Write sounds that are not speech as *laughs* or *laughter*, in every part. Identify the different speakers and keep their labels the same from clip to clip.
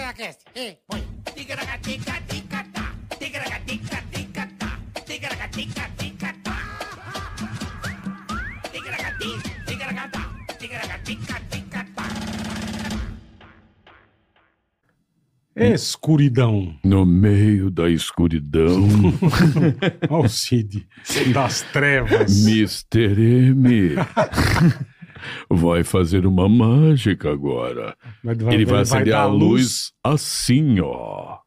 Speaker 1: podcast. Ei, põe. Ticaragatica-ticatá. Ticaragatica-ticatá. Ticaragatica-ticatá. Ticaragati, ticaragatá. Ticaragatica-ticatá.
Speaker 2: É Escuridão.
Speaker 3: No meio da escuridão,
Speaker 2: Olha o Cid. Das
Speaker 3: *laughs*
Speaker 2: trevas.
Speaker 3: Mr. M vai fazer uma mágica agora.
Speaker 2: Vai-
Speaker 3: Ele vai acender
Speaker 2: dar
Speaker 3: a luz assim, ó.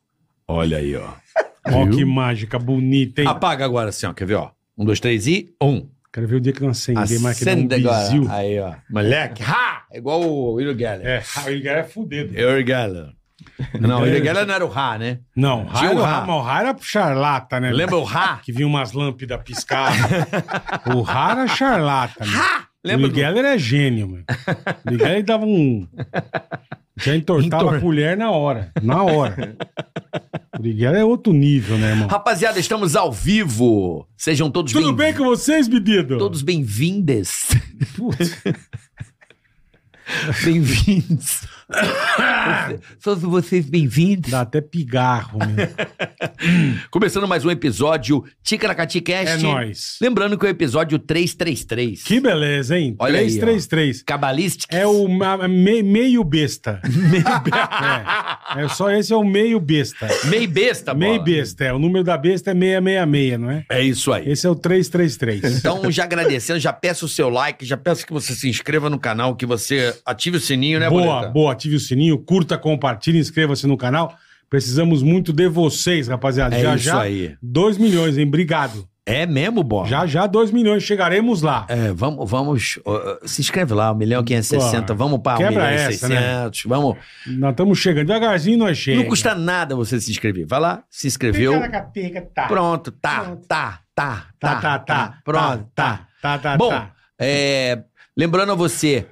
Speaker 3: Olha aí, ó.
Speaker 2: Ó, que
Speaker 3: Viu?
Speaker 2: mágica bonita, hein?
Speaker 4: Apaga agora assim, ó. Quer ver, ó? Um, dois, três e um.
Speaker 2: Quero ver o dia que não acender, mas que dá um
Speaker 4: Acende agora. Ah,
Speaker 2: bizil.
Speaker 4: Aí, ó. Moleque. Ha! É igual o Will Geller.
Speaker 2: É, o Ilgar é fudido.
Speaker 4: É o Will Geller. Não, o Will Geller não era o Ra, né?
Speaker 2: Não,
Speaker 4: Tinha
Speaker 2: raio,
Speaker 4: o
Speaker 2: o
Speaker 4: Ra.
Speaker 2: Ra, mas o Ra era charlata, né?
Speaker 4: Lembra o Ra?
Speaker 2: Que vinha umas lâmpadas
Speaker 3: *laughs*
Speaker 2: piscadas. o Ra era charlata, né?
Speaker 4: Lembra
Speaker 2: o
Speaker 4: do-
Speaker 2: Geller é gênio, mano. O Miguel ele dava um. Já entortava
Speaker 4: Entor-
Speaker 2: a colher na hora. Na
Speaker 4: *laughs*
Speaker 2: hora. O Miguel é outro nível, né, irmão?
Speaker 4: Rapaziada, estamos ao vivo. Sejam todos
Speaker 2: Tudo
Speaker 4: bem-vindos.
Speaker 2: bem com vocês, medido?
Speaker 4: Todos bem-vindes.
Speaker 2: Putz,
Speaker 4: Bem-vindos. *coughs* Todos vocês bem-vindos.
Speaker 2: dá até pigarro,
Speaker 4: *laughs*
Speaker 2: né?
Speaker 4: Começando mais um episódio Ticaracati
Speaker 2: É
Speaker 4: Cast.
Speaker 2: nóis.
Speaker 4: Lembrando que é o episódio 333.
Speaker 2: Que beleza, hein?
Speaker 4: Olha aí, ó.
Speaker 2: 333.
Speaker 4: cabalístico.
Speaker 2: É o ma- me- meio
Speaker 4: *laughs*
Speaker 2: besta. é. é só esse é o meio besta.
Speaker 4: Meio besta, bola.
Speaker 2: meio besta, é. O número da besta é 666, não é?
Speaker 4: É isso aí.
Speaker 2: Esse é o 333.
Speaker 4: *laughs* Então, já agradecendo, já peço o seu like, já peço que você se inscreva no canal, que você ative o sininho, né,
Speaker 2: boa,
Speaker 4: Boleta?
Speaker 2: boa. Ative o sininho, curta, compartilhe, inscreva-se no canal. Precisamos muito de vocês, rapaziada.
Speaker 4: É
Speaker 2: já
Speaker 4: isso
Speaker 2: já,
Speaker 4: aí.
Speaker 2: 2 milhões, hein? Obrigado.
Speaker 4: É mesmo, Bola?
Speaker 2: Já já, 2 milhões. Chegaremos lá.
Speaker 4: É, vamos, vamos, ó, ó, se inscreve lá, 1 milhão 560,
Speaker 2: Pô,
Speaker 4: vamos para 1
Speaker 2: quebra
Speaker 4: milhão e
Speaker 2: essa, né?
Speaker 4: 600, vamos.
Speaker 2: Nós estamos chegando. Devagarzinho nós chegamos.
Speaker 4: Não custa nada você se inscrever, vai lá, se inscreveu, pronto, tá,
Speaker 2: Ah, Pronto.
Speaker 4: tá, tá,
Speaker 2: Tá, tá, tá.
Speaker 4: pronto, tá.
Speaker 2: Tá, tá,
Speaker 4: Bom,
Speaker 2: tá.
Speaker 4: É, lembrando a você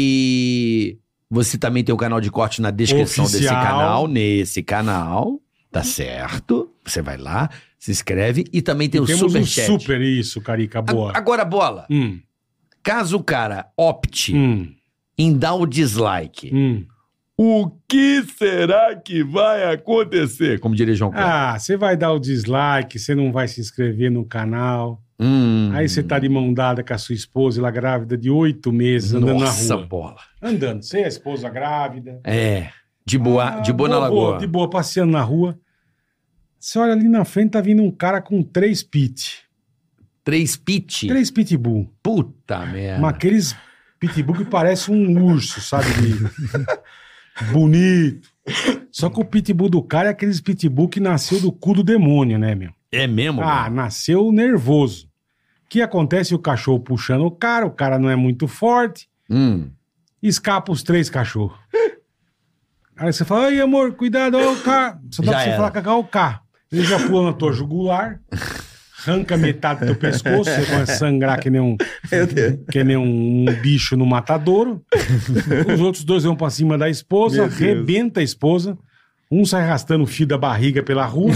Speaker 4: que você também tem o canal de corte na descrição desse
Speaker 2: Oficial.
Speaker 4: canal, nesse canal, tá certo? Você vai lá, se inscreve e também tem o
Speaker 2: Temos um
Speaker 4: superchat.
Speaker 2: super isso, Carica.
Speaker 4: A-
Speaker 2: Boa.
Speaker 4: Agora, bola.
Speaker 2: Hum.
Speaker 4: Caso o cara opte
Speaker 2: Hum,
Speaker 4: em dar o dislike,
Speaker 2: hum.
Speaker 4: o que será que vai acontecer? Como diria João Cláudio.
Speaker 2: Ah, você vai dar o dislike, você não vai se inscrever no canal.
Speaker 4: Hum.
Speaker 2: Aí você tá de mão dada com a sua esposa, ela grávida de oito meses, andando
Speaker 4: Nossa,
Speaker 2: na rua.
Speaker 4: bola.
Speaker 2: Andando, você é a esposa grávida.
Speaker 4: É. De boa,
Speaker 2: Ah,
Speaker 4: de boa, na lagoa.
Speaker 2: De boa, passeando na rua. Você olha ali na frente, tá vindo um cara com três pit.
Speaker 4: Três pit.
Speaker 2: Três pitbull.
Speaker 4: Puta merda.
Speaker 2: Mas aqueles pitbull que parece um urso, sabe? de- *laughs* Bonito. Só que o pitbull do cara é aqueles pitbull que nasceu do cu do demônio, né, meu?
Speaker 4: É mesmo?
Speaker 2: Ah, nasceu nervoso. O que acontece? O cachorro puxando o cara, o cara não é muito forte,
Speaker 4: Hum.
Speaker 2: escapa os três cachorros. Aí você fala, ai amor, cuidado, olha o carro. Só dá
Speaker 4: Já
Speaker 2: pra você
Speaker 4: era.
Speaker 2: falar cacau o carro. Ele já pula na tua jugular, arranca metade do teu pescoço, você começa a sangrar que nem um, que nem um bicho no matadouro. Os outros dois vão pra cima da esposa, arrebenta a esposa. Um sai arrastando o fio da barriga pela
Speaker 4: *laughs*
Speaker 2: rua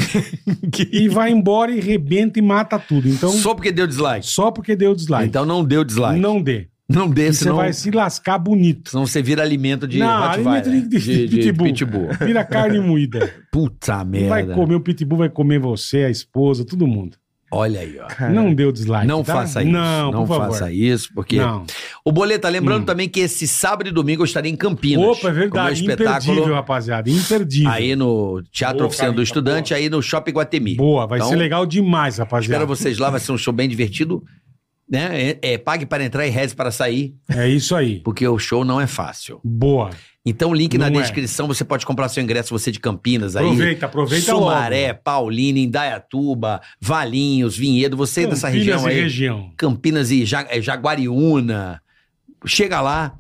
Speaker 2: e vai embora e rebenta e mata tudo. Então,
Speaker 4: Só porque deu dislike.
Speaker 2: só porque deu dislike.
Speaker 4: Então não deu dislike.
Speaker 2: Não dê.
Speaker 4: não dê,
Speaker 2: E você
Speaker 4: senão,
Speaker 2: vai se lascar bonito.
Speaker 4: senão você vira alimento de né?
Speaker 2: Não,
Speaker 4: Rottweiler,
Speaker 2: alimento de- de pitbull. Vira carne moída. vai
Speaker 4: Puta merda.
Speaker 2: comer, o pitbull vai comer você, a esposa, todo mundo.
Speaker 4: Olha aí, ó.
Speaker 2: Não deu dislike.
Speaker 4: não
Speaker 2: tá?
Speaker 4: faça isso.
Speaker 2: Não, por favor.
Speaker 4: faça isso, porque.
Speaker 2: Não.
Speaker 4: O Boleta, lembrando
Speaker 2: Hum.
Speaker 4: também que esse sábado e domingo eu estarei em Campinas.
Speaker 2: Opa, é verdade.
Speaker 4: Com meu
Speaker 2: Imperdível,
Speaker 4: espetáculo.
Speaker 2: rapaziada. Imperdível.
Speaker 4: Aí no Teatro
Speaker 2: Boa,
Speaker 4: Oficina do
Speaker 2: Carica,
Speaker 4: Estudante,
Speaker 2: boa.
Speaker 4: aí no Shopping Guatemi.
Speaker 2: Boa, vai
Speaker 4: Então,
Speaker 2: ser legal demais,
Speaker 4: Espero
Speaker 2: rapaziada.
Speaker 4: vocês lá, vai ser um show bem divertido. Né? É, é, pague para entrar e reze para sair,
Speaker 2: É isso aí.
Speaker 4: porque o show não é fácil.
Speaker 2: Boa.
Speaker 4: Então, link na
Speaker 2: Não é.
Speaker 4: descrição, você pode comprar seu ingresso, você de Campinas aí.
Speaker 2: Aproveita, aproveita
Speaker 4: Sumaré, Paulina, Indaiatuba, Valinhos, Vinhedo, você
Speaker 2: logo.
Speaker 4: dessa
Speaker 2: Campinas
Speaker 4: região
Speaker 2: e
Speaker 4: aí.
Speaker 2: região.
Speaker 4: Campinas e Ja- eh, Jaguariúna. Chega lá,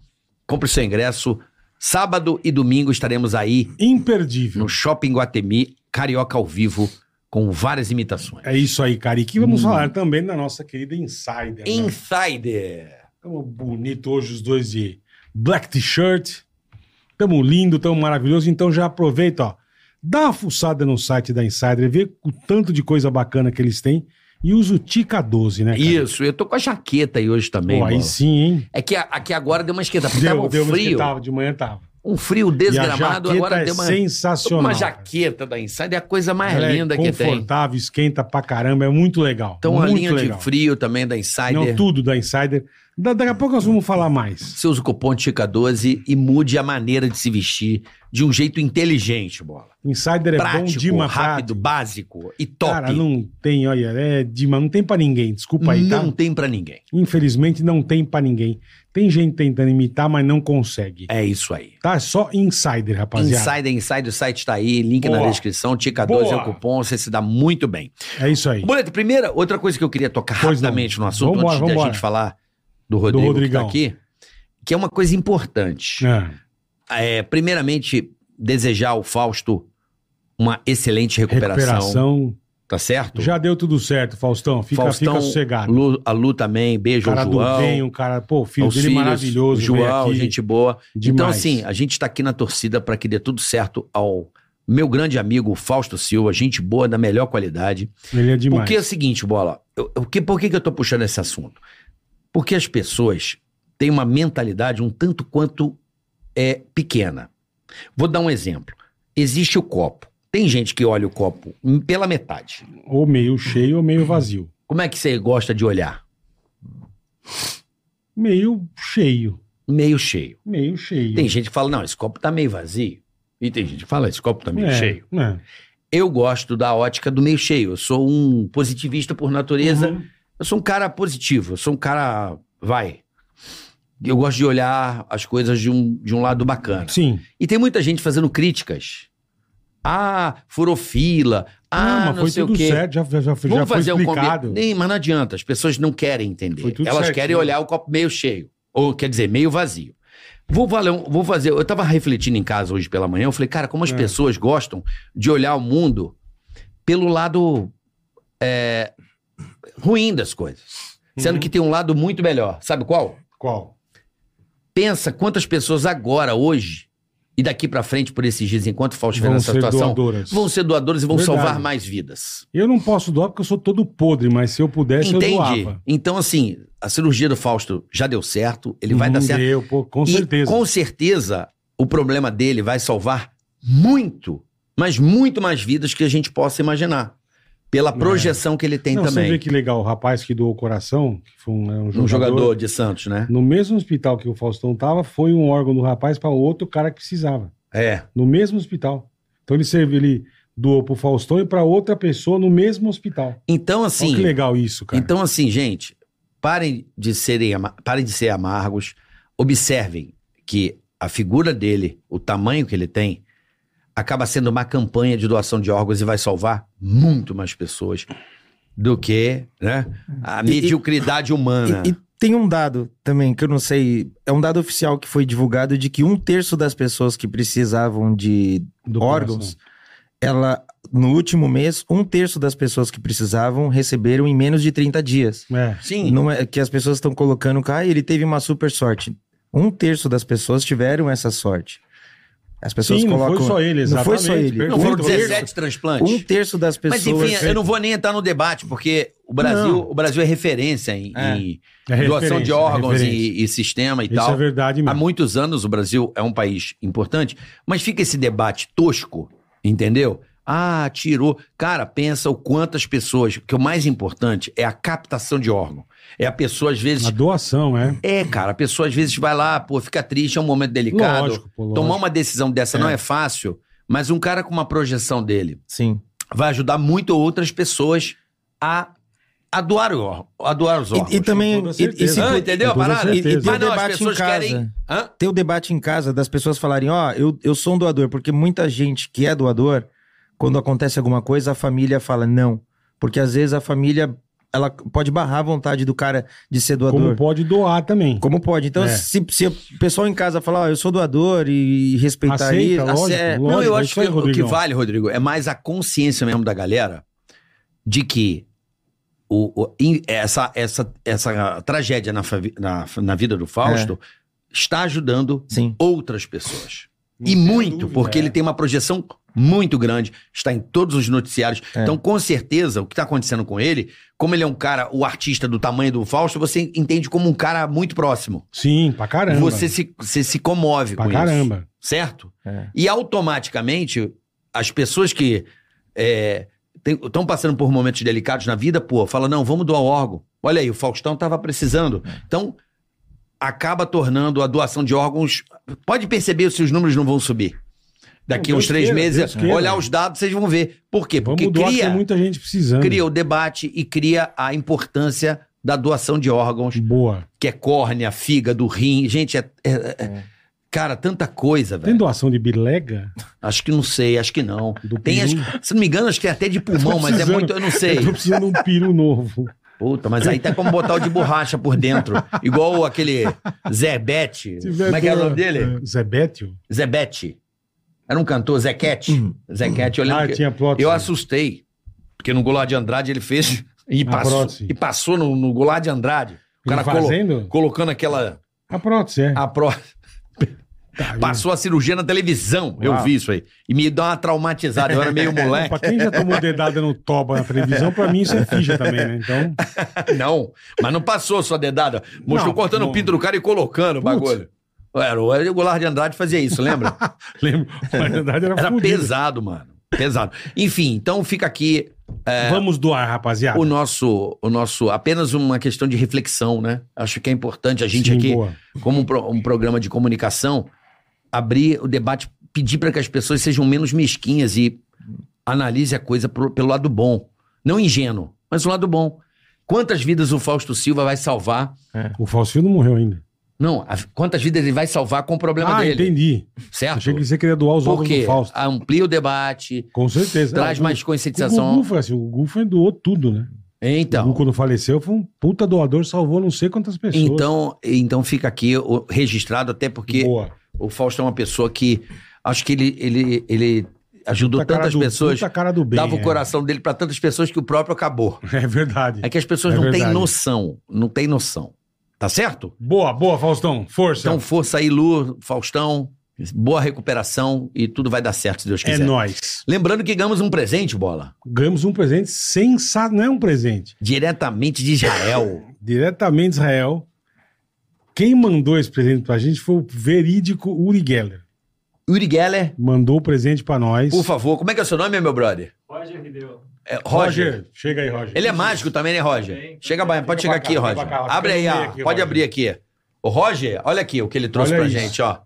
Speaker 4: compre seu ingresso. Sábado e domingo estaremos aí
Speaker 2: Imperdível.
Speaker 4: no Shopping Guatemi, Carioca ao vivo, com várias imitações.
Speaker 2: É isso aí, cara. E que vamos
Speaker 4: Hum.
Speaker 2: falar também da nossa querida Insider. né?
Speaker 4: Insider.
Speaker 2: Tamo bonito hoje os dois de black t-shirt. Tamo lindo, tamo maravilhoso. Então já aproveita, ó. Dá uma fuçada no site da Insider, vê o tanto de coisa bacana que eles têm. E usa o Tica 12, né? cara?
Speaker 4: Isso, eu tô com a jaqueta aí hoje também.
Speaker 2: Pô, aí
Speaker 4: bola.
Speaker 2: sim, hein?
Speaker 4: É que a- aqui agora deu uma esquerda, porque
Speaker 2: Deu,
Speaker 4: tava um
Speaker 2: deu, mas que
Speaker 4: frio.
Speaker 2: tava, de manhã tava.
Speaker 4: Um frio
Speaker 2: E a
Speaker 4: desgramado.
Speaker 2: jaqueta
Speaker 4: Agora
Speaker 2: é
Speaker 4: tem uma,
Speaker 2: sensacional.
Speaker 4: uma jaqueta da Inside, é a coisa mais
Speaker 2: Ela é
Speaker 4: linda que tem.
Speaker 2: confortável, esquenta pra caramba, é muito legal.
Speaker 4: Então,
Speaker 2: muito
Speaker 4: a linha
Speaker 2: legal.
Speaker 4: de frio também da Insider.
Speaker 2: Não, tudo da Insider. Da- daqui a pouco nós vamos falar mais.
Speaker 4: Você usa o cupom TICA12 e mude a maneira de se vestir de um jeito inteligente, bola.
Speaker 2: Insider é bom
Speaker 4: Prático,
Speaker 2: de matar.
Speaker 4: rápido, básico e top.
Speaker 2: Cara,
Speaker 4: não
Speaker 2: não tem, olha, é de, não tem pra ninguém, desculpa aí, tá?
Speaker 4: tem pra ninguém.
Speaker 2: Infelizmente não tem pra ninguém. Tem gente tentando imitar, mas não consegue.
Speaker 4: É isso aí.
Speaker 2: Tá? É só Insider, rapaziada.
Speaker 4: Insider, Insider, o site tá aí, link na
Speaker 2: Boa.
Speaker 4: descrição, TICA12 é
Speaker 2: Boa.
Speaker 4: o cupom, você se dá muito bem.
Speaker 2: É isso aí.
Speaker 4: Boleto, primeira, outra coisa que eu queria tocar
Speaker 2: Pois não.
Speaker 4: rapidamente no assunto,
Speaker 2: Vambora,
Speaker 4: antes de a
Speaker 2: vambora.
Speaker 4: gente falar do Rodrigo que tá
Speaker 2: Rodrigão.
Speaker 4: aqui, que é uma coisa importante.
Speaker 2: É.
Speaker 4: É, primeiramente, desejar ao Fausto uma excelente recuperação,
Speaker 2: Recuperação.
Speaker 4: tá certo?
Speaker 2: Já deu tudo certo, Faustão. Fica,
Speaker 4: Faustão,
Speaker 2: fica sossegado.
Speaker 4: Lu, a Lu também, beijo
Speaker 2: cara
Speaker 4: ao
Speaker 2: do
Speaker 4: João.
Speaker 2: bem, o cara, pô, o filho
Speaker 4: aos
Speaker 2: dele é
Speaker 4: filhos,
Speaker 2: maravilhoso. veio
Speaker 4: João,
Speaker 2: aqui.
Speaker 4: gente boa. Então,
Speaker 2: Demais.
Speaker 4: assim, a gente tá aqui na torcida para que dê tudo certo ao meu grande amigo Fausto Silva, gente boa da melhor qualidade.
Speaker 2: Ele é demais.
Speaker 4: Porque é o seguinte, Bola, eu- eu- que- por que, que eu tô puxando esse assunto? Porque as pessoas têm uma mentalidade um tanto quanto é pequena. Vou dar um exemplo. Existe o copo. Tem gente que olha o copo pela metade.
Speaker 2: Ou meio cheio ou meio vazio.
Speaker 4: Como é que você gosta de olhar?
Speaker 2: Meio cheio.
Speaker 4: Meio cheio.
Speaker 2: Meio cheio.
Speaker 4: Tem gente que fala, não, esse copo tá meio vazio. E tem gente que fala, esse copo tá meio
Speaker 2: É,
Speaker 4: cheio.
Speaker 2: é.
Speaker 4: Eu gosto da ótica do meio cheio. Eu sou um positivista por natureza.
Speaker 2: Uhum.
Speaker 4: Eu sou um cara positivo, eu sou um cara. Vai. Eu gosto de olhar as coisas de um, de um lado bacana.
Speaker 2: Sim.
Speaker 4: E tem muita gente fazendo críticas. Ah, furou fila.
Speaker 2: mas
Speaker 4: Ah, não
Speaker 2: foi
Speaker 4: sei
Speaker 2: tudo
Speaker 4: o quê.
Speaker 2: certo, já, já, já
Speaker 4: Vamos
Speaker 2: foi
Speaker 4: fazer um
Speaker 2: explicado.
Speaker 4: combinado. Mas não adianta, as pessoas não querem entender.
Speaker 2: Foi tudo
Speaker 4: Elas
Speaker 2: certinho.
Speaker 4: querem olhar o copo meio cheio. Ou, quer dizer, meio vazio. Vou, valer um- vou fazer. Eu tava refletindo em casa hoje pela manhã. Eu falei, cara, como as
Speaker 2: É.
Speaker 4: pessoas gostam de olhar o mundo pelo lado é, ruim das coisas. Sendo
Speaker 2: Uhum.
Speaker 4: que tem um lado muito melhor. Sabe qual?
Speaker 2: Qual?
Speaker 4: Pensa quantas pessoas agora, hoje, e daqui pra frente, por esses dias, enquanto o Fausto estiver
Speaker 2: Vão
Speaker 4: nessa
Speaker 2: ser
Speaker 4: situação,
Speaker 2: doadoras.
Speaker 4: vão ser doadores e vão
Speaker 2: Verdade.
Speaker 4: salvar mais vidas.
Speaker 2: Eu não posso doar porque eu sou todo podre, mas se eu pudesse, eu
Speaker 4: Entende?
Speaker 2: doava.
Speaker 4: Então, assim, a cirurgia do Fausto já deu certo, ele vai
Speaker 2: Não
Speaker 4: dar certo.
Speaker 2: deu, Uhum. pô, Hum, com
Speaker 4: E,
Speaker 2: certeza.
Speaker 4: com certeza, o problema dele vai salvar muito, mas muito mais vidas que a gente possa imaginar. Pela
Speaker 2: É.
Speaker 4: projeção que ele tem
Speaker 2: Não, Você vê
Speaker 4: também.
Speaker 2: que legal, o rapaz que doou o coração, que foi um, é um
Speaker 4: Um
Speaker 2: jogador,
Speaker 4: jogador de Santos, né?
Speaker 2: No mesmo hospital que o Faustão tava, foi um órgão do rapaz para outro cara que precisava.
Speaker 4: É.
Speaker 2: No mesmo hospital. Então ele serviu, ele doou pro Faustão e para outra pessoa no mesmo hospital.
Speaker 4: Então,
Speaker 2: Olha que
Speaker 4: assim.
Speaker 2: legal isso, cara.
Speaker 4: Então, assim, gente, parem de serem ama- parem de ser amargos. Observem que a figura dele, o tamanho que ele tem, acaba sendo uma campanha de doação de órgãos e vai salvar muito mais pessoas do que né, a mediocridade humana.
Speaker 2: Né.
Speaker 5: E, e tem um dado também que eu não sei. É um dado oficial que foi divulgado de que um terço das pessoas que precisavam de
Speaker 2: Do
Speaker 5: órgãos, ela. No último mês, um terço das pessoas que precisavam receberam em menos de 30 dias.
Speaker 2: coração. É.
Speaker 4: Sim,
Speaker 5: Não é que as pessoas estão colocando que ah, ele teve uma super sorte. Um terço das pessoas tiveram essa sorte. As pessoas
Speaker 2: Sim, não
Speaker 5: colocam.
Speaker 2: foi só ele,
Speaker 5: Não
Speaker 2: exatamente.
Speaker 5: foi só ele.
Speaker 4: não foram
Speaker 5: um terço-
Speaker 4: 17 transplantes.
Speaker 5: Um terço das
Speaker 4: Mas
Speaker 5: pessoas.
Speaker 4: enfim, eu não vou nem entrar no debate, porque o Brasil,
Speaker 2: Não.
Speaker 4: o Brasil é referência em,
Speaker 5: É.
Speaker 4: em
Speaker 2: É referência,
Speaker 4: doação de
Speaker 2: é
Speaker 4: órgãos
Speaker 2: referência.
Speaker 4: e, e sistema e
Speaker 2: Isso
Speaker 4: tal.
Speaker 2: é verdade
Speaker 4: Há
Speaker 2: mesmo.
Speaker 4: muitos anos o Brasil é um país importante, mas fica esse debate tosco, entendeu? Ah, tirou. Cara, pensa o quantas pessoas. Porque o mais importante é a captação de órgão. É a pessoa, às vezes.
Speaker 2: A doação, é.
Speaker 4: É, cara, a pessoa às vezes vai lá, pô, fica triste, é um momento delicado.
Speaker 2: Lógico, pô, lógico.
Speaker 4: Tomar uma decisão dessa não é fácil, mas um cara com uma projeção dele
Speaker 5: Sim.
Speaker 4: vai ajudar muito outras pessoas a, a doar, o, órgão- a doar os
Speaker 5: E-
Speaker 4: órgãos.
Speaker 5: E, também.
Speaker 2: Com toda
Speaker 5: e- e se
Speaker 2: certeza.
Speaker 4: Hã?
Speaker 5: pu-
Speaker 4: entendeu a
Speaker 2: Com toda
Speaker 4: parada?
Speaker 2: certeza.
Speaker 5: E tem o
Speaker 4: Mas Ah, não, as
Speaker 5: debate em
Speaker 4: pessoas
Speaker 5: casa.
Speaker 4: querem. Hã?
Speaker 5: ter o debate em casa das pessoas falarem, ó, eu, eu sou um doador, porque muita gente que é doador, quando acontece alguma coisa, a família fala não. Porque às vezes a família, ela pode barrar a vontade do cara de ser
Speaker 2: Como
Speaker 5: doador. Como,
Speaker 2: pode doar também.
Speaker 5: pode? Então,
Speaker 2: É.
Speaker 5: se, se o pessoal em casa falar, ó, eu sou doador e respeitar
Speaker 2: Aceita,
Speaker 5: isso,
Speaker 2: lógico,
Speaker 5: ace-
Speaker 2: lógico.
Speaker 4: não, eu
Speaker 2: é
Speaker 4: acho
Speaker 2: isso
Speaker 4: que
Speaker 2: aí,
Speaker 4: o que
Speaker 2: Rodrigão.
Speaker 4: vale, Rodrigo, é mais a consciência mesmo da galera de que o, o- em- essa, essa, essa tragédia na, favi- na, na vida do Fausto está ajudando
Speaker 5: Sim.
Speaker 4: outras
Speaker 2: É.
Speaker 4: pessoas.
Speaker 2: Não
Speaker 4: e
Speaker 2: tem
Speaker 4: muito,
Speaker 2: dúvida,
Speaker 4: porque
Speaker 2: é.
Speaker 4: ele tem uma projeção muito grande, está em todos os noticiários.
Speaker 5: É.
Speaker 4: Então, com certeza, o que está acontecendo com ele, como ele é um cara, o artista do tamanho do Fausto, você entende como um cara muito próximo.
Speaker 2: Sim, pra caramba.
Speaker 4: Você se, você se comove
Speaker 2: pra
Speaker 4: com isso.
Speaker 2: caramba.
Speaker 4: certo?
Speaker 5: É.
Speaker 4: E automaticamente, as pessoas que estão passando por momentos delicados na vida, pô, fala, não, vamos doar órgão. Olha aí, o Faustão estava precisando.
Speaker 2: É.
Speaker 4: Então, acaba tornando a doação de órgãos... Pode perceber se os números não vão subir. Daqui
Speaker 2: Não,
Speaker 4: uns
Speaker 2: Deus
Speaker 4: três
Speaker 2: queira,
Speaker 4: meses,
Speaker 2: Deus queira.
Speaker 4: olhar os dados, vocês vão ver. Por quê?
Speaker 2: Vamos
Speaker 4: Porque
Speaker 2: doar,
Speaker 4: cria
Speaker 2: tem muita gente precisando.
Speaker 4: cria o debate e cria a importância da doação de órgãos,
Speaker 2: Boa.
Speaker 4: que é córnea, fígado, rim. Gente, é. é- é- Cara, tanta coisa,
Speaker 2: Tem
Speaker 4: velho.
Speaker 2: doação de bilega?
Speaker 4: Acho que não sei, acho que não.
Speaker 2: Do
Speaker 4: Tem as,
Speaker 2: peru?
Speaker 4: se não me engano, acho que é até de pulmão, mas é
Speaker 2: Uhum. precisando.
Speaker 4: muito, eu não sei.
Speaker 2: Eu tô precisando de um peru novo.
Speaker 4: Puta, mas aí tá como botar o de borracha por dentro. Igual aquele Zebete.
Speaker 2: Tiver
Speaker 4: *laughs*
Speaker 2: é.
Speaker 4: Como é que era o
Speaker 2: doa-
Speaker 4: nome dele?
Speaker 2: Zé Bétio?
Speaker 4: Zebete. Era um cantor, Zequete. Zequete, eu lembro.
Speaker 2: Ah,
Speaker 4: que-
Speaker 2: tinha plot.
Speaker 4: Eu assustei, porque no Goulart de Andrade
Speaker 2: *laughs*
Speaker 4: ele fez e
Speaker 2: A
Speaker 4: passou,
Speaker 2: Ah, prótese.
Speaker 4: e passou no, no Goulart de Andrade. O cara colo-
Speaker 2: fazendo?
Speaker 4: colocando aquela.
Speaker 2: A prótese, é.
Speaker 4: A pró-
Speaker 2: Tá,
Speaker 4: Passou a cirurgia na televisão. Eu
Speaker 2: Uau.
Speaker 4: vi isso aí. E me deu uma traumatizada. Eu
Speaker 2: *laughs*
Speaker 4: era meio
Speaker 2: Não,
Speaker 4: moleque.
Speaker 2: pra quem já tomou dedada no toba na televisão, pra mim isso é ficha também, né? Então,
Speaker 4: Não, mas não passou só dedada. Mostrou
Speaker 2: Não,
Speaker 4: cortando
Speaker 2: não.
Speaker 4: o pinto do cara e colocando o
Speaker 2: Putz.
Speaker 4: bagulho. Era, o Goulart de Andrade fazia
Speaker 2: *laughs*
Speaker 4: isso, lembra?
Speaker 2: lembro. Na verdade era,
Speaker 4: Era
Speaker 2: fudido.
Speaker 4: pesado, mano. Pesado. Enfim, então fica aqui
Speaker 2: Vamos doar, rapaziada.
Speaker 4: É. o nosso, o nosso, apenas uma questão de reflexão, né? Acho que é importante a gente
Speaker 2: Sim,
Speaker 4: aqui,
Speaker 2: boa.
Speaker 4: como um, pro- um programa de comunicação, abrir o debate, pedir para que as pessoas sejam menos mesquinhas e analise a coisa pro- pelo lado bom, não ingênuo, mas o lado bom. Quantas vidas o Fausto Silva vai salvar?
Speaker 2: O Falsinho não morreu ainda.
Speaker 4: Não, a- quantas vidas ele vai salvar com o problema
Speaker 2: Ah,
Speaker 4: dele,
Speaker 2: entendi. Achei
Speaker 4: certo?
Speaker 2: que você queria doar os órgãos
Speaker 4: Porque
Speaker 2: do Fausto.
Speaker 4: amplia o debate,
Speaker 2: Com certeza.
Speaker 4: traz
Speaker 2: Ah, o-
Speaker 4: mais
Speaker 2: O
Speaker 4: conscientização.
Speaker 2: Gugu foi assim, o Gugu foi, doou tudo, né?
Speaker 4: Então,
Speaker 2: O Gugu, quando faleceu, foi um puta doador, salvou não sei quantas pessoas.
Speaker 4: então, então fica aqui o- registrado até porque
Speaker 2: Boa.
Speaker 4: O Fausto é uma pessoa que acho que ele, ele, ele ajudou
Speaker 2: Puta cara
Speaker 4: tantas
Speaker 2: do-
Speaker 4: pessoas,
Speaker 2: puta cara do bem,
Speaker 4: dava
Speaker 2: é.
Speaker 4: o coração dele pra tantas pessoas que o próprio acabou.
Speaker 2: É verdade.
Speaker 4: É que as pessoas
Speaker 2: É
Speaker 4: não têm
Speaker 2: verdade.
Speaker 4: noção, não têm noção. Tá certo?
Speaker 2: Boa, boa, Faustão. Força.
Speaker 4: Então força aí, Lu, Faustão, boa recuperação e tudo vai dar certo se Deus
Speaker 2: é
Speaker 4: quiser.
Speaker 2: nóis.
Speaker 4: Lembrando que ganhamos um presente, bola,
Speaker 2: Ganhamos um presente sensacional. Não é um presente.
Speaker 4: diretamente de Israel.
Speaker 2: *laughs* Diretamente de Israel. Quem mandou esse presente pra gente foi o verídico Uri Geller.
Speaker 4: Uri Geller,
Speaker 2: Mandou o presente pra nós.
Speaker 4: por favor, como é que é o seu nome, meu brother? É, Roger.
Speaker 2: Roger. Chega aí, Roger.
Speaker 4: Ele é mágico também, né, Roger? Chega, Bahia, pode
Speaker 2: Fica
Speaker 4: chegar
Speaker 2: pra
Speaker 4: aqui,
Speaker 2: cá,
Speaker 4: Roger.
Speaker 2: fica pra cá,
Speaker 4: Abre aí,
Speaker 2: fica no
Speaker 4: ó.
Speaker 2: meio aqui,
Speaker 4: pode
Speaker 2: Roger.
Speaker 4: abrir aqui. O Roger, olha aqui o que ele trouxe
Speaker 2: Olha
Speaker 4: pra
Speaker 2: isso.
Speaker 4: gente, ó.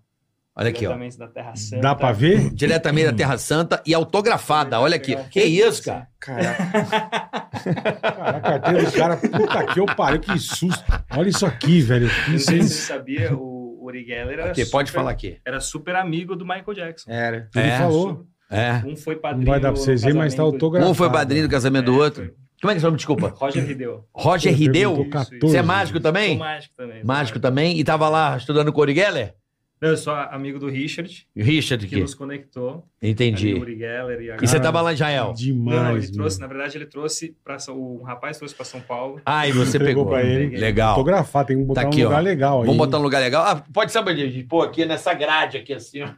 Speaker 4: Olha aqui, ó.
Speaker 6: Diretamente da Terra Santa.
Speaker 2: Dá pra ver?
Speaker 4: Diretamente da Terra Santa e autografada, olha aqui. Que isso, cara?
Speaker 5: Caraca.
Speaker 2: Cara, a carteira do cara, puta que eu pariu, que susto. Olha isso aqui, velho.
Speaker 6: Não
Speaker 2: Que
Speaker 6: sei se
Speaker 2: sens-
Speaker 6: você sabia, o Uri Geller era,
Speaker 4: Aqui,
Speaker 6: super,
Speaker 4: pode falar aqui.
Speaker 6: era super amigo do Michael Jackson.
Speaker 5: Era.
Speaker 2: Ele
Speaker 4: É.
Speaker 2: falou.
Speaker 4: É.
Speaker 6: Um foi
Speaker 2: Não
Speaker 6: padrinho
Speaker 2: vai dar pra vocês
Speaker 6: no
Speaker 2: verem, mas tá
Speaker 6: casamento
Speaker 2: autografado.
Speaker 4: Um foi padrinho do casamento do
Speaker 6: É,
Speaker 4: outro.
Speaker 6: foi.
Speaker 4: Como é que é o seu nome? Desculpa.
Speaker 6: Roger Rideu.
Speaker 4: Roger
Speaker 2: Ele
Speaker 4: Rideu?
Speaker 2: perguntou
Speaker 6: Isso, isso.
Speaker 2: 14.
Speaker 4: Você é mágico
Speaker 6: Sou
Speaker 4: também?
Speaker 6: mágico também. sou
Speaker 4: É Mágico também? E tava lá estudando com o Uri Geller?
Speaker 6: Não, eu sou amigo do Richard,
Speaker 4: Richard,
Speaker 6: que
Speaker 4: aqui.
Speaker 6: nos conectou. Ali, o
Speaker 4: Entendi.
Speaker 6: Uri Geller e a
Speaker 4: E você
Speaker 2: Ah.
Speaker 6: galera.
Speaker 4: tava lá em Israel?
Speaker 6: Não,
Speaker 2: Demais.
Speaker 6: ele trouxe,
Speaker 2: meu.
Speaker 6: na verdade, ele trouxe pra São- O rapaz trouxe pra São Paulo.
Speaker 4: Ah, e você
Speaker 2: Pegou
Speaker 4: pegou.
Speaker 2: pra ele.
Speaker 4: Legal.
Speaker 2: Autografar, tem que botar
Speaker 4: Tá aqui,
Speaker 2: um lugar
Speaker 4: ó.
Speaker 2: legal aí.
Speaker 4: Vamos botar um lugar legal. Ah, pode saber de pô aqui nessa grade aqui assim, ó.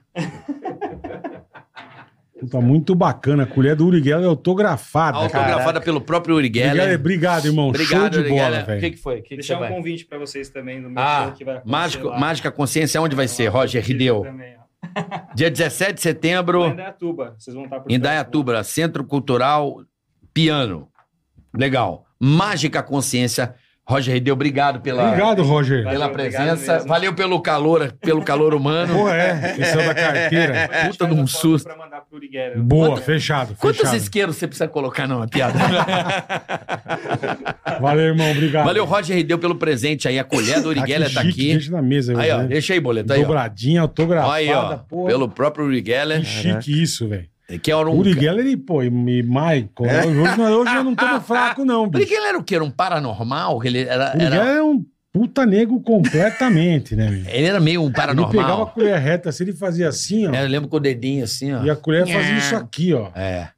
Speaker 2: Puta, muito bacana. A colher do Uri Geller é autografada, cara.
Speaker 4: Autografada pelo próprio Uri
Speaker 2: Uri Geller,
Speaker 4: Geller.
Speaker 2: Obrigado, irmão.
Speaker 4: Obrigado,
Speaker 2: Show de
Speaker 4: Uri
Speaker 2: bola,
Speaker 4: Geller. O que,
Speaker 2: velho.
Speaker 4: que foi? O que que você
Speaker 6: Deixar um
Speaker 4: vai?
Speaker 6: convite pra vocês também do meu
Speaker 4: Ah,
Speaker 6: show que vai acontecer
Speaker 4: Mágico,
Speaker 6: lá. Então,
Speaker 4: Mágica Consciência, onde vai ser, Roger
Speaker 2: né?
Speaker 4: Rideu?
Speaker 6: Também, ó.
Speaker 4: Dia 17 de
Speaker 2: é
Speaker 6: Lá Em
Speaker 4: setembro,
Speaker 6: Indaiatuba. Vocês vão estar
Speaker 4: em
Speaker 6: por perto, né?
Speaker 4: Dayatuba, Centro Cultural Piano. Legal. Mágica Consciência. Roger Rideu, obrigado pela,
Speaker 2: Obrigado, Roger.
Speaker 4: pela
Speaker 6: Valeu,
Speaker 4: presença.
Speaker 6: obrigado mesmo.
Speaker 4: Valeu pelo calor, pelo calor humano.
Speaker 2: Porra, é. Isso é da carteira.
Speaker 6: Depois a
Speaker 4: *laughs*
Speaker 6: gente
Speaker 4: Puta
Speaker 6: faz
Speaker 4: de um
Speaker 6: a foto
Speaker 4: susto.
Speaker 6: pra mandar pro Uri Geller.
Speaker 2: Boa, fechado,
Speaker 4: *laughs* Quantos
Speaker 2: fechado.
Speaker 4: isqueiros você precisa colocar numa piada? *laughs*
Speaker 2: Valeu, irmão. Obrigado.
Speaker 4: Valeu, Roger Rideu, pelo presente aí. A colher
Speaker 2: *laughs*
Speaker 4: do Uri
Speaker 2: Ah, que
Speaker 4: Geller tá
Speaker 2: chique,
Speaker 4: aqui.
Speaker 2: Deixa na mesa.
Speaker 4: Aí, ó,
Speaker 2: né?
Speaker 4: deixa aí, boleto. Aí, ó.
Speaker 2: Dobradinha, autografada.
Speaker 4: Aí, ó.
Speaker 2: porra. é
Speaker 4: Pelo próprio Uri
Speaker 2: Que
Speaker 4: Geller,
Speaker 2: chique isso, velho.
Speaker 4: que era um.
Speaker 2: Uri Geller e, pô, e, e Michael. né? Hoje, nós- hoje nós não
Speaker 4: *laughs*
Speaker 2: estamos fracos, não,
Speaker 4: Uri
Speaker 2: bicho.
Speaker 4: Geller era o quê? Era um paranormal? Ele era,
Speaker 2: Uri
Speaker 4: era,
Speaker 2: Geller é um puta nego completamente, né, meu?
Speaker 4: ele era meio um
Speaker 2: Ele pegava a
Speaker 4: paranormal.
Speaker 2: colher reta assim, ele fazia assim, ó.
Speaker 4: É, Eu lembro com o dedinho assim, ó.
Speaker 2: E a colher fazia isso aqui, ó.
Speaker 4: É.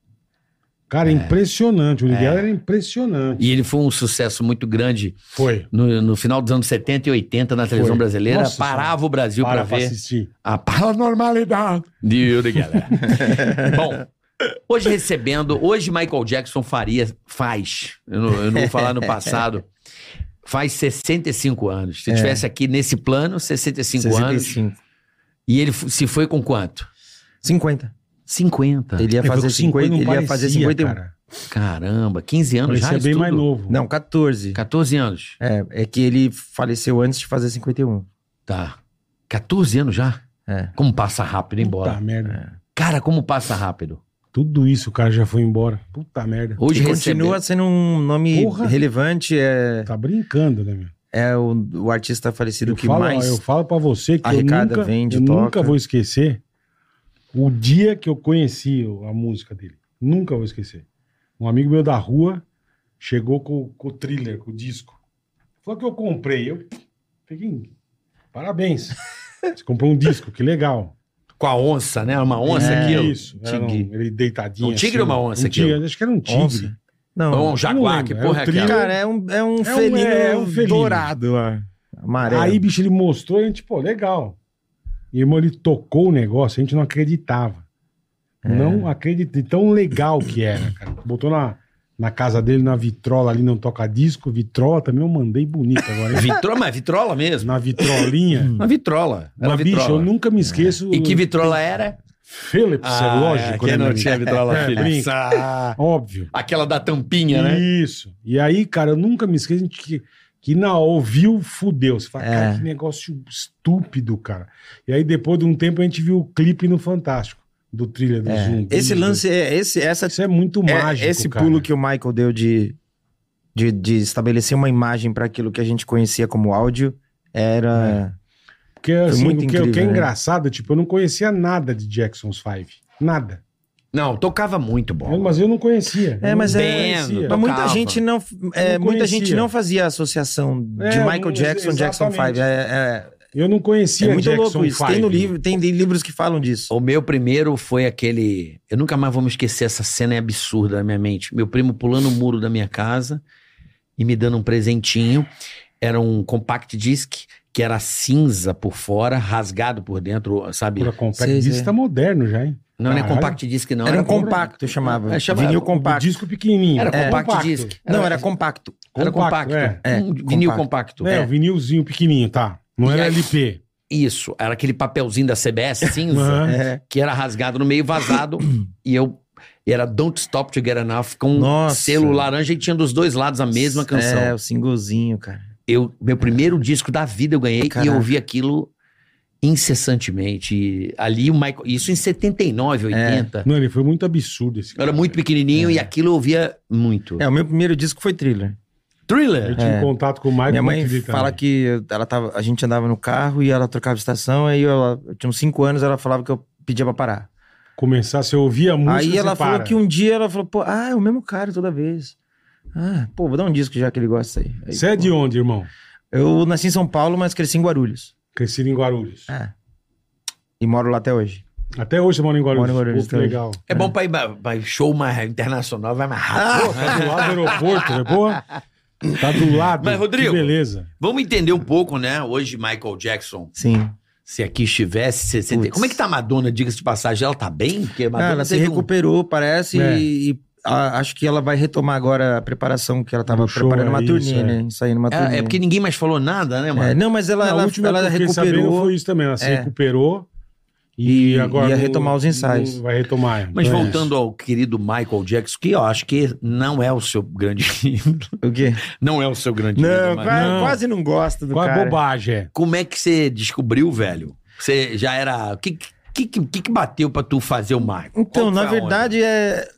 Speaker 2: Cara, impressionante. O Uri Geller era impressionante.
Speaker 4: E ele foi um sucesso muito grande
Speaker 2: Foi.
Speaker 4: no, no final dos anos 70 e 80 na televisão
Speaker 2: Foi.
Speaker 4: brasileira.
Speaker 2: Nossa
Speaker 4: Parava o Brasil pra
Speaker 2: Para pra
Speaker 4: ver
Speaker 2: assistir.
Speaker 4: a paranormalidade de Uri Geller. né, *laughs* Bom, hoje recebendo, hoje Michael Jackson faria, faz, eu não, eu não vou falar no passado, faz 65 anos. Se
Speaker 5: É.
Speaker 4: estivesse aqui nesse plano, 65, anos.
Speaker 5: 65.
Speaker 4: E ele f- se foi com quanto?
Speaker 5: 50.
Speaker 4: 50.
Speaker 5: Ele ia
Speaker 2: Ele foi
Speaker 5: fazer
Speaker 2: com 50,
Speaker 5: 50,
Speaker 2: não
Speaker 5: ele ia fazer
Speaker 2: parecia,
Speaker 5: 51.
Speaker 2: cara.
Speaker 4: Caramba, 15 anos já
Speaker 2: Parecia
Speaker 4: isso
Speaker 2: é bem
Speaker 4: tudo?
Speaker 2: mais novo.
Speaker 5: Não, 14.
Speaker 4: 14 anos.
Speaker 5: É, é que ele faleceu antes de fazer 51.
Speaker 4: Tá. 14 anos já?
Speaker 5: É.
Speaker 4: Como passa rápido embora. é.
Speaker 2: Puta merda.
Speaker 4: Cara, como passa rápido.
Speaker 2: Tudo isso o cara já foi embora. Puta merda.
Speaker 4: Hoje
Speaker 5: e
Speaker 4: recebe-
Speaker 5: continua sendo um nome
Speaker 2: Porra.
Speaker 5: relevante, é,
Speaker 2: Tá brincando, né, meu?
Speaker 5: é o, o artista falecido
Speaker 2: eu
Speaker 5: que
Speaker 2: falo,
Speaker 5: mais...
Speaker 2: Eu falo pra você que eu
Speaker 5: arrecada,
Speaker 2: nunca,
Speaker 5: vende,
Speaker 2: eu
Speaker 5: toca.
Speaker 2: nunca vou esquecer o dia que eu conheci o- a música dele. Nunca vou esquecer. Um amigo meu da rua chegou com, com o thriller, com o disco. Falou que eu comprei. Eu fiquei.
Speaker 4: *laughs*
Speaker 2: Parabéns. Você comprou um disco, que legal.
Speaker 4: Com a onça, né? Uma onça
Speaker 5: É,
Speaker 4: aquilo.
Speaker 2: Isso. Era um,
Speaker 4: Tigre.
Speaker 2: ele deitadinho.
Speaker 4: Um tigre ou uma onça
Speaker 2: Um tigre,
Speaker 4: aquilo?
Speaker 2: acho que era um tigre.
Speaker 5: Onça?
Speaker 4: Ou
Speaker 5: Não,
Speaker 4: um jaguar,
Speaker 2: lembro,
Speaker 4: que
Speaker 2: é
Speaker 4: porra é
Speaker 2: um trio.
Speaker 4: aquela?
Speaker 5: cara, é um, é um
Speaker 2: É um-
Speaker 5: felino
Speaker 2: é um felino.
Speaker 5: dourado, ó, amarelo.
Speaker 2: Aí, bicho, ele mostrou e a gente, pô, legal. E, irmão, ele tocou o negócio, a gente não acreditava.
Speaker 4: É.
Speaker 2: Não acreditei. Tão legal que era, cara. Botou na, na casa dele, na vitrola ali, não toca disco. Vitrola também eu mandei bonito agora. hein? *laughs*
Speaker 4: Vitrola, mas vitrola mesmo.
Speaker 2: na vitrolinha.
Speaker 4: Uma vitrola. Era
Speaker 2: Mas,
Speaker 4: vitrola.
Speaker 2: bicho, eu nunca me esqueço.
Speaker 4: E que vitrola era?
Speaker 2: Philips, é lógico, né?
Speaker 4: é, quem não
Speaker 2: meu
Speaker 4: tinha
Speaker 2: amigo?
Speaker 4: vitrola
Speaker 2: É,
Speaker 4: Philips?
Speaker 2: brinca.
Speaker 4: Ah,
Speaker 2: Óbvio.
Speaker 4: aquela da tampinha, né?
Speaker 2: Isso. E aí, cara, eu nunca me esqueço de que, que na ouviu, fudeu. Você fala,
Speaker 5: É.
Speaker 2: cara, que negócio estúpido, cara. E aí, depois de um tempo, a gente viu o clipe no Fantástico, do trilha do
Speaker 5: É.
Speaker 2: zumbi.
Speaker 5: Esse lance, é, esse, essa
Speaker 2: Isso é muito
Speaker 5: É,
Speaker 2: mágico,
Speaker 5: esse
Speaker 2: cara.
Speaker 5: pulo que o Michael deu de, de, de estabelecer uma imagem para aquilo que a gente conhecia como áudio era.
Speaker 2: É. Porque, assim,
Speaker 5: muito
Speaker 2: o, que, o que é
Speaker 5: incrível, né?
Speaker 2: engraçado, tipo, eu não conhecia nada de Jackson's Five. Nada.
Speaker 4: Não, tocava muito bom.
Speaker 2: Eu- mas eu não conhecia.
Speaker 5: É,
Speaker 2: Eu
Speaker 5: mas
Speaker 2: não
Speaker 5: é-
Speaker 2: conhecia.
Speaker 5: Mas muita
Speaker 4: Tocava.
Speaker 5: gente não, é,
Speaker 2: Não
Speaker 5: muita
Speaker 2: conhecia.
Speaker 5: gente não fazia a associação
Speaker 2: É,
Speaker 5: de
Speaker 2: não-
Speaker 5: Michael Jackson, Jackson
Speaker 2: exatamente.
Speaker 5: 5. É,
Speaker 2: Eu não
Speaker 5: é,
Speaker 2: conhecia
Speaker 5: é muito
Speaker 2: Jackson
Speaker 5: louco isso.
Speaker 2: Five.
Speaker 5: Tem, no livro, tem livros que falam disso.
Speaker 4: O meu primeiro foi aquele. Eu nunca mais vou me esquecer, essa cena é absurda na minha mente. Meu primo pulando o muro da minha casa e me dando um presentinho. Era um compact disc que era cinza por fora, rasgado por dentro, sabe?
Speaker 2: Pura compact
Speaker 5: Sei,
Speaker 2: disc
Speaker 5: sei.
Speaker 2: tá moderno já, hein?
Speaker 4: Não, não é
Speaker 2: Caralho.
Speaker 4: compact disc, não.
Speaker 5: era um
Speaker 4: com-
Speaker 5: compacto, chamava.
Speaker 4: É, chama-
Speaker 5: vinil
Speaker 4: o
Speaker 5: compacto.
Speaker 2: Disco pequenininho.
Speaker 4: Era
Speaker 2: É.
Speaker 4: compact, disc.
Speaker 5: Não, era assim. compacto.
Speaker 4: Era compacto.
Speaker 2: é.
Speaker 5: É,
Speaker 4: um vinil
Speaker 5: compacto.
Speaker 4: compacto.
Speaker 2: É, o vinilzinho pequenininho, tá. Não
Speaker 4: E
Speaker 2: era
Speaker 4: aí-
Speaker 2: LP.
Speaker 4: Isso. Era aquele papelzinho da CBS cinza,
Speaker 2: Aham.
Speaker 5: É.
Speaker 4: que era rasgado no meio, vazado. e eu. E era Don't Stop to Get Enough com um
Speaker 5: Nossa.
Speaker 4: selo laranja e tinha dos dois lados a mesma canção.
Speaker 5: É, o singlezinho, cara.
Speaker 4: eu, meu primeiro disco da vida eu ganhei
Speaker 5: Caraca.
Speaker 4: e eu ouvi aquilo incessantemente. E ali o Michael, isso em 79, 80.
Speaker 2: Mano, ele foi muito absurdo esse
Speaker 4: Eu era muito pequenininho e aquilo eu ouvia muito.
Speaker 5: É, o meu primeiro disco foi thriller.
Speaker 2: Eu
Speaker 4: Thriller?
Speaker 2: tive
Speaker 5: É.
Speaker 2: contato com o Michael.
Speaker 5: Minha mãe
Speaker 2: muito de
Speaker 5: fala
Speaker 2: também.
Speaker 5: que ela tava, a gente andava no carro e ela trocava estação, aí ela, eu tinha uns 5 anos, ela falava que eu pedia pra parar.
Speaker 2: Começar, você ouvia a música.
Speaker 5: aí
Speaker 2: você
Speaker 5: ela falou
Speaker 2: para.
Speaker 5: que um dia ela falou, pô, ah, é o mesmo cara toda vez. Ah, pô, vou dar um disco já que ele gosta aí. aí
Speaker 2: Você é
Speaker 5: pô.
Speaker 2: de onde, irmão?
Speaker 5: Eu nasci em São Paulo, mas cresci em Guarulhos.
Speaker 2: Crescido em Guarulhos.
Speaker 5: É. E moro lá até hoje.
Speaker 2: Até hoje você mora em Guarulhos.
Speaker 5: Moro em Guarulhos
Speaker 2: Pô, que
Speaker 5: até hoje.
Speaker 2: legal.
Speaker 4: É bom pra ir pra- pra show mais internacional, vai mais rápido.
Speaker 2: Pô, tá do lado do aeroporto, né? Boa. Tá
Speaker 5: *laughs*
Speaker 2: do lado.
Speaker 4: Mas, Rodrigo-
Speaker 2: Que beleza.
Speaker 4: Vamos entender um pouco, né? Hoje, Michael Jackson,
Speaker 5: Sim.
Speaker 4: se aqui estivesse, se- se-
Speaker 5: Putz.
Speaker 4: como é que tá a Madonna, diga-se de passagem? Ela tá bem? Porque a Madonna
Speaker 5: Ah, ela se
Speaker 4: teve um-
Speaker 5: recuperou, parece,
Speaker 2: É.
Speaker 5: e, e, ah, acho que ela vai retomar agora a preparação que ela tava
Speaker 2: Do show,
Speaker 5: preparando uma
Speaker 2: é
Speaker 5: turnê,
Speaker 2: isso, é.
Speaker 5: né? Saindo uma turnê.
Speaker 4: É, é porque ninguém mais falou nada, né, mano?
Speaker 5: É, não, mas ela,
Speaker 2: Não, a
Speaker 5: ela,
Speaker 2: última
Speaker 5: ela
Speaker 2: que eu fiquei sabendo
Speaker 5: recuperou.
Speaker 2: foi isso também. Ela se
Speaker 5: É.
Speaker 2: recuperou. E,
Speaker 5: E-
Speaker 2: agora.
Speaker 5: ia
Speaker 2: não-
Speaker 5: retomar os ensaios.
Speaker 2: não Vai retomar.
Speaker 4: Mas
Speaker 2: Então é
Speaker 4: voltando ao querido Michael Jackson, que eu acho que não é o seu grande ídolo. *laughs*
Speaker 5: O quê?
Speaker 4: Não é o seu grande
Speaker 5: Não,
Speaker 4: ídolo, mas-
Speaker 5: quase,
Speaker 2: Não.
Speaker 5: quase não gosto
Speaker 2: isso.
Speaker 5: do
Speaker 2: Qual é a
Speaker 5: cara.
Speaker 2: bobagem? é?
Speaker 4: Como é que você descobriu, velho? Você já era... O que, que, que, que que bateu pra tu fazer o Michael?
Speaker 5: Então,
Speaker 4: Qual
Speaker 5: na
Speaker 4: foi a
Speaker 5: verdade, é...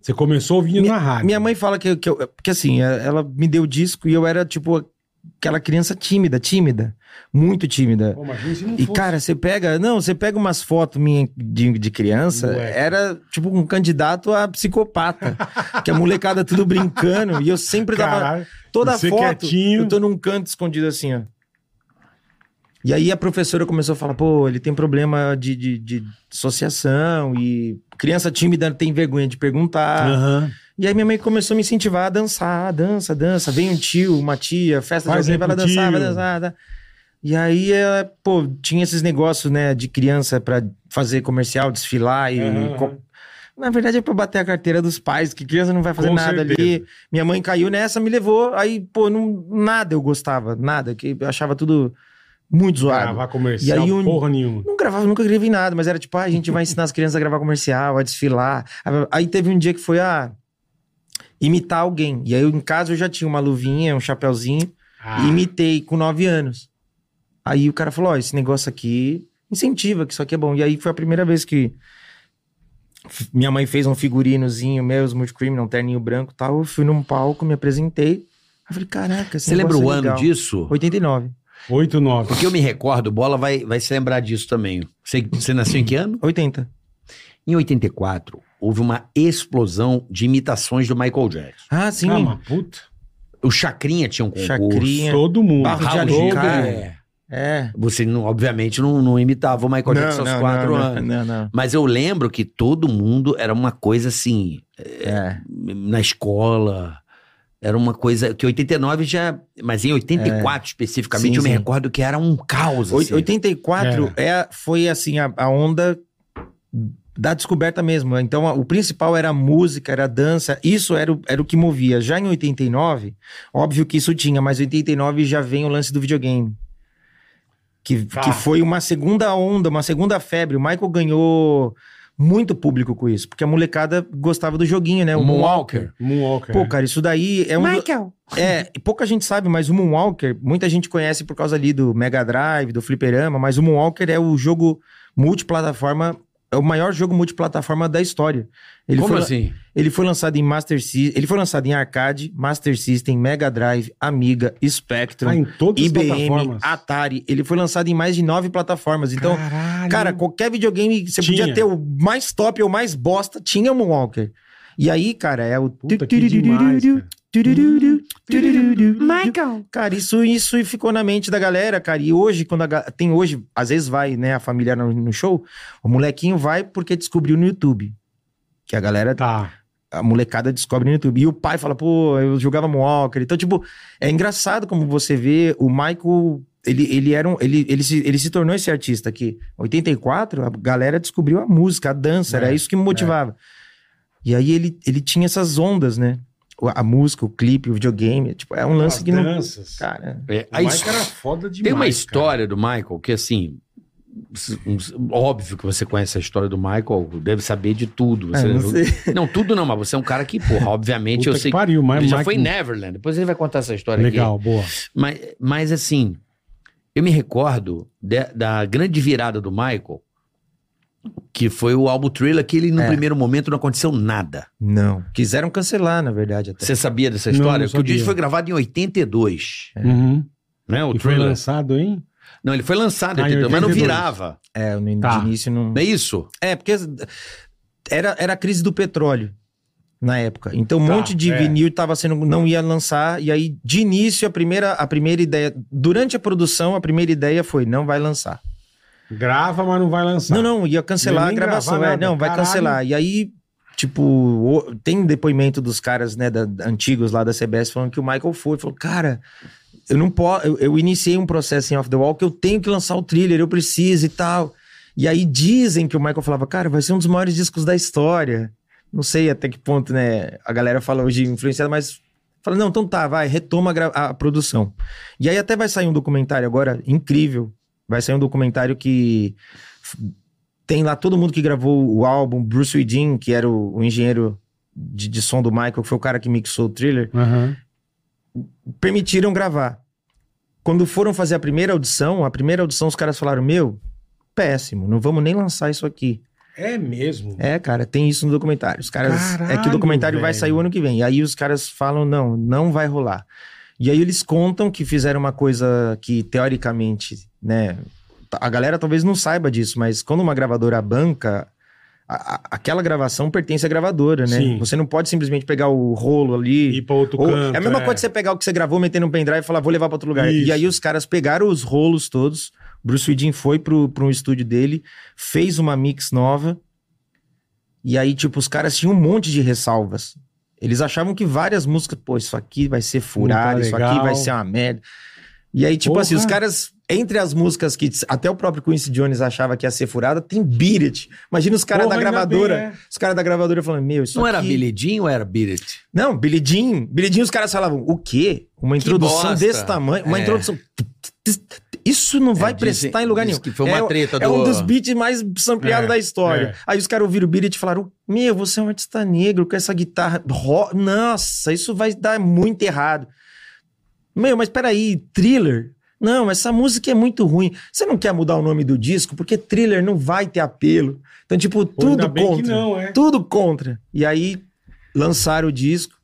Speaker 2: Você começou ouvindo na rádio.
Speaker 5: minha mãe fala que, eu- que eu... Porque assim, é- ela me deu o disco e eu era, tipo, aquela criança tímida, tímida. Muito tímida.
Speaker 2: Pô, imagina se não
Speaker 5: E,
Speaker 2: fosse.
Speaker 5: cara, você pega... Não, você pega umas fotos minha de, de criança,
Speaker 2: Moleque.
Speaker 5: era, tipo, um candidato a psicopata. que a molecada tudo brincando. E eu sempre dava...
Speaker 2: Caralho.
Speaker 5: Toda
Speaker 2: Você
Speaker 5: foto,
Speaker 2: quietinho.
Speaker 5: eu tô num canto escondido assim, ó. E aí a professora começou a falar, pô, ele tem problema de, de, de dissociação e criança tímida tem vergonha de perguntar.
Speaker 2: Aham.
Speaker 5: E aí minha mãe começou a me incentivar a dançar, dança, dança. Vem um tio, uma tia, festa
Speaker 2: Faz
Speaker 5: de
Speaker 2: aí
Speaker 5: alguém, vai lá
Speaker 2: com o
Speaker 5: dançar, vai
Speaker 2: tio.
Speaker 5: dançar. tá? E aí, ela, pô, tinha esses negócios, né, de criança pra fazer comercial, desfilar e...
Speaker 2: Aham,
Speaker 5: co-
Speaker 2: aham.
Speaker 5: Na verdade é pra bater a carteira dos pais, que criança não vai fazer
Speaker 2: Com
Speaker 5: nada
Speaker 2: certeza.
Speaker 5: ali. Minha mãe caiu nessa, me levou, aí, pô, não, nada eu gostava, nada, que eu achava tudo muito zoado.
Speaker 2: Gravar comercial,
Speaker 5: E aí um-
Speaker 2: porra nenhuma.
Speaker 5: Não gravava, nunca gravei nada, mas era tipo, ah, a gente vai ensinar as crianças a gravar comercial, a desfilar. Aí teve um dia que foi, ah, imitar alguém. E aí eu, em casa eu já tinha uma luvinha, um chapéuzinho,
Speaker 2: Ah,
Speaker 5: e imitei com nove anos. Aí o cara falou, ó, esse negócio aqui incentiva, que isso aqui é bom. E aí foi a primeira vez que f- minha mãe fez um figurinozinho meu, Smooth Criminal, um terninho branco e tal. Eu fui num palco, me apresentei. Aí eu falei, caraca, esse
Speaker 4: Você lembra
Speaker 5: negócio
Speaker 4: o
Speaker 5: é
Speaker 4: ano
Speaker 5: legal.
Speaker 4: disso?
Speaker 5: 89.
Speaker 2: 8, 9.
Speaker 4: Porque eu me recordo, Bola vai, vai se lembrar disso também. Você, você nasceu em que ano?
Speaker 5: 80.
Speaker 4: Em 84, houve uma explosão de imitações do Michael Jackson.
Speaker 5: Ah, sim.
Speaker 2: Ah, mas puta.
Speaker 4: O Chacrinha tinha um concurso.
Speaker 5: Chacrinha.
Speaker 2: Todo mundo.
Speaker 5: Barro de
Speaker 4: Raul
Speaker 5: Alencar.
Speaker 4: Gil,
Speaker 5: Alencar.
Speaker 4: é.
Speaker 5: É.
Speaker 4: Você, não- obviamente, não, não imitava o Michael Jackson aos quatro
Speaker 5: não,
Speaker 4: anos.
Speaker 5: Não, não.
Speaker 4: Mas eu lembro que todo mundo era uma coisa assim,
Speaker 5: É.
Speaker 4: na escola. Era uma coisa que 89 já. Mas em 84 especificamente,
Speaker 5: É. Sim,
Speaker 4: eu me
Speaker 5: sim.
Speaker 4: recordo que era um caos.
Speaker 5: Oi-
Speaker 4: Assim.
Speaker 5: 84 é. a- foi assim a, a onda da descoberta mesmo. Então a- o principal era a música, era a dança, isso era o, era o que movia. Já em 89, óbvio que isso tinha, mas em 89 já vem o lance do videogame. Que,
Speaker 2: Tá.
Speaker 5: que foi uma segunda onda, uma segunda febre. O Michael ganhou muito público com isso, porque a molecada gostava do joguinho, né? O Moonwalker.
Speaker 2: Moonwalker.
Speaker 5: Pô, cara, isso daí é um. Michael! É, e pouca gente sabe, mas o Moonwalker, muita gente conhece por causa ali do Mega Drive, do Fliperama, mas o Moonwalker é o jogo multiplataforma, é o maior jogo multiplataforma da história. Ele
Speaker 4: Como
Speaker 5: foi,
Speaker 4: assim?
Speaker 5: ele foi lançado em Master System, ele foi lançado em arcade, Master System, Mega Drive, Amiga, Spectrum,
Speaker 2: Tá em todas as
Speaker 5: IBM,
Speaker 2: plataformas.
Speaker 5: Atari. Ele foi lançado em mais de nove plataformas. ah, Então,
Speaker 2: Caralho.
Speaker 5: Cara, qualquer videogame, você
Speaker 2: Tinha.
Speaker 5: podia ter o mais top ou o mais bosta, tinha o Moonwalker. E aí, cara, é o...
Speaker 2: Puta, que demais, cara.
Speaker 5: Michael! Hum. Cara, isso, isso ficou na mente da galera, cara. E hoje, quando a ga- tem hoje, às vezes vai, né, a família no, no show, o molequinho vai porque descobriu no YouTube. Que a galera,
Speaker 2: Tá.
Speaker 5: a molecada descobre no YouTube. E o pai fala, pô, eu jogava Moonwalker. Então, tipo, é engraçado como você vê o Michael... Ele, ele, era um, ele, ele, se, ele se tornou esse artista que, em 84, a galera descobriu a música, a dança, era
Speaker 2: É,
Speaker 5: isso que me motivava. E aí ele, ele tinha essas ondas, né? O- A música, o clipe, o videogame, tipo, é um lance
Speaker 2: As
Speaker 5: que não...
Speaker 2: danças.
Speaker 5: Cara,
Speaker 4: É,
Speaker 2: O
Speaker 4: a
Speaker 2: Mike
Speaker 4: his-
Speaker 2: era foda demais.
Speaker 4: Tem uma
Speaker 2: cara.
Speaker 4: história do Michael que, assim. s- s- Óbvio que você conhece a história do Michael, deve saber de tudo.
Speaker 5: é,
Speaker 4: Você-
Speaker 5: não sei.
Speaker 4: Não, tudo não, mas você é um cara que, porra, obviamente
Speaker 2: Puta
Speaker 4: eu
Speaker 2: que
Speaker 4: sei. que
Speaker 2: pariu, mas
Speaker 4: ele já
Speaker 2: Mike-
Speaker 4: foi em Neverland. Depois ele vai contar essa história
Speaker 2: Legal, boa.
Speaker 4: aqui. Mas, mas assim, eu me recordo de- da grande virada do Michael, que foi o álbum Thriller, que ele no
Speaker 5: É.
Speaker 4: primeiro momento não aconteceu nada.
Speaker 5: Não. Quiseram cancelar, na verdade, até.
Speaker 4: Você sabia dessa
Speaker 2: Não,
Speaker 4: história?
Speaker 2: não
Speaker 4: Porque o disco
Speaker 2: sabia.
Speaker 4: foi gravado em 82,
Speaker 5: É.
Speaker 2: Uhum.
Speaker 4: né? O
Speaker 2: E foi
Speaker 4: Thriller.
Speaker 2: lançado, hein?
Speaker 4: Não, ele foi lançado em
Speaker 2: Ah, em
Speaker 4: 82, mas não
Speaker 2: 82.
Speaker 4: virava.
Speaker 5: É, no
Speaker 2: Tá.
Speaker 5: de início não...
Speaker 4: Não é isso?
Speaker 5: É, porque era, era a crise do petróleo na época. Então um
Speaker 2: Tá,
Speaker 5: monte de
Speaker 2: é.
Speaker 5: vinil tava sendo não ia lançar e aí de início a primeira a primeira ideia durante a produção a primeira ideia foi não vai lançar.
Speaker 2: Grava, mas não vai lançar.
Speaker 5: Não, não, ia cancelar
Speaker 2: Não
Speaker 5: a
Speaker 2: ia nem
Speaker 5: gravação,
Speaker 2: gravar
Speaker 5: é,
Speaker 2: nada,
Speaker 5: não, vai
Speaker 2: caralho.
Speaker 5: cancelar. E aí tipo, o- tem depoimento dos caras, né, da, da- antigos lá da CBS falando que o Michael foi, falou: "Cara, eu não posso, eu, eu iniciei um processo em Off the Wall que eu tenho que lançar o thriller, eu preciso e tal". E aí dizem que o Michael falava, cara, vai ser um dos maiores discos da história. Não sei até que ponto, né? A galera fala hoje influenciada, mas fala, não, então tá, vai, retoma a, gra- a produção. E aí até vai sair um documentário agora, incrível. Vai sair um documentário que f- tem lá todo mundo que gravou o álbum, Bruce Weedin, que era o, o engenheiro de, de som do Michael, que foi o cara que mixou o thriller
Speaker 2: Aham.
Speaker 5: permitiram gravar. Quando foram fazer a primeira audição, a primeira audição os caras falaram: Meu, péssimo, não vamos nem lançar isso aqui.
Speaker 2: É mesmo.
Speaker 5: É, cara, tem isso no documentário. Os caras. é que
Speaker 2: Caralho,
Speaker 5: o documentário vai
Speaker 2: velho.
Speaker 5: sair o ano que vem. E aí os caras falam: Não, não vai rolar. E aí eles contam que fizeram uma coisa que, teoricamente, né? A galera talvez não saiba disso, mas quando uma gravadora banca. a- a- aquela gravação pertence à gravadora, né?
Speaker 2: Sim.
Speaker 5: Você não pode simplesmente pegar o rolo ali
Speaker 2: Ir pra outro
Speaker 5: ou-
Speaker 2: canto.
Speaker 5: é a mesma coisa que você pegar o que você gravou, meter num pendrive e falar, vou levar pra outro lugar.
Speaker 2: Isso.
Speaker 5: E aí os caras pegaram os rolos todos. Bruce Weedin foi pro, pro estúdio dele, fez uma mix nova. E aí, tipo, os caras tinham um monte de ressalvas. Eles achavam que várias músicas, pô, isso aqui vai ser furado, isso aqui
Speaker 2: tá legal.
Speaker 5: vai ser uma merda. E aí, tipo
Speaker 2: Porra.
Speaker 5: assim, os caras, entre as músicas que até o próprio Quincy Jones achava que ia ser furada, tem Beat It. Imagina os caras
Speaker 2: Porra,
Speaker 5: da
Speaker 2: ainda
Speaker 5: gravadora.
Speaker 2: bem, é.
Speaker 5: Os caras da gravadora falando, meu, isso
Speaker 4: Não
Speaker 5: aqui...
Speaker 4: era Billy Jean ou era Beat It?
Speaker 5: Não, Billy Jean. Billy Jean, os caras falavam, o quê? Uma introdução
Speaker 4: bosta.
Speaker 5: desse tamanho? Uma
Speaker 4: É.
Speaker 5: introdução... Isso não vai
Speaker 4: É, dizem-
Speaker 5: prestar em lugar
Speaker 4: diz
Speaker 5: nenhum.
Speaker 4: que foi uma
Speaker 5: é,
Speaker 4: treta
Speaker 5: é
Speaker 4: do-
Speaker 5: um dos beats mais sampleados
Speaker 2: É,
Speaker 5: da história.
Speaker 2: é.
Speaker 5: Aí os caras ouviram o beat e te falaram: Meu, você é um artista negro com essa guitarra. Ro... Nossa, isso vai dar muito errado. Meu, mas peraí, thriller? Não, essa música é muito ruim. Você não quer mudar o nome do disco? Porque thriller não vai ter apelo. Então, tipo,
Speaker 2: Pô, ainda
Speaker 5: tudo
Speaker 2: bem
Speaker 5: contra.
Speaker 2: que não, é.
Speaker 5: Tudo contra. E aí lançaram o disco.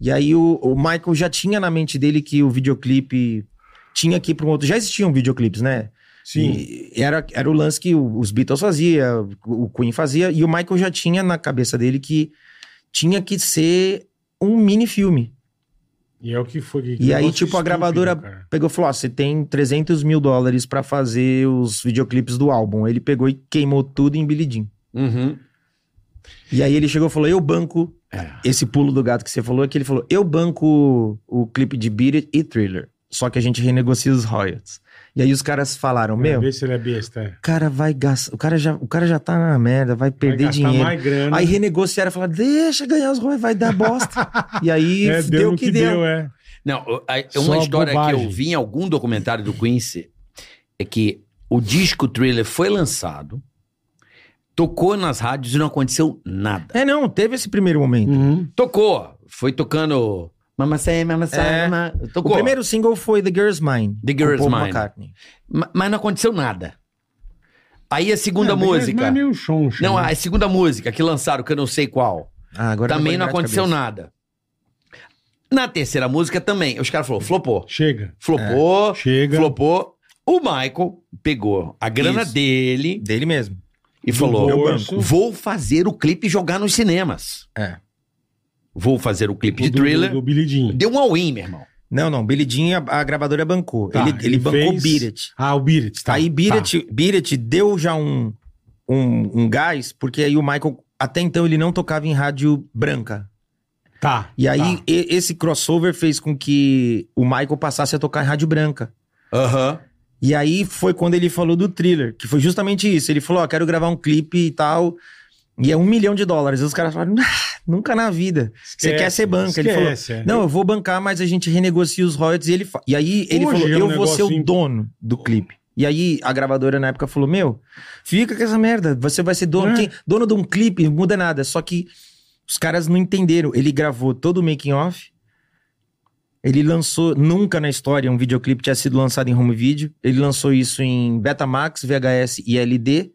Speaker 5: E aí o, o Michael já tinha na mente dele que o videoclipe tinha que ir para um outro. Já existiam videoclipes, né?
Speaker 2: Sim.
Speaker 5: E era, era o lance que o- os Beatles faziam, o Queen fazia. E o Michael já tinha na cabeça dele que tinha que ser um mini filme.
Speaker 2: E, é o que foi. que-
Speaker 5: E aí,
Speaker 2: negócio
Speaker 5: tipo, a
Speaker 2: estúpido,
Speaker 5: gravadora
Speaker 2: cara.
Speaker 5: Pegou e falou: Ó, você tem 300 mil dólares para fazer os videoclipes do álbum. Ele pegou e queimou tudo em Billy Jean.
Speaker 4: Uhum.
Speaker 5: E aí ele chegou e falou: Eu banco. Esse pulo do gato que você falou é que ele falou: Eu banco o, o clipe de Beat It e Thriller. Só que a gente renegocia os royalties. E aí os caras falaram: Meu,
Speaker 2: Vê se ele é besta. é.
Speaker 5: o cara vai gastar. O cara já, o cara já tá na merda, vai perder
Speaker 2: Vai gastar
Speaker 5: dinheiro.
Speaker 2: mais né? grana.
Speaker 5: Aí renegociaram e falaram: Deixa ganhar os royalties, vai dar bosta. e aí
Speaker 2: É,
Speaker 5: deu o que deu.
Speaker 2: é.
Speaker 4: Não, o- a-
Speaker 2: Só
Speaker 4: uma história que
Speaker 2: bobagem.
Speaker 4: eu vi em algum documentário do Quincy é que o disco thriller foi lançado, tocou nas rádios e não aconteceu nada.
Speaker 5: É, não, teve esse primeiro momento.
Speaker 4: Tocou, foi tocando Mama Say, Mama Say,
Speaker 5: É.
Speaker 4: Mama-
Speaker 5: O
Speaker 4: tocou.
Speaker 5: primeiro single foi The Girl's Mine.
Speaker 4: The Girl's
Speaker 5: com Paul
Speaker 4: Mine.
Speaker 5: McCartney.
Speaker 4: Ma- Mas não aconteceu nada. Aí a segunda
Speaker 2: É, mas- Mas
Speaker 4: música.
Speaker 2: é meio choncho.
Speaker 4: Não,
Speaker 2: né?
Speaker 4: a segunda música que lançaram, que eu não sei qual.
Speaker 5: Ah, agora
Speaker 4: também
Speaker 5: vou
Speaker 4: não
Speaker 5: lembrar de
Speaker 4: aconteceu
Speaker 5: cabeça.
Speaker 4: nada. Na terceira música também. Os caras falaram, flopou.
Speaker 2: Chega.
Speaker 5: É.
Speaker 4: Flopou,
Speaker 2: Chega.
Speaker 4: flopou. O Michael pegou a grana
Speaker 5: Isso.
Speaker 4: dele
Speaker 5: Dele mesmo.
Speaker 4: e falou:
Speaker 2: Do bolso.
Speaker 4: Vou fazer o clipe jogar nos cinemas.
Speaker 5: É.
Speaker 4: Vou fazer o clipe de
Speaker 2: do-
Speaker 4: thriller.
Speaker 2: Do, do Billy Jean.
Speaker 4: Deu um all-in, meu irmão.
Speaker 5: Não, não. Billy Jean, a, a gravadora bancou.
Speaker 2: Tá,
Speaker 5: ele, ele,
Speaker 2: ele
Speaker 5: bancou
Speaker 2: fez-
Speaker 5: Beat It.
Speaker 2: Ah, o Billet. Tá.
Speaker 5: aí Beat,
Speaker 2: tá.
Speaker 5: It, Beat It deu já um, um, um gás, porque aí o Michael, até então, ele não tocava em rádio branca.
Speaker 2: Tá.
Speaker 5: E aí
Speaker 2: tá.
Speaker 5: e- esse crossover fez com que o Michael passasse a tocar em rádio branca.
Speaker 4: Aham.
Speaker 5: E aí foi quando ele falou do thriller, que foi justamente isso. Ele falou: Ó, quero gravar um clipe e tal. E é um milhão de dólares. E os caras falaram: "Ah, nunca na vida. Você
Speaker 2: Esquece,
Speaker 5: quer ser banca? Ele falou:
Speaker 2: esquece, é.
Speaker 5: Não, eu vou bancar, mas a gente renegocia os royalties. E, ele fa- e aí ele
Speaker 2: Hoje
Speaker 5: falou:
Speaker 2: é um
Speaker 5: Eu vou ser
Speaker 2: negocinho-
Speaker 5: o dono do clipe. E aí a gravadora na época falou: Meu, fica com essa merda. Você vai ser dono,
Speaker 2: É.
Speaker 5: quem- dono de um clipe, não muda nada. Só que os caras não entenderam. Ele gravou todo o making off. Ele lançou, nunca na história um videoclipe tinha sido lançado em home video. Ele lançou isso em Betamax, VHS e LD.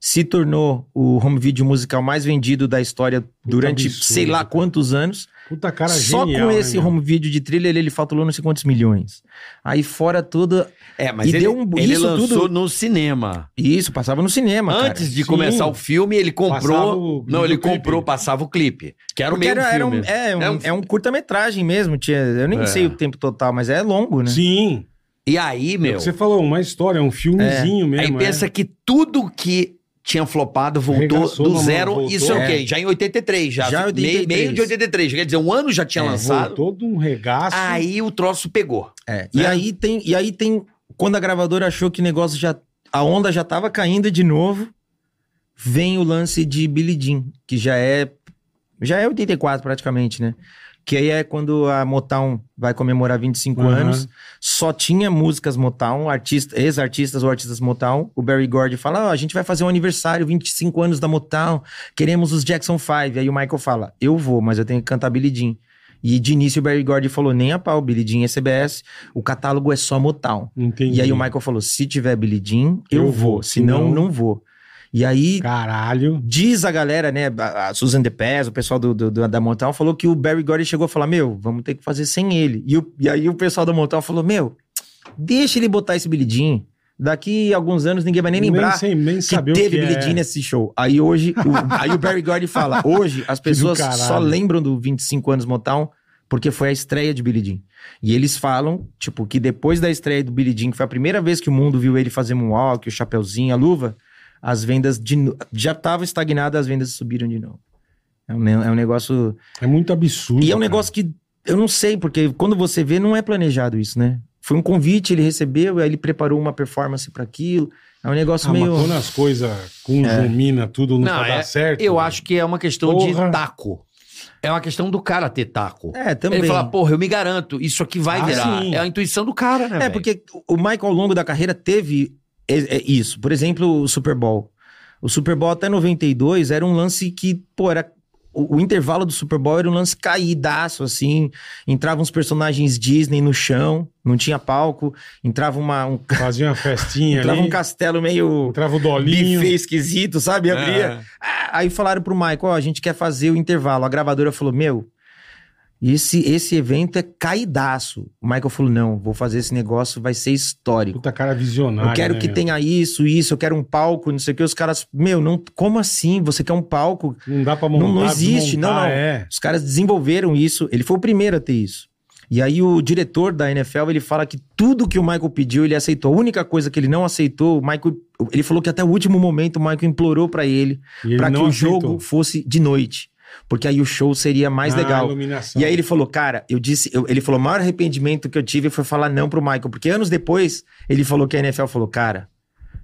Speaker 5: Se tornou o home video musical mais vendido da história durante
Speaker 2: absurdo,
Speaker 5: sei lá
Speaker 2: cara.
Speaker 5: quantos anos.
Speaker 2: Puta cara
Speaker 5: Só
Speaker 2: genial,
Speaker 5: com
Speaker 2: né,
Speaker 5: esse
Speaker 2: meu?
Speaker 5: home video de trilha ele, ele faturou não sei quantos milhões. Aí fora tudo.
Speaker 4: É, mas
Speaker 5: E
Speaker 4: ele,
Speaker 5: deu um-
Speaker 4: ele
Speaker 5: isso
Speaker 4: lançou
Speaker 5: tudo-
Speaker 4: no cinema.
Speaker 5: Isso, passava no cinema. cara.
Speaker 4: Antes de
Speaker 2: sim.
Speaker 4: começar o filme, ele
Speaker 2: Passava
Speaker 4: comprou.
Speaker 2: o
Speaker 4: Não, ele
Speaker 2: videoclipe.
Speaker 4: comprou, passava o clipe. Que era o
Speaker 5: Porque
Speaker 4: meio
Speaker 5: era, era um,
Speaker 4: filme.
Speaker 5: é, um,
Speaker 4: É um-
Speaker 5: é um curta-metragem mesmo. Tinha, eu nem
Speaker 4: É.
Speaker 5: sei o tempo total, mas é longo, né?
Speaker 2: Sim.
Speaker 4: E aí,
Speaker 2: É o
Speaker 4: meu.
Speaker 2: que Você falou, uma história, um
Speaker 5: É.
Speaker 2: filmezinho mesmo. é.
Speaker 4: Aí pensa que tudo que tinha flopado voltou
Speaker 2: Arregaçou
Speaker 4: do
Speaker 2: na mão,
Speaker 4: zero.
Speaker 2: voltou.
Speaker 4: Isso é o
Speaker 5: É.
Speaker 4: quê? Já em 83, já.
Speaker 5: Já em
Speaker 4: Meio,
Speaker 5: 83.
Speaker 4: meio de 83. Quer dizer, um ano já tinha
Speaker 5: É,
Speaker 4: lançado.
Speaker 2: Todo um regaço.
Speaker 4: Aí o troço pegou.
Speaker 5: É. E, aí tem, e aí tem. Quando a gravadora achou que o negócio já. A onda já tava caindo de novo, vem o lance de Billy Jean, que já é. Já é 84 praticamente, né? Que aí é quando a Motown vai comemorar 25
Speaker 2: Aham.
Speaker 5: anos. Só tinha músicas Motown, artista, ex-artistas ou artistas Motown. O Barry Gordy fala: Ó, a gente vai fazer um aniversário, 25 anos da Motown, queremos os Jackson 5. Aí o Michael fala: Eu vou, mas eu tenho que cantar Billy Jean. E de início o Barry Gordy falou: Nem a pau, Billy Jean é CBS, o catálogo é só Motown.
Speaker 2: Entendi.
Speaker 5: E aí o Michael falou: Se tiver Billy Jean,
Speaker 2: Eu
Speaker 5: eu,
Speaker 2: vou,
Speaker 5: vou, senão
Speaker 2: senão-
Speaker 5: não vou. E aí
Speaker 2: Caralho.
Speaker 5: Diz a galera, né? A a Susan DePez, o pessoal do, do- do- da Montal, falou que o Barry Gordy chegou a falar: Meu, vamos ter que fazer sem ele. E, o- e aí o pessoal da Montal falou: Meu, deixa ele botar esse Billy Jean. Daqui a alguns anos ninguém vai nem lembrar
Speaker 2: sei- nem
Speaker 5: que
Speaker 2: saber
Speaker 5: teve
Speaker 2: o que é.
Speaker 5: Billy Jean nesse show. Aí hoje, o, aí o Barry Gordy fala:
Speaker 2: *laughs*
Speaker 5: Hoje as pessoas
Speaker 2: caralho.
Speaker 5: só lembram do 25 anos Motown porque foi a estreia de Billy Jean. E eles falam, tipo, que depois da estreia do Billy Jean, que foi a primeira vez que o mundo viu ele fazer moonwalk, o chapeuzinho, a luva, as vendas de no- já estavam estagnadas, as vendas subiram de novo. É um, ne- é um negócio.
Speaker 2: é. É muito absurdo.
Speaker 5: E é um
Speaker 2: cara.
Speaker 5: negócio que eu não sei, porque quando você vê, não é planejado isso, né? Foi um convite, ele recebeu, aí ele preparou uma performance pra aquilo. É um negócio
Speaker 2: Ah, mas
Speaker 5: meio. É.
Speaker 2: quando as coisas conjumina, tudo não,
Speaker 4: Não,
Speaker 2: vai dar
Speaker 4: é-
Speaker 2: certo.
Speaker 4: Eu acho que é uma questão de
Speaker 2: Porra.
Speaker 4: taco.
Speaker 7: É uma questão do cara ter taco.
Speaker 5: É, também.
Speaker 7: Ele fala, porra, eu me garanto, isso aqui vai
Speaker 2: Ah,
Speaker 7: virar.
Speaker 2: sim.
Speaker 7: É a intuição do cara, né?
Speaker 5: É,
Speaker 7: velho?
Speaker 5: porque o Michael ao longo da carreira teve é, é, isso. Por exemplo, o Super Bowl. O Super Bowl até 92 era um lance que, pô, era. O, o intervalo do Super Bowl era um lance caídaço, assim. Entravam os personagens Disney no chão, não tinha palco. Entrava, uma, um,
Speaker 2: Fazia uma festinha
Speaker 5: entrava um
Speaker 2: ali.
Speaker 5: castelo meio.
Speaker 2: Entrava o dolinho.
Speaker 5: Buffet esquisito, sabe? Abria.
Speaker 2: É.
Speaker 5: Ah, Aí falaram pro Michael, ó, a gente quer fazer o intervalo. A gravadora falou, meu, esse, esse evento é caidaço. O Michael falou, não, vou fazer esse negócio, vai ser histórico.
Speaker 2: Puta cara visionário.
Speaker 5: Eu quero
Speaker 2: né,
Speaker 5: que
Speaker 2: meu?
Speaker 5: tenha isso, isso, eu quero um palco, não sei o que. Os caras, meu, não, como assim? Você quer um palco?
Speaker 2: Não dá pra
Speaker 5: Não-
Speaker 2: montar.
Speaker 5: não existe, não,
Speaker 2: desmontar,
Speaker 5: não.
Speaker 2: É.
Speaker 5: Os caras desenvolveram isso. Ele foi o primeiro a ter isso. E aí o diretor da NFL, ele fala que tudo que o Michael pediu, ele aceitou. A única coisa que ele não aceitou, o Michael, ele falou que até o último momento o Michael implorou pra ele
Speaker 2: E ele
Speaker 5: para que
Speaker 2: não
Speaker 5: o
Speaker 2: aceitou.
Speaker 5: jogo fosse de noite, porque aí o show seria mais
Speaker 2: Ah,
Speaker 5: legal.
Speaker 2: iluminação.
Speaker 5: E aí ele falou, cara, eu disse, eu- ele falou, o maior arrependimento que eu tive foi falar não pro Michael, porque anos depois ele falou que a NFL falou, cara,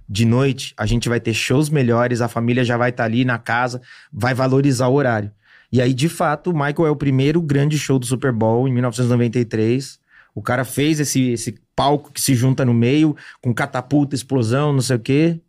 Speaker 5: de noite a gente vai ter shows melhores, a família já vai estar ali na casa, vai valorizar o horário. E aí, de fato, o Michael é o primeiro grande show do Super Bowl em 1993. O cara fez esse, esse palco que se junta no meio, com catapulta, explosão, não sei o quê.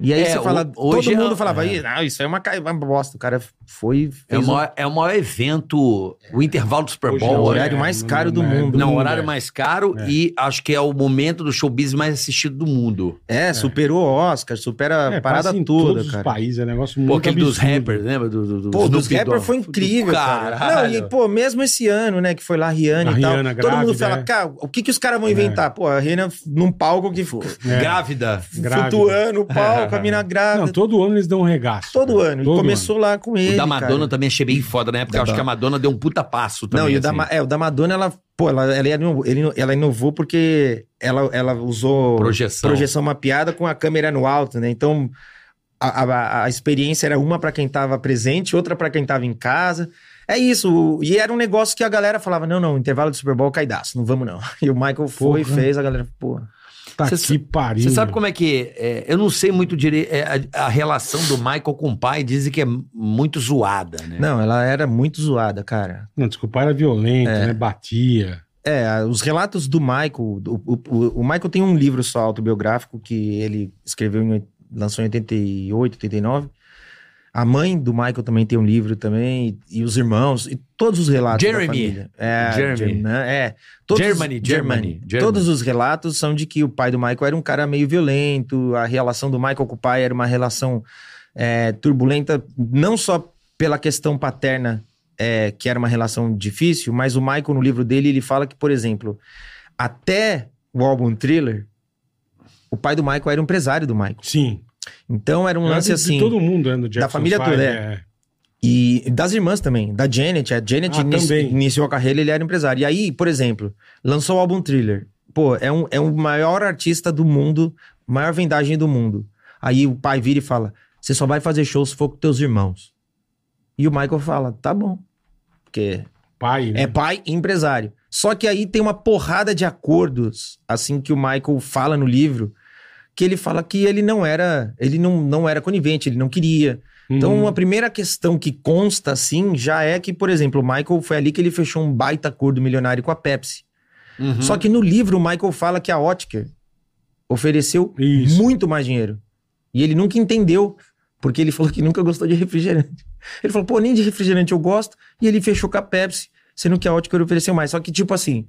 Speaker 5: E aí
Speaker 7: É,
Speaker 5: você
Speaker 7: o-
Speaker 5: fala,
Speaker 7: hoje
Speaker 5: todo mundo
Speaker 7: é-
Speaker 5: falava,
Speaker 7: é.
Speaker 5: "Ih, não, isso é uma, ca- uma bosta. O cara foi.
Speaker 7: É o
Speaker 5: fez um-
Speaker 7: maior, é o maior evento, o intervalo do Super
Speaker 2: Hoje
Speaker 7: Bowl. né?
Speaker 2: não,
Speaker 5: o horário
Speaker 2: é,
Speaker 5: mais
Speaker 2: não-
Speaker 5: caro do
Speaker 2: não é-
Speaker 5: mundo. Hum,
Speaker 7: Não,
Speaker 2: mundo,
Speaker 7: horário
Speaker 2: é.
Speaker 7: mais caro
Speaker 2: É.
Speaker 7: e acho que é o momento do showbiz mais assistido do mundo.
Speaker 5: É, superou o Oscar, supera
Speaker 2: É,
Speaker 5: a parada
Speaker 2: passa em
Speaker 5: toda,
Speaker 2: todos os
Speaker 5: cara.
Speaker 2: países, é um negócio muito
Speaker 7: Pô, aquele dos
Speaker 2: absurdo.
Speaker 7: rappers, lembra? Do, do, do
Speaker 5: Pô, dos
Speaker 7: Snoop
Speaker 5: rappers
Speaker 7: Dogg.
Speaker 5: foi incrível, cara.
Speaker 7: Caralho.
Speaker 5: Não, e, pô, mesmo esse ano, né, que foi lá a Rihanna
Speaker 2: A
Speaker 5: e tal,
Speaker 2: Rihanna
Speaker 5: todo mundo
Speaker 2: grávida,
Speaker 5: fala,
Speaker 2: é.
Speaker 5: cara, o que que os caras vão inventar? Pô, a Rihanna num palco que ficou
Speaker 2: É.
Speaker 7: Grávida.
Speaker 2: Grávida. *laughs*
Speaker 5: flutuando, o palco, a mina grávida,
Speaker 2: Não, todo ano eles dão um regaço.
Speaker 5: todo
Speaker 2: cara.
Speaker 5: ano. E
Speaker 2: Todo
Speaker 5: começou lá com ele,
Speaker 7: O da Madonna
Speaker 5: cara.
Speaker 7: também achei bem foda na época.
Speaker 5: Da
Speaker 7: eu acho
Speaker 5: Ma-
Speaker 7: que a Madonna deu um puta passo também.
Speaker 5: Não, e o da,
Speaker 7: assim.
Speaker 5: Ma- é, o da Madonna, ela, pô, ela, ela, inovou, ele- ela inovou porque ela, ela usou...
Speaker 7: Projeção.
Speaker 5: projeção mapeada com a câmera no alto, né? Então a, a- a experiência era uma para quem tava presente, outra para quem tava em casa. É isso. o- E era um negócio que a galera falava: não, não, intervalo do Super Bowl é caidaço, não vamos não. *laughs* E o Michael foi,
Speaker 2: Porra.
Speaker 5: fez, a galera, pô.
Speaker 2: Tá
Speaker 7: Cê
Speaker 2: que pariu.
Speaker 7: Você sabe como é que. é, eu não sei muito direito. é, a, a relação do Michael com o pai dizem que é muito zoada, né?
Speaker 5: Não, ela era muito zoada, cara.
Speaker 2: Não, desculpa, era violento, né? Batia.
Speaker 5: É, a- os relatos do Michael. do- o, o- o Michael tem um livro só autobiográfico que ele escreveu, em, oit- lançou em 88, 89. A mãe do Michael também tem um livro também, e, e os irmãos, e todos os relatos
Speaker 7: Jeremy.
Speaker 5: da família. É,
Speaker 7: Jeremy.
Speaker 5: Germã- é. Todos,
Speaker 7: Germany, Germany, Germany.
Speaker 5: Todos os relatos são de que o pai do Michael era um cara meio violento, a relação do Michael com o pai era uma relação é, turbulenta, não só pela questão paterna, é, que era uma relação difícil, mas o Michael, no livro dele, ele fala que, por exemplo, até o álbum Thriller, o pai do Michael era um empresário do Michael.
Speaker 2: Sim.
Speaker 5: Então era um
Speaker 2: Era de-
Speaker 5: lance
Speaker 2: de
Speaker 5: assim.
Speaker 2: todo mundo, né? do Jackson
Speaker 5: família
Speaker 2: Five,
Speaker 5: toda,
Speaker 2: é.
Speaker 5: E das irmãs também, da Janet. A Janet
Speaker 2: Ah,
Speaker 5: inici-
Speaker 2: também.
Speaker 5: iniciou a carreira, ele era empresário. E aí, por exemplo, lançou o álbum Thriller. Pô, é um, é um maior artista do mundo, maior vendagem do mundo. Aí o pai vira e fala: Você só vai fazer show se for com teus irmãos. E o Michael fala: Tá bom. Porque
Speaker 2: Pai, né?
Speaker 5: é pai e empresário. Só que aí tem uma porrada de acordos, assim que o Michael fala no livro, que ele fala que ele não era, ele não, não era conivente, ele não queria. Então,
Speaker 2: Hum.
Speaker 5: a primeira questão que consta, assim, já é que, por exemplo, o Michael foi ali que ele fechou um baita acordo milionário com a Pepsi.
Speaker 7: Uhum.
Speaker 5: Só que no livro, o Michael fala que a Otker ofereceu
Speaker 2: Isso.
Speaker 5: muito mais dinheiro. E ele nunca entendeu, porque ele falou que nunca gostou de refrigerante. Ele falou, pô, nem de refrigerante eu gosto. E ele fechou com a Pepsi, sendo que a Otker ofereceu mais. Só que, tipo assim,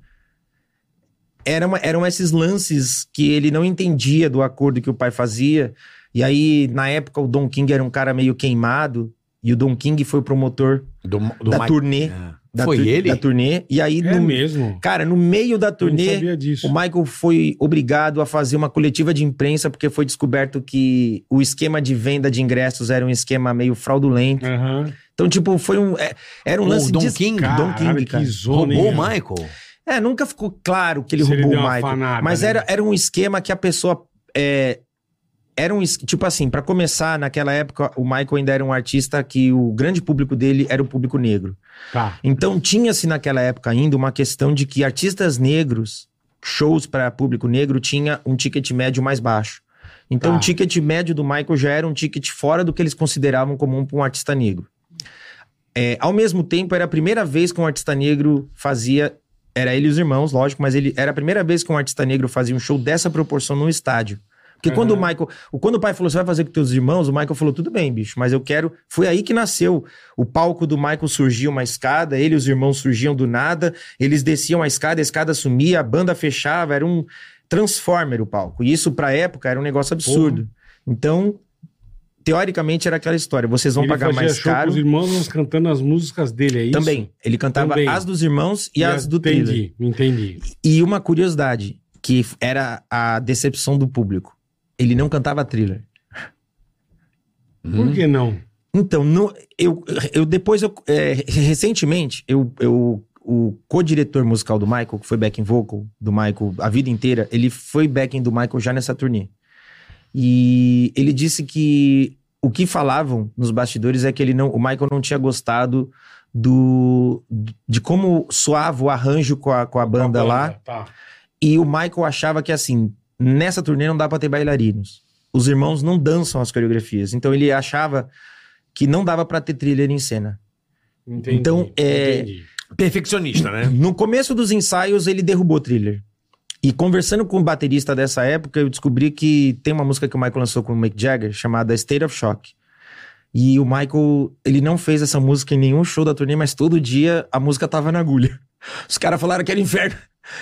Speaker 5: era uma- eram esses lances que ele não entendia do acordo que o pai fazia. E aí, na época, o Don King era um cara meio queimado. E o Don King foi o promotor
Speaker 7: Do, do
Speaker 5: da
Speaker 7: Mike-
Speaker 5: turnê.
Speaker 7: Ah.
Speaker 5: Da
Speaker 7: Foi
Speaker 5: tur-
Speaker 7: ele?
Speaker 5: Da turnê. E aí,
Speaker 2: É
Speaker 5: no-
Speaker 2: mesmo.
Speaker 5: cara, no meio da
Speaker 2: Eu não
Speaker 5: turnê,
Speaker 2: sabia disso.
Speaker 5: o Michael foi obrigado a fazer uma coletiva de imprensa porque foi descoberto que o esquema de venda de ingressos era um esquema meio fraudulento.
Speaker 2: Aham.
Speaker 5: Então, tipo, foi um. é- era um
Speaker 7: O
Speaker 5: lance
Speaker 7: Don
Speaker 5: de-
Speaker 7: King?
Speaker 5: Don né?
Speaker 2: Caralho,
Speaker 5: King, cara.
Speaker 2: que zona, hein,
Speaker 7: Roubou o
Speaker 2: meu?
Speaker 7: Michael?
Speaker 5: É, nunca ficou claro que ele
Speaker 2: Se ele
Speaker 5: roubou
Speaker 2: deu
Speaker 5: o
Speaker 2: uma
Speaker 5: Michael.
Speaker 2: fanada,
Speaker 5: mas
Speaker 2: né?
Speaker 5: era, era um esquema que a pessoa. é, era um. es- Tipo assim, pra começar, naquela época, o Michael ainda era um artista que o grande público dele era o público negro.
Speaker 2: Tá.
Speaker 5: Então tinha-se naquela época ainda uma questão de que artistas negros, shows para público negro, tinha um ticket médio mais baixo. Então
Speaker 2: Tá.
Speaker 5: o ticket médio do Michael já era um ticket fora do que eles consideravam comum para um artista negro. É, ao mesmo tempo, era a primeira vez que um artista negro fazia. Era ele e os irmãos, lógico, mas ele era a primeira vez que um artista negro fazia um show dessa proporção num estádio. Porque quando o Michael. o- Quando o pai falou, você vai fazer com teus irmãos, o Michael falou, tudo bem, bicho, mas eu quero. Foi aí que nasceu. O palco do Michael surgia uma escada, ele e os irmãos surgiam do nada, eles desciam a escada, a escada sumia, a banda fechava, era um transformer o palco. E isso, pra época, era um negócio absurdo. Então, teoricamente, era aquela história. Vocês vão
Speaker 2: Ele
Speaker 5: pagar
Speaker 2: fazia
Speaker 5: mais
Speaker 2: show
Speaker 5: caro.
Speaker 2: com os irmãos cantando as músicas dele, é isso?
Speaker 5: Também. Ele cantava
Speaker 2: Também.
Speaker 5: as dos irmãos e, as do Taylor.
Speaker 2: Entendi, entendi.
Speaker 5: E uma curiosidade, que f- era a decepção do público. Ele não cantava thriller. Uhum.
Speaker 7: Uhum.
Speaker 2: Por que não?
Speaker 5: Então, não, eu, eu depois, eu, é, recentemente, eu, eu, o co-diretor musical do Michael, que foi backing vocal do Michael a vida inteira, ele foi backing do Michael já nessa turnê. E ele disse que o que falavam nos bastidores é que ele não, o Michael não tinha gostado do, de como soava o arranjo com a, com a banda é. lá.
Speaker 2: Tá.
Speaker 5: E o Michael achava que assim, nessa turnê não dá pra ter bailarinos. Os irmãos não dançam as coreografias. Então ele achava que não dava pra ter thriller em cena.
Speaker 2: Entendi,
Speaker 5: Então, é-
Speaker 2: entendi.
Speaker 7: Perfeccionista,
Speaker 5: *laughs*
Speaker 2: É.
Speaker 7: né?
Speaker 5: No começo dos ensaios, ele derrubou o thriller. E conversando com o baterista dessa época, eu descobri que tem uma música que o Michael lançou com o Mick Jagger chamada State of Shock. E o Michael, ele não fez essa música em nenhum show da turnê, mas todo dia a música tava na agulha. *laughs* Os caras falaram que era inferno.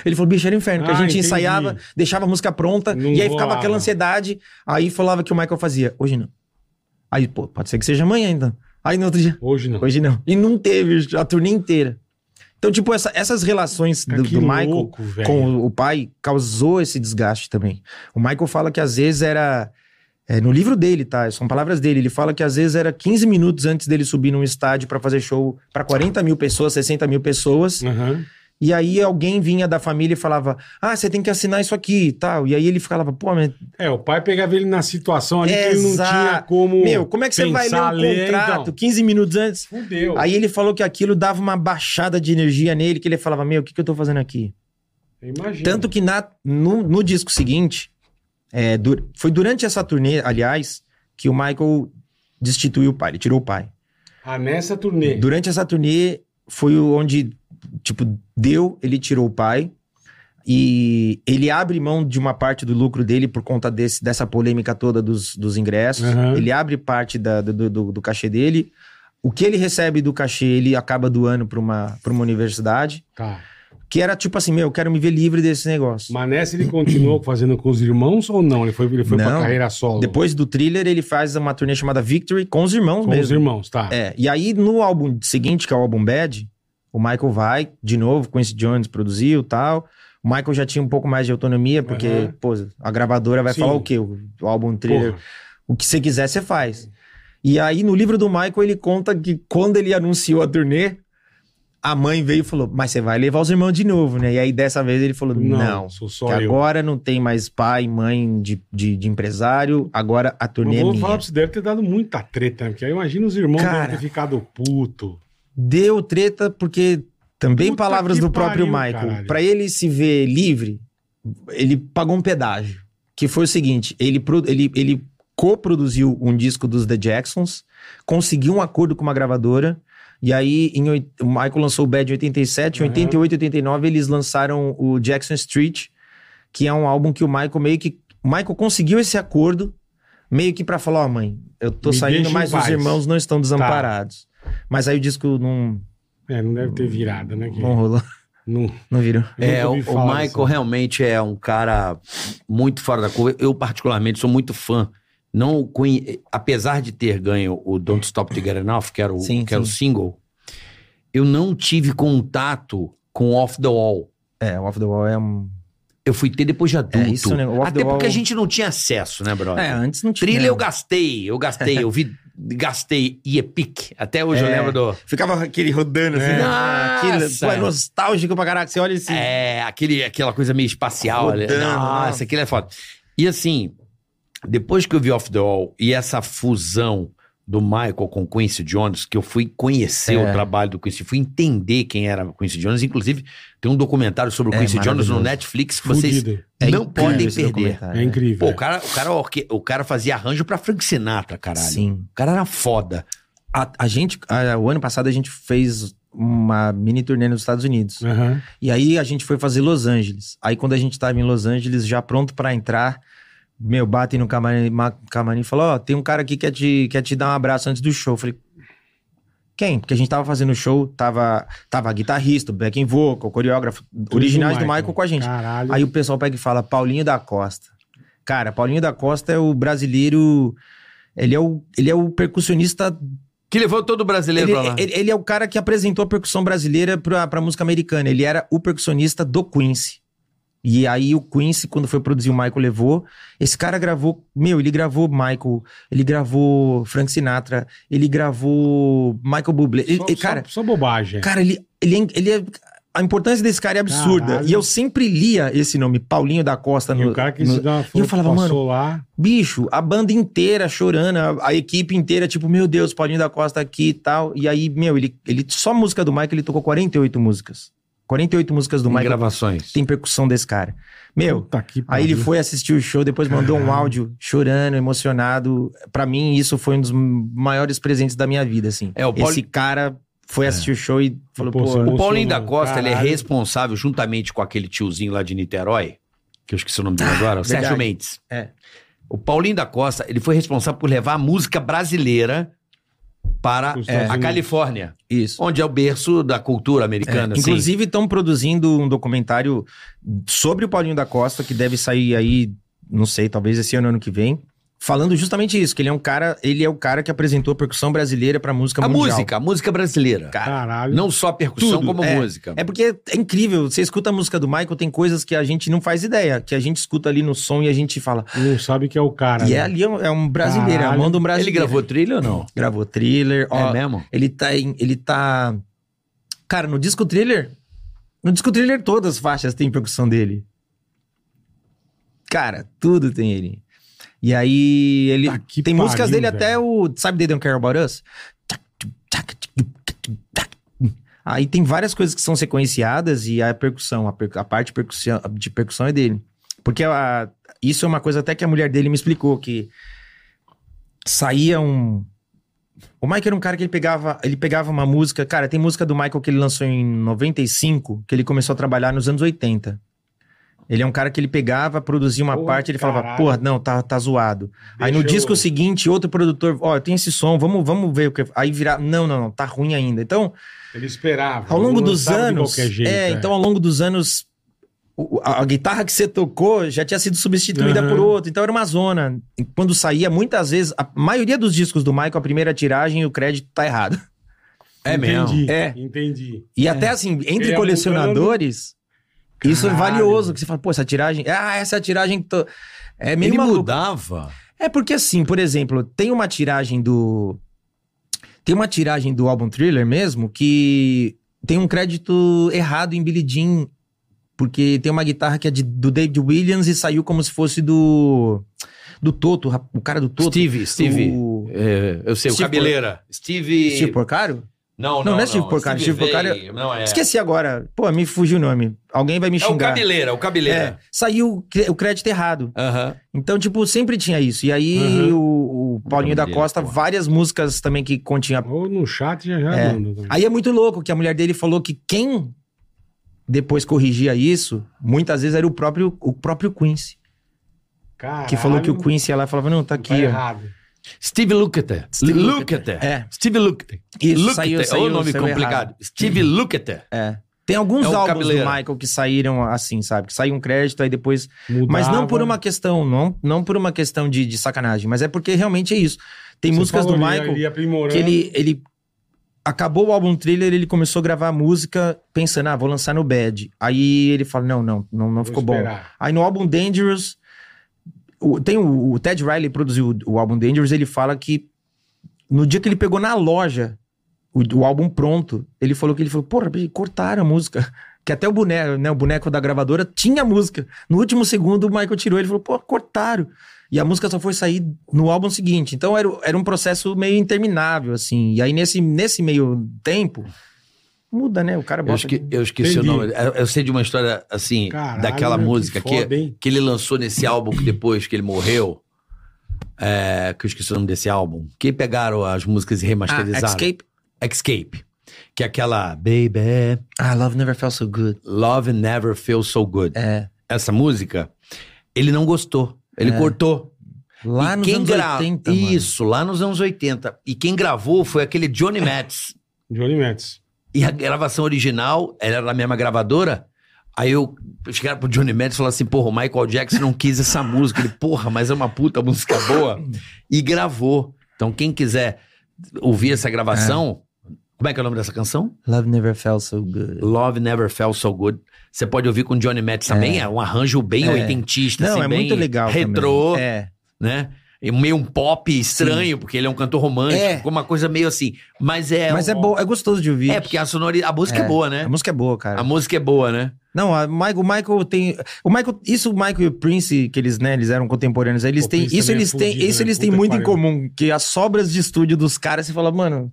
Speaker 5: Ele falou, bicho, era inferno, que a
Speaker 2: Ah,
Speaker 5: gente
Speaker 2: entendi.
Speaker 5: ensaiava, deixava a música pronta,
Speaker 2: Não
Speaker 5: e aí
Speaker 2: rolava.
Speaker 5: ficava aquela ansiedade. Aí falava que o Michael fazia, hoje não. Aí, pô, pode ser que seja amanhã ainda. Aí no outro dia,
Speaker 2: Hoje não.
Speaker 5: Hoje não. E não teve a turnê inteira. Então, tipo, essa- essas relações do,
Speaker 2: Tá Que
Speaker 5: do Michael
Speaker 2: louco, velho.
Speaker 5: com o, o pai causou esse desgaste também. O Michael fala que às vezes era. é, no livro dele, tá? São palavras dele. Ele fala que às vezes era 15 minutos antes dele subir num estádio pra fazer show pra 40 mil pessoas, 60 mil pessoas.
Speaker 2: Aham.
Speaker 5: E aí alguém vinha da família e falava: Ah, você tem que assinar isso aqui e tal. E aí ele falava: Pô, mas
Speaker 2: É, o pai pegava ele na situação ali que ele não
Speaker 5: Exa-
Speaker 2: tinha como.
Speaker 5: meu, como é que você vai ler
Speaker 2: pensar,
Speaker 5: um
Speaker 2: ler,
Speaker 5: contrato
Speaker 2: então?
Speaker 5: 15 minutos antes?
Speaker 2: Fudeu.
Speaker 5: Aí ele falou que aquilo dava uma baixada de energia nele, que ele falava, meu, o que, que eu tô fazendo aqui?
Speaker 2: Imagina.
Speaker 5: Tanto que na, no, no disco seguinte, é, du- foi durante essa turnê, aliás, que o Michael destituiu o pai, ele tirou o pai.
Speaker 2: Ah, nessa turnê.
Speaker 5: Durante essa turnê foi o- onde, tipo, deu, ele tirou o pai. E ele abre mão de uma parte do lucro dele por conta desse, dessa polêmica toda dos, dos ingressos.
Speaker 2: Aham.
Speaker 5: Ele abre parte da- do, do, do cachê dele. O que ele recebe do cachê, ele acaba doando para uma, pra uma universidade.
Speaker 2: Tá.
Speaker 5: Que era tipo assim, meu, eu quero me ver livre desse negócio.
Speaker 2: Mas nessa ele continuou fazendo com os irmãos ou não? Ele foi, ele foi pra
Speaker 5: Não.
Speaker 2: carreira solo.
Speaker 5: Depois do Thriller, ele faz uma turnê chamada Victory com os irmãos
Speaker 2: com
Speaker 5: mesmo.
Speaker 2: os irmãos, tá.
Speaker 5: É, e aí no álbum seguinte, que é o álbum Bad, o Michael vai de novo, Quincy Jones produziu e tal. O Michael já tinha um pouco mais de autonomia, porque,
Speaker 2: Aham.
Speaker 5: pô, a gravadora vai
Speaker 2: Sim.
Speaker 5: falar o quê? O, o álbum thriller,
Speaker 2: Porra.
Speaker 5: o que você quiser, você faz. E aí no livro do Michael ele conta que quando ele anunciou a turnê, a mãe veio e falou: Mas você vai levar os irmãos de novo, né? E aí dessa vez ele falou:
Speaker 2: Não,
Speaker 5: Não.
Speaker 2: sou só
Speaker 5: que
Speaker 2: eu.
Speaker 5: agora não tem mais pai, mãe de, de, de empresário, agora a
Speaker 2: Mas
Speaker 5: turnê é
Speaker 2: vou
Speaker 5: minha.
Speaker 2: falar pra você, deve ter dado muita treta, né? porque aí imagina os irmãos
Speaker 5: Cara.
Speaker 2: devem ter ficado puto.
Speaker 5: deu treta porque também
Speaker 2: Puta
Speaker 5: palavras
Speaker 2: que
Speaker 5: do
Speaker 2: pariu,
Speaker 5: próprio Michael,
Speaker 2: caralho.
Speaker 5: Pra ele se ver livre, ele pagou um pedágio, que foi o seguinte, ele pro- ele ele coproduziu um disco dos The Jacksons, conseguiu um acordo com uma gravadora e aí em oit- o Michael lançou o Bad em 87, em
Speaker 2: Uhum.
Speaker 5: 88, 89 eles lançaram o Jackson Street, que é um álbum que o Michael meio que o Michael conseguiu esse acordo meio que pra falar, ó, mãe, eu tô
Speaker 2: Me
Speaker 5: saindo,
Speaker 2: deixa em
Speaker 5: mas os
Speaker 2: paz.
Speaker 5: irmãos não estão desamparados. Mas aí o disco não,
Speaker 2: É, não deve ter virado, né? que-
Speaker 5: não rolou, *laughs*
Speaker 2: não-
Speaker 5: não virou.
Speaker 2: eu
Speaker 7: É,
Speaker 2: nunca
Speaker 7: o,
Speaker 2: ouvi
Speaker 7: o
Speaker 2: falar
Speaker 7: Michael
Speaker 2: disso.
Speaker 7: realmente é um cara muito fora da curva. Eu, particularmente, sou muito fã. Não conhe- Apesar de ter ganho o Don't Stop to Get Enough, que era o,
Speaker 5: Sim,
Speaker 7: que era o
Speaker 5: sim.
Speaker 7: single, eu não tive contato com Off the Wall.
Speaker 5: É, o Off the Wall é um.
Speaker 7: Eu fui ter depois de adulto.
Speaker 5: isso, né? Off the
Speaker 7: Até
Speaker 5: Wall-
Speaker 7: porque a gente não tinha acesso, né, brother?
Speaker 5: É, antes não tinha.
Speaker 7: Trilha eu gastei, eu gastei, eu vi, gastei e Epic. Até hoje eu
Speaker 5: É.
Speaker 7: lembro do.
Speaker 5: Ficava aquele rodando assim.
Speaker 2: É.
Speaker 5: né?
Speaker 7: Nossa!
Speaker 5: Aquilo, pô, é nostálgico pra caraca. Você olha assim.
Speaker 7: É, aquele, aquela coisa meio espacial. ali.
Speaker 5: Rodando,
Speaker 7: Nossa,
Speaker 5: né?
Speaker 7: aquilo é foda. E assim, depois que eu vi Off the Wall e essa fusão do Michael com Quincy Jones, que eu fui conhecer
Speaker 5: É.
Speaker 7: o trabalho do Quincy, fui entender quem era o Quincy Jones. Inclusive, tem um documentário sobre o
Speaker 5: É,
Speaker 7: Quincy Jones no
Speaker 5: maravilhoso.
Speaker 7: Netflix que vocês
Speaker 2: Fudido.
Speaker 5: É
Speaker 7: não
Speaker 5: incrível
Speaker 7: podem
Speaker 5: esse
Speaker 7: perder.
Speaker 5: documentário. né?
Speaker 2: É incrível.
Speaker 7: Pô, o cara, o, cara orque- o cara fazia arranjo pra Frank Sinatra, caralho.
Speaker 5: Sim.
Speaker 7: O cara era foda.
Speaker 5: A, a gente, a- o ano passado a gente fez uma mini turnê nos Estados Unidos.
Speaker 2: Aham.
Speaker 5: E aí a gente foi fazer Los Angeles. Aí quando a gente tava em Los Angeles, já pronto pra entrar, meu, batem no camarim, ma- camarim e falam, ó, tem um cara aqui que quer te, quer te dar um abraço antes do show. Eu falei, quem? Porque a gente tava fazendo show, tava, tava guitarrista, backing vocal, coreógrafo, originais do
Speaker 2: Michael.
Speaker 5: Michael com a gente.
Speaker 2: Caralho.
Speaker 5: Aí o pessoal pega e fala Paulinho da Costa. Cara, Paulinho da Costa é o brasileiro. Ele é o, ele é o percussionista.
Speaker 7: Que levou todo o brasileiro
Speaker 5: Ele,
Speaker 7: pra lá.
Speaker 5: ele- ele é o cara que apresentou a percussão brasileira pra, pra música americana. Ele era o percussionista do Quincy. E aí o Quincy, quando foi produzir o Michael levou. Esse cara gravou. Meu, ele gravou Michael, ele gravou Frank Sinatra, ele gravou Michael Bublé. Ele-
Speaker 2: Só-
Speaker 5: ele-
Speaker 2: só- um
Speaker 5: cara,
Speaker 2: Só bobagem.
Speaker 5: Cara, ele, ele, é- ele é. A importância desse cara é absurda.
Speaker 2: Caralho.
Speaker 5: E eu sempre lia esse nome, Paulinho da Costa.
Speaker 2: E
Speaker 5: No,
Speaker 2: o cara que
Speaker 5: no-
Speaker 2: se dá uma
Speaker 5: E eu falava,
Speaker 2: passou lá.
Speaker 5: Bicho, a banda inteira chorando, a, a equipe inteira, tipo, meu Deus, Paulinho da Costa aqui e tal. E aí, meu, ele, ele só música do Michael, ele tocou 48 músicas. 48 músicas do
Speaker 7: Em
Speaker 5: Michael
Speaker 7: gravações.
Speaker 5: tem percussão desse cara. Meu,
Speaker 2: Puta que
Speaker 5: Aí ele
Speaker 2: pariu.
Speaker 5: foi assistir o show, depois mandou um áudio chorando, emocionado. Pra mim, isso foi um dos maiores presentes da minha vida, assim.
Speaker 7: É, o Paulo-
Speaker 5: Esse cara foi assistir o show e falou,
Speaker 2: Pô,
Speaker 5: pô,
Speaker 2: você-
Speaker 7: O Paulinho da Costa, ele é
Speaker 2: Caralho.
Speaker 7: responsável, juntamente com aquele tiozinho lá de Niterói, que eu esqueci o nome dele agora, o
Speaker 5: verdade.
Speaker 7: Sérgio Mendes.
Speaker 5: É.
Speaker 7: O Paulinho da Costa, ele foi responsável por levar a música brasileira para
Speaker 2: Os
Speaker 7: é,
Speaker 2: Estados
Speaker 7: a
Speaker 2: Unidos.
Speaker 7: Califórnia,
Speaker 5: isso.
Speaker 7: onde é o berço da cultura americana. assim.
Speaker 5: É, Inclusive, estão produzindo um documentário sobre o Paulinho da Costa, que deve sair aí, não sei, talvez esse ano, ano que vem. Falando justamente isso, que ele é um cara, ele é o cara que apresentou a percussão brasileira pra música
Speaker 7: a
Speaker 5: mundial.
Speaker 7: música, a música brasileira.
Speaker 2: Caralho.
Speaker 7: Não só a percussão,
Speaker 5: Tudo,
Speaker 7: como
Speaker 5: é.
Speaker 7: música.
Speaker 5: É porque é incrível, você escuta a música do Michael, tem coisas que a gente não faz ideia, que a gente escuta ali no som e a gente fala,
Speaker 2: Não sabe que é o cara.
Speaker 5: E
Speaker 2: né?
Speaker 5: é ali é um, é um brasileiro, é a mão de um brasileiro.
Speaker 7: Ele gravou trilha ou não?
Speaker 5: Gravou thriller, ó.
Speaker 7: é mesmo?
Speaker 5: ele tá em- Ele tá. Cara, no disco thriller. No disco thriller, todas as faixas têm percussão dele. Cara, tudo tem ele. E aí, ele.
Speaker 2: Tá que
Speaker 5: tem
Speaker 2: pariu,
Speaker 5: músicas dele
Speaker 2: velho.
Speaker 5: até o. Sabe They Don't Care About Us? Aí tem várias coisas que são sequenciadas e a percussão, a, per- a parte de percussão, de percussão é dele. Porque a- isso é uma coisa até que a mulher dele me explicou, que saía um... O Michael era um cara que ele pegava, ele pegava uma música... Cara, tem música do Michael que ele lançou em 95, que ele começou a trabalhar nos anos 80. Ele é um cara que ele pegava, produzia uma
Speaker 2: Porra,
Speaker 5: parte, ele falava,
Speaker 2: caralho.
Speaker 5: porra, não, tá, tá zoado. Aí no
Speaker 2: Deixa eu-
Speaker 5: disco assim, seguinte, outro produtor, ó, tem esse som, vamos, vamos ver o que. Aí virar, não, não, não, tá ruim ainda. Então,
Speaker 2: Ele esperava.
Speaker 5: ao longo
Speaker 2: não
Speaker 5: dos
Speaker 2: lançava de
Speaker 5: anos.
Speaker 2: qualquer jeito,
Speaker 5: é, então ao longo dos anos. o- A, a guitarra que você tocou já tinha sido substituída
Speaker 2: Aham.
Speaker 5: por outra, então era uma zona. E quando saía, muitas vezes, a maioria dos discos do Michael, a primeira tiragem, o crédito tá errado.
Speaker 7: É mesmo.
Speaker 2: Entendi.
Speaker 5: É.
Speaker 2: Entendi.
Speaker 5: E até assim,
Speaker 2: Ele
Speaker 5: entre
Speaker 2: ia
Speaker 5: colecionadores, isso é
Speaker 2: é Caralho.
Speaker 5: valioso. Que você fala, pô, essa tiragem. Ah, essa tiragem. to- É meio
Speaker 7: Ele
Speaker 5: maluco.
Speaker 7: mudava.
Speaker 5: É porque assim, por exemplo, tem uma tiragem do. Tem uma tiragem do álbum Thriller mesmo que tem um crédito errado em Billie Jean. Porque tem uma guitarra que é de- do David Williams e saiu como se fosse do. Do Toto, o rap- o cara do Toto.
Speaker 7: Steve, Steve.
Speaker 5: O...
Speaker 7: é, eu sei, o
Speaker 5: Steve
Speaker 7: Cabeleira. Steve...
Speaker 5: Steve Porcaro?
Speaker 7: Não, não,
Speaker 5: Não, não é Steve Porcari, Steve
Speaker 7: Veio,
Speaker 5: Porcari-
Speaker 7: Não, é.
Speaker 5: Esqueci agora. Pô, me fugiu o nome. Alguém vai me
Speaker 7: É o
Speaker 5: xingar.
Speaker 7: Cabeleira, o
Speaker 5: é,
Speaker 7: Cabeleira.
Speaker 5: saiu o cre- o crédito errado.
Speaker 7: Aham.
Speaker 5: Então, tipo, sempre tinha isso. E aí,
Speaker 2: Uhum.
Speaker 5: o, o Paulinho da
Speaker 7: Maravilha,
Speaker 5: Costa,
Speaker 7: porra.
Speaker 5: várias músicas também que continha.
Speaker 2: Ou no chat já já
Speaker 5: É.
Speaker 2: manda também.
Speaker 5: Aí é muito louco que a mulher dele falou que quem depois corrigia isso, muitas vezes era o próprio, o próprio Quincy.
Speaker 2: Caralho,
Speaker 5: Que falou que o Quincy ia lá e falava, não,
Speaker 2: tá
Speaker 5: tá aqui, ó.
Speaker 2: errado.
Speaker 7: Steve Lukather.
Speaker 5: Steve
Speaker 7: Lukather.
Speaker 5: É.
Speaker 7: Steve Lukather.
Speaker 5: Isso,
Speaker 7: Lukather,
Speaker 5: saiu,
Speaker 7: é
Speaker 5: saiu,
Speaker 7: o nome
Speaker 5: saiu
Speaker 7: complicado.
Speaker 5: errado.
Speaker 7: Steve Lukather.
Speaker 5: Tem alguns
Speaker 7: É
Speaker 2: um
Speaker 7: o
Speaker 5: álbuns
Speaker 7: Cabeleira.
Speaker 5: do Michael que saíram assim, sabe? Que saiu um crédito, aí depois
Speaker 2: Mudava.
Speaker 5: Mas não por uma questão, não, não por uma questão de, de sacanagem, mas é porque realmente é isso. Tem
Speaker 2: Você
Speaker 5: músicas
Speaker 2: falou, né?
Speaker 5: do
Speaker 2: ele ia-
Speaker 5: Michael
Speaker 2: ele ia aprimorando.
Speaker 5: que ele, ele acabou o álbum thriller, ele começou a gravar a música pensando, ah, vou lançar no Bad. Aí ele fala, não, não, não, não
Speaker 2: Vou
Speaker 5: ficou bom.
Speaker 2: esperar.
Speaker 5: Aí no álbum Dangerous, o, tem o, o Ted Riley produziu o, o álbum Dangerous, ele fala que no dia que ele pegou na loja o, o álbum pronto, ele falou que ele falou, porra, cortaram a música. *laughs* Que até o boneco, né, o boneco da gravadora tinha a música. No último segundo o Michael tirou, ele falou, pô, cortaram. E a música só foi sair no álbum seguinte. Então era, o- era um processo meio interminável, assim. E aí nesse, nesse meio tempo, muda, né? O cara
Speaker 7: Eu,
Speaker 5: bota...
Speaker 7: esque- eu esqueci
Speaker 2: Entendi.
Speaker 7: o nome. É, Eu, eu sei de uma história, assim,
Speaker 2: Caralho,
Speaker 7: daquela
Speaker 2: meu,
Speaker 4: é-
Speaker 7: música que,
Speaker 2: foda, hein?
Speaker 7: que ele lançou nesse álbum que depois que ele morreu.
Speaker 4: é, que eu esqueci o nome desse álbum, que pegaram as músicas e remasterizaram.
Speaker 5: Escape?
Speaker 4: Escape. Que é aquela Baby,
Speaker 5: Ah, Love Never Felt So Good.
Speaker 4: Love Never Feels So Good.
Speaker 5: É.
Speaker 4: Essa música, ele não gostou. Ele
Speaker 5: É.
Speaker 4: cortou.
Speaker 5: Lá
Speaker 4: E
Speaker 5: nos
Speaker 4: quem
Speaker 5: anos
Speaker 4: gra-
Speaker 5: 80, mano.
Speaker 4: Isso, lá nos anos 80. E quem gravou foi aquele Johnny Metz.
Speaker 2: Johnny Metz.
Speaker 4: E a gravação original, ela era da mesma gravadora. Aí eu chegaram pro Johnny Mads e falaram assim: porra, o Michael Jackson não quis essa música. Ele, porra, mas é uma puta música boa. E gravou. Então, quem quiser ouvir essa gravação, como é que é o nome dessa canção?
Speaker 5: Love Never Felt So Good.
Speaker 4: Love Never Felt So Good. Você pode ouvir com Johnny Mads também. É um arranjo bem
Speaker 5: É.
Speaker 2: Tipo
Speaker 4: oitentista,
Speaker 5: Não,
Speaker 4: assim,
Speaker 5: é
Speaker 4: bem
Speaker 5: muito legal
Speaker 4: Retrô,
Speaker 5: também. É.
Speaker 4: né? E meio um pop estranho, porque ele é um cantor romântico.
Speaker 5: É.
Speaker 4: ficou Uma coisa meio assim. Mas é.
Speaker 5: Mas é
Speaker 4: um-
Speaker 5: bom, é gostoso de ouvir.
Speaker 4: É,
Speaker 2: né?
Speaker 4: porque a sonoridade. A música é, boa, né?
Speaker 5: A música é boa, cara.
Speaker 4: A música é boa, né?
Speaker 5: Não, a Michael, o Michael tem. O Michael, isso o Michael e o Prince, que eles, né, eles eram contemporâneos, eles
Speaker 2: O
Speaker 5: têm,
Speaker 2: Prince
Speaker 5: isso
Speaker 2: também é
Speaker 5: eles têm,
Speaker 2: fudido,
Speaker 5: isso
Speaker 2: né?
Speaker 5: eles têm
Speaker 2: Puta
Speaker 5: muito
Speaker 2: que
Speaker 5: em
Speaker 2: pariu.
Speaker 5: comum, que as sobras de estúdio dos caras, você fala, mano,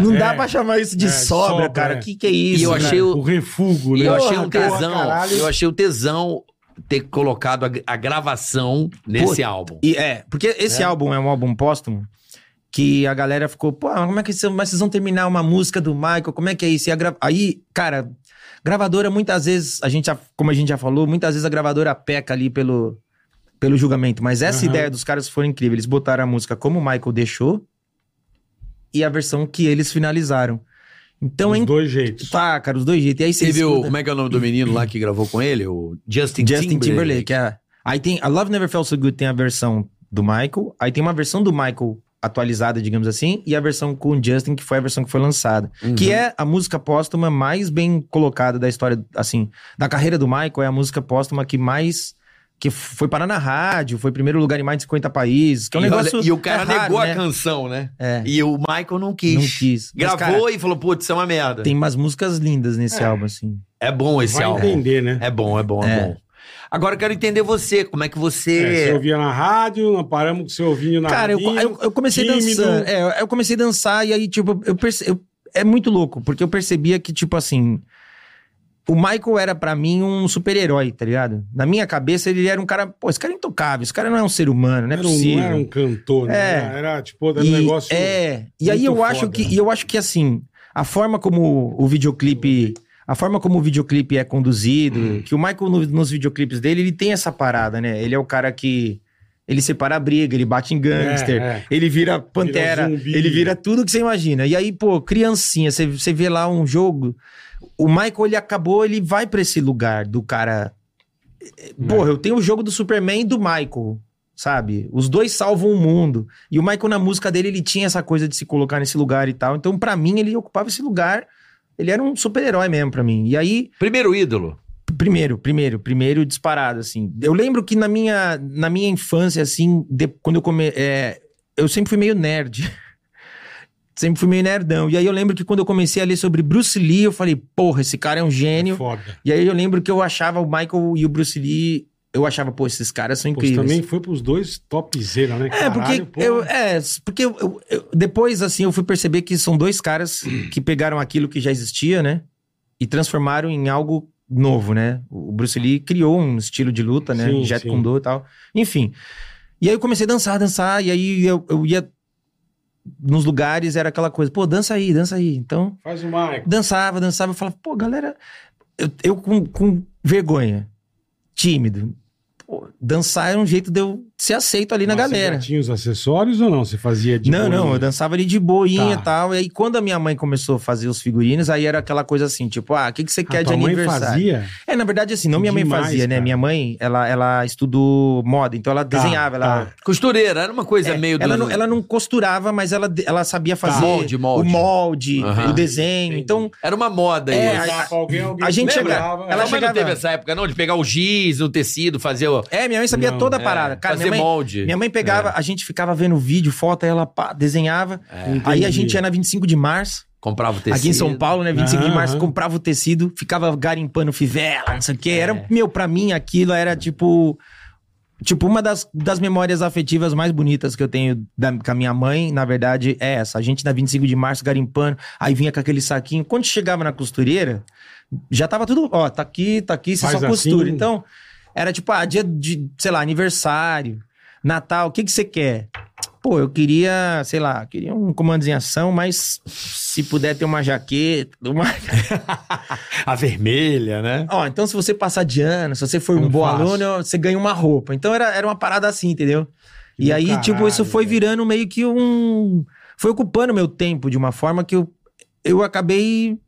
Speaker 5: não dá
Speaker 2: É.
Speaker 5: pra chamar isso de
Speaker 2: É,
Speaker 5: sobra,
Speaker 2: sobra,
Speaker 5: cara.
Speaker 2: é.
Speaker 5: Que que é isso?
Speaker 4: E eu
Speaker 5: cara?
Speaker 4: achei o-
Speaker 2: O refugo, né?
Speaker 4: E eu achei um
Speaker 2: Porra,
Speaker 4: tesão.
Speaker 2: caralho.
Speaker 4: eu achei o tesão ter colocado a, a gravação nesse
Speaker 5: Putz.
Speaker 4: álbum.
Speaker 5: E é, porque esse álbum é um álbum póstumo que a galera ficou, pô, mas como é que vocês, mas vocês vão terminar uma música do Michael? Como é que é isso? E a gra- Aí, cara, gravadora muitas vezes, a gente já- como a gente já falou, muitas vezes a gravadora peca ali pelo, pelo julgamento, mas essa
Speaker 2: Aham.
Speaker 5: ideia dos caras foi incrível. Eles botaram a música como o Michael deixou e a versão que eles finalizaram. Então,
Speaker 2: Dos
Speaker 5: hein?
Speaker 2: dois jeitos.
Speaker 5: Tá, cara, os dois jeitos. E aí você
Speaker 4: Você viu
Speaker 5: escuta-
Speaker 4: como é que é o nome do menino lá que gravou com ele? O Justin,
Speaker 5: Justin
Speaker 4: Timberlake.
Speaker 5: Timberlake, é. Aí tem a Love Never Felt So Good tem a versão do Michael, aí tem uma versão do Michael atualizada, digamos assim, e a versão com o Justin que foi a versão que foi lançada,
Speaker 4: Uhum.
Speaker 5: que é a música póstuma mais bem colocada da história, assim, da carreira do Michael, é a música póstuma que mais que f- foi parar na rádio, foi primeiro lugar em mais de 50 países, que é um
Speaker 4: e, olha,
Speaker 5: negócio
Speaker 4: e o cara
Speaker 5: é raro,
Speaker 4: negou
Speaker 5: né?
Speaker 4: a canção, né?
Speaker 5: É.
Speaker 4: E o Michael não quis.
Speaker 5: Não quis. Mas,
Speaker 4: Gravou
Speaker 5: cara,
Speaker 4: e falou, putz, isso é uma merda.
Speaker 5: tem umas músicas lindas nesse álbum assim.
Speaker 4: É bom esse
Speaker 2: Vai
Speaker 4: álbum.
Speaker 2: entender, né?
Speaker 4: É bom, é bom, é,
Speaker 5: É.
Speaker 4: bom. Agora eu quero entender você, como é que
Speaker 2: É, você
Speaker 4: você...
Speaker 2: ouvia na rádio, nós paramos com seu ouvindo na
Speaker 5: Cara, eu,
Speaker 2: rádio.
Speaker 5: eu, eu comecei
Speaker 2: tímido.
Speaker 5: dançando. É, eu- eu comecei a dançar e aí, tipo, eu percebi. É muito louco, porque eu percebia que, tipo assim. O Michael era pra mim um super-herói, tá ligado? Na minha cabeça, ele era um cara. Pô, esse cara é intocável, esse cara não é um ser humano, não é
Speaker 2: era um,
Speaker 5: possível.
Speaker 2: não era um cantor, né?
Speaker 5: É.
Speaker 2: Era, era, tipo, era um
Speaker 5: E-
Speaker 2: negócio.
Speaker 5: É, e aí
Speaker 2: muito
Speaker 5: eu acho
Speaker 2: foda.
Speaker 5: que e eu acho que assim, a forma como o videoclipe, a forma como o videoclipe é conduzido,
Speaker 2: Hum.
Speaker 5: que o Michael no- nos videoclipes dele, ele tem essa parada, né? Ele é o cara que ele separa a briga, ele bate em gangster,
Speaker 2: É, é.
Speaker 5: ele vira pantera,
Speaker 2: zumbi.
Speaker 5: ele vira tudo que você imagina. E aí, pô, criancinha, você, você vê lá um jogo, o Michael ele acabou, ele vai pra esse lugar do cara. Porra, eu tenho o jogo do Superman e do Michael, sabe? Os dois salvam o mundo. E o Michael na música dele, ele tinha essa coisa de se colocar nesse lugar e tal. Então, pra mim, ele ocupava esse lugar. Ele era um super-herói mesmo pra mim. E aí,
Speaker 4: Primeiro ídolo.
Speaker 5: Primeiro, primeiro, primeiro disparado, assim. Eu lembro que na minha, na minha infância, assim, de- quando eu come, é, eu sempre fui meio nerd. *laughs* sempre fui meio nerdão. E aí eu lembro que quando eu comecei a ler sobre Bruce Lee, eu falei, porra, esse cara é um gênio.
Speaker 2: Foda.
Speaker 5: E aí eu lembro que eu achava o Michael e o Bruce Lee, eu achava, pô, esses caras são
Speaker 2: Pô, você
Speaker 5: incríveis.
Speaker 2: também foi pros dois topzera, né?
Speaker 5: É, porque
Speaker 2: Caralho, pô.
Speaker 5: eu, é, s- porque eu- eu- eu- depois, assim, eu fui perceber que são dois caras que pegaram aquilo que já existia, né? E transformaram em algo novo, né? O Bruce Lee criou um estilo de luta, né?
Speaker 2: Sim,
Speaker 5: Jet
Speaker 2: sim.
Speaker 5: Kundo e tal. Enfim. E aí eu comecei a dançar, dançar, e aí eu, eu ia nos lugares, era aquela coisa, pô, dança aí, dança aí. Então,
Speaker 2: Faz o Michael.
Speaker 5: dançava, dançava, eu falava, pô, galera, eu, eu com, com vergonha, tímido. Pô, dançar era um jeito de eu ser aceito ali na
Speaker 2: Mas
Speaker 5: galera.
Speaker 2: Você já tinha os acessórios ou não? Você fazia de
Speaker 5: Não, não, eu
Speaker 2: bolinha?
Speaker 5: dançava ali de boinha e
Speaker 2: Tá.
Speaker 5: tal. E aí, quando a minha mãe começou a fazer os figurinos, aí era aquela coisa assim, tipo, ah, o que, que você
Speaker 2: Ah,
Speaker 5: quer de
Speaker 2: tua mãe
Speaker 5: aniversário?
Speaker 2: fazia?
Speaker 5: É, na verdade, assim, não minha mãe
Speaker 2: Demais,
Speaker 5: fazia, né?
Speaker 2: cara.
Speaker 5: Minha mãe, ela, ela estudou moda, então ela desenhava, ela.
Speaker 2: tá.
Speaker 4: Costureira, era uma coisa
Speaker 5: É,
Speaker 4: meio...
Speaker 5: ela,
Speaker 4: do- Tá.
Speaker 5: não, ela não costurava, mas ela, ela sabia fazer
Speaker 4: Molde, molde.
Speaker 5: o molde,
Speaker 4: Aham.
Speaker 5: o desenho.
Speaker 2: Entendi.
Speaker 5: Então,
Speaker 4: Era uma moda
Speaker 5: É,
Speaker 4: isso.
Speaker 5: a-
Speaker 2: Dava pra alguém, alguém é.
Speaker 5: a gente
Speaker 2: lembrava.
Speaker 5: chegava-
Speaker 2: Ela
Speaker 5: ela
Speaker 2: chegava.
Speaker 4: Ela mas não
Speaker 5: chegava-
Speaker 4: teve essa época, não? De pegar o giz, o tecido, fazer o.
Speaker 5: é, minha mãe sabia
Speaker 2: Não,
Speaker 5: toda a
Speaker 4: é,
Speaker 5: parada. Cara,
Speaker 4: fazer
Speaker 5: minha mãe,
Speaker 4: molde. É.
Speaker 5: minha mãe pegava, a gente ficava vendo vídeo, foto, aí ela pá, desenhava. Aí a gente ia na 25 de março.
Speaker 4: Comprava o tecido.
Speaker 5: Aqui em São Paulo, né? 25 de
Speaker 2: Aham,
Speaker 5: março,
Speaker 2: aham.
Speaker 5: comprava o tecido, ficava garimpando fivela, não sei o quê. Era, meu, pra mim aquilo era tipo. Tipo, uma das, das memórias afetivas mais bonitas que eu tenho da, com a minha mãe, na verdade, é essa. A gente na 25 de março garimpando, aí vinha com aquele saquinho. Quando chegava na costureira, já tava tudo, ó, tá aqui, tá aqui, você
Speaker 2: Faz
Speaker 5: só costura.
Speaker 2: assim.
Speaker 5: Então, era tipo, ah, dia de, sei lá, aniversário. Natal, o que, que você quer? Pô, eu queria, sei lá, queria um comandos em ação, mas se puder ter uma jaqueta, uma...
Speaker 4: A vermelha, né?
Speaker 5: Ó, então se você passar de ano, se você for
Speaker 2: Eu
Speaker 5: um bom
Speaker 2: faço.
Speaker 5: aluno, você ganha uma roupa. Então era, era uma parada assim, entendeu?
Speaker 2: Que
Speaker 5: e
Speaker 2: do
Speaker 5: aí, tipo,
Speaker 2: caralho,
Speaker 5: isso foi
Speaker 2: velho.
Speaker 5: virando meio que um. Foi ocupando meu tempo de uma forma que eu, eu acabei.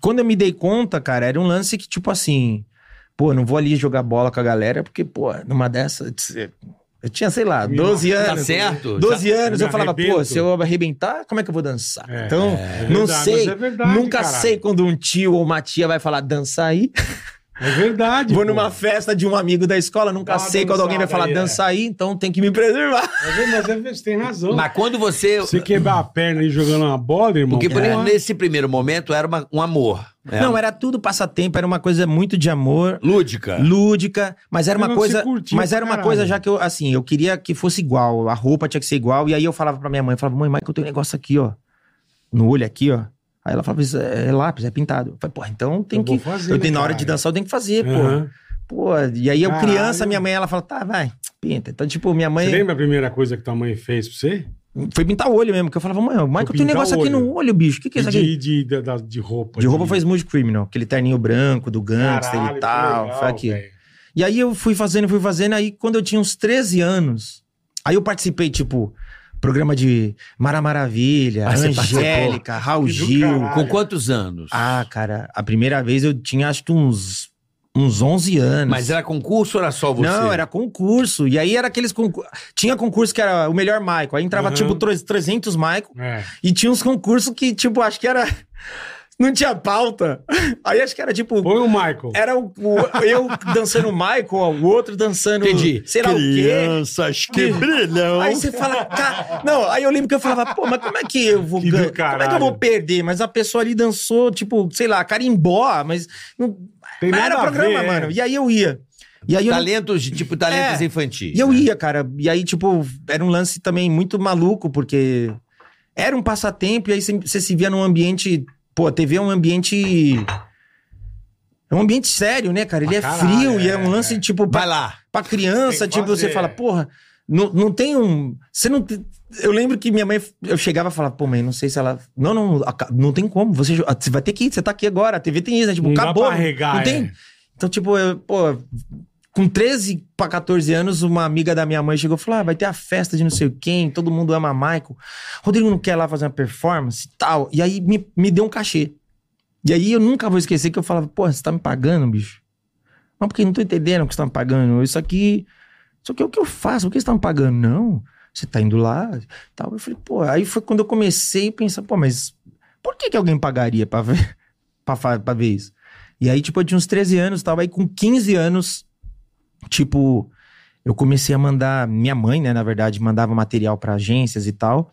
Speaker 5: Quando eu me dei conta, cara, era um lance que, tipo assim. Pô, não vou ali jogar bola com a galera, porque, pô, numa dessa. Eu tinha, sei lá, 12 anos.
Speaker 7: Tá certo?
Speaker 5: 12 anos,
Speaker 2: me
Speaker 5: eu falava, pô,
Speaker 2: arrebento.
Speaker 5: se eu arrebentar, como é que eu vou dançar?
Speaker 2: É.
Speaker 5: então,
Speaker 2: É
Speaker 5: não
Speaker 2: verdade,
Speaker 5: sei.
Speaker 2: mas é verdade,
Speaker 5: nunca
Speaker 2: caralho.
Speaker 5: sei quando um tio ou uma tia vai falar dançar aí.
Speaker 2: É verdade.
Speaker 5: Vou
Speaker 2: pô.
Speaker 5: numa festa de um amigo da escola, nunca
Speaker 2: Dá uma
Speaker 5: sei quando alguém vai
Speaker 2: dançada
Speaker 5: falar
Speaker 2: aí,
Speaker 5: dança aí, então tem que me preservar.
Speaker 2: Mas é- mas é- você tem razão.
Speaker 7: Mas quando você.
Speaker 2: Você quebrar a perna e jogando uma bola, irmão. é
Speaker 7: Porque por
Speaker 2: porra,
Speaker 5: É.
Speaker 7: exemplo, nesse primeiro momento era uma- um amor. É.
Speaker 5: Não, era tudo passatempo, era uma coisa muito de amor,
Speaker 7: Lúdica.
Speaker 5: lúdica, mas era
Speaker 2: Mas
Speaker 5: uma
Speaker 2: você
Speaker 5: coisa,
Speaker 2: curtia
Speaker 5: mas
Speaker 2: pra
Speaker 5: era uma
Speaker 2: caralho.
Speaker 5: coisa já que eu, assim, eu queria que fosse igual, a roupa tinha que ser igual, e aí eu falava pra minha mãe, eu falava: "Mãe, Michael, tem um negócio aqui, ó, no olho aqui, ó". Aí ela falava: "Isso é é lápis, é pintado". Eu falei: "Pô, então tem
Speaker 2: eu vou
Speaker 5: que
Speaker 2: fazer,
Speaker 5: eu
Speaker 2: né,
Speaker 5: tenho na hora de
Speaker 2: caralho?
Speaker 5: dançar, eu tenho que fazer, pô.
Speaker 2: Aham.
Speaker 5: Pô, e aí eu
Speaker 2: Caralho.
Speaker 5: criança, minha mãe ela fala: "Tá, vai, pinta". Então, tipo, minha
Speaker 2: Você
Speaker 5: mãe
Speaker 2: lembra a primeira coisa que tua mãe fez pra você?
Speaker 5: Foi pintar o olho mesmo, que eu falava, mãe, o Michael tem um
Speaker 2: pintar
Speaker 5: negócio
Speaker 2: o
Speaker 5: aqui
Speaker 2: olho.
Speaker 5: no olho, bicho. O que, que
Speaker 2: E
Speaker 5: é isso aqui?
Speaker 2: de, de, de, da- de roupa.
Speaker 5: De roupa foi Smooth Criminal, aquele terninho branco do gangster
Speaker 2: Caralho,
Speaker 5: e
Speaker 2: que
Speaker 5: tal.
Speaker 2: legal,
Speaker 5: foi aquilo.
Speaker 2: velho.
Speaker 5: E aí eu fui fazendo, fui fazendo. Aí quando eu tinha uns 13 anos, aí eu participei, tipo, programa de Mara Maravilha,
Speaker 7: Ah, você
Speaker 5: Angélica, Raul
Speaker 2: Que do
Speaker 5: Gil.
Speaker 2: caralho.
Speaker 7: Com quantos anos?
Speaker 5: Ah, cara, a primeira vez eu tinha acho que uns, uns 11 anos.
Speaker 7: Mas era concurso ou era só você?
Speaker 5: Não, era concurso. E aí era aqueles concursos. Tinha concurso que era o melhor Michael. Aí entrava,
Speaker 2: Uhum.
Speaker 5: tipo, 300 Michael.
Speaker 2: É.
Speaker 5: E tinha uns concursos que, tipo, acho que era. *laughs* Não tinha pauta. Aí acho que era tipo.
Speaker 2: Foi o Michael.
Speaker 5: Era o, o- eu dançando o Michael, o outro dançando.
Speaker 7: Entendi.
Speaker 5: Sei lá o quê.
Speaker 4: Crianças que brilham.
Speaker 5: Aí você fala, "Ca- não, aí eu lembro que eu falava, pô, mas como é que eu vou
Speaker 2: Que do
Speaker 5: ganhar? Como é que eu
Speaker 2: caralho.
Speaker 5: vou perder? Mas a pessoa ali dançou, tipo, sei lá, carimbó, mas. Não,
Speaker 2: Tem
Speaker 5: mas
Speaker 2: nada
Speaker 5: era
Speaker 2: a
Speaker 5: programa,
Speaker 2: ver, Tá é.
Speaker 5: mano. E aí eu ia. E aí eu não
Speaker 7: Talentos, tipo, talentos
Speaker 5: É.
Speaker 7: infantis.
Speaker 5: e eu
Speaker 7: né?
Speaker 5: ia, cara. E aí, tipo, era um lance também muito maluco, porque era um passatempo, e aí você se via num ambiente. Pô, a TV é um ambiente. É um ambiente sério, né, cara?
Speaker 2: Pra
Speaker 5: Ele é
Speaker 2: caralho,
Speaker 5: frio e é
Speaker 2: é,
Speaker 5: um lance,
Speaker 2: é.
Speaker 5: tipo,
Speaker 7: Vai
Speaker 5: pra,
Speaker 7: lá.
Speaker 5: pra
Speaker 2: Tem
Speaker 5: criança,
Speaker 2: que
Speaker 5: tipo, você
Speaker 2: fazer,
Speaker 5: fala,
Speaker 2: é.
Speaker 5: porra, não, não tem um. Você não. te- Eu lembro que minha mãe, eu chegava e falava, pô, mãe, não sei se ela. Não, não, aca- não tem como. Você, jo- você vai ter que ir, você tá aqui agora, a TV tem isso, né? Tipo,
Speaker 2: Não dá
Speaker 5: acabou.
Speaker 2: pra regar,
Speaker 5: não
Speaker 2: é.
Speaker 5: tem. Então, tipo, eu, pô, com 13 pra 14 anos, uma amiga da minha mãe chegou e falou: ah, vai ter a festa de não sei quem, todo mundo ama Michael. Rodrigo não quer lá fazer uma performance e tal. E aí me, me deu um cachê. E aí eu nunca vou esquecer que eu falava, pô, você tá me pagando, bicho? Mas porque não tô entendendo o que você tá me pagando. Isso aqui. Isso aqui é o que eu faço, por que você tá me pagando? Não. Você tá indo lá e tal. Eu falei, pô, aí foi quando eu comecei a pensar, pô, mas por que, que alguém pagaria pra ver, *laughs* pra, fa- pra ver isso? E aí, tipo, eu tinha uns 13 anos, tava aí com 15 anos, tipo, eu comecei a mandar, minha mãe, né, na verdade, mandava material pra agências e tal.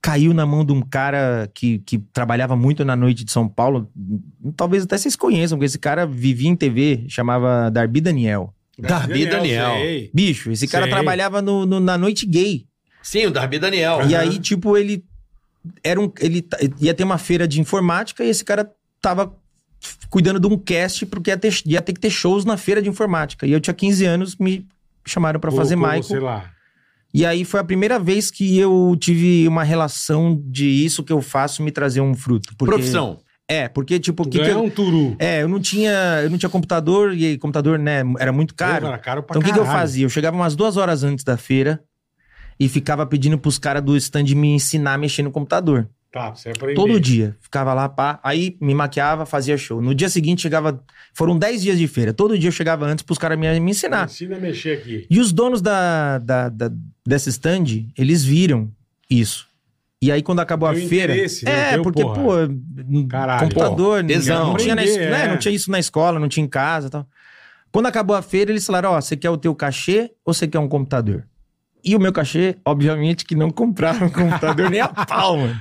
Speaker 5: Caiu na mão de um cara que, que trabalhava muito na noite de São Paulo, talvez até vocês conheçam, porque esse cara vivia em TV, chamava Darby Daniel.
Speaker 7: Darby Daniel.
Speaker 2: sei.
Speaker 5: Bicho, esse cara
Speaker 2: Sei.
Speaker 5: trabalhava no, no- na noite gay.
Speaker 7: Sim, o Darby Daniel.
Speaker 5: E aí, tipo, ele era um. Ele ta- ia ter uma feira de informática e esse cara tava cuidando de um cast, porque ia ter, ia ter que ter shows na feira de informática. E eu tinha 15 anos, me chamaram pra fazer
Speaker 2: Colocou,
Speaker 5: Michael.
Speaker 2: Sei lá.
Speaker 5: E aí foi a primeira vez que eu tive uma relação de isso que eu faço me trazer um fruto. porque-
Speaker 7: Profissão.
Speaker 5: É, porque, tipo, o que que
Speaker 2: Ganhar
Speaker 5: eu-
Speaker 2: um turu.
Speaker 5: É, eu não tinha. Eu não tinha computador, e computador, né, era muito caro.
Speaker 2: Porra, caro pra
Speaker 5: Então o que, que eu
Speaker 2: caralho.
Speaker 5: fazia? Eu chegava umas duas horas antes da feira e ficava pedindo pros caras do stand me ensinar a mexer no computador.
Speaker 2: Tá, você aprendeu.
Speaker 5: Todo dia. Ficava lá, pá. Aí me maquiava, fazia show. No dia seguinte chegava. Foram 10 dias de feira. Todo dia eu chegava antes pros caras me, me
Speaker 2: Me
Speaker 5: ensinar.
Speaker 2: Ensina a mexer aqui.
Speaker 5: E os donos da, da, da- dessa stand, eles viram isso. E aí, quando acabou
Speaker 2: Tem
Speaker 5: a
Speaker 2: o
Speaker 5: feira.
Speaker 2: interesse, né?
Speaker 5: É,
Speaker 2: Tem o
Speaker 5: porque,
Speaker 2: porra.
Speaker 5: pô,
Speaker 2: Caralho.
Speaker 5: computador,
Speaker 7: tesão.
Speaker 5: não, tinha na es-
Speaker 2: Aprender,
Speaker 5: né,
Speaker 2: é.
Speaker 5: não tinha isso na escola, não tinha em casa e tal. Quando acabou a feira, eles falaram: ó, você quer o teu cachê ou você quer um computador? E o meu cachê, obviamente, que não compraram um *laughs* computador nem a pau, mano.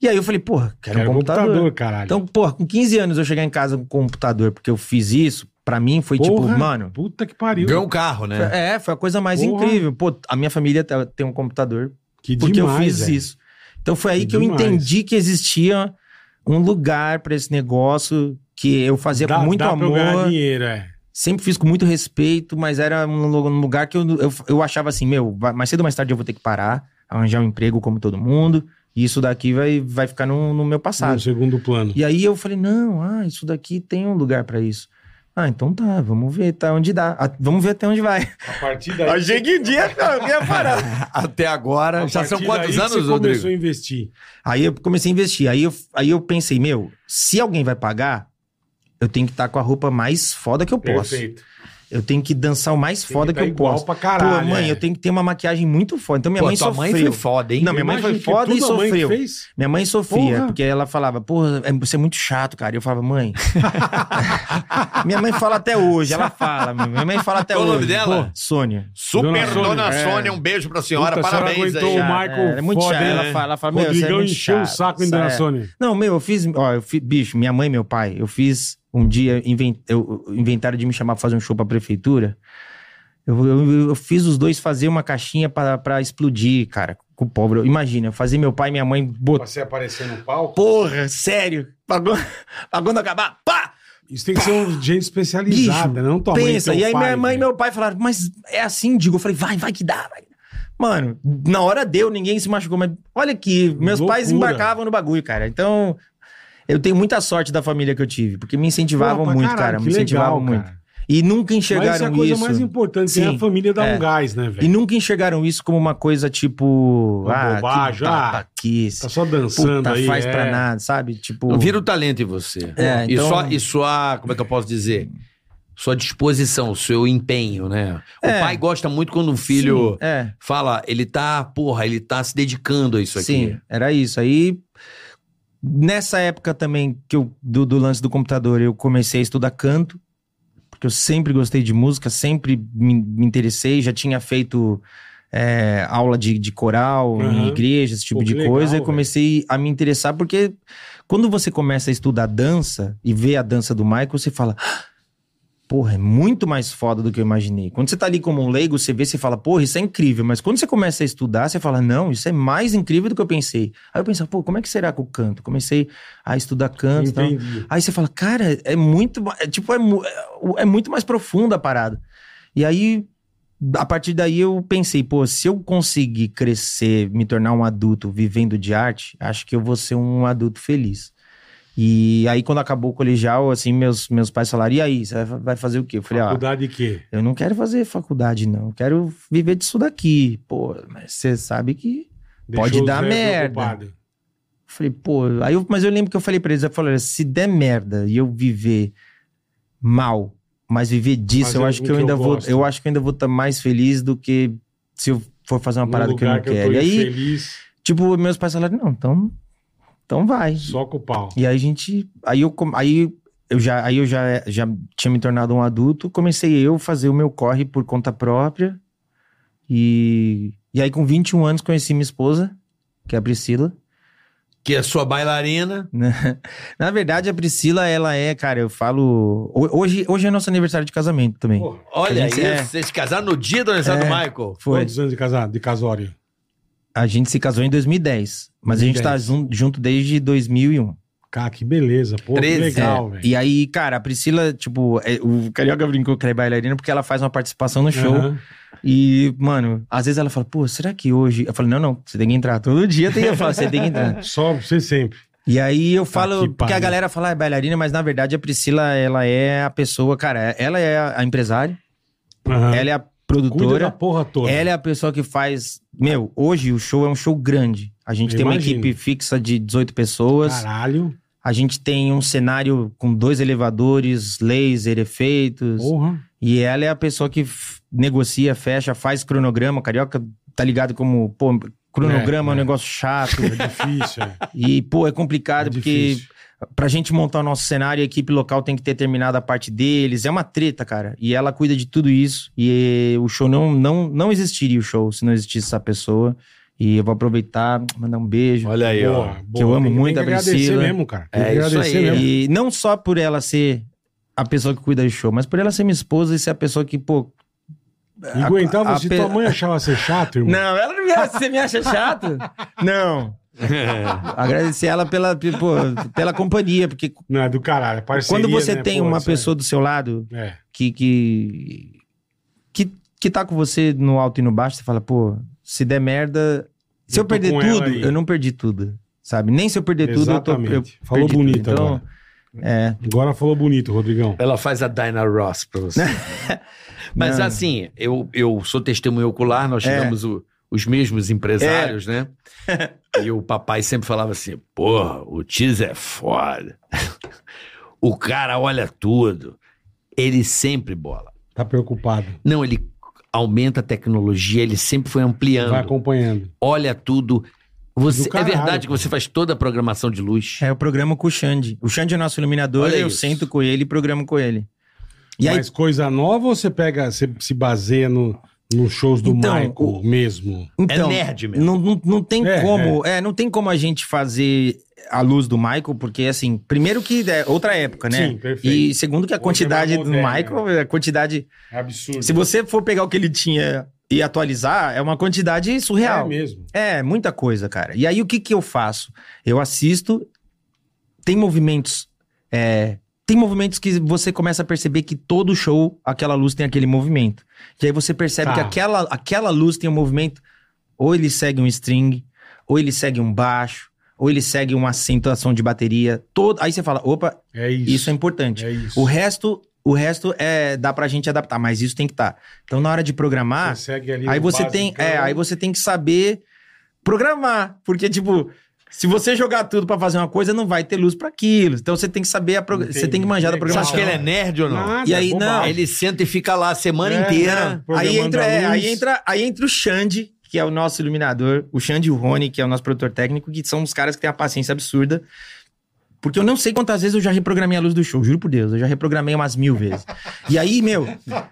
Speaker 5: E aí eu falei, porra, quero,
Speaker 2: Quero
Speaker 5: um computador.
Speaker 2: computador, caralho.
Speaker 5: Então, porra, com 15 anos eu chegar em casa com um computador, porque eu fiz isso, pra mim foi
Speaker 2: Porra,
Speaker 5: tipo, mano,
Speaker 2: Puta que pariu.
Speaker 7: Ganhou um carro, né?
Speaker 5: é, foi a coisa mais
Speaker 2: Porra.
Speaker 5: incrível. Pô, a minha família te- tem um computador
Speaker 2: Que
Speaker 5: porque
Speaker 2: demais,
Speaker 5: eu fiz
Speaker 2: velho.
Speaker 5: isso. Então foi aí
Speaker 2: Que
Speaker 5: que eu
Speaker 2: demais.
Speaker 5: entendi que existia um lugar pra esse negócio que eu fazia
Speaker 2: Dá,
Speaker 5: com É muito
Speaker 2: dá Pra eu ganhar
Speaker 5: amor.
Speaker 2: dinheiro, é.
Speaker 5: Sempre fiz com muito respeito, mas era um lu- um lugar que eu, eu, eu achava assim, meu, vai- mais cedo ou mais tarde eu vou ter que parar, arranjar um emprego como todo mundo, e isso daqui vai, vai ficar no, no meu
Speaker 2: No
Speaker 5: passado.
Speaker 2: segundo plano.
Speaker 5: E aí eu falei, não, ah, isso daqui tem um lugar pra isso. Ah, então tá, vamos ver, tá onde dá. Ah, vamos ver até onde vai.
Speaker 2: A partir daí.
Speaker 5: que um dia não, ia parar.
Speaker 7: Até agora.
Speaker 2: a
Speaker 7: Já são
Speaker 2: partir
Speaker 7: quantos
Speaker 2: daí
Speaker 7: anos,
Speaker 2: você
Speaker 7: Rodrigo?
Speaker 2: começou a investir.
Speaker 5: Aí eu comecei a investir. Aí eu, aí eu pensei, meu, se alguém vai pagar, eu tenho que estar com a roupa mais foda que eu posso.
Speaker 2: Perfeito.
Speaker 5: Eu tenho que dançar o mais
Speaker 2: Tem
Speaker 5: foda que,
Speaker 2: tá
Speaker 5: eu
Speaker 2: igual
Speaker 5: posso.
Speaker 2: pra caralho.
Speaker 5: Pô, mãe,
Speaker 2: é.
Speaker 5: eu tenho que ter uma maquiagem muito foda. Então minha
Speaker 7: Pô,
Speaker 5: mãe
Speaker 7: tua
Speaker 5: sofreu.
Speaker 7: mãe foi foda, hein?
Speaker 5: Não, minha mãe
Speaker 2: Imagina
Speaker 5: foi
Speaker 2: que
Speaker 5: foda e
Speaker 2: tudo a mãe
Speaker 5: sofreu.
Speaker 2: fez.
Speaker 5: Minha mãe sofria,
Speaker 2: Porra.
Speaker 5: porque ela falava, porra, é- você é muito chato, cara. E eu falava,
Speaker 2: *laughs*
Speaker 5: mãe. minha mãe fala até hoje, ela fala. meu. Minha mãe fala até
Speaker 7: Qual o
Speaker 5: hoje.
Speaker 7: nome dela?
Speaker 5: Pô, Sônia.
Speaker 2: Super Dona Sônia. é.
Speaker 7: um beijo pra
Speaker 2: Puta, a senhora aguentou o Michael
Speaker 5: É, ela é muito
Speaker 2: foda,
Speaker 5: chata.
Speaker 2: hein?
Speaker 5: Ela fala, ela fala, meu, você é
Speaker 2: Rodrigão
Speaker 5: muito
Speaker 2: encheu o
Speaker 5: chato,
Speaker 2: saco em
Speaker 5: isso
Speaker 2: Dona
Speaker 5: é.
Speaker 2: Sônia.
Speaker 5: Não, meu, eu fiz. Ó, eu fiz. Bicho, minha mãe e meu pai, eu fiz um dia. Invent, eu, eu- inventaram de me chamar pra fazer um show pra prefeitura. Eu, eu, eu fiz os dois fazer uma caixinha pra, pra explodir, cara, com o pobre. Imagina, eu fazia meu pai e minha mãe botar.
Speaker 2: Pra você aparecer no palco.
Speaker 5: Porra, sério? *laughs* Pagou, pagou no acabar? Pá!
Speaker 2: Isso tem que ser um gente especializada,
Speaker 5: Bicho,
Speaker 2: não tua mãe,
Speaker 5: Pensa.
Speaker 2: teu
Speaker 5: E aí
Speaker 2: pai, né?
Speaker 5: minha mãe e
Speaker 2: velho.
Speaker 5: meu pai falaram, mas é assim, digo. Eu falei, vai, vai que dá, vai. Mano, na hora deu, ninguém se machucou, mas olha que meus
Speaker 2: Loucura.
Speaker 5: pais embarcavam no bagulho, cara. Então, eu tenho muita sorte da família que eu tive, porque me incentivavam
Speaker 2: Porra, pra
Speaker 5: muito,
Speaker 2: caralho,
Speaker 5: cara, me
Speaker 2: que
Speaker 5: incentivavam
Speaker 2: legal,
Speaker 5: muito.
Speaker 2: cara.
Speaker 5: E nunca
Speaker 2: Mas isso é a
Speaker 5: enxergaram
Speaker 2: coisa
Speaker 5: isso.
Speaker 2: mais importante, tem
Speaker 5: Sim,
Speaker 2: a família dar
Speaker 5: é.
Speaker 2: um gás, né, velho?
Speaker 5: E nunca enxergaram isso como uma coisa tipo,
Speaker 2: Uma
Speaker 5: ah,
Speaker 2: bobagem,
Speaker 5: que tapa
Speaker 2: ah,
Speaker 5: aqui,
Speaker 2: Tá só dançando
Speaker 5: puta,
Speaker 2: aí.
Speaker 5: faz
Speaker 2: é.
Speaker 5: pra nada, sabe? Tipo,
Speaker 7: Não vira o talento em você.
Speaker 5: É,
Speaker 7: e,
Speaker 5: então-
Speaker 7: sua, e sua, como é que eu posso dizer? Sua disposição, seu empenho, né? O
Speaker 5: É.
Speaker 7: pai gosta muito quando um filho
Speaker 5: Sim, é.
Speaker 7: fala, ele tá, porra, ele tá se dedicando a isso aqui.
Speaker 5: Sim, era isso. Aí, nessa época também que eu, do, do lance do computador, eu comecei a estudar canto, porque eu sempre gostei de música, sempre me, me interessei, já tinha feito é, aula de, de coral
Speaker 2: Aham.
Speaker 5: em igreja, esse tipo
Speaker 2: Pô,
Speaker 5: de
Speaker 2: que legal,
Speaker 5: coisa, e
Speaker 2: velho.
Speaker 5: comecei a me interessar, porque quando você começa a estudar dança e vê a dança do Michael, você fala. "Ah, Porra, é muito mais foda do que eu imaginei. Quando você tá ali como um leigo, você vê, você fala, porra, isso é incrível. Mas quando você começa a estudar, você fala, não, isso é mais incrível do que eu pensei. Aí eu pensava, pô, como é que será que eu canto? Comecei a estudar canto e tal.
Speaker 2: Entendi.
Speaker 5: Aí você fala, cara, é muito. ma- É, tipo, é, mu- é- é muito mais profunda a parada. E aí, a partir daí, eu pensei, pô, se eu conseguir crescer, me tornar um adulto vivendo de arte, acho que eu vou ser um adulto feliz. E aí, quando acabou o colegial, assim, meus, meus pais falaram: e aí, você vai- vai fazer o quê? Eu falei: ó,
Speaker 2: Faculdade de quê?
Speaker 5: eu não quero fazer faculdade, não. Eu quero viver disso daqui. Pô, mas você sabe que Pode
Speaker 2: Deixou o
Speaker 5: dar
Speaker 2: Zé
Speaker 5: merda.
Speaker 2: preocupado.
Speaker 5: Falei, pô, aí eu- mas eu lembro que eu falei pra eles, eu falei, olha, se der merda e eu viver mal, mas viver disso,
Speaker 2: Fazer
Speaker 5: eu acho
Speaker 2: algo
Speaker 5: que eu
Speaker 2: que
Speaker 5: ainda
Speaker 2: eu
Speaker 5: vou,
Speaker 2: gosto.
Speaker 5: eu acho que eu ainda vou estar mais feliz do que se eu for fazer uma
Speaker 2: Num
Speaker 5: parada que eu não
Speaker 2: lugar
Speaker 5: quero.
Speaker 2: tô
Speaker 5: E aí,
Speaker 2: infeliz,
Speaker 5: tipo, meus pais falaram, não, então, então vai.
Speaker 2: só com o pau.
Speaker 5: E aí a gente, aí eu, com- aí eu já, aí eu já, já tinha me tornado um adulto, comecei eu fazer o meu corre por conta própria. E e aí com 21 anos conheci minha esposa, que é a Priscila.
Speaker 7: Que é sua bailarina.
Speaker 5: né? Na verdade, a Priscila, ela é, cara, eu falo. ho- Hoje, hoje é nosso aniversário de casamento também.
Speaker 2: Porra,
Speaker 7: Olha
Speaker 5: A gente
Speaker 7: isso,
Speaker 5: é-
Speaker 7: vocês casaram no dia do aniversário do Michael.
Speaker 5: Foi.
Speaker 2: Quantos anos de casado? De casório?
Speaker 5: A gente se casou em 2010, mas a gente tá
Speaker 2: 2010.
Speaker 5: jun- junto desde 2001.
Speaker 2: Cara, que beleza, pô. que
Speaker 7: 13,
Speaker 2: legal, velho.
Speaker 5: É. E aí, cara, a Priscila, tipo, é- o Carioca brincou que ela é bailarina porque ela faz uma participação no show.
Speaker 2: Aham.
Speaker 5: E, mano, às vezes ela fala, pô, será que hoje. Eu falo, não, não, você tem que entrar. Todo dia tem eu falo, você tem que
Speaker 2: *laughs*
Speaker 5: entrar.
Speaker 2: Só pra você sempre.
Speaker 5: E aí eu
Speaker 2: Tá
Speaker 5: falo,
Speaker 2: que
Speaker 5: porque a
Speaker 2: pariu.
Speaker 5: galera fala ah, é bailarina, mas na verdade a Priscila, ela é a pessoa, cara, ela é a- a empresária,
Speaker 2: Aham.
Speaker 5: ela é
Speaker 2: Cuida
Speaker 5: a
Speaker 2: da
Speaker 5: produtora.
Speaker 2: porra toda.
Speaker 5: Ela é a pessoa que faz. Meu, hoje o show é um show grande. A gente
Speaker 2: Eu
Speaker 5: tem
Speaker 2: imagino.
Speaker 5: uma equipe fixa de 18 pessoas.
Speaker 2: Caralho.
Speaker 5: A gente tem um cenário com dois elevadores, laser, efeitos.
Speaker 2: Porra.
Speaker 5: E ela é a pessoa que f- negocia, fecha, faz cronograma. Carioca tá ligado como, pô, cronograma é,
Speaker 2: É,
Speaker 5: um
Speaker 2: é.
Speaker 5: negócio chato.
Speaker 2: É difícil, é.
Speaker 5: e, pô, é complicado
Speaker 2: É
Speaker 5: porque
Speaker 2: difícil.
Speaker 5: pra gente montar o nosso cenário, a equipe local tem que ter terminado a parte deles. É uma treta, cara. E ela cuida de tudo isso. E o show não, não, não existiria o show se não existisse essa pessoa. E eu vou aproveitar, mandar um beijo.
Speaker 7: Olha aí, ó.
Speaker 2: Boa,
Speaker 5: que eu amo
Speaker 2: Tem
Speaker 5: muito
Speaker 2: tem
Speaker 5: a
Speaker 2: que agradecer
Speaker 5: Priscila.
Speaker 2: mesmo, cara. Tem
Speaker 7: É
Speaker 2: que
Speaker 7: isso
Speaker 2: agradecer
Speaker 7: aí.
Speaker 2: mesmo.
Speaker 5: E não só por ela ser a pessoa que cuida do show, mas por ela ser minha esposa e ser a pessoa que, pô.
Speaker 2: E aguentar
Speaker 5: a- a
Speaker 2: você.
Speaker 5: pe-
Speaker 2: Tua mãe achava você chato, irmão.
Speaker 5: Não, ela não me acha. Você me acha chato? não.
Speaker 7: *laughs*
Speaker 5: Agradecer ela pela, pô, pela companhia, porque
Speaker 2: Não, é do caralho. é Parceria,
Speaker 5: quando você
Speaker 2: né,
Speaker 5: tem
Speaker 2: pô,
Speaker 5: uma
Speaker 2: isso aí.
Speaker 5: pessoa do seu lado
Speaker 2: É.
Speaker 5: que, que, que, que tá com você no alto e no baixo, você fala, pô, se der merda. Se
Speaker 2: Eu
Speaker 5: eu,
Speaker 2: tô
Speaker 5: perder
Speaker 2: com ela
Speaker 5: tudo,
Speaker 2: aí.
Speaker 5: eu não perdi tudo. Sabe? Nem se eu perder tudo, eu tô.
Speaker 2: Exatamente.
Speaker 5: Eu
Speaker 2: Falou
Speaker 5: perdi
Speaker 2: bonito
Speaker 5: tudo. Então,
Speaker 2: agora. Agora falou bonito, Rodrigão.
Speaker 7: Ela faz a Dinah Ross pra você. Mas
Speaker 5: Né? Não.
Speaker 7: assim, eu, eu sou testemunho ocular, nós
Speaker 5: É.
Speaker 7: tivemos o- os mesmos empresários,
Speaker 5: *laughs*
Speaker 7: né? E o papai sempre falava assim: porra, o Tiz é foda. o cara olha tudo. Ele sempre bola.
Speaker 2: Tá preocupado.
Speaker 7: Não, ele aumenta a tecnologia, ele sempre foi ampliando.
Speaker 2: Vai acompanhando.
Speaker 7: Olha tudo. Você,
Speaker 2: Do
Speaker 7: é
Speaker 2: caralho,
Speaker 7: verdade que
Speaker 2: pô.
Speaker 7: você faz toda a programação de luz.
Speaker 5: É, eu programo com o Xande. O Xande é nosso iluminador,
Speaker 7: Olha
Speaker 5: eu
Speaker 7: isso.
Speaker 5: sento com ele e programo com ele. E aí,
Speaker 2: Mas é coisa nova ou você pega, você se baseia no, nos shows do
Speaker 5: Então,
Speaker 2: Michael
Speaker 5: o-
Speaker 2: mesmo?
Speaker 5: então,
Speaker 7: é nerd mesmo.
Speaker 5: não, não, não tem
Speaker 2: É,
Speaker 5: como, é. não tem como a gente fazer a luz do Michael, porque assim, primeiro que é outra época, né?
Speaker 2: Sim, perfeito.
Speaker 5: E segundo que a
Speaker 2: Hoje é
Speaker 5: quantidade
Speaker 2: mais
Speaker 5: do
Speaker 2: moderno,
Speaker 5: Michael, a quantidade,
Speaker 2: É absurdo.
Speaker 5: se você for pegar o que ele tinha e atualizar, é uma quantidade surreal.
Speaker 2: É mesmo.
Speaker 5: É, muita coisa, cara. E aí o que que eu faço? Eu assisto, tem movimentos, é, tem movimentos que você começa a perceber que todo show, aquela luz tem aquele movimento. E aí você percebe
Speaker 2: Tá.
Speaker 5: que aquela, aquela luz tem um movimento, ou ele segue um string, ou ele segue um baixo, ou ele segue uma acentuação de bateria. Todo... Aí você fala, opa,
Speaker 2: É isso.
Speaker 5: isso é importante.
Speaker 2: É isso.
Speaker 5: O resto, o resto é dá pra gente adaptar, mas isso tem que estar. Então na hora de programar,
Speaker 2: Você segue ali
Speaker 5: Aí
Speaker 2: o
Speaker 5: você tem,
Speaker 2: basicão.
Speaker 5: é, aí
Speaker 7: então.
Speaker 5: você tem que saber programar, porque tipo, se você jogar tudo pra fazer uma coisa, não vai ter luz pra aquilo. Então você tem que saber, a prog-
Speaker 2: Entendi.
Speaker 5: você tem que manjar da
Speaker 2: Legal.
Speaker 7: Você
Speaker 5: programação.
Speaker 7: acha que ele é nerd ou não?
Speaker 2: Nada, é
Speaker 5: E aí, não,
Speaker 2: bobagem.
Speaker 7: Ele senta e fica lá a semana
Speaker 2: É,
Speaker 7: inteira.
Speaker 2: não.
Speaker 5: Aí
Speaker 2: programando
Speaker 5: entra,
Speaker 2: a
Speaker 5: é,
Speaker 2: luz.
Speaker 5: aí entra, aí entra o Xande, que é o nosso iluminador, o Xande e o Rony, que é o nosso produtor técnico, que são os caras que têm a paciência absurda. Porque eu não sei quantas vezes eu já reprogramei a luz do show, juro por Deus, eu já reprogramei umas mil vezes. E aí, meu,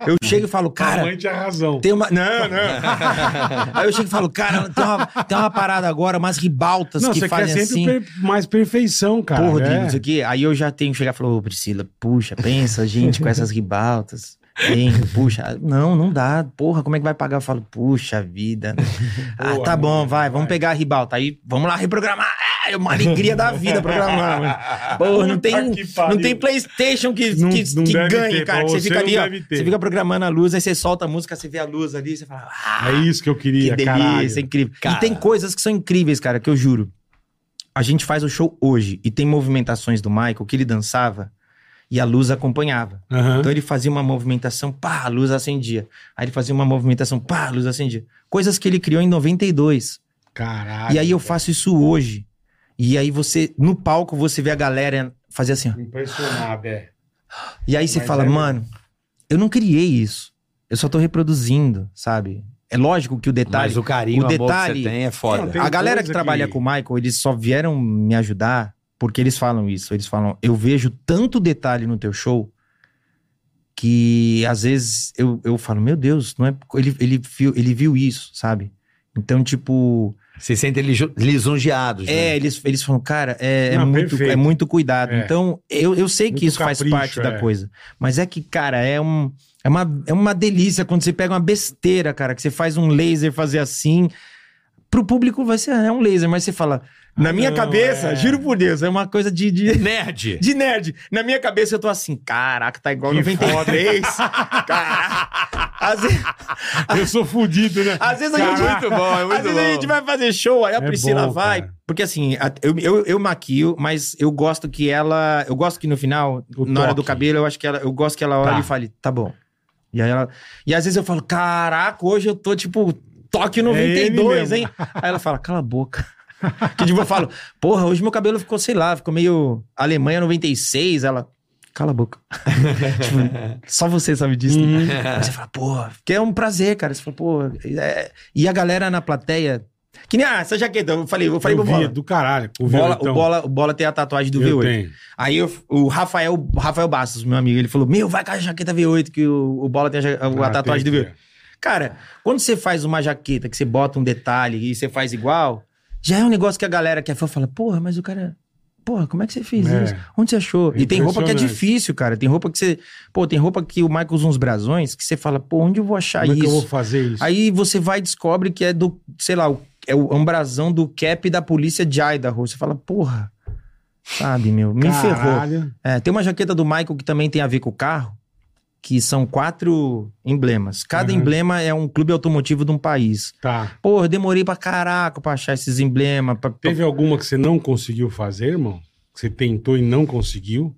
Speaker 5: eu chego e falo,
Speaker 2: Cara,
Speaker 5: cara,
Speaker 2: Mamãe tinha é razão.
Speaker 5: Tem uma. Não,
Speaker 2: *laughs*
Speaker 5: não. Aí eu chego e falo, cara, tem uma, tem uma parada agora, umas ribaltas
Speaker 2: Não,
Speaker 5: que
Speaker 2: você quer
Speaker 5: fazem
Speaker 2: sempre
Speaker 5: assim.
Speaker 2: per- mais perfeição, cara.
Speaker 5: Pô, Rodrigo,
Speaker 2: é. *laughs*
Speaker 5: não sei o quê. Aí eu já tenho que chegar e falar, ô Priscila, puxa, pensa, gente, com essas ribaltas. Hein, puxa, não, não dá. Porra, como é que vai pagar? Eu falo,
Speaker 2: *laughs*
Speaker 5: puxa vida. ah,
Speaker 2: Boa,
Speaker 5: tá bom,
Speaker 2: mano,
Speaker 5: vai,
Speaker 2: vai.
Speaker 5: vamos pegar a ribalta. Aí vamos lá reprogramar. Ah, É uma alegria da vida
Speaker 2: *laughs*
Speaker 5: programar, mano. Pô, não tem, um
Speaker 2: Puta que pariu.
Speaker 5: não tem PlayStation que,
Speaker 2: Não-
Speaker 5: que,
Speaker 2: não
Speaker 5: que
Speaker 2: deve
Speaker 5: ganhe,
Speaker 2: ter,
Speaker 5: cara.
Speaker 2: pra
Speaker 5: que você
Speaker 2: você
Speaker 5: fica
Speaker 2: não
Speaker 5: ali, ó.
Speaker 2: deve ter.
Speaker 5: Você fica programando a luz, aí você solta a música, você vê a luz ali, você fala, ah,
Speaker 2: É isso que eu
Speaker 5: que
Speaker 2: queria,
Speaker 5: delícia,
Speaker 2: caralho.
Speaker 5: incrível.
Speaker 7: Cara.
Speaker 5: E tem coisas que são incríveis, cara, que eu juro. A gente faz o show hoje e tem movimentações do Michael que ele dançava e a luz acompanhava.
Speaker 2: Aham.
Speaker 5: Então ele fazia uma movimentação, pá, a luz acendia. Aí ele fazia uma movimentação, pá, a luz acendia. Coisas que ele criou em 92.
Speaker 2: Caralho.
Speaker 5: e aí eu
Speaker 2: é.
Speaker 5: faço isso hoje. E aí você, no palco, você vê a galera fazer assim, ó.
Speaker 2: Impressionado, é.
Speaker 5: E aí você
Speaker 2: Mas
Speaker 5: fala,
Speaker 2: é-
Speaker 5: mano, eu não criei isso. Eu só tô reproduzindo, sabe? É lógico que o detalhe.
Speaker 7: Mas o carinho, o
Speaker 5: o
Speaker 7: detalhe
Speaker 5: detalhe-
Speaker 7: que você tem é foda.
Speaker 2: Não, tem
Speaker 5: a galera que
Speaker 2: coisa
Speaker 5: trabalha
Speaker 2: que-
Speaker 5: com o Michael, eles só vieram me ajudar porque eles falam isso. Eles falam, eu vejo tanto detalhe no teu show que às vezes eu, eu falo, meu Deus, não é. Ele, ele, viu, ele viu isso, sabe? Então, tipo.
Speaker 7: Se sentem liso- lisonjeados,
Speaker 5: É,
Speaker 7: né?
Speaker 5: eles, eles falam, cara, é, é
Speaker 2: Não,
Speaker 5: muito,
Speaker 2: perfeito.
Speaker 5: é muito cuidado.
Speaker 2: É.
Speaker 5: Então, eu, eu sei
Speaker 2: Muito
Speaker 5: que isso faz
Speaker 2: capricho,
Speaker 5: parte
Speaker 2: é.
Speaker 5: da coisa. Mas é que, cara, é, um, é, uma, é uma delícia quando você pega uma besteira, cara, que você faz um laser fazer assim. Pro público vai ser é um laser, mas você fala. Na minha
Speaker 2: Não,
Speaker 5: cabeça,
Speaker 2: é.
Speaker 5: juro por Deus, é uma coisa de,
Speaker 2: *laughs*
Speaker 5: de,
Speaker 7: Nerd.
Speaker 5: de nerd. Na minha cabeça eu tô assim, caraca, tá igual
Speaker 2: Que
Speaker 5: 93. *laughs* Caraca. Às vezes,
Speaker 2: Eu sou fudido, né?
Speaker 5: *laughs* às vezes a gente.
Speaker 2: Caraca.
Speaker 7: bom, é
Speaker 5: Às vezes a gente vai fazer show, aí a
Speaker 2: É
Speaker 5: Priscila
Speaker 2: bom,
Speaker 5: vai.
Speaker 2: cara.
Speaker 5: Porque assim, a- eu, eu, eu maquio, mas eu gosto que ela. Eu gosto que no final,
Speaker 2: O
Speaker 5: na hora do
Speaker 2: toque.
Speaker 5: cabelo, eu acho que ela. Eu gosto que ela olhe
Speaker 2: Tá.
Speaker 5: e fale, tá bom. E aí ela. E às vezes eu falo, caraca, hoje eu tô tipo. Toque
Speaker 2: É ele
Speaker 5: 92,
Speaker 2: mesmo.
Speaker 5: hein? Aí ela fala, cala a boca. *laughs* que tipo, eu falo, porra, hoje meu cabelo ficou, sei lá, ficou meio Alemanha 96. Ela, cala a boca. *laughs* tipo, só você sabe disso. né?
Speaker 2: Uhum.
Speaker 5: Aí você fala, pô, que é um prazer, cara. Você fala, pô. é- E a galera na plateia. Que nem ah, essa jaqueta. Eu falei, eu falei
Speaker 2: eu
Speaker 5: pro
Speaker 2: vi, é
Speaker 5: Bola.
Speaker 2: do caralho. O então.
Speaker 5: Bola, o, bola, o Bola tem a tatuagem do
Speaker 2: eu
Speaker 5: V8.
Speaker 2: tenho.
Speaker 5: Aí eu- o Rafael, o Rafael Bastos, meu amigo, ele falou: Meu, vai com a jaqueta V8, que o, o Bola tem a, ja- a
Speaker 2: Ah,
Speaker 5: tatuagem do
Speaker 2: tem
Speaker 5: V8.
Speaker 2: que ter.
Speaker 5: Cara, quando você faz uma jaqueta que você bota um detalhe e você faz igual, já é um negócio que a galera que é fã fala, porra, mas o cara. Porra, como é que você fez
Speaker 2: É.
Speaker 5: isso? Onde você achou?
Speaker 2: É
Speaker 5: e tem roupa que é
Speaker 2: impressionante.
Speaker 5: difícil, cara. Tem roupa que você. Pô, tem roupa que o Michael usa uns brasões que você fala, pô, onde eu vou achar
Speaker 2: Como é que eu
Speaker 5: isso?
Speaker 2: vou fazer isso?
Speaker 5: Aí você vai e descobre que é do, sei lá, o é o- é um brasão do cap da polícia de Idaho. Você fala, porra, sabe, meu, me ferrou.
Speaker 2: Caralho.
Speaker 5: É, tem uma jaqueta do Michael que também tem a ver com o carro, que são quatro emblemas. Cada
Speaker 2: Uhum.
Speaker 5: emblema é um clube automotivo de um país.
Speaker 2: Tá.
Speaker 5: Porra, eu demorei pra caraca pra achar esses emblemas. pra- pra-
Speaker 2: Teve alguma que você não conseguiu fazer, irmão? Que você tentou e não conseguiu?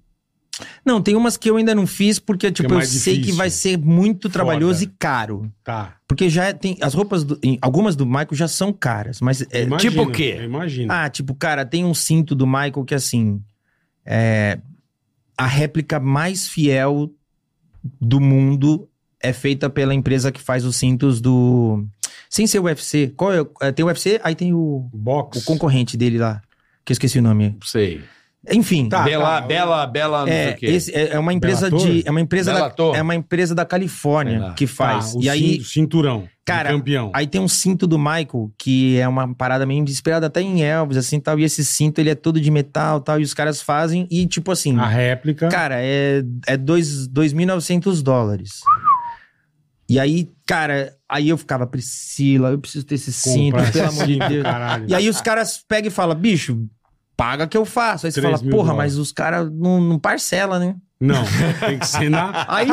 Speaker 5: Não, tem umas que eu ainda não fiz porque, tipo, eu
Speaker 2: mais
Speaker 5: sei que
Speaker 2: difícil.
Speaker 5: vai ser muito trabalhoso
Speaker 2: Foda.
Speaker 5: e caro.
Speaker 2: Tá.
Speaker 5: Porque já é- tem. As roupas, do- em- algumas do Michael já são caras, mas é,
Speaker 2: Imagino,
Speaker 5: tipo o quê?
Speaker 2: eu Imagino.
Speaker 5: Ah, tipo, cara, tem um cinto do Michael que, assim, é a réplica mais fiel do mundo é feita pela empresa que faz os cintos do... Sem ser o UFC. Qual é? o- é, Tem o UFC, aí tem o,
Speaker 2: Box.
Speaker 5: o concorrente dele lá, que eu esqueci o nome.
Speaker 7: Sei.
Speaker 5: Enfim,
Speaker 2: Tá,
Speaker 7: bela,
Speaker 2: tá.
Speaker 7: bela, bela, não sei
Speaker 5: é,
Speaker 7: o quê.
Speaker 5: esse- é, é uma empresa
Speaker 2: Bellator?
Speaker 5: de... É uma empresa, da,
Speaker 7: Bellator?
Speaker 5: é uma empresa da Califórnia
Speaker 7: Sei lá.
Speaker 5: que faz.
Speaker 2: Tá, o
Speaker 5: e aí...
Speaker 2: cin- cinturão.
Speaker 5: Cara,
Speaker 2: Cara, campeão.
Speaker 5: Aí tem um cinto do Michael, que é uma parada meio inspirada até em Elvis, assim, tal. E esse cinto, ele é todo de metal, tal. E os caras fazem, e tipo assim...
Speaker 2: a réplica.
Speaker 5: Cara, é, é dois- 2.900 dólares. E aí, cara... Aí eu ficava, Priscila, eu preciso ter esse cinto,
Speaker 2: comprar
Speaker 5: pelo
Speaker 2: esse
Speaker 5: amor de
Speaker 2: cinto,
Speaker 5: Deus.
Speaker 2: Caralho.
Speaker 5: E aí os caras pegam e falam, bicho, paga que eu faço. Aí você
Speaker 2: 3
Speaker 5: fala,
Speaker 2: mil
Speaker 5: porra,
Speaker 2: dólares.
Speaker 5: mas os caras não, não parcela, né?
Speaker 2: Não, tem que ser
Speaker 5: *laughs*
Speaker 2: na.
Speaker 5: Aí,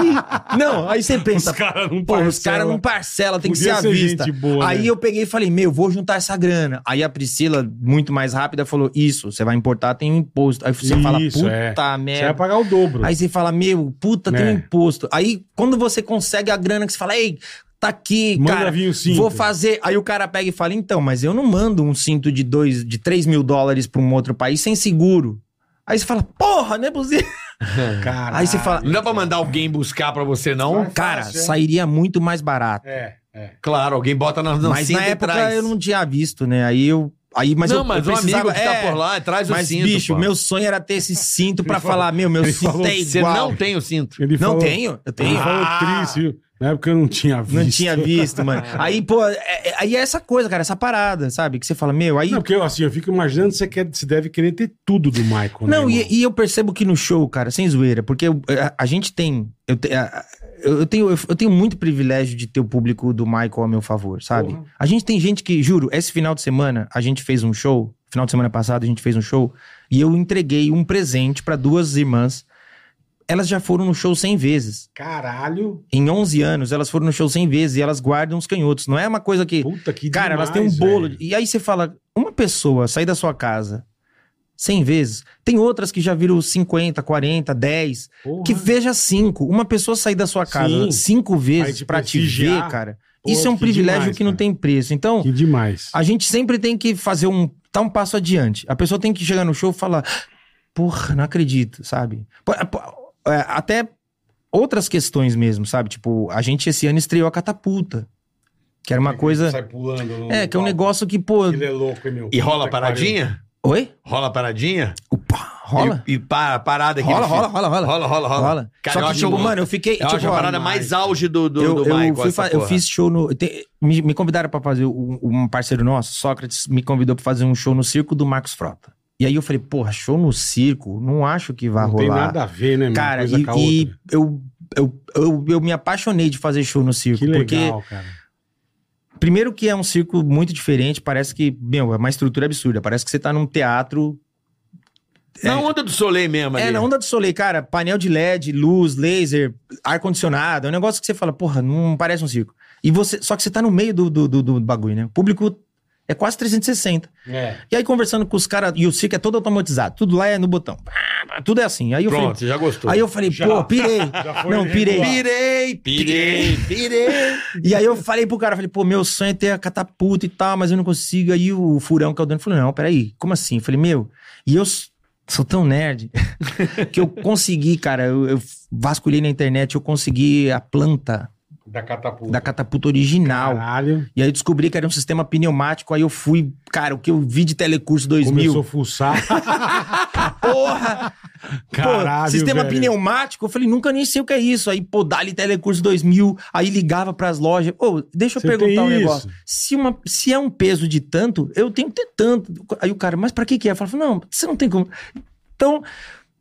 Speaker 5: não, aí você
Speaker 2: Os
Speaker 5: pensa,
Speaker 2: caras não
Speaker 5: Pô,
Speaker 2: parcelam.
Speaker 5: os caras não parcela, tem que ser
Speaker 2: Podia
Speaker 5: à vista.
Speaker 2: gente boa,
Speaker 5: Aí
Speaker 2: né?
Speaker 5: eu peguei e falei, meu, vou juntar essa grana. Aí a Priscila, muito mais rápida, falou: Isso, você vai importar, tem um imposto. Aí você fala,
Speaker 2: Isso, é.
Speaker 5: puta
Speaker 2: Você vai
Speaker 5: merda.
Speaker 2: pagar o dobro.
Speaker 5: Aí você fala, meu, puta, tem um
Speaker 2: É.
Speaker 5: imposto. Aí quando você consegue a grana que você fala, ei, tá aqui,
Speaker 2: Manda
Speaker 5: cara.
Speaker 2: vir o cinto.
Speaker 5: Vou fazer. Aí o cara pega e fala: então, mas eu não mando um cinto de dois, de 3 mil dólares pra um outro país sem seguro. Aí você fala, porra, não é possível.
Speaker 2: *laughs* Caralho.
Speaker 5: Aí você fala,
Speaker 4: Não dá pra mandar alguém buscar pra você, não?
Speaker 5: cara, sairia muito mais barato.
Speaker 2: É, é.
Speaker 4: Claro, alguém bota na, na
Speaker 5: mas
Speaker 4: cinta
Speaker 5: na
Speaker 4: e
Speaker 5: época
Speaker 4: traz.
Speaker 5: eu não tinha visto, né? Aí eu. Aí, mas
Speaker 4: não,
Speaker 5: eu,
Speaker 4: mas
Speaker 5: eu
Speaker 4: um
Speaker 5: precisava-
Speaker 4: amigo que tá
Speaker 5: é,
Speaker 4: por lá, traz o
Speaker 5: Mas,
Speaker 4: cinto.
Speaker 5: bicho,
Speaker 4: pô.
Speaker 5: meu sonho era ter esse cinto pra falar: meu, meu
Speaker 2: ele
Speaker 5: cinto
Speaker 2: falou,
Speaker 5: é
Speaker 4: Você
Speaker 5: igual.
Speaker 4: não Ah, tem o cinto.
Speaker 2: Ele
Speaker 5: Não
Speaker 2: falou,
Speaker 5: tenho, eu
Speaker 2: Ele
Speaker 5: tenho.
Speaker 2: falou triste, viu? Na época eu não tinha visto.
Speaker 5: Não tinha
Speaker 4: *laughs*
Speaker 5: visto, mano. Aí, pô, é- é- aí é essa coisa, cara, essa parada, sabe? Que você fala, meu, aí.
Speaker 2: Não,
Speaker 5: Não,
Speaker 2: porque eu, assim, eu fico imaginando que você, quer, você deve querer ter tudo do Michael, né, irmão?
Speaker 5: e, e eu percebo que no show, cara, sem zoeira, porque eu- eh, a, a gente tem. Eu, te- a- eu- eu tenho, eu, tenho muito privilégio de ter o público do Michael a meu favor, sabe?
Speaker 2: Porra.
Speaker 5: A gente tem gente que, juro, esse final de semana a gente fez um show. Final de semana passado a gente fez um show. E eu entreguei um presente pra duas irmãs. Elas já foram no show 100 vezes.
Speaker 2: Caralho.
Speaker 5: Em 11 anos, elas foram no show 100 vezes e elas guardam os canhotos. Não é uma coisa que.
Speaker 2: Puta que
Speaker 5: cara, elas têm um
Speaker 2: demais,
Speaker 5: bolo.
Speaker 2: velho.
Speaker 5: de- E aí você fala, uma pessoa sair da sua casa 100 vezes. Tem outras que já viram 50, 40, 10.
Speaker 2: Porra.
Speaker 5: Que veja cinco. Uma pessoa sair da sua casa
Speaker 2: Sim.
Speaker 5: cinco vezes
Speaker 2: te
Speaker 5: pra te ver,
Speaker 2: prestigiar.
Speaker 5: cara.
Speaker 2: Porra,
Speaker 5: isso é um
Speaker 2: que
Speaker 5: privilégio
Speaker 2: demais,
Speaker 5: que não
Speaker 2: cara.
Speaker 5: tem preço. Então,
Speaker 2: Que demais.
Speaker 5: a gente sempre tem que fazer um. tá um passo adiante. A pessoa tem que chegar no show e falar. Porra, não acredito, sabe? Pô, é, pô, é, Até outras questões mesmo, sabe? Tipo, a gente esse ano estreou a catapulta. Que era uma coisa.
Speaker 2: Sai pulando no-
Speaker 5: É, que é um
Speaker 2: no palco.
Speaker 5: negócio que, pô.
Speaker 2: Ele é louco, hein, meu?
Speaker 4: E
Speaker 2: Puta
Speaker 4: rola
Speaker 2: que
Speaker 4: paradinha?
Speaker 5: Oi?
Speaker 4: Rola paradinha?
Speaker 5: Opa, rola?
Speaker 4: E, e pa- parada aqui.
Speaker 5: Rola, rola, rola, rola.
Speaker 4: Rola, rola, rola.
Speaker 5: Rola.
Speaker 4: Cara, eu
Speaker 5: Só que,
Speaker 4: acho
Speaker 5: tipo,
Speaker 4: um-
Speaker 5: mano, eu fiquei.
Speaker 4: Eu
Speaker 5: tipo,
Speaker 4: acho a
Speaker 5: ó,
Speaker 4: parada mais auge do, do,
Speaker 5: eu,
Speaker 4: do
Speaker 5: eu
Speaker 4: Michael.
Speaker 5: fui
Speaker 4: essa
Speaker 5: fa- eu
Speaker 4: porra.
Speaker 5: fiz show no. te- me, me convidaram pra fazer. Um, um parceiro nosso, Sócrates, me convidou pra fazer um show no circo do Marcos Frota. E aí eu falei, porra, show no circo? Não acho que vai
Speaker 2: Não
Speaker 5: rolar.
Speaker 2: tem nada a ver, né, meu?
Speaker 5: Cara,
Speaker 2: Coisa
Speaker 5: e,
Speaker 2: com a
Speaker 5: e
Speaker 2: outra.
Speaker 5: eu, eu, eu, eu me apaixonei de fazer show no circo.
Speaker 2: Que
Speaker 5: Porque,
Speaker 2: legal, cara.
Speaker 5: primeiro, que é um circo muito diferente, parece que, meu, é uma estrutura absurda. Parece que você tá num teatro.
Speaker 4: Na onda do Soleil mesmo ali.
Speaker 5: É, na onda do Soleil, cara, painel de LED, luz, laser, ar-condicionado. É um negócio que você fala, porra, não parece um circo. E você, só que você tá no meio do, do, do, do bagulho, né? O público é quase 360.
Speaker 2: É.
Speaker 5: E aí, conversando com os caras, e o circo é todo automatizado, tudo lá é no botão. Tudo é assim. Aí eu
Speaker 4: Pronto,
Speaker 5: falei,
Speaker 4: já gostou.
Speaker 5: aí eu falei
Speaker 2: Já.
Speaker 5: pô, pirei.
Speaker 2: *laughs* Já foi
Speaker 5: Não, pirei.
Speaker 2: regular.
Speaker 4: Pirei, pirei,
Speaker 5: *laughs*
Speaker 4: pirei.
Speaker 5: E aí eu falei pro cara, falei, pô, meu sonho é ter a catapulta e tal, mas eu não consigo. Aí o furão que é o dono falou, não, peraí, como assim? Eu falei, meu, e eu s- sou tão nerd *laughs* que eu consegui, cara, eu, eu vasculhei na internet, eu consegui a planta
Speaker 2: Da catapulta.
Speaker 5: da catapulta original.
Speaker 2: Caralho.
Speaker 5: E aí eu descobri que era um sistema pneumático, aí eu fui, cara, o que eu vi de telecurso 2000.
Speaker 2: Começou a
Speaker 5: *laughs*
Speaker 2: fuçar.
Speaker 5: Porra!
Speaker 2: *laughs* Caralho,
Speaker 5: pô, sistema
Speaker 2: velho.
Speaker 5: pneumático. Eu falei, nunca nem sei o que é isso. Aí, pô, dá-lhe telecurso 2000. Aí ligava pras lojas. Pô, deixa eu
Speaker 2: Você
Speaker 5: perguntar
Speaker 2: tem
Speaker 5: um
Speaker 2: isso?
Speaker 5: negócio. Se, uma, se é um peso de tanto, eu tenho que ter tanto. Aí o cara, mas pra que que é? Eu falo, não, você não tem como. Então,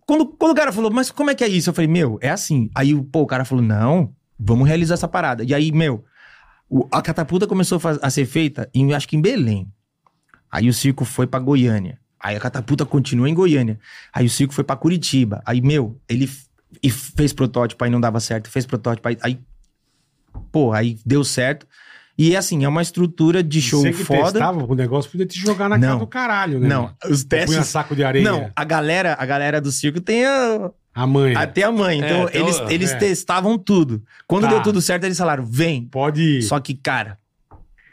Speaker 5: quando, quando o cara falou, mas como é que é isso? Eu falei, meu, é assim. Aí, pô, o cara falou, não, vamos realizar essa parada. E aí, meu, o- a catapulta começou a, faz- a ser feita, em, acho que em Belém. Aí o circo foi pra Goiânia. Aí a catapulta continua em Goiânia. Aí o circo foi pra Curitiba. Aí, meu, ele f- e fez protótipo, aí não dava certo, fez protótipo, aí, aí. Pô, aí deu certo. E assim, é uma estrutura de show
Speaker 2: Você que
Speaker 5: foda.
Speaker 2: testava o negócio, podia te jogar na cara
Speaker 5: Não.
Speaker 2: do caralho, né?
Speaker 5: Não, os
Speaker 2: Punha
Speaker 5: testes.
Speaker 2: saco de areia.
Speaker 5: Não, a galera, a galera do circo tem a,
Speaker 2: A mãe.
Speaker 5: até a mãe. Então,
Speaker 4: então,
Speaker 5: eles, eles
Speaker 2: é.
Speaker 5: testavam tudo. Quando
Speaker 2: Tá.
Speaker 5: deu tudo certo, eles falaram: vem.
Speaker 2: Pode
Speaker 5: Só que, cara,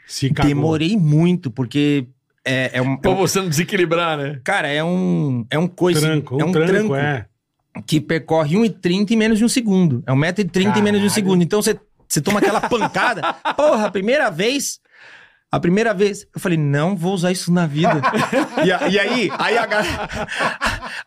Speaker 2: se cagou.
Speaker 5: demorei muito, porque é, é um. é
Speaker 4: Pra
Speaker 5: um-
Speaker 4: você não desequilibrar, né?
Speaker 5: cara, é um. É um coice.
Speaker 2: Tranco, um
Speaker 5: é um
Speaker 2: tranco,
Speaker 5: tranco,
Speaker 2: é.
Speaker 5: que percorre 1,30 em menos de um segundo. É 1,30m em menos de um
Speaker 2: Caralho.
Speaker 5: segundo. Então você você toma aquela pancada.
Speaker 2: *laughs*
Speaker 5: Porra, a primeira vez. A primeira vez, eu falei, não vou usar isso na
Speaker 2: *laughs*
Speaker 5: vida. e, a- e aí, aí a, ga-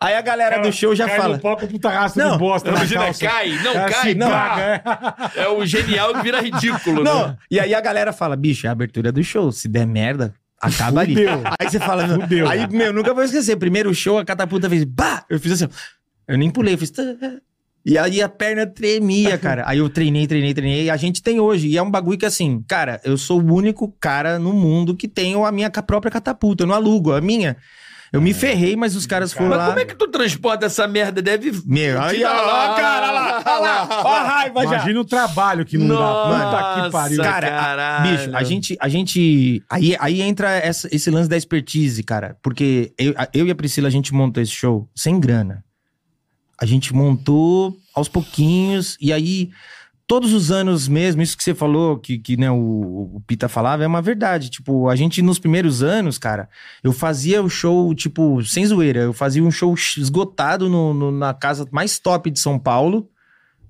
Speaker 5: *laughs* aí a galera do show já
Speaker 2: cai
Speaker 5: fala.
Speaker 2: no palco, puta raça
Speaker 5: Não,
Speaker 2: de bosta na
Speaker 4: Imagina,
Speaker 2: calça.
Speaker 4: cai, não
Speaker 2: Cara,
Speaker 5: assim,
Speaker 4: cai,
Speaker 2: se
Speaker 4: não.
Speaker 2: caga, é.
Speaker 4: É o genial que vira ridículo, né?
Speaker 5: Não, e aí a galera fala, bicho, é a abertura do show. Se der merda, acaba ali.
Speaker 2: Fudeu.
Speaker 5: Aí você fala, não.
Speaker 2: Fudeu.
Speaker 5: aí, meu, nunca vou esquecer. Primeiro show, a catapulta fez, bah! Eu fiz assim, ó. eu nem pulei, eu fiz. tá. E aí a perna tremia, cara. Aí eu treinei, treinei, treinei. E a gente tem hoje. E é um bagulho que assim, cara, eu sou o único cara no mundo que tem a minha ca- própria catapulta. Eu não alugo, a minha. Eu me ferrei, mas os caras foram
Speaker 4: É. Mas
Speaker 5: lá.
Speaker 4: como é que tu transporta essa merda? Deve.
Speaker 5: Meu, aí, ó,
Speaker 4: Tira lá,
Speaker 5: ó, cara, lá, ó lá, ó a raiva já.
Speaker 2: Imagina o trabalho que não dá. Puta que pariu.
Speaker 4: Nossa,
Speaker 5: Cara, a-
Speaker 4: caralho.
Speaker 5: Bicho, a gente. A gente aí, aí entra essa- esse lance da expertise, cara. Porque eu, a- eu e a Priscila, a gente montou esse show sem grana. A gente montou aos pouquinhos, e aí. Todos os anos mesmo, isso que você falou, que, que né, o, o Pita falava, é uma verdade. Tipo, a gente nos primeiros anos, cara, eu fazia o show, tipo, sem zoeira. Eu fazia um show esgotado no- no- na casa mais top de São Paulo.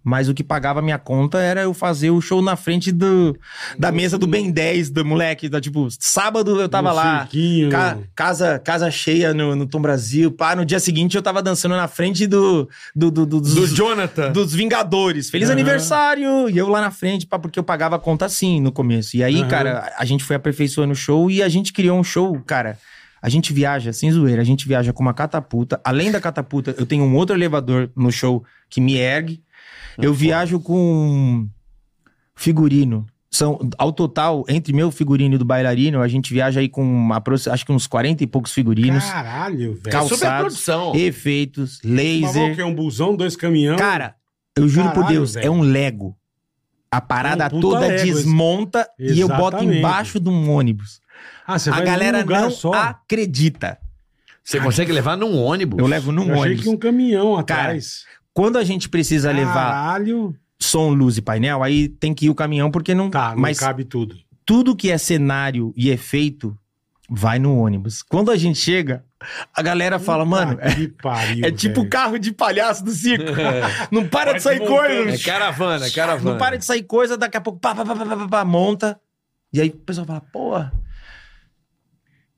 Speaker 5: Mas o que pagava a minha conta era eu fazer o show na frente do, da mesa do Ben 10, do moleque. Da, tipo, sábado eu tava
Speaker 2: No
Speaker 5: lá,
Speaker 2: Um cirquinho,
Speaker 5: ca- casa, casa cheia no, no Tom Brasil. Pá, no dia seguinte eu tava dançando na frente do, do, do-
Speaker 4: Do
Speaker 5: do- dos,
Speaker 4: Jonathan.
Speaker 5: dos Vingadores. Feliz
Speaker 2: Aham.
Speaker 5: aniversário! E eu lá na frente, pá, porque eu pagava a conta assim no começo. E aí,
Speaker 2: Aham.
Speaker 5: cara, a gente foi aperfeiçoando o show e a gente criou um show, cara. A gente viaja, sem zoeira, a gente viaja com uma catapulta. Além da catapulta, eu tenho um outro elevador no show que me ergue. Eu viajo com figurino. São, ao total, entre meu figurino e do bailarino, a gente viaja aí com apro- acho que uns 40 e poucos figurinos,
Speaker 2: Caralho,
Speaker 4: É
Speaker 2: velho.
Speaker 5: Calça,
Speaker 4: Superprodução.
Speaker 5: efeitos,
Speaker 2: Mas o
Speaker 5: laser.
Speaker 2: que é um busão, dois caminhão.
Speaker 5: Cara, eu juro por
Speaker 2: Caralho,
Speaker 5: Deus,
Speaker 2: velho.
Speaker 5: é um Lego. A parada
Speaker 2: É um puta
Speaker 5: toda
Speaker 2: Lego esse.
Speaker 5: desmonta e eu boto
Speaker 2: Exatamente.
Speaker 5: embaixo de um ônibus.
Speaker 2: Ah, você
Speaker 5: a
Speaker 2: vai num
Speaker 5: galera
Speaker 2: lugar
Speaker 5: não tá
Speaker 2: só.
Speaker 5: acredita.
Speaker 4: Você consegue levar num ônibus?
Speaker 5: Eu levo num
Speaker 2: Eu achei
Speaker 5: ônibus.
Speaker 2: que um caminhão
Speaker 5: Cara,
Speaker 2: atrás.
Speaker 5: Quando a gente precisa levar
Speaker 2: Caralho.
Speaker 5: som, luz e painel, aí tem que ir o caminhão porque não.
Speaker 2: Tá, não
Speaker 5: mas
Speaker 2: cabe tudo.
Speaker 5: tudo que é cenário e efeito vai no ônibus. Quando a gente chega, a galera fala, mano,
Speaker 2: Puta que pariu,
Speaker 5: *laughs* é tipo
Speaker 2: velho.
Speaker 5: carro de palhaço do
Speaker 2: *laughs*
Speaker 5: circo. Não para
Speaker 6: Vai
Speaker 5: de sair
Speaker 6: desmontando.
Speaker 5: coisa.
Speaker 4: É caravana, caravana.
Speaker 5: Não para de sair coisa, daqui a pouco pá, pá, pá, pá, pá, pá, pá, monta. E aí o pessoal fala, porra.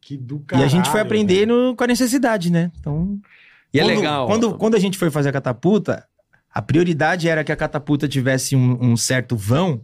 Speaker 2: Que do
Speaker 5: e a gente foi
Speaker 2: caralho, velho.
Speaker 5: aprendendo com a necessidade, né? Então.
Speaker 4: E é
Speaker 5: quando-
Speaker 4: legal.
Speaker 5: Quando, quando a gente foi fazer a catapulta, a prioridade era que a catapulta tivesse um, um certo vão,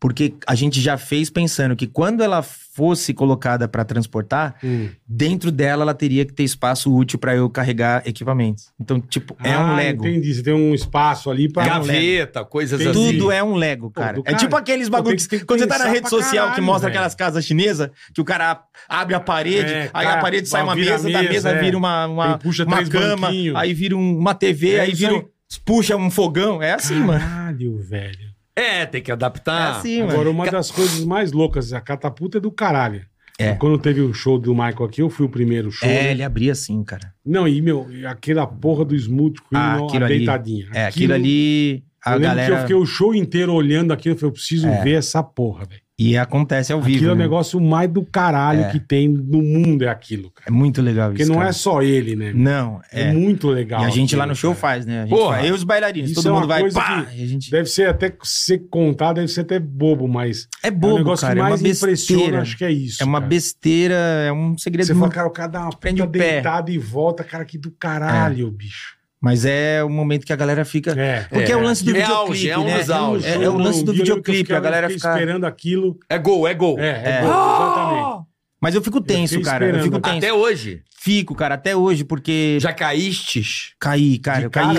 Speaker 5: porque a gente já fez pensando que quando ela fosse colocada para transportar,
Speaker 2: Hum.
Speaker 5: dentro dela ela teria que ter espaço útil para eu carregar equipamentos. Então, tipo, é um
Speaker 2: Ah,
Speaker 5: Lego.
Speaker 2: Entendi. Você tem um espaço ali pra.
Speaker 5: Gaveta,
Speaker 4: Gaveta, coisas
Speaker 2: Tem
Speaker 4: assim.
Speaker 5: né? Tudo é um Lego, cara.
Speaker 2: do
Speaker 5: é
Speaker 2: cara.
Speaker 5: tipo aqueles bagulhos.
Speaker 2: Pô, tem que- tem que
Speaker 5: quando você tá na
Speaker 2: pensar
Speaker 5: rede
Speaker 2: pra
Speaker 5: social que
Speaker 2: caralho,
Speaker 5: mostra
Speaker 2: velho.
Speaker 5: aquelas casas chinesas, que o cara abre a parede,
Speaker 2: É,
Speaker 5: aí
Speaker 2: cara,
Speaker 5: a parede sai uma
Speaker 2: vira
Speaker 5: mesa, da
Speaker 2: mesa,
Speaker 5: mesa
Speaker 2: é.
Speaker 5: vira uma, uma,
Speaker 2: Aí puxa
Speaker 5: uma
Speaker 2: três
Speaker 5: cama,
Speaker 2: banquinhos.
Speaker 5: aí vira um- uma TV,
Speaker 2: É
Speaker 5: aí
Speaker 2: isso
Speaker 5: vira.
Speaker 2: aí.
Speaker 5: um- Puxa um fogão. É assim, mano.
Speaker 2: Caralho, velho.
Speaker 4: É, tem que
Speaker 5: É
Speaker 4: adaptar.
Speaker 5: assim,
Speaker 2: Agora,
Speaker 5: mano.
Speaker 2: uma das coisas mais loucas, a catapulta é do caralho.
Speaker 5: É.
Speaker 2: Quando teve o show do Michael aqui, eu fui o primeiro show.
Speaker 5: É,
Speaker 2: né?
Speaker 5: ele abria assim, cara.
Speaker 2: Não, e meu, aquela porra do smooth com
Speaker 5: Ah,
Speaker 2: a
Speaker 5: aquilo ali.
Speaker 2: deitadinha.
Speaker 5: É, aquilo ali.
Speaker 2: Eu
Speaker 5: A
Speaker 2: lembro que eu
Speaker 5: galera.
Speaker 2: fiquei o show inteiro olhando aquilo, eu falei, eu preciso
Speaker 5: É.
Speaker 2: ver essa porra, velho.
Speaker 5: E acontece ao vivo.
Speaker 2: Aquilo é o
Speaker 5: né?
Speaker 2: negócio mais do caralho
Speaker 5: É.
Speaker 2: que tem no mundo, é aquilo, cara.
Speaker 5: É muito legal isso.
Speaker 2: Porque não
Speaker 5: cara.
Speaker 2: é só ele, né?
Speaker 5: Não,
Speaker 2: É,
Speaker 5: é.
Speaker 2: muito legal.
Speaker 5: E a gente lá
Speaker 2: aquilo,
Speaker 5: no show
Speaker 2: cara.
Speaker 5: faz, né? A gente
Speaker 4: Porra.
Speaker 5: faz. Eu e os bailarinos.
Speaker 2: Isso é
Speaker 5: todo
Speaker 2: uma
Speaker 5: mundo vai.
Speaker 2: coisa
Speaker 5: Pá,
Speaker 2: que
Speaker 5: e a gente...
Speaker 2: Deve ser até ser contar, deve ser até bobo, mas
Speaker 5: É
Speaker 2: é o
Speaker 5: bobo,
Speaker 2: negócio
Speaker 5: cara.
Speaker 2: que mais
Speaker 5: é uma
Speaker 2: impressiona,
Speaker 5: besteira.
Speaker 2: acho que é isso.
Speaker 5: É uma
Speaker 2: cara.
Speaker 5: besteira, é um segredo.
Speaker 2: Você
Speaker 5: muito-
Speaker 2: fala, cara, o cara dá uma
Speaker 5: Prende
Speaker 2: prenda
Speaker 5: o pé.
Speaker 2: deitada e volta, cara, que do caralho, bicho.
Speaker 5: Mas é o momento que a galera fica.
Speaker 2: É.
Speaker 5: Porque é, o lance do
Speaker 4: É
Speaker 5: videoclipe,
Speaker 4: auge, é um
Speaker 5: né?
Speaker 4: dos auges.
Speaker 5: É, é o lance
Speaker 2: Eu lembro que
Speaker 5: do
Speaker 2: os
Speaker 5: videoclipe, a
Speaker 2: caras
Speaker 5: galera
Speaker 2: ficam
Speaker 5: fica.
Speaker 2: esperando aquilo.
Speaker 4: É gol, é gol.
Speaker 2: É, é,
Speaker 5: É.
Speaker 2: bom, exatamente.
Speaker 5: Mas eu fico tenso,
Speaker 2: fiquei
Speaker 5: cara. Eu
Speaker 2: esperando.
Speaker 5: fico tenso.
Speaker 4: Até hoje.
Speaker 5: Fico, cara, até hoje, porque.
Speaker 4: Já caístes?
Speaker 5: caí, cara.
Speaker 2: De
Speaker 5: Eu caí.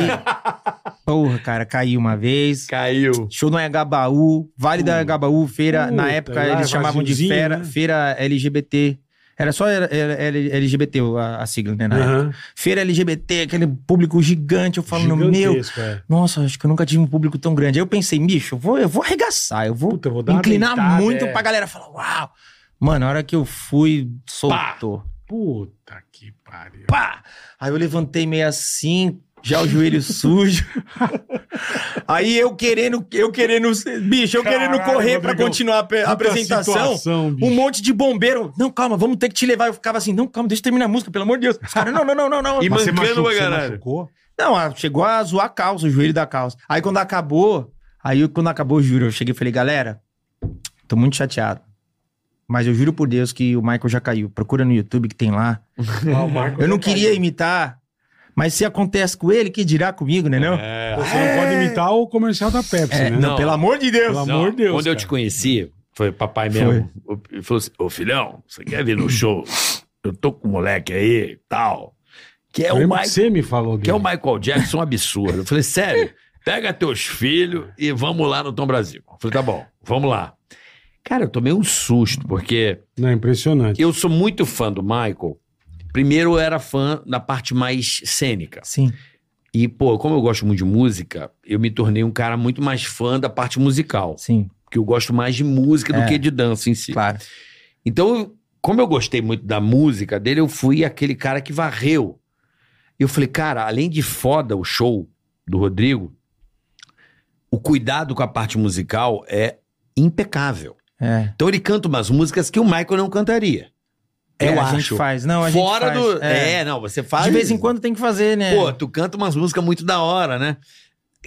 Speaker 5: Porra, cara, caí uma vez.
Speaker 4: Caiu.
Speaker 5: Show no Agabaú, Vale da Agabaú, feira.
Speaker 2: Puta,
Speaker 5: na época
Speaker 2: lá é
Speaker 5: eles chamavam de
Speaker 2: vaziozinho,
Speaker 5: feira,
Speaker 2: né?
Speaker 5: feira LGBT. Era só era- era- era LGBT a, a sigla, né? na época.
Speaker 2: Aham.
Speaker 5: Feira LGBT, aquele público gigante. Eu falo, meu,
Speaker 2: Gigantesco, é.
Speaker 5: nossa, acho que eu nunca tive um público tão grande. Aí eu pensei, bicho, eu vou, eu vou arregaçar, eu vou
Speaker 2: Puta, eu vou dar uma
Speaker 5: inclinar
Speaker 2: deitada,
Speaker 5: muito
Speaker 2: é.
Speaker 5: pra galera falar, uau. Mano, a hora que eu fui, soltou.
Speaker 2: Puta que pariu.
Speaker 5: Pá! Aí eu levantei meio assim, já
Speaker 2: *laughs*
Speaker 5: o joelho sujo. Aí eu querendo, eu querendo, bicho, eu querendo
Speaker 2: Caralho,
Speaker 5: correr pra
Speaker 2: Rodrigão,
Speaker 5: continuar a pe- a
Speaker 2: Puta
Speaker 5: apresentação.
Speaker 2: situação, bicho.
Speaker 5: Um monte de bombeiro. Não, calma, vamos ter que te levar. Eu ficava assim, não, calma, deixa eu terminar a música, pelo amor de Deus. Os caras, não, não, não, não, não.
Speaker 4: E
Speaker 2: Mas você
Speaker 4: mancando né,
Speaker 2: machucou,
Speaker 4: pra
Speaker 2: você
Speaker 4: caralho.
Speaker 2: machucou?
Speaker 5: Não, ah, chegou a zoar a calça, o joelho da calça. Aí quando acabou, aí eu- quando acabou, eu juro, eu cheguei e falei, galera, tô muito chateado. Mas eu juro por Deus que o Michael já caiu. Procura no YouTube que tem lá.
Speaker 4: *laughs*
Speaker 2: Ah, o Marco
Speaker 5: Eu não
Speaker 2: já caiu.
Speaker 5: queria imitar, mas se acontece com ele, que dirá comigo, né não? É,
Speaker 4: É.
Speaker 2: Você não pode imitar o comercial da Pepsi, né?
Speaker 5: não, pelo amor de Deus.
Speaker 2: Pelo amor de Deus.
Speaker 4: Quando eu te
Speaker 2: cara.
Speaker 4: conheci, foi papai mesmo. o- Ele falou assim: Ô filhão, você quer vir no show? Eu tô com o moleque aí e tal. Que é
Speaker 2: Eu
Speaker 4: o
Speaker 2: lembro que
Speaker 4: Michael.
Speaker 2: Você me falou dele.
Speaker 4: Que é o Michael Jackson um absurdo. Eu falei, sério, pega teus filhos e vamos lá no Tom Brasil. Eu falei, tá bom, vamos lá. Cara, eu tomei um susto, porque
Speaker 2: Não, é impressionante.
Speaker 4: eu sou muito fã do Michael. Primeiro, eu era fã da parte mais cênica.
Speaker 5: Sim.
Speaker 4: E, pô, como eu gosto muito de música, eu me tornei um cara muito mais fã da parte musical.
Speaker 5: Sim,
Speaker 4: Porque eu gosto mais de música
Speaker 5: É.
Speaker 4: do que de dança em si.
Speaker 5: claro.
Speaker 4: Então, como eu gostei muito da música dele, eu fui aquele cara que varreu. E eu falei, cara, além de foda o show do Rodrigo, o cuidado com a parte musical é impecável.
Speaker 5: É.
Speaker 4: Então ele canta umas músicas que o Michael não cantaria. eu
Speaker 5: É, a
Speaker 4: acho.
Speaker 5: gente faz, não, a gente
Speaker 4: Fora
Speaker 5: faz,
Speaker 4: do. É.
Speaker 5: é.
Speaker 4: não, você faz.
Speaker 5: De vez em quando tem que fazer, né?
Speaker 4: Pô, tu canta umas músicas muito da hora, né?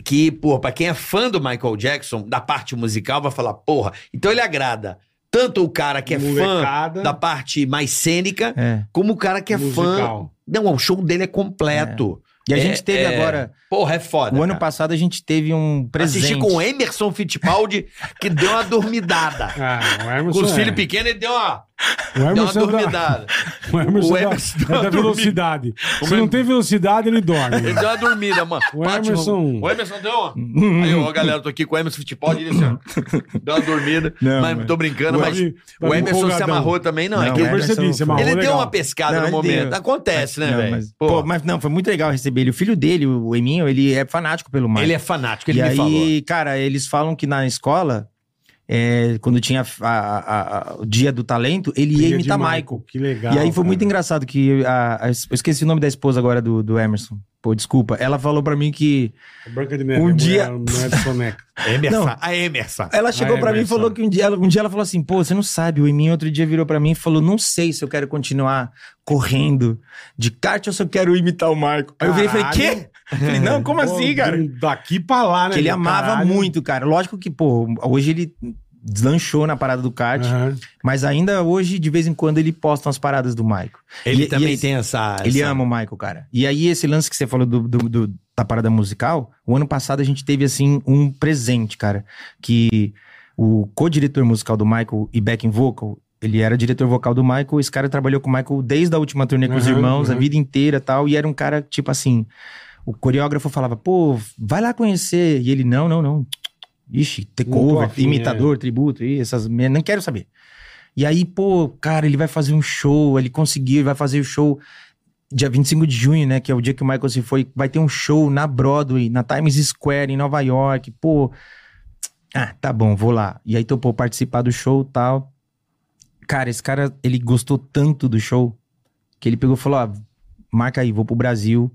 Speaker 4: Que, pô, pra quem é fã do Michael Jackson, da parte musical, vai falar, porra. Então ele agrada tanto o cara que é
Speaker 2: Molecada.
Speaker 4: fã da parte mais cênica,
Speaker 5: É.
Speaker 4: como o cara que é fã.
Speaker 2: musical.
Speaker 4: Não, o show dele é completo.
Speaker 5: E a
Speaker 4: É,
Speaker 5: gente teve
Speaker 4: é,
Speaker 5: agora,
Speaker 4: Porra, é foda.
Speaker 5: o ano
Speaker 4: cara.
Speaker 5: passado a gente teve um presente.
Speaker 4: Assisti com o Emerson Fittipaldi, que deu uma dormidada.
Speaker 2: Ah, o Emerson.
Speaker 4: Com os
Speaker 2: é.
Speaker 4: filhos pequenos, ele deu uma,
Speaker 2: O
Speaker 4: deu uma
Speaker 2: Emerson, é da-
Speaker 5: *laughs*
Speaker 4: dormidada.
Speaker 2: o Emerson,
Speaker 4: O
Speaker 2: é da-
Speaker 4: Emerson *laughs*
Speaker 2: é da
Speaker 4: dormiu.
Speaker 2: velocidade. Se
Speaker 4: meu-
Speaker 2: não tem velocidade, ele
Speaker 4: Ele *laughs*
Speaker 2: dorme.
Speaker 4: deu uma dormida, mano.
Speaker 2: O
Speaker 4: Bate,
Speaker 2: Emerson-
Speaker 4: O Emerson deu uma.
Speaker 5: Uhum.
Speaker 4: Aí, ó, galera, tô aqui com o Emerson Fittipaldi, ele assim, ó, deu uma dormida.
Speaker 5: *laughs* Não,
Speaker 4: mas
Speaker 5: mano.
Speaker 4: tô brincando,
Speaker 2: O
Speaker 4: mas
Speaker 2: Emerson-
Speaker 4: o Emerson se
Speaker 2: tá empolgadão.
Speaker 4: amarrou também, não. é
Speaker 5: Não,
Speaker 4: que
Speaker 2: Eu
Speaker 5: o Emerson
Speaker 2: percebi, você
Speaker 5: foi-
Speaker 2: amarrou
Speaker 4: ele deu
Speaker 2: legal.
Speaker 4: uma pescada
Speaker 5: Não,
Speaker 4: no
Speaker 5: ele
Speaker 4: momento.
Speaker 5: deu.
Speaker 4: Acontece, né,
Speaker 5: Não,
Speaker 4: velho?
Speaker 5: mas,
Speaker 4: Pô,
Speaker 5: pô, mas não, foi muito legal receber ele. O filho dele, o Eminho, ele é fanático pelo Michael.
Speaker 4: ele é fanático, ele
Speaker 5: e
Speaker 4: me
Speaker 5: aí,
Speaker 4: falou.
Speaker 5: cara, eles falam que na escola, é, quando tinha a- a- a- o dia do talento, ele ia
Speaker 2: Briga de
Speaker 5: imitar Michael.
Speaker 2: Que legal.
Speaker 5: e aí foi
Speaker 2: cara.
Speaker 5: muito engraçado que a- a- eu esqueci o nome da esposa agora do, do Emerson. Pô, desculpa. Ela falou pra mim que
Speaker 2: Branca de Neve.
Speaker 5: Um
Speaker 2: mulher-
Speaker 5: dia-
Speaker 2: mulher de soneca.
Speaker 5: *laughs*
Speaker 4: Emerson,
Speaker 5: não.
Speaker 4: a Emerson.
Speaker 5: ela chegou
Speaker 2: Ah,
Speaker 5: pra mim e
Speaker 2: Emerson.
Speaker 5: falou que um dia, ela- um dia ela falou assim: "Pô, você não sabe". O Eminho outro dia virou pra mim e falou: "Não sei se eu quero continuar correndo de kart ou se eu quero imitar o Michael". Aí eu virei e falei:
Speaker 2: Caralho.
Speaker 5: "Quê?" Eu Falei: "Não, como
Speaker 2: *laughs*
Speaker 5: assim,
Speaker 2: Pô,
Speaker 5: cara?"
Speaker 2: Daqui pra lá, né?
Speaker 5: Que ele
Speaker 2: do
Speaker 5: amava
Speaker 2: caralho.
Speaker 5: muito, cara. Lógico que, pô, hoje ele deslanchou na parada do kart,
Speaker 2: Aham.
Speaker 5: mas ainda hoje, de vez em quando, ele posta umas paradas do Maico.
Speaker 4: Ele
Speaker 5: E-
Speaker 4: também
Speaker 5: e-
Speaker 4: tem essa.
Speaker 5: Ele
Speaker 4: essa-
Speaker 5: ama o Maico, cara. E aí, esse lance que você falou do, do- do- da parada musical, o ano passado a gente teve, assim, um presente, cara, que o co-diretor musical do Michael e backing vocal, ele era diretor vocal do Michael, esse cara trabalhou com o Michael desde a última turnê com os
Speaker 2: Aham,
Speaker 5: irmãos, a
Speaker 2: aham.
Speaker 5: vida inteira e tal, e era um cara, tipo assim, o coreógrafo falava, pô, vai lá conhecer, e ele, não, não, não, ixi,
Speaker 2: Não tô
Speaker 5: takeover,
Speaker 2: afim, é.
Speaker 5: imitador, tributo, e essas, mer- não quero saber. E aí, pô, cara, ele vai fazer um show, ele conseguiu, ele vai fazer o show dia 25 de junho, né, que é o dia que o Michael se foi, vai ter um show na Broadway, na Times Square, em Nova York, pô, ah, tá bom, vou lá. E aí topou participar do show e tal. Cara, esse cara, ele gostou tanto do show que ele pegou e falou: ó, marca aí, vou pro Brasil.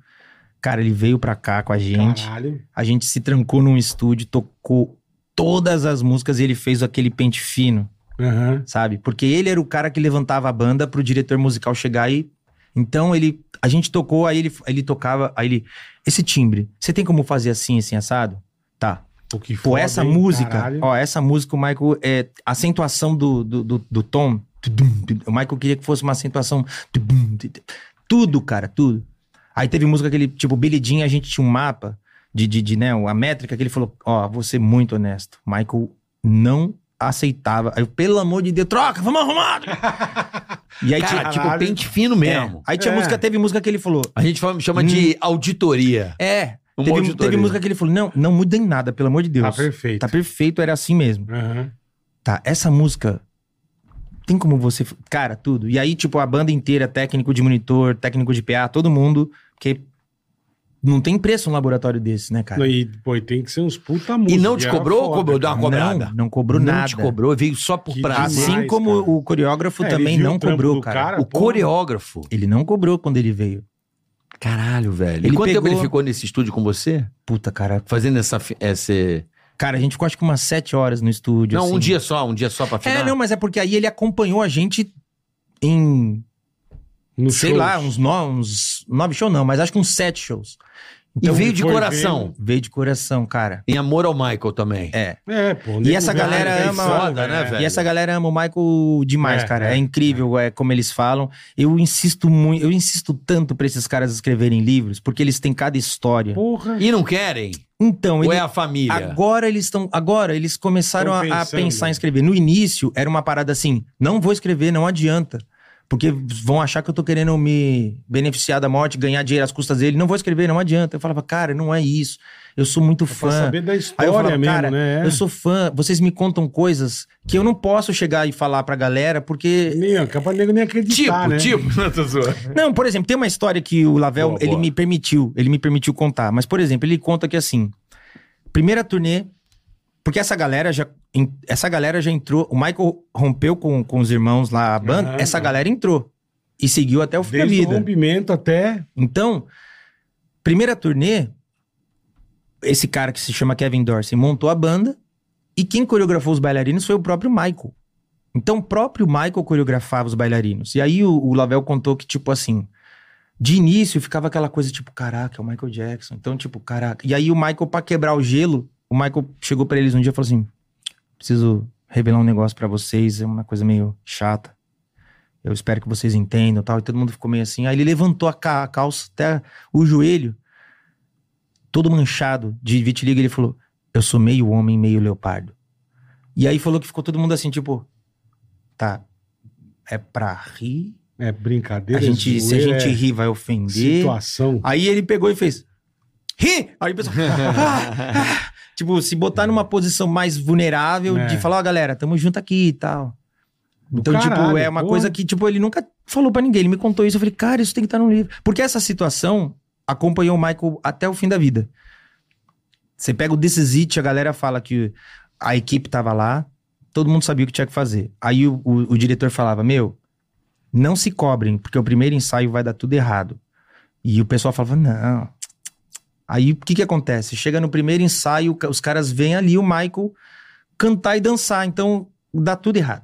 Speaker 5: Cara, ele veio pra cá com a gente.
Speaker 2: Caralho.
Speaker 5: A gente se trancou num estúdio, tocou todas as músicas e ele fez aquele pente fino,
Speaker 2: Aham.
Speaker 5: sabe? Porque ele era o cara que levantava a banda pro diretor musical chegar e. Então ele. A gente tocou, aí ele, ele tocava, aí ele. Esse timbre, você tem como fazer assim, assim, assado? Tá.
Speaker 2: Pô, que
Speaker 5: Pô,
Speaker 2: foda,
Speaker 5: essa
Speaker 2: hein?
Speaker 5: música,
Speaker 2: Caralho.
Speaker 5: ó, essa música, o Michael, é, a acentuação do, do, do, do tom, tudum, tudum, o Michael queria que fosse uma acentuação, tudum, tudum, tudo, cara, tudo. Aí teve música que ele, tipo, Billy Jean, a gente tinha um mapa de, de, de, né, a métrica que ele falou, ó, vou ser muito honesto, Michael não aceitava, aí eu, pelo amor de Deus, troca,
Speaker 2: *laughs*
Speaker 5: vamos arrumar! e aí
Speaker 4: Cara,
Speaker 5: tinha,
Speaker 4: tipo, pente fino mesmo.
Speaker 5: aí tinha
Speaker 2: É.
Speaker 5: música, teve música que ele falou,
Speaker 4: A gente fala- chama de auditoria.
Speaker 5: é,
Speaker 2: Um
Speaker 4: Uma
Speaker 5: teve,
Speaker 4: auditoria.
Speaker 5: teve música que ele falou, não, não muda em nada, pelo amor de Deus.
Speaker 2: Tá perfeito.
Speaker 5: Tá perfeito, era assim mesmo.
Speaker 2: Aham.
Speaker 5: Tá, essa música tem como você. Cara, tudo. E aí, tipo, a banda inteira, técnico de monitor, técnico de PA, todo mundo, porque não tem preço um laboratório desse, né, cara?
Speaker 2: E, pô, e tem que ser uns puta música.
Speaker 4: E não te
Speaker 2: era
Speaker 4: cobrou ou
Speaker 2: foda,
Speaker 4: cobrou? Deu uma
Speaker 2: cara.
Speaker 4: cobrada.
Speaker 5: Não, não cobrou
Speaker 4: não
Speaker 5: nada.
Speaker 4: te cobrou, veio só por
Speaker 2: Que
Speaker 4: prazer.
Speaker 5: Assim
Speaker 2: Demais,
Speaker 5: como
Speaker 2: cara.
Speaker 5: o coreógrafo
Speaker 2: É, ele
Speaker 5: também
Speaker 2: viu
Speaker 5: não
Speaker 2: o trampo
Speaker 5: cobrou,
Speaker 2: do
Speaker 5: cara.
Speaker 2: cara.
Speaker 4: O
Speaker 2: pô.
Speaker 4: coreógrafo.
Speaker 5: Ele não cobrou quando ele veio.
Speaker 4: Caralho, velho. e
Speaker 5: Ele
Speaker 4: quanto tempo
Speaker 5: pegou-
Speaker 4: ele ficou nesse estúdio com você?
Speaker 5: Puta, cara.
Speaker 4: Fazendo essa. fi- esse-
Speaker 5: Cara, a gente ficou acho que umas sete horas no estúdio.
Speaker 4: Não,
Speaker 5: assim.
Speaker 4: um dia só, um dia só pra
Speaker 5: É,
Speaker 4: final.
Speaker 5: não, mas é porque aí ele acompanhou a gente em
Speaker 2: Nos
Speaker 5: sei
Speaker 2: shows.
Speaker 5: lá, uns nove, uns nove shows não, mas acho que uns sete shows. Então,
Speaker 4: e veio
Speaker 2: ele
Speaker 4: de
Speaker 2: foi
Speaker 4: coração.
Speaker 2: vendo.
Speaker 5: Veio de coração, cara.
Speaker 4: Em amor ao Michael também.
Speaker 5: É.
Speaker 2: É, pô.
Speaker 5: E
Speaker 2: nego
Speaker 5: essa
Speaker 2: velho,
Speaker 5: galera
Speaker 2: velho,
Speaker 5: ama-
Speaker 4: Foda, né, velho?
Speaker 5: E essa galera ama o Michael demais,
Speaker 2: É,
Speaker 5: cara. É,
Speaker 2: é,
Speaker 5: incrível é, como eles falam. Eu insisto muito, eu insisto tanto pra esses caras escreverem livros, porque eles têm cada história.
Speaker 2: Porra.
Speaker 4: E não querem?
Speaker 5: Então,
Speaker 4: Ou
Speaker 5: É. ele-
Speaker 4: é a família?
Speaker 5: agora eles estão, agora eles começaram
Speaker 2: Tão
Speaker 5: a- a,
Speaker 2: pensando.
Speaker 5: pensar em escrever. No início era uma parada assim, não vou escrever, não adianta. Porque vão achar que eu tô querendo me beneficiar da morte, ganhar dinheiro às custas dele. Não vou escrever, não adianta. Eu falava, cara, não é isso. Eu sou muito
Speaker 2: Pra
Speaker 5: fã.
Speaker 2: saber da
Speaker 5: Aí
Speaker 2: história
Speaker 5: eu falava,
Speaker 2: mesmo,
Speaker 5: cara,
Speaker 2: né? É.
Speaker 5: eu sou fã, vocês me contam coisas que eu não posso chegar e falar pra galera, porque.
Speaker 2: Nem, acaba é nego nem
Speaker 4: Tipo,
Speaker 5: tá,
Speaker 2: acreditar, né?
Speaker 4: tipo. *laughs* Não, tô zoando.
Speaker 5: *laughs* Não, por exemplo, tem uma história que o Lavel,
Speaker 4: Boa,
Speaker 5: ele
Speaker 4: boa.
Speaker 5: me permitiu, ele me permitiu contar. Mas, por exemplo, ele conta que assim, primeira turnê, porque essa galera já, en- essa galera já entrou, o Michael rompeu com, com os irmãos lá a banda,
Speaker 2: Aham.
Speaker 5: essa galera entrou e seguiu até o fim
Speaker 2: Desde o
Speaker 5: da vida.
Speaker 2: rompimento até...
Speaker 5: Então, primeira turnê, esse cara que se chama Kevin Dorsey montou a banda e quem coreografou os bailarinos foi o próprio Michael. Então, o próprio Michael coreografava os bailarinos. E aí o, o Lavel contou que, tipo assim, de início ficava aquela coisa tipo, caraca, é o Michael Jackson. Então, tipo, caraca. E aí o Michael, pra quebrar o gelo, o Michael chegou pra eles um dia e falou assim: preciso revelar um negócio pra vocês, é uma coisa meio chata. Eu espero que vocês entendam e tal. E todo mundo ficou meio assim. Aí ele levantou a, ca- a calça até o joelho, todo manchado de vitiligo. Ele falou: Eu sou meio homem, meio leopardo. E aí falou que ficou todo mundo assim, tipo: Tá, é pra rir?
Speaker 2: É
Speaker 5: A
Speaker 2: brincadeira.
Speaker 5: gente, se a
Speaker 2: zoeira,
Speaker 5: gente
Speaker 2: é
Speaker 5: rir, vai ofender.
Speaker 2: Situação.
Speaker 5: Aí ele pegou e fez: Ri! Aí o pessoal. "Ah,
Speaker 2: *laughs*
Speaker 5: ah." tipo, se botar numa posição mais vulnerável
Speaker 2: É.
Speaker 5: de falar: Ó, galera, tamo junto aqui e tal. Então, tipo,
Speaker 2: Caralho,
Speaker 5: é uma
Speaker 2: porra.
Speaker 5: coisa que, tipo, ele nunca falou pra ninguém. Ele me contou isso. Eu falei, cara, isso tem que estar no livro. Porque essa situação acompanhou o Michael até o fim da vida. Você pega o This Is It, a galera fala que a equipe tava lá, todo mundo sabia o que tinha que fazer. Aí o, o- o diretor falava, meu, não se cobrem, porque o primeiro ensaio vai dar tudo errado. E o pessoal falava, não. Aí o que que acontece? Chega no primeiro ensaio, os caras veem ali o Michael cantar e dançar. Então, dá tudo errado.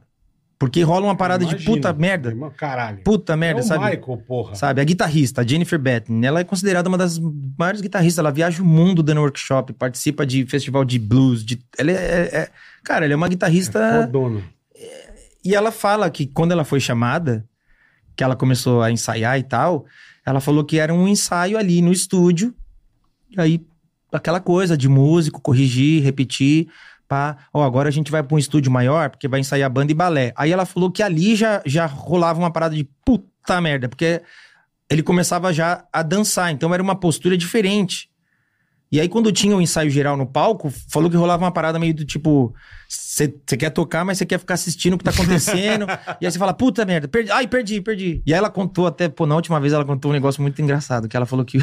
Speaker 5: Porque rola uma parada de
Speaker 2: Imagina.
Speaker 5: puta merda.
Speaker 2: Irmão, Caralho.
Speaker 5: Puta merda,
Speaker 2: é o
Speaker 5: sabe?
Speaker 2: Michael, porra.
Speaker 5: Sabe, a guitarrista, a Jennifer Batten, ela é considerada uma das maiores guitarristas. Ela viaja o mundo dando workshop, participa de festival de blues. De... Ela é, é- é- Cara, ela é uma guitarrista.
Speaker 2: Fodona.
Speaker 5: e ela fala que quando ela foi chamada, que ela começou a ensaiar e tal, ela falou que era um ensaio ali no estúdio. E aí, aquela coisa de músico, corrigir, repetir. Pá, ó, agora a gente vai pra um estúdio maior, porque vai ensaiar banda e balé. Aí ela falou que ali já, já rolava uma parada de puta merda, porque ele começava já a dançar, então era uma postura diferente. E aí, quando tinha o ensaio geral no palco, falou que rolava uma parada meio do tipo: você quer tocar, mas você quer ficar assistindo o que tá acontecendo. e aí você fala, puta merda, perdi, ai, perdi, perdi. E aí ela contou até, pô, na última vez ela contou um negócio muito engraçado, que ela falou que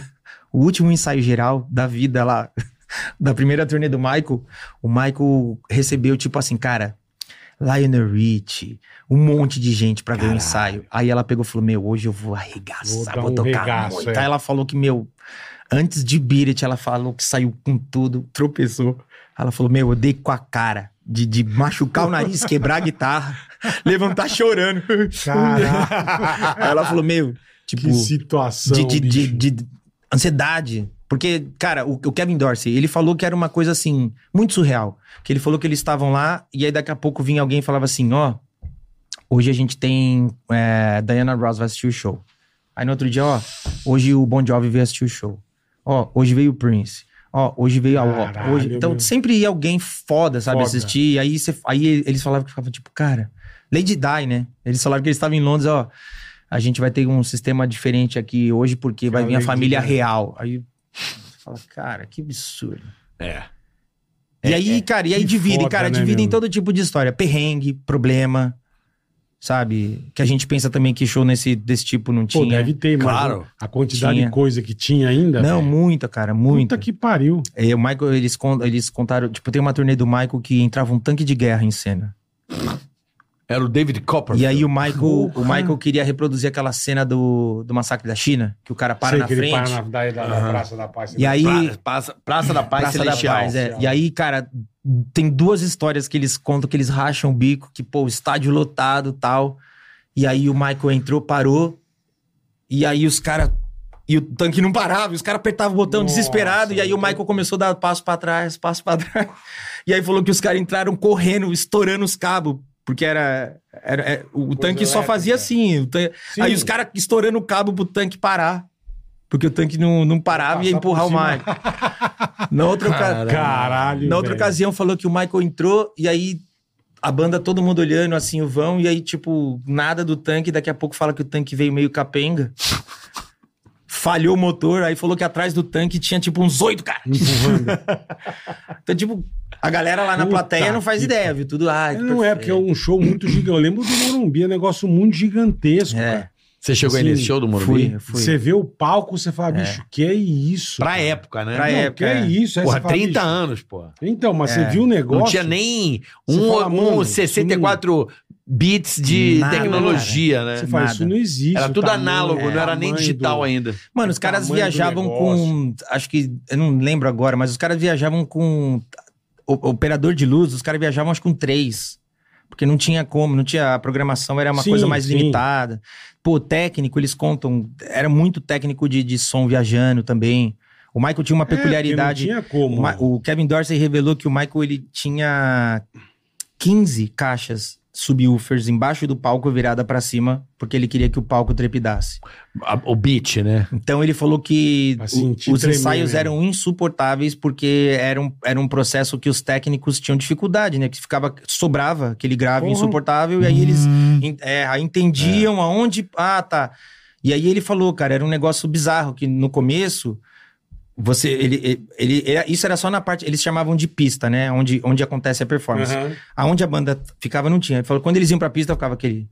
Speaker 5: o último ensaio geral da vida lá, *laughs* da primeira turnê do Michael, o Michael recebeu, tipo assim, cara, Lionel Rich, um monte de gente pra ver o ensaio. Aí ela pegou e falou: Meu, hoje eu
Speaker 2: Vou
Speaker 5: vou arregaçar,
Speaker 2: dar
Speaker 5: vou,
Speaker 2: um
Speaker 5: tocar
Speaker 2: regaço,
Speaker 5: muito.
Speaker 2: é.
Speaker 5: Aí ela falou que, meu, antes de Beat It, ela falou que saiu com tudo, tropeçou. Ela falou: Meu, eu dei com a cara de, de machucar o nariz, quebrar a guitarra, *laughs* levantar chorando.
Speaker 2: *laughs* Caralho,
Speaker 5: *laughs* Aí ela falou: Meu, tipo,
Speaker 2: que situação,
Speaker 5: de, de- de-
Speaker 2: bicho.
Speaker 5: de ansiedade. Porque, cara, o, o Kevin Dorsey, ele falou que era uma coisa assim, muito surreal. Que ele falou que eles estavam lá e aí daqui a pouco vinha alguém e falava assim: ó, hoje a gente tem. é, Diana Ross vai assistir o show. Aí no outro dia, ó, hoje o Bon Jovi veio assistir o show. Ó, hoje veio o Prince. Ó, hoje veio a Oprah.
Speaker 2: Caralho,
Speaker 5: Hoje... Então
Speaker 2: meu.
Speaker 5: sempre ia alguém foda, sabe,
Speaker 2: Foda.
Speaker 5: assistir. E aí, cê- aí eles falavam que ficavam tipo, cara, Lady Di, né? Eles falaram que eles estavam em Londres, ó. A gente vai ter um sistema diferente aqui hoje porque vai
Speaker 2: Cara,
Speaker 5: vir a
Speaker 2: Lady
Speaker 5: família
Speaker 2: Di.
Speaker 5: real. Aí você fala, cara, que absurdo.
Speaker 4: É.
Speaker 5: E aí, cara, e aí
Speaker 2: É, Que
Speaker 5: dividem,
Speaker 2: foda,
Speaker 5: cara,
Speaker 2: né,
Speaker 5: dividem
Speaker 2: meu?
Speaker 5: todo tipo de história. Perrengue, problema, sabe? Que a gente pensa também que show nesse, desse tipo não
Speaker 2: Pô,
Speaker 5: tinha.
Speaker 2: deve ter, mas
Speaker 4: Claro.
Speaker 2: a quantidade
Speaker 5: Tinha.
Speaker 2: de coisa que tinha ainda.
Speaker 5: Não,
Speaker 2: velho.
Speaker 5: muita, cara,
Speaker 2: Puta
Speaker 5: muita.
Speaker 2: que pariu.
Speaker 5: É, o Michael, eles, con- eles contaram, tipo, tem uma turnê do Michael que entrava um tanque de guerra em cena.
Speaker 4: Era o David Copper.
Speaker 5: E aí o Michael, o
Speaker 2: Porra.
Speaker 5: Michael queria reproduzir aquela cena do, do massacre da China, que o cara para
Speaker 2: Sei
Speaker 5: na
Speaker 2: que ele
Speaker 5: frente.
Speaker 2: para na, da, da- da Praça da Paz.
Speaker 5: E aí,
Speaker 4: Praça, Praça da Paz
Speaker 5: Praça da
Speaker 4: Celestial.
Speaker 5: Paz, é. E aí, cara, tem duas histórias que eles contam que eles racham o bico, que, pô, estádio lotado tal. E aí o Michael entrou, parou. E aí os caras. E o tanque não parava, e os caras apertavam o botão
Speaker 2: Nossa, então
Speaker 5: desesperado. E aí o Michael começou a dar passo pra trás, passo pra *laughs* trás. E aí falou que os caras entraram correndo, estourando os cabos. Porque era. era- é, o tanque só
Speaker 2: elétrica.
Speaker 5: fazia assim. o tan-
Speaker 2: Sim.
Speaker 5: Aí os caras estourando o cabo pro tanque parar. Porque o tanque não, não parava e ia
Speaker 2: Passar
Speaker 5: empurrar o
Speaker 2: por cima.
Speaker 5: Michael. Na outra, oca-
Speaker 2: Caralho.
Speaker 5: na outra
Speaker 2: velho.
Speaker 5: ocasião falou que o Michael entrou e aí a banda todo mundo olhando assim o vão e aí tipo nada do tanque, daqui a pouco fala que o tanque veio meio capenga. Falhou o motor, aí falou que atrás do tanque tinha tipo uns oito cara. *laughs*
Speaker 2: Empurrando.
Speaker 5: Então tipo a galera lá na
Speaker 2: Puta
Speaker 5: plateia não faz
Speaker 2: que
Speaker 5: ideia, viu? Tudo ah, que
Speaker 2: Não é, porque é um show muito gigante. Eu lembro do Morumbi, é um negócio muito gigantesco.
Speaker 5: É,
Speaker 2: cara.
Speaker 4: Você chegou aí
Speaker 2: Sim,
Speaker 4: nesse show do Morumbi?
Speaker 5: fui, fui.
Speaker 2: Você vê o palco, você fala, bicho, que é isso?
Speaker 4: Pra
Speaker 2: cara?
Speaker 4: época, né?
Speaker 5: Pra
Speaker 2: Não,
Speaker 5: época,
Speaker 2: Que é
Speaker 5: é.
Speaker 2: isso? Aí
Speaker 4: Porra,
Speaker 2: você fala,
Speaker 4: 30
Speaker 2: bicho,
Speaker 4: anos, porra.
Speaker 2: Então, mas você
Speaker 5: É.
Speaker 2: viu o negócio.
Speaker 4: Não tinha nem
Speaker 2: Você
Speaker 4: um,
Speaker 2: fala,
Speaker 4: um
Speaker 2: mano, um
Speaker 4: 64 bits de
Speaker 5: Nada,
Speaker 4: tecnologia,
Speaker 2: Você
Speaker 4: né?
Speaker 2: fala,
Speaker 5: nada.
Speaker 2: isso tá não existe.
Speaker 4: Era
Speaker 2: o
Speaker 4: tudo
Speaker 2: tamanho,
Speaker 4: análogo,
Speaker 2: o
Speaker 4: não era nem
Speaker 2: tamanho
Speaker 4: digital
Speaker 2: do- É,
Speaker 4: ainda.
Speaker 5: Mano, os
Speaker 2: O
Speaker 5: caras
Speaker 2: tamanho do
Speaker 5: viajavam
Speaker 2: negócio.
Speaker 5: com. Acho que. Eu não lembro agora, mas os caras viajavam com. o- operador de luz, os caras viajavam acho que com três. Porque não tinha como, não tinha. A programação era uma
Speaker 2: Sim,
Speaker 5: coisa mais
Speaker 2: sim.
Speaker 5: limitada. Pô, técnico, eles contam. Era muito técnico de, de som viajando também. O Michael tinha uma
Speaker 2: É, porque
Speaker 5: peculiaridade.
Speaker 2: não tinha como.
Speaker 5: O Ma- O Kevin Dorsey revelou que o Michael ele tinha 15 caixas subwoofers embaixo do palco virada pra cima, porque ele queria que o palco trepidasse.
Speaker 4: A- O bit, né?
Speaker 5: Então ele falou que
Speaker 2: Pra sentir
Speaker 5: o- os
Speaker 2: tremer
Speaker 5: ensaios
Speaker 2: mesmo.
Speaker 5: eram insuportáveis porque era um, era um processo que os técnicos tinham dificuldade, né? Que ficava, sobrava aquele grave
Speaker 2: Porra.
Speaker 5: insuportável e aí eles en- é, aí entendiam aonde. Ah, tá. E aí ele falou, cara, era um negócio bizarro que no começo. Você, ele, ele, ele- era- isso era só na parte, eles chamavam de pista, né? Onde, onde acontece a performance.
Speaker 2: Aham.
Speaker 5: Aonde a banda ficava, não tinha. Ele falou, quando eles iam pra pista, ficava aquele.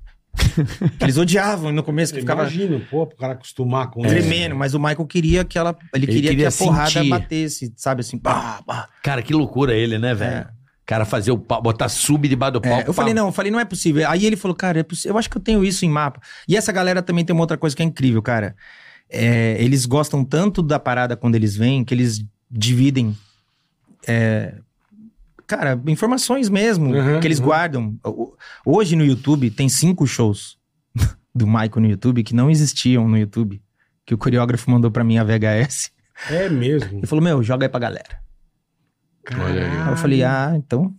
Speaker 5: eles odiavam no começo, que ficava É.
Speaker 2: Imagina, pô, pro cara acostumar com
Speaker 5: Um tremendo, mas o Michael queria que ela. Ele, queria,
Speaker 4: queria
Speaker 5: que a porrada
Speaker 4: sentir.
Speaker 5: batesse, sabe assim, pá, pá.
Speaker 4: Cara, que loucura ele, né,
Speaker 2: É.
Speaker 4: velho? O cara fazer o pau, botar sub debaixo do
Speaker 5: É,
Speaker 4: palco.
Speaker 5: eu falei,
Speaker 4: pra-
Speaker 5: não, eu falei, não é possível. Aí ele falou, cara, é possi- eu acho que eu tenho isso em mapa. E essa galera também tem uma outra coisa que é incrível, cara. É, eles gostam tanto da parada quando eles vêm que eles dividem. é, cara, informações mesmo
Speaker 2: Uhum,
Speaker 5: que eles
Speaker 2: uhum.
Speaker 5: guardam. O- Hoje no YouTube tem cinco shows *laughs* do Michael no YouTube que não existiam no YouTube. Que o coreógrafo mandou pra mim a VHS.
Speaker 2: É mesmo.
Speaker 5: Ele falou, meu, joga aí pra galera.
Speaker 4: Olha aí.
Speaker 5: Aí eu falei, ah, então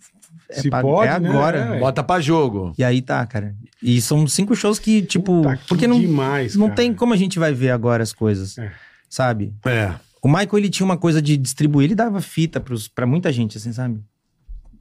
Speaker 5: é,
Speaker 2: Se
Speaker 5: pra-
Speaker 2: pode,
Speaker 5: é
Speaker 2: né?
Speaker 5: agora.
Speaker 2: É.
Speaker 4: Bota pra jogo.
Speaker 5: E aí tá, cara. E são cinco shows que, tipo,
Speaker 2: Puta, que
Speaker 5: porque não,
Speaker 2: demais,
Speaker 5: não
Speaker 2: cara.
Speaker 5: tem como a gente vai ver agora as coisas,
Speaker 2: É.
Speaker 5: sabe?
Speaker 4: É.
Speaker 5: O Michael, ele tinha uma coisa de distribuir, ele dava fita pros, pra muita gente, assim, sabe?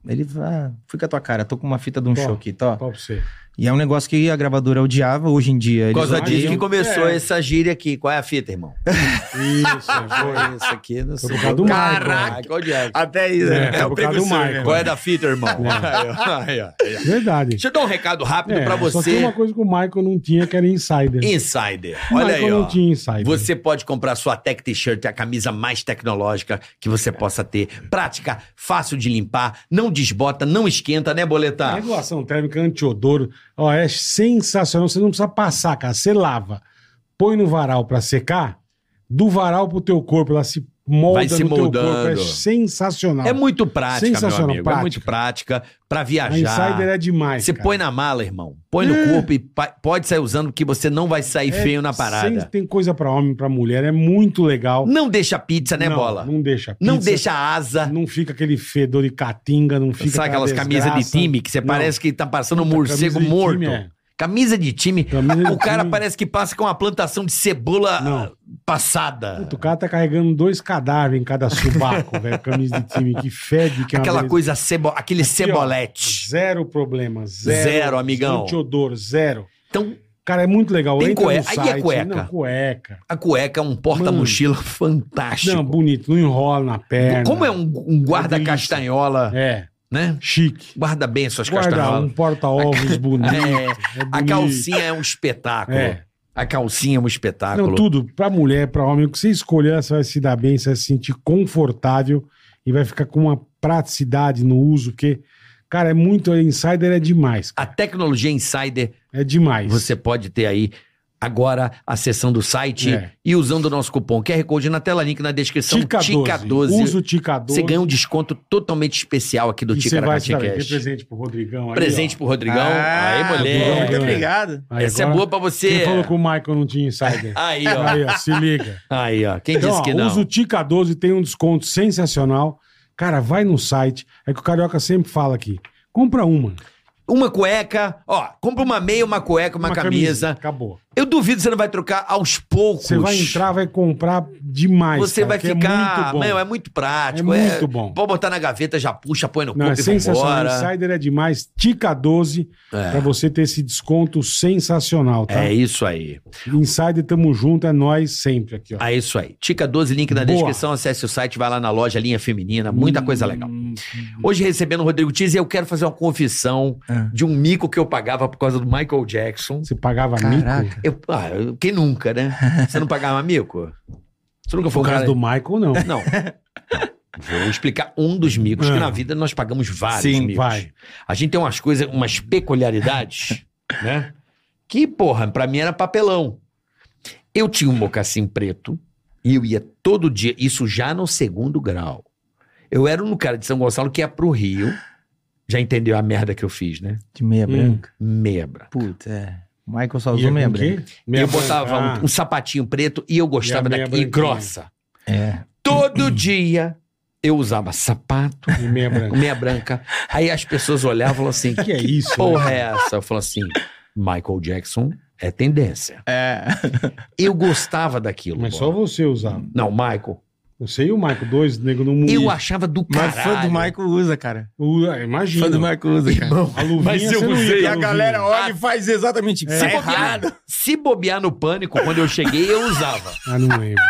Speaker 5: Ele, ah, fui com a tua cara, tô com uma fita de um
Speaker 2: Tó.
Speaker 5: show aqui, tá?
Speaker 2: Fala pra você.
Speaker 5: E é um negócio que a gravadora odiava hoje em
Speaker 4: Por
Speaker 5: dia. Eles
Speaker 4: causa disso
Speaker 5: odeiam.
Speaker 4: que começou
Speaker 2: É.
Speaker 4: essa gíria aqui. Qual é a fita, irmão?
Speaker 2: Isso, foi.
Speaker 4: Isso aqui, não
Speaker 2: Foi por causa do Michael.
Speaker 4: Caraca, onde é?
Speaker 5: Até isso.
Speaker 2: É,
Speaker 5: né?
Speaker 2: foi por causa do Michael.
Speaker 4: Qual é da fita, irmão? *laughs* Aí, ó. Aí, ó.
Speaker 2: Verdade.
Speaker 4: Deixa eu dar um recado rápido
Speaker 2: É,
Speaker 4: pra
Speaker 2: Só tem uma
Speaker 4: você,
Speaker 2: coisa que o Michael não tinha, que era insider.
Speaker 4: insider.
Speaker 2: O
Speaker 4: Olha
Speaker 2: Michael
Speaker 4: aí,
Speaker 2: não
Speaker 4: ó.
Speaker 2: tinha insider.
Speaker 4: Você pode comprar sua Tech T-shirt, a camisa mais tecnológica que você possa ter. Prática, fácil de limpar, não desbota, não esquenta, né,
Speaker 2: A
Speaker 4: Boletar?
Speaker 2: regulação térmica antiodoro, ó, é sensacional. Você não precisa passar, cara. Você lava, põe no varal pra secar, do varal pro teu corpo, ela se molda
Speaker 4: Vai se
Speaker 2: no teu
Speaker 4: moldando.
Speaker 2: corpo. É sensacional.
Speaker 4: É muito prática, meu
Speaker 2: Sensacional,
Speaker 4: amigo. É
Speaker 2: prática.
Speaker 4: muito prática pra
Speaker 2: A insider
Speaker 4: viajar.
Speaker 2: é demais.
Speaker 4: Você
Speaker 2: cara.
Speaker 4: põe na mala, irmão. Põe no
Speaker 2: É.
Speaker 4: corpo e pa- pode sair usando porque você não vai sair
Speaker 2: É
Speaker 4: feio na
Speaker 2: sem-
Speaker 4: parada.
Speaker 2: tem coisa pra homem, pra mulher, é muito legal.
Speaker 4: Não deixa pizza, né,
Speaker 2: não,
Speaker 4: bola?
Speaker 2: Não deixa.
Speaker 4: Não
Speaker 2: pizza,
Speaker 4: deixa asa.
Speaker 2: Não fica aquele fedor de catinga, não fica.
Speaker 4: Sabe aquelas camisas de time que você
Speaker 2: Não.
Speaker 4: parece que tá passando um morcego
Speaker 2: morcego
Speaker 4: morto?
Speaker 2: é
Speaker 4: Camisa de time.
Speaker 2: Camisa de
Speaker 4: O cara
Speaker 2: time.
Speaker 4: parece que passa com uma plantação de cebola
Speaker 2: Não.
Speaker 4: passada.
Speaker 2: Puta, o cara tá carregando dois cadáveres em cada
Speaker 4: *laughs*
Speaker 2: subaco, velho. Camisa de time que fede, que é uma
Speaker 4: Aquela
Speaker 2: beleza.
Speaker 4: coisa, cebo... aquele
Speaker 2: ó.
Speaker 4: cebolete.
Speaker 2: Zero problema. Zero,
Speaker 4: Zero, amigão.
Speaker 2: Antiodor, zero.
Speaker 4: Então,
Speaker 2: Cara, é muito legal.
Speaker 4: Tem
Speaker 2: Entra no
Speaker 4: cueca. Aí é
Speaker 2: site.
Speaker 4: cueca.
Speaker 2: Não, cueca.
Speaker 4: a cueca é um porta-mochila
Speaker 2: Não,
Speaker 4: fantástico.
Speaker 2: bonito. Não enrola na perna.
Speaker 4: É Como é um, um
Speaker 2: Uma delícia.
Speaker 4: guarda-castanhola
Speaker 2: É.
Speaker 4: né?
Speaker 2: Chique.
Speaker 4: Guarda bem as suas
Speaker 2: Guarda um
Speaker 4: castanholas.
Speaker 2: porta-ovos bonito.
Speaker 4: tá *laughs* É,
Speaker 2: é
Speaker 4: a
Speaker 2: bonito.
Speaker 4: calcinha é um espetáculo.
Speaker 2: É.
Speaker 4: A calcinha é um espetáculo.
Speaker 2: Não, tudo, pra mulher, pra homem, o que você escolher, você vai se dar bem, você vai se sentir confortável e vai ficar com uma praticidade no uso, porque, cara, é muito. Insider é demais. cara.
Speaker 4: A tecnologia Insider,
Speaker 2: É demais.
Speaker 4: você um pode ter aí agora acessando o site
Speaker 2: É.
Speaker 4: e usando o nosso cupom QR Code na tela, link na descrição.
Speaker 2: Tica 12. Usa o Tica 12.
Speaker 4: Você ganha um desconto totalmente especial aqui do
Speaker 2: e você vai se
Speaker 4: Ticaracati
Speaker 2: dar bem. Tem
Speaker 4: Cash.
Speaker 2: presente pro Rodrigão aí.
Speaker 4: Presente
Speaker 2: ó.
Speaker 4: pro Rodrigão. aí,
Speaker 2: Rodrigão,
Speaker 4: moleque.
Speaker 5: Ah, Muito
Speaker 2: galera.
Speaker 5: obrigado.
Speaker 2: Aí
Speaker 4: Essa é
Speaker 2: agora-
Speaker 4: boa pra
Speaker 2: Quem
Speaker 4: você.
Speaker 2: falou que o Michael não tinha insider?
Speaker 4: *laughs* Aí, ó.
Speaker 2: aí, ó, se liga.
Speaker 4: Aí, ó. Quem
Speaker 2: Então,
Speaker 4: disse
Speaker 2: ó,
Speaker 4: que não?
Speaker 2: usa o Tica 12, tem um desconto sensacional. Cara, vai no site. É que o Carioca sempre fala aqui. Compra uma.
Speaker 4: Uma cueca. Ó, compra uma meia, uma cueca, uma, camisa.
Speaker 2: Acabou.
Speaker 4: Eu duvido que você não vai trocar aos poucos.
Speaker 2: Você vai entrar, vai comprar demais.
Speaker 4: Você
Speaker 2: cara,
Speaker 4: vai
Speaker 2: que
Speaker 4: ficar.
Speaker 2: É muito bom.
Speaker 4: Meu, é muito prático.
Speaker 2: É muito bom.
Speaker 4: Pode botar na gaveta, já puxa, põe no
Speaker 2: Não, é
Speaker 4: corpo e
Speaker 2: sensacional.
Speaker 4: vambora.
Speaker 2: Insider é demais. Tica 12, pra você ter esse desconto sensacional, tá?
Speaker 4: É isso aí.
Speaker 2: Insider, tamo junto, é nós sempre aqui, ó.
Speaker 4: É isso aí. Tica 12, link na
Speaker 2: Boa. Hum.
Speaker 4: descrição. Acesse o site, vai lá na loja Linha Feminina. Ah, Muita coisa legal. Hoje recebendo o Rodrigo Tiz e eu quero fazer uma confissão
Speaker 2: É.
Speaker 5: Ah.
Speaker 4: de um mico que eu pagava por causa do Michael Jackson.
Speaker 2: Você pagava
Speaker 5: Caraca.
Speaker 2: mico?
Speaker 4: Eu, ah, eu- quem nunca, né? Você não pagava mico? Você nunca foi
Speaker 2: Por
Speaker 4: um
Speaker 2: causa
Speaker 4: cara...
Speaker 2: do Michael, não.
Speaker 4: Não.
Speaker 2: *laughs*
Speaker 4: Vou explicar um dos micos,
Speaker 2: Ah.
Speaker 4: que na vida nós pagamos vários
Speaker 5: Sim,
Speaker 4: micos.
Speaker 2: Vai.
Speaker 4: A gente tem umas coisas, umas peculiaridades, né? Que, porra, pra mim era papelão. Eu tinha um mocassim preto e eu ia todo dia, isso já no segundo grau. Eu era um cara de São Gonçalo que ia pro Rio. Já entendeu a merda que eu fiz, né?
Speaker 5: De
Speaker 2: Hum.
Speaker 5: meia branca.
Speaker 4: Mebra.
Speaker 5: Puta, é. Michael só
Speaker 2: Ia
Speaker 5: usou
Speaker 2: com
Speaker 5: meia branca.
Speaker 2: quê? Meia
Speaker 4: eu botava
Speaker 2: branca.
Speaker 4: um, um sapatinho preto e eu gostava
Speaker 2: E a
Speaker 4: da
Speaker 2: meia
Speaker 4: e
Speaker 2: branquinha.
Speaker 4: grossa.
Speaker 5: É.
Speaker 4: Todo dia eu usava sapato,
Speaker 2: Ah, e meia branca.
Speaker 4: meia branca. Aí as pessoas olhavam e falavam
Speaker 2: *laughs*
Speaker 4: assim:
Speaker 2: que é isso?
Speaker 4: porra é essa? Eu falo assim, Michael Jackson é tendência.
Speaker 5: É.
Speaker 4: Eu gostava daquilo.
Speaker 2: Mas só
Speaker 4: bola.
Speaker 2: você usava.
Speaker 4: Não, Michael.
Speaker 2: Você e o Michael, dois negros no mundo.
Speaker 4: Eu achava do
Speaker 5: Mas
Speaker 4: caralho.
Speaker 5: fã do Michael usa, cara.
Speaker 2: Imagina.
Speaker 5: Fã do Michael usa, cara.
Speaker 4: Irmão,
Speaker 2: A luvinha
Speaker 4: Mas eu
Speaker 2: você não ia
Speaker 4: usei.
Speaker 2: com
Speaker 5: E a
Speaker 2: luvinha.
Speaker 5: galera olha e faz exatamente
Speaker 2: É.
Speaker 5: isso.
Speaker 4: se, bobear, se bobear no pânico, quando eu cheguei, eu usava.
Speaker 2: Ah, não lembro.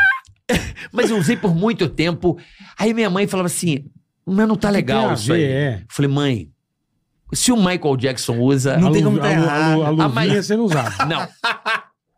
Speaker 4: Mas eu usei por muito tempo. Aí minha mãe falava assim, mas não tá
Speaker 2: Tem
Speaker 4: legal
Speaker 2: a
Speaker 4: isso
Speaker 2: ver,
Speaker 4: aí.
Speaker 2: É.
Speaker 4: Eu Falei, mãe, se o Michael Jackson usa...
Speaker 5: Não
Speaker 2: A
Speaker 5: tem
Speaker 2: lu-
Speaker 5: como tá
Speaker 2: a lu- A, lu- a
Speaker 5: errado.
Speaker 2: luvinha
Speaker 4: Ah, mas-
Speaker 2: você não
Speaker 4: *laughs*
Speaker 2: usava.
Speaker 4: Não.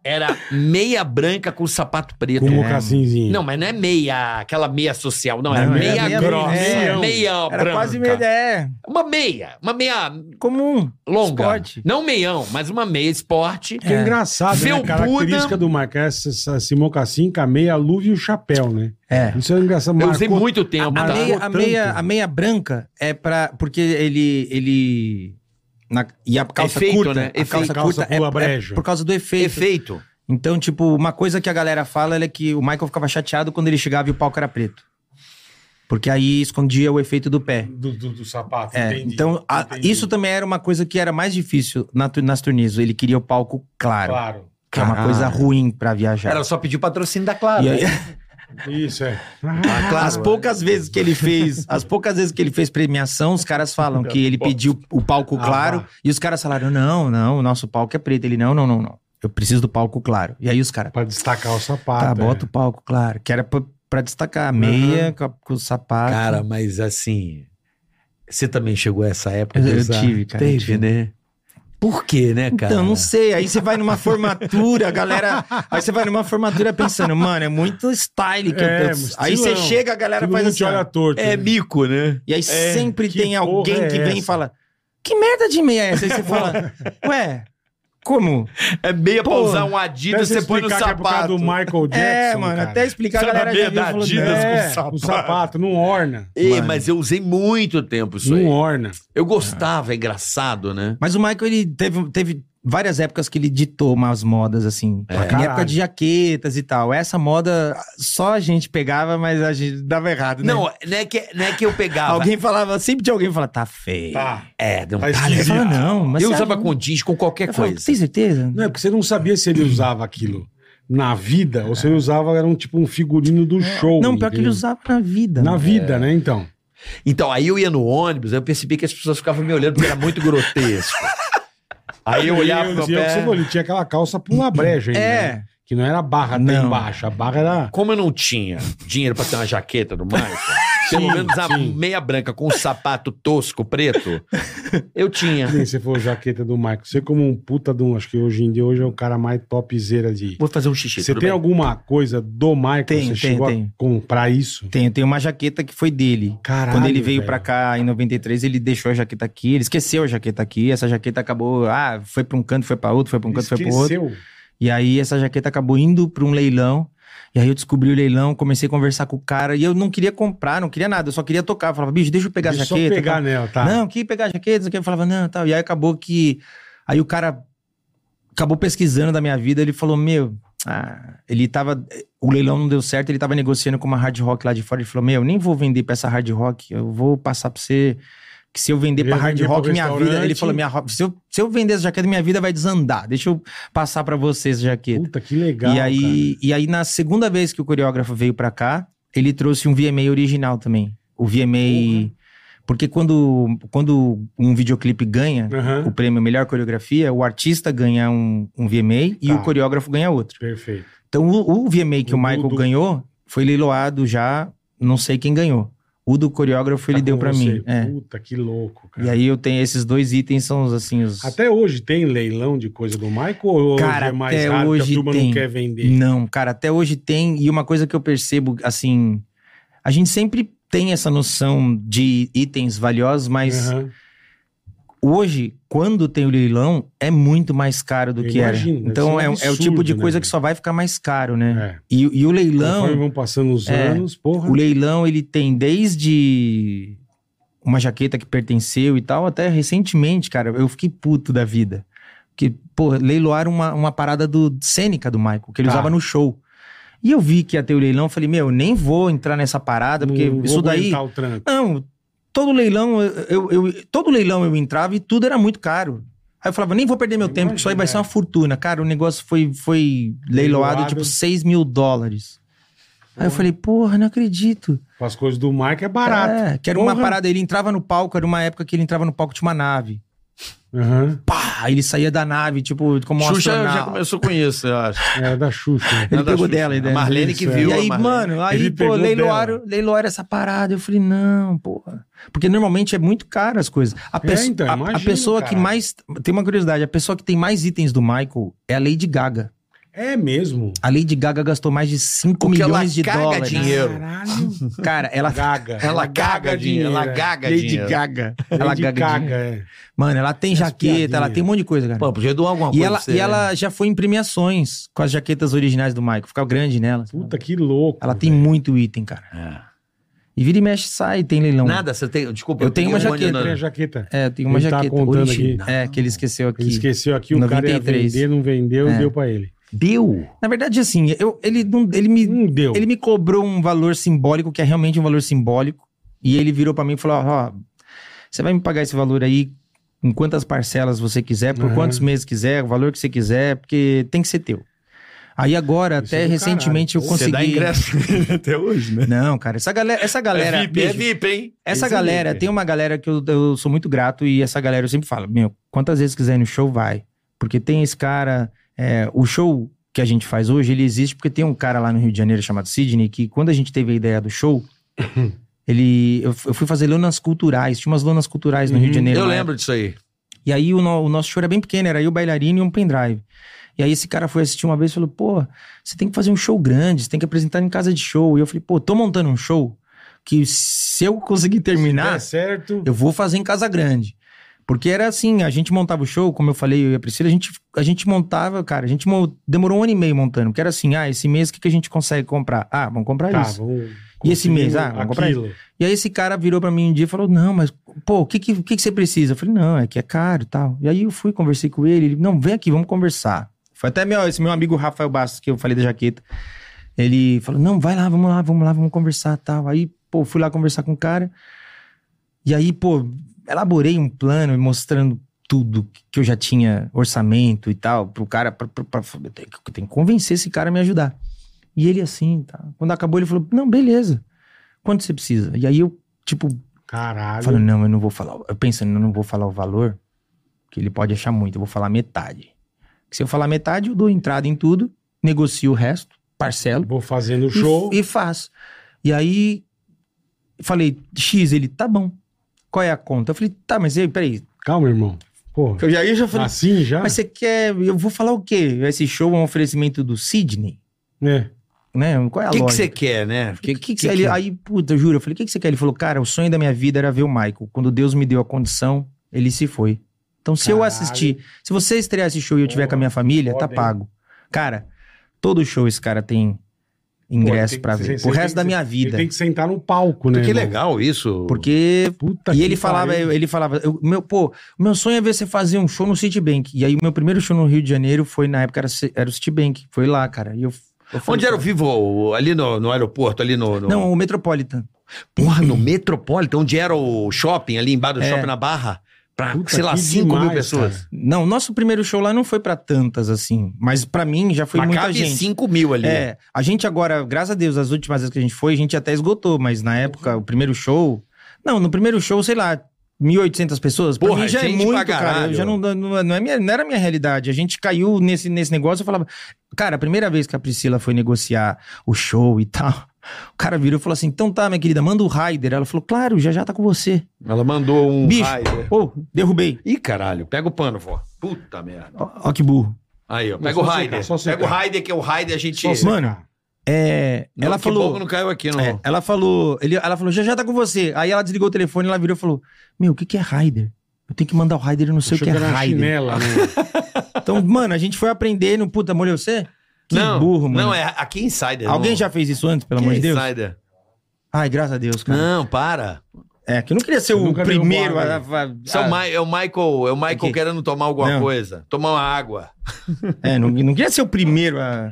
Speaker 4: Era meia branca com sapato preto.
Speaker 2: Com um o mocassinzinho.
Speaker 4: Não, mas não é meia, aquela meia social, não. Era
Speaker 5: Não,
Speaker 4: meia,
Speaker 5: era meia
Speaker 4: grossa,
Speaker 5: meia.
Speaker 4: meia
Speaker 5: Era
Speaker 4: branca.
Speaker 5: quase meia. É,
Speaker 4: Uma meia, uma meia
Speaker 5: comum.
Speaker 4: longa.
Speaker 5: Esporte.
Speaker 4: Não meião, mas uma meia esporte.
Speaker 2: Que é engraçado, né? A
Speaker 4: Felpuda.
Speaker 2: característica do Michael é essa, essa, esse mocassim com a meia, a luva e o chapéu, né?
Speaker 5: É.
Speaker 2: Isso é engraçado.
Speaker 4: Eu usei
Speaker 2: marcou-
Speaker 4: muito tempo,
Speaker 5: A
Speaker 4: tá?
Speaker 5: meia, a,
Speaker 2: Marcou
Speaker 5: meia,
Speaker 2: tanto.
Speaker 5: a meia branca é pra. Porque ele. ele na- e a calça
Speaker 4: Efeito,
Speaker 5: curta,
Speaker 4: né?
Speaker 5: né? A
Speaker 4: Efeito.
Speaker 5: calça
Speaker 2: Calça
Speaker 5: curta é,
Speaker 2: pula
Speaker 5: é
Speaker 2: brejo.
Speaker 5: por causa do efeito.
Speaker 4: Efeito.
Speaker 5: Então, tipo, uma coisa que a galera fala é que o Michael ficava chateado quando ele chegava e o palco era preto. Porque aí escondia o efeito do pé.
Speaker 2: Do, do, do sapato,
Speaker 5: É,
Speaker 2: entendi.
Speaker 5: então, a-
Speaker 2: Entendi.
Speaker 5: isso também era uma coisa que era mais difícil na tu- nas turnês. Ele queria o palco claro,
Speaker 2: Claro.
Speaker 5: que é uma
Speaker 4: Caralho.
Speaker 5: coisa ruim pra viajar.
Speaker 4: Era só pedir patrocínio da Clara.
Speaker 5: E aí- *laughs*
Speaker 2: Isso, é.
Speaker 4: Ah, claro.
Speaker 5: As poucas vezes que ele fez, as poucas vezes que ele fez premiação, os caras falam que ele pediu o palco
Speaker 2: Ah,
Speaker 5: claro
Speaker 2: tá.
Speaker 5: e os caras falaram: "Não, não, o nosso palco é preto". Ele: "Não, não, não, não. Eu preciso do palco claro". E aí os caras:
Speaker 2: Ah, Pra destacar o sapato.
Speaker 5: "Tá,
Speaker 2: é.
Speaker 5: bota o palco claro". Que era pra, pra destacar a meia com, a- com o sapato.
Speaker 4: Cara, mas assim, você também chegou a essa época
Speaker 5: eu,
Speaker 4: de
Speaker 5: eu
Speaker 4: usar?
Speaker 5: tive, cara. eu
Speaker 4: Teve,
Speaker 5: tive.
Speaker 4: né? Por quê, né, cara?
Speaker 5: Então, não sei. Aí você vai numa formatura, a galera. Aí você vai numa formatura pensando, mano, é muito style que
Speaker 2: É,
Speaker 5: eu tô. Aí você
Speaker 2: estilão.
Speaker 5: chega, a galera
Speaker 2: Todo
Speaker 5: faz
Speaker 2: mundo
Speaker 5: assim.
Speaker 2: te
Speaker 5: ó.
Speaker 2: olha torto. né?
Speaker 4: É mico, né?
Speaker 5: E aí
Speaker 2: É,
Speaker 5: sempre
Speaker 2: que
Speaker 5: tem alguém
Speaker 2: porra é
Speaker 5: que vem e
Speaker 2: essa?
Speaker 5: fala: Que merda de meia é essa? Aí você
Speaker 2: *laughs*
Speaker 5: fala: Ué, como?
Speaker 4: É meia pra
Speaker 5: Pô,
Speaker 4: usar um
Speaker 2: Até
Speaker 4: Adidas,
Speaker 2: você
Speaker 4: você põe no
Speaker 2: explicar que é por causa
Speaker 4: sapato.
Speaker 2: do Michael Jackson.
Speaker 5: é, mano,
Speaker 2: cara.
Speaker 5: até explicar a
Speaker 4: Sabe
Speaker 5: galera
Speaker 4: a
Speaker 5: já
Speaker 4: meia da
Speaker 5: viu falou, assim,
Speaker 4: Adidas
Speaker 5: "Não,
Speaker 2: É,
Speaker 4: com sapato.
Speaker 2: o sapato, não orna.
Speaker 4: Ei,
Speaker 5: Mano. Um
Speaker 4: mas eu usei muito tempo isso aí.
Speaker 2: Não orna.
Speaker 4: Eu gostava, é engraçado, né?
Speaker 5: Mas o Michael, ele teve, teve várias épocas que ele ditou umas modas, assim.
Speaker 2: Pra
Speaker 5: Em
Speaker 2: É. caralho.
Speaker 5: época de jaquetas e tal. Essa moda só a gente pegava, mas a gente dava errado, né?
Speaker 4: Não, não é que, não é que eu pegava.
Speaker 5: Alguém falava, sempre tinha alguém que falava, tá feio.
Speaker 2: Tá.
Speaker 4: É, não
Speaker 2: Tá
Speaker 4: tá
Speaker 5: Aí eu
Speaker 2: esquisito.
Speaker 4: legal.
Speaker 5: falava, não, mas.
Speaker 4: Eu
Speaker 5: você
Speaker 4: usava
Speaker 5: acha-
Speaker 4: com jeans, com qualquer
Speaker 5: Eu falava,
Speaker 4: coisa.
Speaker 5: Tem certeza?
Speaker 2: Não, é porque você não sabia se ele usava aquilo na vida ou se ele usava, era um tipo um figurino do show.
Speaker 5: É. não, pior que ele
Speaker 2: entendeu?
Speaker 5: usava na vida.
Speaker 2: Na
Speaker 5: mano.
Speaker 2: vida, né, então?
Speaker 4: Então, aí eu ia no ônibus, eu percebi que as pessoas ficavam me olhando porque era muito grotesco. aí eu olhava
Speaker 2: E
Speaker 4: pro meu
Speaker 2: dizia o que você
Speaker 4: pé.
Speaker 2: falou, ele tinha aquela calça pula breja ainda, né?
Speaker 5: É.
Speaker 2: Que não era barra até
Speaker 5: Não.
Speaker 2: embaixo, a barra era...
Speaker 4: Como eu não tinha dinheiro pra ter uma jaqueta do Michael, pelo
Speaker 2: Sim,
Speaker 4: menos a
Speaker 2: sim.
Speaker 4: meia branca com um sapato tosco preto, eu tinha.
Speaker 2: Nem você falou jaqueta do Michael. Você, como um puta de um. Acho que hoje em dia hoje é o cara mais topzera de.
Speaker 4: Vou fazer um xixi.
Speaker 2: Você
Speaker 4: tudo
Speaker 2: tem
Speaker 4: bem?
Speaker 2: alguma coisa do Michael?
Speaker 5: Tem,
Speaker 2: você
Speaker 5: tem,
Speaker 2: chegou
Speaker 5: tem.
Speaker 2: a comprar isso?
Speaker 5: Tem, tem uma jaqueta que foi dele.
Speaker 2: Caralho.
Speaker 5: Quando ele veio
Speaker 2: velho.
Speaker 5: pra cá em 93, ele deixou a jaqueta aqui, ele esqueceu a jaqueta aqui, essa jaqueta acabou, ah, foi pra um canto, foi pra outro, foi pra um canto, foi pro outro.
Speaker 2: Esqueceu.
Speaker 5: E aí essa jaqueta acabou indo pra um leilão. E aí eu descobri o leilão, comecei a conversar com o cara e eu não queria comprar, não queria nada, eu só queria tocar, eu falava, bicho, deixa eu pegar
Speaker 2: Deixa
Speaker 5: a
Speaker 2: eu só
Speaker 5: jaqueta.
Speaker 2: pegar nela, tá?
Speaker 5: Não, que pegar a jaqueta, não sei o que. Eu falava, não, tal. E aí acabou que. Aí o cara acabou pesquisando da minha vida, ele falou, meu. ah, ele tava. O leilão não deu certo, ele tava negociando com uma hard rock lá de fora. Ele falou: Meu, nem vou vender pra essa hard rock, eu vou passar pra você. Que se eu vender
Speaker 2: Eu
Speaker 5: pra
Speaker 2: ia
Speaker 5: hard
Speaker 2: vender
Speaker 5: rock,
Speaker 2: pro
Speaker 5: minha vida. Ele
Speaker 2: restaurante.
Speaker 5: falou: minha, ro- se, eu, se eu vender essa jaqueta, minha vida vai desandar. Deixa eu passar pra você essa jaqueta.
Speaker 2: Puta, que legal.
Speaker 5: E aí, e aí, na segunda vez que o coreógrafo veio pra cá, ele trouxe um VMA original também. O VMA. Porque quando, quando um videoclipe ganha
Speaker 2: cara. Aham.
Speaker 5: o prêmio Melhor Coreografia, o artista ganha um, um VMA e
Speaker 2: Tá.
Speaker 5: o coreógrafo ganha outro.
Speaker 2: Perfeito.
Speaker 5: Então, o, o VMA que
Speaker 2: O
Speaker 5: o Michael
Speaker 2: do-
Speaker 5: ganhou foi leiloado já, não sei quem ganhou. O do coreógrafo ele
Speaker 2: Tá
Speaker 5: deu
Speaker 2: com
Speaker 5: pra
Speaker 2: você.
Speaker 5: mim. é.
Speaker 2: Puta, que louco, cara.
Speaker 5: E aí eu tenho esses dois itens, são os assim os.
Speaker 2: Até hoje tem leilão de coisa do Michael ou
Speaker 5: Cara,
Speaker 2: hoje é mais
Speaker 5: até
Speaker 2: raro que
Speaker 5: hoje
Speaker 2: a turma
Speaker 5: tem.
Speaker 2: não quer vender?
Speaker 5: Não, cara, até hoje tem. E uma coisa que eu percebo, assim, a gente sempre tem essa noção de itens valiosos, mas
Speaker 2: Aham.
Speaker 5: hoje, quando tem o leilão, é muito mais caro do
Speaker 2: Eu
Speaker 5: que era.
Speaker 2: imagino, deve
Speaker 5: Então
Speaker 2: ser
Speaker 5: é,
Speaker 2: um
Speaker 5: é o tipo de
Speaker 2: absurdo,
Speaker 5: coisa
Speaker 2: né,
Speaker 5: que só vai ficar mais caro, né?
Speaker 2: É.
Speaker 5: E, e o
Speaker 2: Conforme
Speaker 5: leilão,
Speaker 2: vão passando os
Speaker 5: É.
Speaker 2: anos, porra.
Speaker 5: o leilão ele tem desde uma jaqueta que pertenceu e tal, até recentemente, cara, eu fiquei puto da vida. Porque, pô, leiloaram uma, uma parada do cênica do Michael, que ele
Speaker 2: Tá.
Speaker 5: usava no show. E eu vi que ia ter o leilão, eu falei, meu, nem vou entrar nessa parada, porque
Speaker 2: Não vou
Speaker 5: isso daí.
Speaker 2: aguentar o tranco.
Speaker 5: Não, todo leilão eu, eu- eu- todo leilão eu entrava e tudo era muito caro. Aí eu falava, nem vou perder meu
Speaker 2: Eu
Speaker 5: tempo, que isso aí vai
Speaker 2: imagino, é.
Speaker 5: ser uma fortuna. Cara, o negócio foi, foi leiloado,
Speaker 2: Leiloado.
Speaker 5: tipo 6 mil dólares. Aí eu falei, porra, não acredito.
Speaker 2: As coisas do Michael é barato.
Speaker 5: É, que era uma
Speaker 2: Porra.
Speaker 5: parada, ele entrava no palco, era uma época que ele entrava no palco, tinha uma nave. É.
Speaker 2: Aham.
Speaker 5: Pá, aí ele saía da nave, tipo, como um
Speaker 4: Xuxa
Speaker 5: astronauta.
Speaker 4: já começou com isso, eu acho.
Speaker 2: Era da Xuxa. né?
Speaker 5: Ele
Speaker 4: Nada
Speaker 5: pegou
Speaker 4: Xuxa.
Speaker 5: dela a ideia.
Speaker 4: A Marlene que
Speaker 2: Isso, é.
Speaker 4: viu.
Speaker 5: E aí,
Speaker 4: a Marlene.
Speaker 5: mano, aí,
Speaker 2: Ele
Speaker 5: pô,
Speaker 2: pegou
Speaker 5: leiloaram,
Speaker 2: dela.
Speaker 5: leiloaram essa parada. Eu falei, não, porra. Porque normalmente é muito caro as coisas. A, pesso-
Speaker 2: então,
Speaker 5: a- a
Speaker 2: imagino,
Speaker 5: pessoa que
Speaker 2: caralho.
Speaker 5: mais. Tem uma curiosidade: a pessoa que tem mais itens do Michael é a Lady Gaga.
Speaker 2: É mesmo.
Speaker 5: A Lady Gaga gastou mais de 5
Speaker 4: Porque ela
Speaker 5: milhões de
Speaker 4: caga
Speaker 5: dólares.
Speaker 4: dinheiro.
Speaker 2: Caralho.
Speaker 4: *laughs*
Speaker 5: Cara, ela.
Speaker 2: Gaga.
Speaker 4: Ela caga dinheiro, ela
Speaker 2: é.
Speaker 4: gaga
Speaker 5: Lady
Speaker 4: dinheiro.
Speaker 5: Gaga.
Speaker 2: Ela
Speaker 5: Ela
Speaker 2: Lady
Speaker 5: gaga.
Speaker 2: Gaga,
Speaker 5: dinheiro.
Speaker 2: é.
Speaker 5: Mano, ela tem
Speaker 2: Essas
Speaker 5: jaqueta, ela
Speaker 2: piadinhas.
Speaker 5: tem um monte de coisa, cara.
Speaker 4: Pô, podia doar alguma
Speaker 5: e
Speaker 4: coisa.
Speaker 5: ela,
Speaker 4: pra você,
Speaker 5: e ela já foi em premiações com as jaquetas originais do Michael. Ficava grande nela.
Speaker 2: Puta, que louco.
Speaker 5: Ela tem
Speaker 2: velho.
Speaker 5: muito item, cara.
Speaker 4: né?
Speaker 5: E vira e mexe, sai, tem leilão.
Speaker 4: É. Nada, você tem. Desculpa,
Speaker 5: Eu tenho uma
Speaker 4: peguei um
Speaker 5: jaqueta.
Speaker 4: olho
Speaker 2: Tem a
Speaker 4: na-
Speaker 2: jaqueta.
Speaker 5: É, tem uma
Speaker 2: Ele tá
Speaker 5: jaqueta.
Speaker 2: contando
Speaker 5: original.
Speaker 4: aqui.
Speaker 5: É, que ele esqueceu aqui.
Speaker 2: Ele esqueceu aqui, o cara ia
Speaker 5: 93.
Speaker 2: vender, não vendeu
Speaker 5: É.
Speaker 2: e deu pra ele.
Speaker 4: Deu?
Speaker 5: Na verdade, assim, eu, ele, não, ele, me,
Speaker 2: Não deu.
Speaker 5: ele me cobrou um valor simbólico, que é realmente um valor simbólico. E ele virou pra mim e falou: Ó, você vai me pagar esse valor aí em quantas parcelas você quiser, por
Speaker 2: Aham.
Speaker 5: quantos meses quiser, o valor que você quiser, porque tem que ser teu. Aí agora,
Speaker 2: Isso
Speaker 5: até
Speaker 2: é do
Speaker 5: recentemente, eu
Speaker 2: caralho.
Speaker 5: consegui.
Speaker 4: Você dá
Speaker 5: *laughs*
Speaker 4: ingresso até hoje, né?
Speaker 5: Não, cara, essa galera. Essa galera
Speaker 4: é VIP, é
Speaker 5: Beijo.
Speaker 4: VIP, hein?
Speaker 5: Essa
Speaker 2: Esse é
Speaker 5: galera,
Speaker 2: livre.
Speaker 5: tem uma galera que eu, eu sou muito grato e essa galera eu sempre falo, meu, quantas vezes quiser ir no show, vai. Porque tem esse cara, é, o show que a gente faz hoje, ele existe porque tem um cara lá no Rio de Janeiro chamado Sidney, que quando a gente teve a ideia
Speaker 2: *laughs*
Speaker 5: do show, ele, eu, f- eu fui fazer lonas culturais, tinha umas lonas culturais no Rio de
Speaker 2: Uhum,
Speaker 5: Janeiro.
Speaker 4: Eu
Speaker 5: na
Speaker 4: lembro disso aí.
Speaker 5: e aí o, no- o nosso show era bem pequeno, era eu, o bailarino e um pendrive. E aí esse cara foi assistir uma vez e falou, pô, você tem que fazer um show grande, você tem que apresentar em casa de show. E eu falei, pô, tô montando um show que se eu conseguir terminar,
Speaker 2: Dá Tá certo.
Speaker 5: eu vou fazer em casa grande. Porque era assim, a gente montava o show, como eu falei, eu e a Priscila, a gente, a gente montava, cara, a gente mo- demorou um ano e meio montando, porque era assim, ah, esse mês o que, que a gente consegue comprar? Ah, vamos comprar
Speaker 2: Tá,
Speaker 5: isso.
Speaker 2: vamos
Speaker 5: E esse mês? Ah, vamos comprar
Speaker 2: aquilo.
Speaker 5: E aí esse cara virou pra mim um dia e falou: Não, mas, pô, o que, que, o que, que você precisa? Eu falei, não, é que é caro e tal. E aí eu fui, conversei com ele, ele, não, vem aqui, vamos conversar. Foi até meu, esse meu amigo Rafael Bastos, que eu falei da jaqueta. Ele falou: não, vai lá, vamos lá, vamos lá, vamos conversar e tal. Aí, pô, fui lá conversar com o cara. E aí, pô, elaborei um plano mostrando tudo que eu já tinha, orçamento e tal, pro cara, pra, pra, pra, eu tenho que- eu tenho que convencer esse cara a me ajudar. E ele assim, tá. Quando acabou, ele falou: não, beleza. Quanto você precisa? E aí eu, tipo,
Speaker 2: Caralho.
Speaker 5: falando, não, eu não vou falar. Eu pensando, eu não vou falar o valor, que ele pode achar muito, eu vou falar metade. Se eu falar metade, eu dou entrada em tudo, negocio o resto, parcelo
Speaker 2: Vou fazendo
Speaker 5: e-
Speaker 2: show.
Speaker 5: e, faço. E aí Falei, X, ele, tá bom. Qual é a conta? Eu falei, tá, mas e aí, peraí.
Speaker 2: Calma, irmão. Porra.
Speaker 5: Eu já, eu já falei,
Speaker 2: Assim
Speaker 4: Ah.
Speaker 2: já?
Speaker 5: mas você quer. Eu vou falar o quê? Esse show é um oferecimento do Sidney?
Speaker 2: É.
Speaker 5: Né? Qual é a
Speaker 4: O que que
Speaker 5: lógica?
Speaker 4: você quer, né?
Speaker 5: que, que, que você- ele- Aí, puta, eu juro, eu falei, o que, que você quer? Ele falou, cara, o sonho da minha vida era ver o Michael. Quando Deus me deu a condição, ele se foi. Então, se eu
Speaker 2: Caralho.
Speaker 5: assistir, se você estrear esse show e eu tiver
Speaker 6: Porra,
Speaker 5: com a minha família,
Speaker 6: foda,
Speaker 5: tá
Speaker 6: hein?
Speaker 5: pago. Cara, todo show esse cara tem ingresso
Speaker 2: Pô, tem
Speaker 5: pra
Speaker 2: que-
Speaker 5: ver.
Speaker 2: você-
Speaker 5: O
Speaker 2: você
Speaker 5: resto
Speaker 2: tem-
Speaker 5: da minha
Speaker 2: Ele
Speaker 5: vida.
Speaker 2: tem que sentar no palco, né?
Speaker 4: Que
Speaker 2: irmão?
Speaker 4: legal isso.
Speaker 5: Porque.
Speaker 2: Puta
Speaker 5: e
Speaker 2: que
Speaker 5: ele falava,
Speaker 2: pariu.
Speaker 5: ele falava, eu- meu, pô, o meu sonho é ver você fazer um show no Citibank. E aí, o meu primeiro show no Rio de Janeiro foi, na época, era, era o Citibank. Foi lá, cara. E eu, eu falei,
Speaker 4: Onde era o Vivo? O- Ali no, no aeroporto, ali no. no-
Speaker 5: Não, o Metropolitan.
Speaker 4: Porra, no Metropolitan, onde era o shopping, ali embaixo do
Speaker 5: É.
Speaker 4: shopping na Barra, pra,
Speaker 2: Puta,
Speaker 4: sei lá,
Speaker 2: que
Speaker 4: 5 mil
Speaker 2: demais,
Speaker 4: pessoas.
Speaker 2: cara.
Speaker 5: Não, nosso primeiro show lá não foi pra tantas assim, mas pra mim já foi
Speaker 4: Mas
Speaker 5: muita
Speaker 4: cabe
Speaker 5: gente.
Speaker 4: 5 mil ali.
Speaker 5: É, a gente agora, graças a Deus, as últimas vezes que a gente foi, a gente até esgotou, mas na época, o primeiro show, não, no primeiro show, sei lá, 1.800 pessoas, pra
Speaker 4: Porra,
Speaker 5: mim já é
Speaker 4: gente
Speaker 5: muito,
Speaker 4: pra
Speaker 5: cara, eu
Speaker 4: caralho.
Speaker 5: já não, não, não é minha, não era minha realidade, a gente caiu nesse, nesse negócio, eu falava, cara, a primeira vez que a Priscila foi negociar o show e tal, o cara virou e falou assim, então tá, minha querida, manda o Raider, ela falou, claro, já já tá com você,
Speaker 4: Ela mandou um.
Speaker 5: Bicho.
Speaker 4: rider.
Speaker 5: pô, derrubei,
Speaker 4: Ih, caralho, pega o pano, vó. Puta merda.
Speaker 5: ó, ó que burro.
Speaker 4: Aí, ó.
Speaker 2: Mas
Speaker 4: Pega o
Speaker 2: só secar,
Speaker 4: Raider.
Speaker 2: só secar.
Speaker 4: Pega o Raider, que é o Raider a gente.
Speaker 2: Só
Speaker 5: Mano,
Speaker 2: secar.
Speaker 5: É,
Speaker 4: Não,
Speaker 5: ela
Speaker 4: que
Speaker 5: falou.
Speaker 4: bom que não caiu aqui, não.
Speaker 5: é, ela falou, ele, ela falou, já já tá com você. Aí ela desligou o telefone, ela virou e falou: Meu, o que, que é Raider? Eu tenho que mandar o Raider, eu não sei
Speaker 2: Achou
Speaker 5: o que é
Speaker 2: era uma
Speaker 5: Raider.
Speaker 2: chinela,
Speaker 4: *laughs*
Speaker 2: né?
Speaker 5: Então, mano, a gente foi aprendendo, puta, molhou você? Que
Speaker 4: não,
Speaker 5: burro, mano.
Speaker 4: Não, é aqui é insider.
Speaker 5: Alguém
Speaker 4: não.
Speaker 5: já fez isso antes, pelo
Speaker 4: Aqui
Speaker 5: amor
Speaker 4: é
Speaker 5: de Deus?
Speaker 4: Insider.
Speaker 5: Ai, graças a Deus, cara.
Speaker 4: Não, para.
Speaker 5: É, que eu não queria ser
Speaker 2: Eu
Speaker 5: o
Speaker 2: nunca vi
Speaker 5: primeiro
Speaker 2: um
Speaker 5: a,
Speaker 2: guarda.
Speaker 5: a-
Speaker 4: Isso é, o
Speaker 5: a-
Speaker 4: Mi- é o Michael, é o Michael
Speaker 5: Ah. Aqui.
Speaker 4: querendo tomar alguma
Speaker 5: Não.
Speaker 4: coisa. Tomar uma água.
Speaker 5: é, não, não queria ser o primeiro a.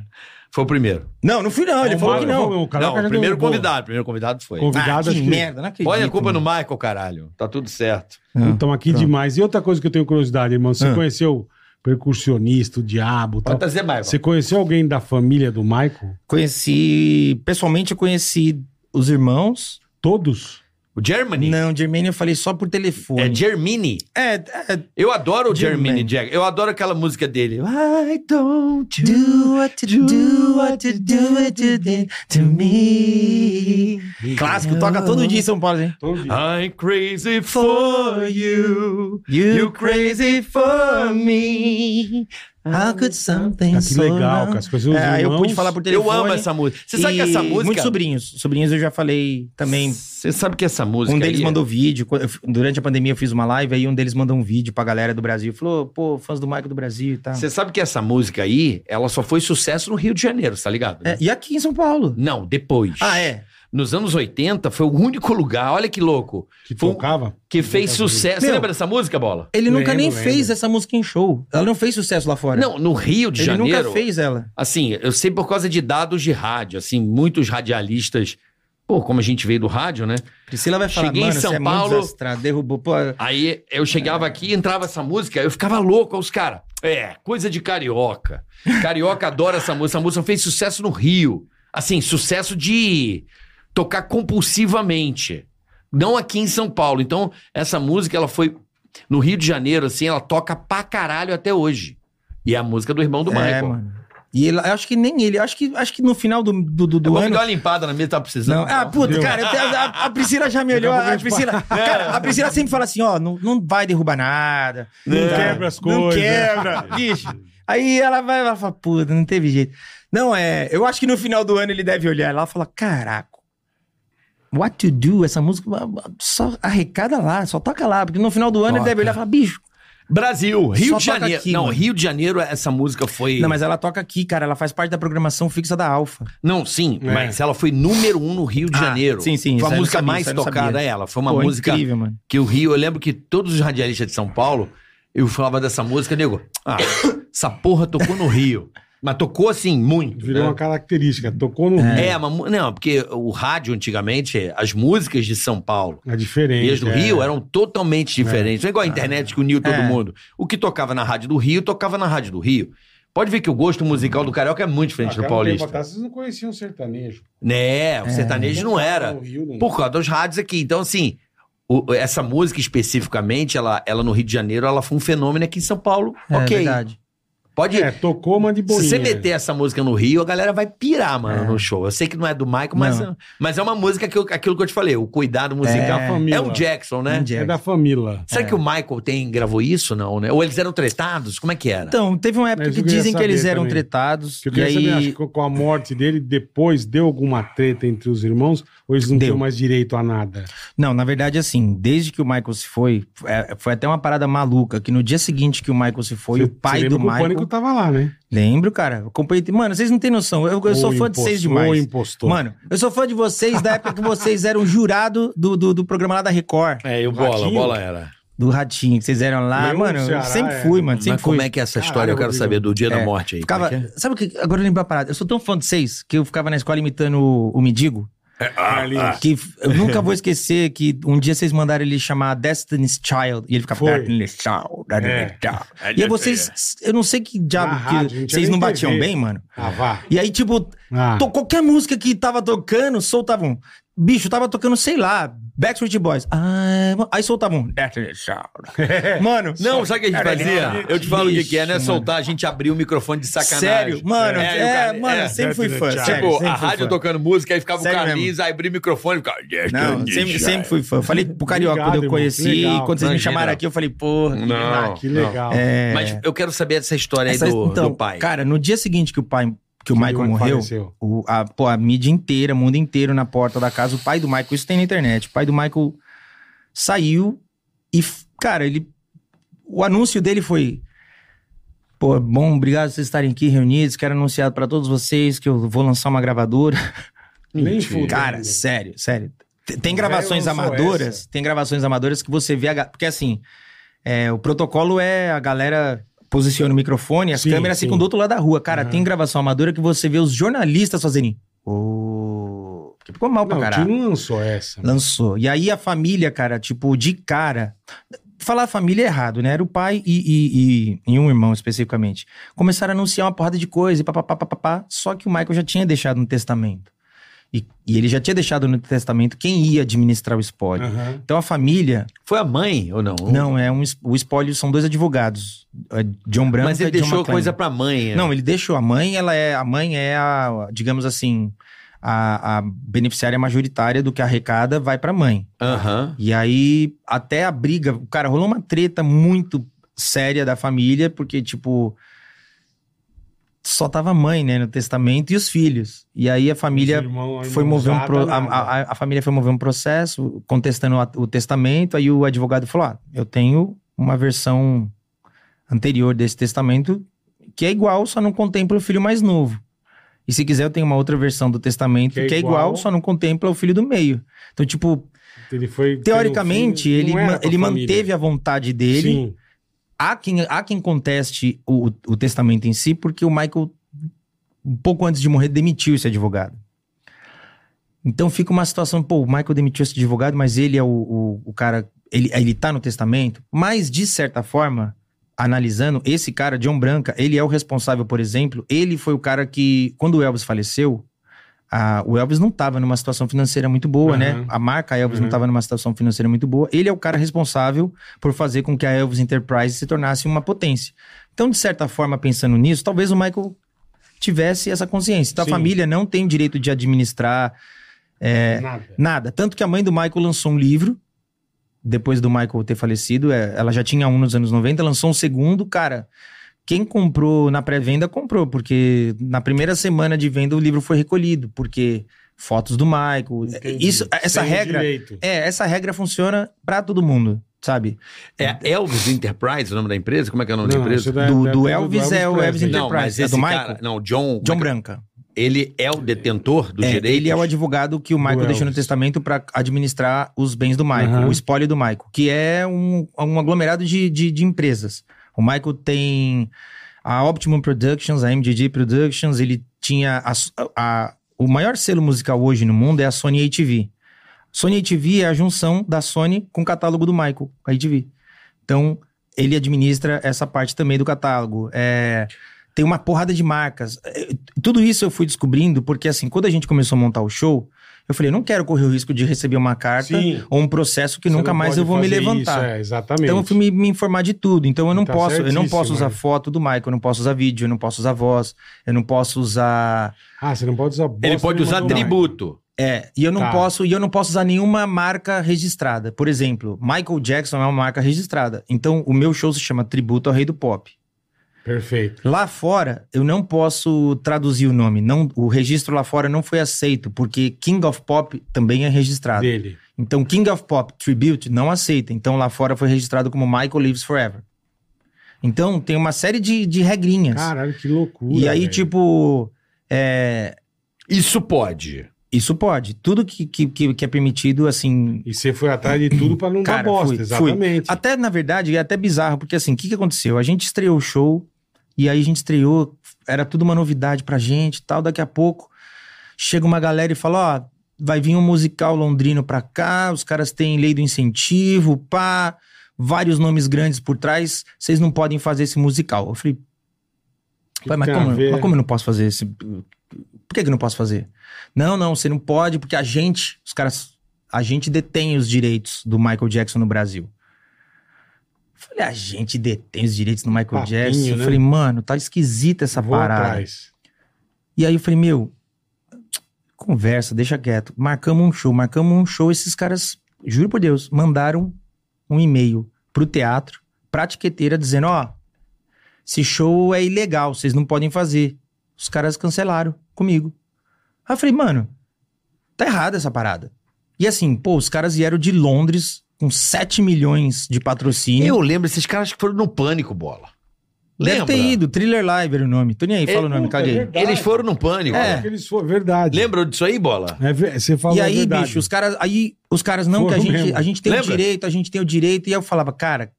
Speaker 4: Foi o primeiro.
Speaker 5: Não, não fui, não.
Speaker 4: É um
Speaker 5: Ele
Speaker 2: O
Speaker 5: falou que
Speaker 2: Marco-
Speaker 5: não.
Speaker 2: o Caraca já
Speaker 4: não,
Speaker 2: deu
Speaker 4: o primeiro
Speaker 2: um gol.
Speaker 4: convidado. O primeiro convidado foi.
Speaker 2: Convidado,
Speaker 5: Ah,
Speaker 2: acho
Speaker 5: que
Speaker 2: que-
Speaker 5: merda, não acredito.
Speaker 4: Olha a culpa no Michael, caralho. Tá tudo certo.
Speaker 5: Ah.
Speaker 2: Então, aqui
Speaker 5: Pronto.
Speaker 2: demais. E outra coisa que eu tenho curiosidade, irmão. Você
Speaker 5: Ah.
Speaker 2: conheceu percussionista, o diabo e tal.
Speaker 4: Pode trazer mais.
Speaker 2: Você conheceu alguém da família do Michael?
Speaker 5: Conheci. Pessoalmente, eu conheci os irmãos.
Speaker 2: Todos? Ah,
Speaker 4: O Germany?
Speaker 5: Não, Germaine eu falei só por telefone.
Speaker 4: É Germini.
Speaker 5: É, é,
Speaker 4: Eu adoro o Germini
Speaker 5: Germany.
Speaker 4: Jack. Eu adoro aquela música dele. I don't
Speaker 5: do what you do, what you do, what you did to me. Clássico, toca todo dia em São Paulo, hein?
Speaker 2: Todos.
Speaker 4: I'm crazy for you. You crazy for me. Ah,
Speaker 5: How could something
Speaker 2: que legal, cara. Você conheceu os
Speaker 5: É, aí eu
Speaker 2: irmãos?
Speaker 5: pude falar por telefone.
Speaker 4: né? Eu amo essa música. Você sabe que
Speaker 5: e
Speaker 4: essa música.
Speaker 5: Muitos sobrinhos. Sobrinhos eu já falei também.
Speaker 4: Você sabe que essa música.
Speaker 5: Um deles
Speaker 4: aí- é
Speaker 5: mandou vídeo. Quando eu f- Durante a pandemia eu fiz uma live, aí um deles mandou um vídeo pra galera do Brasil. Falou, pô, fãs do Michael do Brasil e tal.
Speaker 4: Você sabe que essa música aí, ela só foi sucesso no Rio de Janeiro, tá ligado? né?
Speaker 5: É, e aqui em São Paulo.
Speaker 4: Não, depois.
Speaker 5: Ah, é?
Speaker 4: Nos anos 80 foi o único lugar, olha que louco,
Speaker 2: Que
Speaker 4: Foi um-
Speaker 2: tocava?
Speaker 4: que fez
Speaker 2: Nunca vi.
Speaker 4: sucesso. Você
Speaker 5: Meu.
Speaker 4: lembra dessa música, Bola?
Speaker 5: Ele nunca
Speaker 2: Lembro,
Speaker 5: nem
Speaker 2: lembro.
Speaker 5: fez essa música em show. Ela não fez sucesso lá fora.
Speaker 4: Não, no Rio de
Speaker 5: ele
Speaker 4: Janeiro.
Speaker 5: nunca fez ela.
Speaker 4: Assim, eu sei por causa de dados de rádio, assim, muitos radialistas, pô, como a gente veio do rádio, né?
Speaker 5: Priscila vai falar,
Speaker 4: Cheguei em
Speaker 5: mano,
Speaker 4: São
Speaker 5: você é
Speaker 4: Paulo-
Speaker 5: muito desastrado, derrubou, pô.
Speaker 4: Aí eu chegava aqui, entrava essa música, eu ficava louco, aí os caras, é, coisa de carioca. Carioca adora essa música, essa música fez sucesso no Rio. Assim, sucesso de tocar compulsivamente. Não aqui em São Paulo. Então, essa música, ela foi no Rio de Janeiro, assim, ela toca pra caralho até hoje. E é a música do irmão do
Speaker 5: é,
Speaker 4: Michael.
Speaker 5: mano. E ele, eu acho que nem ele, eu acho que, acho que no final do, do, do, do
Speaker 4: Eu vou me
Speaker 5: ano...
Speaker 4: dar uma limpada na minha, tá precisando.
Speaker 5: Não. Ah, puta,
Speaker 2: Deu.
Speaker 5: cara, eu te- a, a Priscila já me olhou.
Speaker 2: Daqui a
Speaker 5: A
Speaker 2: pouco a
Speaker 5: Priscila, cara, a Priscila sempre fala assim: ó, não, não vai derrubar nada.
Speaker 2: Não
Speaker 5: tá,
Speaker 2: quebra as
Speaker 5: Não
Speaker 2: coisas.
Speaker 5: quebra, bicho. Aí ela vai ela fala: puta, não teve jeito. Não, é. Eu acho que no final do ano ele deve olhar lá e falar: caraca, What to Do, essa música, só arrecada lá, só toca lá. Porque no final do ano ele
Speaker 4: Toca.
Speaker 5: deve olhar e falar: bicho.
Speaker 4: Brasil, Rio
Speaker 5: Só
Speaker 4: de
Speaker 5: toca
Speaker 4: Janeiro.
Speaker 5: aqui,
Speaker 4: não,
Speaker 5: mano.
Speaker 4: Rio de Janeiro, essa música foi.
Speaker 5: Não, mas ela toca aqui, cara. Ela faz parte da programação fixa da Alfa.
Speaker 4: Não, sim,
Speaker 2: É.
Speaker 4: mas ela foi número um no Rio de
Speaker 5: Ah,
Speaker 4: Janeiro.
Speaker 5: sim, sim, isso
Speaker 4: Foi
Speaker 5: eu
Speaker 4: a
Speaker 5: não
Speaker 4: música
Speaker 5: sabia,
Speaker 4: mais
Speaker 5: isso eu não
Speaker 4: tocada é
Speaker 5: sabia.
Speaker 4: ela. Foi uma
Speaker 5: Pô,
Speaker 4: música
Speaker 5: incrível, mano.
Speaker 4: que o Rio. Eu lembro que todos os radialistas de São Paulo, eu falava dessa música, nego. Ah, *coughs* essa porra tocou no Rio. Mas tocou assim, muito.
Speaker 2: Virou
Speaker 4: né?
Speaker 2: uma característica. Tocou no
Speaker 4: É,
Speaker 2: Rio.
Speaker 4: mas mu- não, porque o rádio antigamente, as músicas de São Paulo
Speaker 2: É diferente.
Speaker 4: e as do
Speaker 2: é.
Speaker 4: Rio eram totalmente diferentes. Não é igual a internet que uniu todo
Speaker 5: Ah, É.
Speaker 4: mundo. O que tocava na rádio do Rio, tocava na rádio do Rio. Pode ver que o gosto musical do carioca é muito diferente
Speaker 2: Até
Speaker 4: do
Speaker 2: um
Speaker 4: paulista.
Speaker 2: tempo atrás, vocês não conheciam sertanejo.
Speaker 4: Né, o
Speaker 5: É.
Speaker 4: sertanejo não era.
Speaker 2: No Rio, não-
Speaker 4: Por causa dos rádios aqui. Então, assim, o- essa música especificamente, ela, ela no Rio de Janeiro, ela foi um fenômeno aqui em São Paulo.
Speaker 5: É
Speaker 4: ok.
Speaker 5: verdade.
Speaker 4: Pode.
Speaker 2: É, tocou, manda de boinha.
Speaker 4: Se você meter essa música no Rio, a galera vai pirar, mano,
Speaker 5: É.
Speaker 4: no show. Eu sei que não é do Michael, mas, mas é uma música que eu- aquilo que eu te falei, o cuidado musical.
Speaker 2: É,
Speaker 4: É,
Speaker 2: família.
Speaker 4: um Jackson, né?
Speaker 5: Um Jackson.
Speaker 2: É da família.
Speaker 4: Será que o Michael tem, gravou isso, não, né? Ou eles eram tretados? Como é que era?
Speaker 5: Então, teve uma época
Speaker 2: Mas
Speaker 5: que
Speaker 2: eu queria
Speaker 5: dizem que eles
Speaker 2: saber
Speaker 5: eram
Speaker 2: também.
Speaker 5: tretados.
Speaker 2: Que eu
Speaker 5: E
Speaker 2: queria saber, acho
Speaker 5: aí.
Speaker 2: que com- com a morte dele, depois deu alguma treta entre os irmãos, ou eles não
Speaker 5: Deu.
Speaker 2: tinham mais direito a nada?
Speaker 5: Não, na verdade, assim, desde que o Michael se foi, é, foi até uma parada maluca, que no dia seguinte que o Michael se foi,
Speaker 2: Você-
Speaker 5: o pai
Speaker 2: você lembra
Speaker 5: do
Speaker 2: que O Pânico
Speaker 5: Michael.
Speaker 2: tava lá, né?
Speaker 5: Lembro, cara. eu Acompanhei. Mano, vocês não têm noção. Eu, eu sou
Speaker 2: O
Speaker 5: fã de vocês
Speaker 2: impostor, O
Speaker 5: demais.
Speaker 2: impostor.
Speaker 5: Mano, eu sou fã de vocês da época que vocês eram jurado do, do, do programa lá da Record,
Speaker 4: É, e o
Speaker 2: Bola, o Bola
Speaker 4: era.
Speaker 5: do Ratinho, que vocês eram lá.
Speaker 2: Eu,
Speaker 5: mano,
Speaker 2: Ceará,
Speaker 5: eu sempre
Speaker 2: é.
Speaker 5: fui, mano. Sempre
Speaker 4: Mas
Speaker 5: fui.
Speaker 4: como é que é essa história?
Speaker 2: Caralho,
Speaker 4: eu quero
Speaker 2: Rodrigo.
Speaker 4: saber do dia da
Speaker 5: É,
Speaker 4: morte aí.
Speaker 5: Ficava,
Speaker 4: Como é que
Speaker 5: Sabe o que? Agora eu lembro uma parada. Eu sou tão fã de vocês que eu ficava na escola imitando o, o Mendigo.
Speaker 2: Carlinhos.
Speaker 5: Que f- eu nunca vou esquecer que um dia vocês mandaram ele chamar Destiny's Child. E ele ficava.
Speaker 2: Foi.
Speaker 5: Destiny's Child. Destiny's Child. E aí vocês. Eu não sei que diabo
Speaker 2: Na
Speaker 5: que
Speaker 2: rádio, não tinha
Speaker 5: vocês
Speaker 2: nem
Speaker 5: não batiam
Speaker 2: TV.
Speaker 5: bem, mano.
Speaker 2: Ah, vá.
Speaker 5: E aí, tipo,
Speaker 2: Ah.
Speaker 5: to- qualquer música que tava tocando, soltava um. Bicho, tava tocando, sei lá, Backstreet Boys. Ah, aí soltava um. Destiny's Child. Mano,
Speaker 4: é? Não, sabe o que a gente fazia? Eu te falo o que, que é, não é
Speaker 5: Ixi,
Speaker 4: soltar, a gente abrir o microfone de sacanagem.
Speaker 5: Sério, mano, é,
Speaker 4: e o cara-
Speaker 5: mano,
Speaker 4: é.
Speaker 5: sempre fui fã.
Speaker 2: Tipo,
Speaker 5: sério,
Speaker 4: Tipo,
Speaker 5: sempre
Speaker 4: a
Speaker 5: fui
Speaker 4: rádio
Speaker 5: fã.
Speaker 4: tocando música, aí ficava
Speaker 5: Sério
Speaker 4: o
Speaker 5: mesmo.
Speaker 4: Carlinhos, aí abria o microfone e ficava.
Speaker 5: Não, sempre, sempre fui fã. Falei pro Carioca
Speaker 2: Obrigado,
Speaker 5: quando eu
Speaker 2: irmão,
Speaker 5: conheci,
Speaker 2: que legal.
Speaker 5: quando vocês me
Speaker 4: Imagina.
Speaker 5: chamaram aqui, eu falei, porra,
Speaker 4: Não.
Speaker 5: que demais.
Speaker 2: Que legal.
Speaker 5: É,
Speaker 4: Mas eu quero saber essa história aí
Speaker 5: essa-
Speaker 4: do,
Speaker 5: então,
Speaker 4: do pai.
Speaker 5: Cara, no dia seguinte que o pai, que o Michael morreu,
Speaker 2: faleceu.
Speaker 5: o- a, pô, a mídia inteira, o mundo inteiro na porta da casa, o pai do Michael, isso tem na internet, o pai do Michael saiu e, f- cara, ele. O anúncio dele foi. Pô, bom, obrigado por vocês estarem aqui reunidos. Quero anunciar pra todos vocês que eu vou lançar uma gravadora.
Speaker 2: Nem fudeu.
Speaker 5: Cara, sério, sério. Tem- Tem
Speaker 2: Velho
Speaker 5: gravações
Speaker 2: lançou
Speaker 5: amadoras,
Speaker 2: é um essa.
Speaker 5: tem gravações amadoras que você vê a... ga- Porque assim, é, o protocolo é a galera posiciona o microfone, as
Speaker 2: Sim,
Speaker 5: câmeras
Speaker 2: sim.
Speaker 5: ficam do outro lado da rua. Cara,
Speaker 2: Aham.
Speaker 5: tem gravação amadora que você vê os jornalistas fazendo... Oh, que ficou mal pra
Speaker 2: Não, o
Speaker 5: caralho.
Speaker 2: tio não lançou essa. né?
Speaker 5: Lançou. E aí a família, cara, tipo, de cara. Falar família é errado, né? Era o pai e, e, e- e um irmão especificamente. Começaram a anunciar uma porrada de coisa e papapá, papapá. Só que o Michael já tinha deixado no testamento. E, e ele já tinha deixado no testamento quem ia administrar o espólio.
Speaker 2: Aham.
Speaker 5: Então a família.
Speaker 4: Foi a mãe ou não?
Speaker 5: Não, é um. es- O espólio são dois advogados. É John Branco
Speaker 4: Mas ele
Speaker 5: e John
Speaker 4: deixou a
Speaker 5: McClane.
Speaker 4: coisa pra mãe. é.
Speaker 5: Não, ele deixou. A mãe, ela é. A mãe é a, digamos assim, a, a beneficiária majoritária do que arrecada vai pra mãe.
Speaker 4: Aham.
Speaker 5: E aí, até a briga, cara, rolou uma treta muito séria da família, porque, tipo, só tava a mãe, né, no testamento e os filhos. E aí a família
Speaker 2: Os irmãos,
Speaker 5: foi mover um
Speaker 2: irmãozada,
Speaker 5: pro- a,
Speaker 2: nada.
Speaker 5: a- a família foi mover um processo contestando a- o testamento, aí o advogado falou: "Ah, eu tenho uma versão anterior desse testamento que é igual, só não contempla o filho mais novo. E se quiser, eu tenho uma outra versão do testamento que é, igual, só não contempla o filho do meio. Então, tipo,
Speaker 2: Ele foi.
Speaker 5: Teoricamente,
Speaker 2: teve um
Speaker 5: ele,
Speaker 2: filho, não era
Speaker 5: ma-
Speaker 2: com a
Speaker 5: ele
Speaker 2: família.
Speaker 5: manteve a vontade dele.
Speaker 2: Sim.
Speaker 5: Há quem, há quem conteste o, o- o testamento em si, porque o Michael, um pouco antes de morrer, demitiu esse advogado. Então fica uma situação, pô, o Michael demitiu esse advogado, mas ele é o, o, o cara. Ele, ele tá no testamento. Mas, de certa forma, analisando, esse cara, John Branca, ele é o responsável, por exemplo. Ele foi o cara que, quando o Elvis faleceu, a- o Elvis não tava numa situação financeira muito boa, né?
Speaker 2: Aham.
Speaker 5: A marca Elvis não
Speaker 2: Uhum.
Speaker 5: tava numa situação financeira muito boa. Ele é o cara responsável por fazer com que a Elvis Enterprise se tornasse uma potência. Então, de certa forma, pensando nisso, talvez o Michael tivesse essa consciência. Então,
Speaker 2: Sim.
Speaker 5: a família não tem direito de administrar é,
Speaker 2: Nada.
Speaker 5: Nada. Tanto que a mãe do Michael lançou um livro. Depois do Michael ter falecido, é, ela já tinha um nos anos 90, lançou um segundo, cara. Quem comprou na pré-venda, comprou, porque na primeira semana de venda o livro foi recolhido, porque fotos do Michael. é,
Speaker 2: Entendi.
Speaker 5: Isso, essa
Speaker 2: Sem
Speaker 5: regra.
Speaker 2: direito.
Speaker 5: É, essa regra funciona pra todo mundo, sabe?
Speaker 4: É Elvis Enterprise o nome da empresa? Como é que é o nome da
Speaker 2: Não,
Speaker 4: empresa?
Speaker 2: isso daí
Speaker 5: Do-
Speaker 2: é
Speaker 5: do
Speaker 2: tudo
Speaker 5: Elvis é o Elvis
Speaker 2: Presley.
Speaker 5: Inter-
Speaker 4: Não, mas
Speaker 5: Enterprise, é
Speaker 4: esse
Speaker 5: do
Speaker 4: cara...
Speaker 5: Michael?
Speaker 4: Não, John...
Speaker 5: John Branca.
Speaker 4: Ele é o detentor do
Speaker 5: É,
Speaker 4: direito?
Speaker 5: ele é o advogado que o Michael
Speaker 2: Do
Speaker 5: deixou no
Speaker 2: Elvis.
Speaker 5: testamento pra administrar os bens do Michael,
Speaker 2: Aham.
Speaker 5: o espólio do Michael, que é um, um aglomerado de, de, de empresas. O Michael tem a Optimum Productions, a MGG Productions, ele tinha a, a- o maior selo musical hoje no mundo é a Sony ATV. Sony ATV é a junção da Sony com o catálogo do Michael, com a ATV. Então, ele administra essa parte também do catálogo. É, tem uma porrada de marcas. É, Tudo isso eu fui descobrindo porque, assim, quando a gente começou a montar o show, Eu falei, não quero correr o risco de receber uma carta
Speaker 2: Sim.
Speaker 5: ou um processo que
Speaker 2: Você
Speaker 5: nunca
Speaker 2: não
Speaker 5: mais
Speaker 2: pode
Speaker 5: eu vou me
Speaker 2: fazer isso,
Speaker 5: levantar.
Speaker 2: é, exatamente.
Speaker 5: Então eu fui me, me informar de tudo. Então eu não
Speaker 2: Tá
Speaker 5: posso, eu não posso
Speaker 2: certíssimo,
Speaker 5: usar
Speaker 2: é.
Speaker 5: foto do Michael, eu não posso usar vídeo, eu não posso usar voz, eu não posso usar.
Speaker 2: Ah, você não pode usar bosta
Speaker 4: Ele pode usar
Speaker 2: nenhuma do
Speaker 4: tributo.
Speaker 5: É, e eu não
Speaker 2: Tá.
Speaker 5: posso, e eu não posso usar nenhuma marca registrada. Por exemplo, Michael Jackson é uma marca registrada. Então o meu show se chama Tributo ao Rei do Pop.
Speaker 2: Nike. Perfeito.
Speaker 5: Lá fora, eu não posso traduzir o nome. Não, o registro lá fora não foi aceito, porque King of Pop também é registrado.
Speaker 2: Dele.
Speaker 5: Então, King of Pop Tribute não aceita. Então, lá fora foi registrado como Michael Lives Forever. Então, tem uma série de, de regrinhas.
Speaker 2: Caralho, que loucura.
Speaker 5: e aí,
Speaker 2: velho.
Speaker 5: tipo, é,
Speaker 4: Isso pode.
Speaker 5: isso pode. Tudo que, que, que que é permitido, assim,
Speaker 2: E você foi atrás de tudo pra não
Speaker 5: Cara,
Speaker 2: dar bosta,
Speaker 5: fui, fui.
Speaker 2: exatamente.
Speaker 5: Até, na verdade, é até bizarro, porque assim, o que, que aconteceu? A gente estreou o show, e aí a gente estreou, era tudo uma novidade pra gente e tal. Daqui a pouco chega uma galera e fala: Ó, vai vir um musical londrino pra cá, os caras têm lei do incentivo, pá, vários nomes grandes por trás, vocês não podem fazer esse musical. Eu falei,
Speaker 2: Que
Speaker 5: Ué, mas,
Speaker 2: tem a
Speaker 5: como,
Speaker 2: ver?
Speaker 5: mas como eu não posso fazer esse. Por que, que eu não posso fazer? Não, não, você não pode, porque a gente, os caras, a gente detém os direitos do Michael Jackson no Brasil. Eu Falei, a gente detém os direitos do Michael
Speaker 2: Papinho,
Speaker 5: Jackson. Eu
Speaker 2: né?
Speaker 5: Falei, mano, tá esquisita essa
Speaker 2: Vou
Speaker 5: parada.
Speaker 2: atrás.
Speaker 5: E aí eu falei, meu, conversa, deixa quieto. Marcamos um show, marcamos um show. Esses caras, juro por Deus, mandaram um e-mail pro teatro, pra tiqueteira, dizendo: ó, esse show é ilegal, vocês não podem fazer. Os caras cancelaram comigo. Aí eu falei, mano, tá errada essa parada. E assim, pô, os caras vieram de Londres com 7 milhões de patrocínio.
Speaker 4: Eu lembro esses caras que foram no pânico, bola.
Speaker 5: Deve
Speaker 4: Lembra?
Speaker 5: ter ido, Thriller Live era o nome. Tô nem aí, fala o nome,
Speaker 2: puta, é
Speaker 6: é
Speaker 5: caguei.
Speaker 2: verdade.
Speaker 4: Eles foram no pânico.
Speaker 5: É.
Speaker 2: Porque eles foram, verdade.
Speaker 4: Lembram disso aí, bola?
Speaker 2: É ver- você falou
Speaker 5: E
Speaker 2: a
Speaker 5: aí,
Speaker 2: verdade.
Speaker 5: bicho, os caras, aí os caras não que a
Speaker 2: Foram
Speaker 5: gente,
Speaker 2: mesmo.
Speaker 5: a gente tem o
Speaker 4: Lembra?
Speaker 5: direito, a gente tem o direito e eu falava, cara,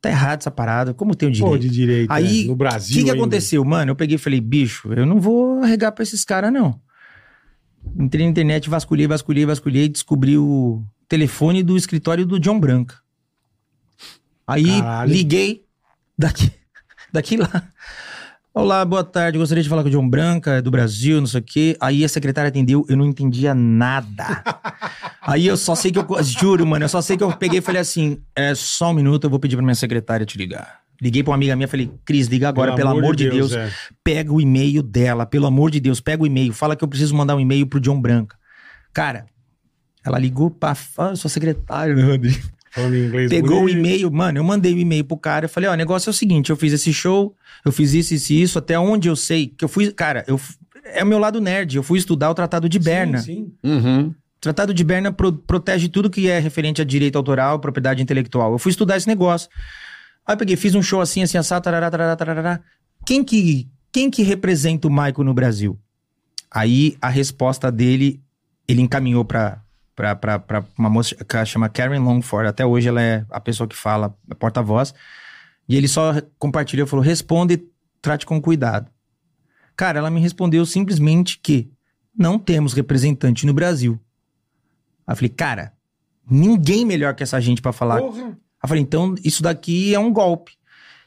Speaker 5: tá errado essa parada, como tem o direito?
Speaker 2: Pô, de direito,
Speaker 5: Aí,
Speaker 2: né? no
Speaker 5: O
Speaker 2: Brasil
Speaker 5: que, que
Speaker 2: ainda.
Speaker 5: aconteceu, mano? Eu peguei e falei, bicho, eu não vou arregar pra esses caras, não. Entrei na internet, vasculhei, vasculhei, vasculhei, descobri o telefone do escritório do John Branca. Aí
Speaker 2: Caralho.
Speaker 5: liguei daqui, *laughs* daqui lá. Olá, boa tarde. Gostaria de falar com o John Branca, é do Brasil, não sei o quê. Aí a secretária atendeu, eu não entendia *laughs* nada. Aí eu só sei que eu. Juro, mano, eu só sei que eu peguei e falei assim: é só um minuto, eu vou pedir pra minha secretária te ligar. Liguei pra uma amiga minha falei, Cris, liga agora, pelo, amor, de Deus,
Speaker 2: é.
Speaker 5: pega o e-mail dela, pelo amor de Deus, pega o e-mail, fala que eu preciso mandar um e-mail pro John Branca. Cara, ela ligou pra. Ah, eu sou secretário, né, Rodrigo?
Speaker 2: Falando em inglês.
Speaker 5: Pegou o
Speaker 2: bonito.
Speaker 5: e-mail, mano, eu mandei o e-mail pro cara, eu falei, ó, o negócio é o seguinte, eu fiz esse show, eu fiz isso, isso e isso, até onde eu sei, que eu fui, cara, eu, f- é o meu lado nerd, eu fui estudar o Tratado de Berna.
Speaker 2: Sim, sim.
Speaker 4: Uhum.
Speaker 5: O Tratado de Berna pro- protege tudo que é referente a direito autoral, propriedade intelectual. Eu fui estudar esse negócio. Aí eu peguei, fiz um show assim, assim, assado, tarará, tarará, tarará. Quem que, quem que representa o Michael no Brasil? Aí a resposta dele, ele encaminhou pra, pra, pra, pra uma moça que ela chama Karen Longford. Até hoje ela é a pessoa que fala, a porta-voz. E ele só compartilhou, falou, responde, trate com cuidado. Cara, ela me respondeu simplesmente que não temos representante no Brasil. Aí eu falei, cara, ninguém melhor que essa gente pra falar. Aí
Speaker 2: Porra.
Speaker 5: eu falei, então isso daqui é um golpe.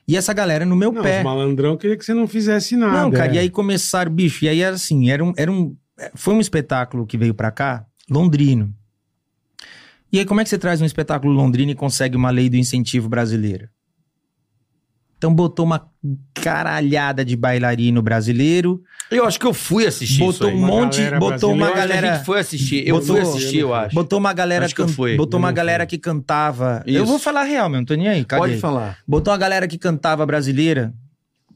Speaker 5: E essa galera no meu
Speaker 2: Não,
Speaker 5: pé.
Speaker 2: os malandrão queria que você não fizesse nada.
Speaker 5: Não, cara,
Speaker 2: é.
Speaker 5: e aí começaram, bicho, e aí era assim, era um, era um, foi um espetáculo que veio pra cá, londrino. E aí como é que você traz um espetáculo londrino e consegue uma lei do incentivo brasileira? Então botou uma caralhada de bailarino brasileiro,
Speaker 4: Eu acho que eu fui assistir isso
Speaker 5: botou um
Speaker 4: aí.
Speaker 2: Uma
Speaker 5: monte,
Speaker 2: galera
Speaker 5: botou uma
Speaker 4: Eu acho que a
Speaker 5: galera,
Speaker 4: gente foi assistir. Eu
Speaker 5: Botou-
Speaker 4: fui assistir, eu acho.
Speaker 5: botou uma galera,
Speaker 4: Acho que eu
Speaker 5: can-
Speaker 4: fui.
Speaker 5: botou uma
Speaker 2: Eu não
Speaker 5: galera
Speaker 2: fui.
Speaker 5: que cantava. Eu
Speaker 4: Isso.
Speaker 5: vou falar real, meu, não tô nem aí, caguei.
Speaker 4: Pode falar.
Speaker 5: Botou uma galera que cantava brasileira,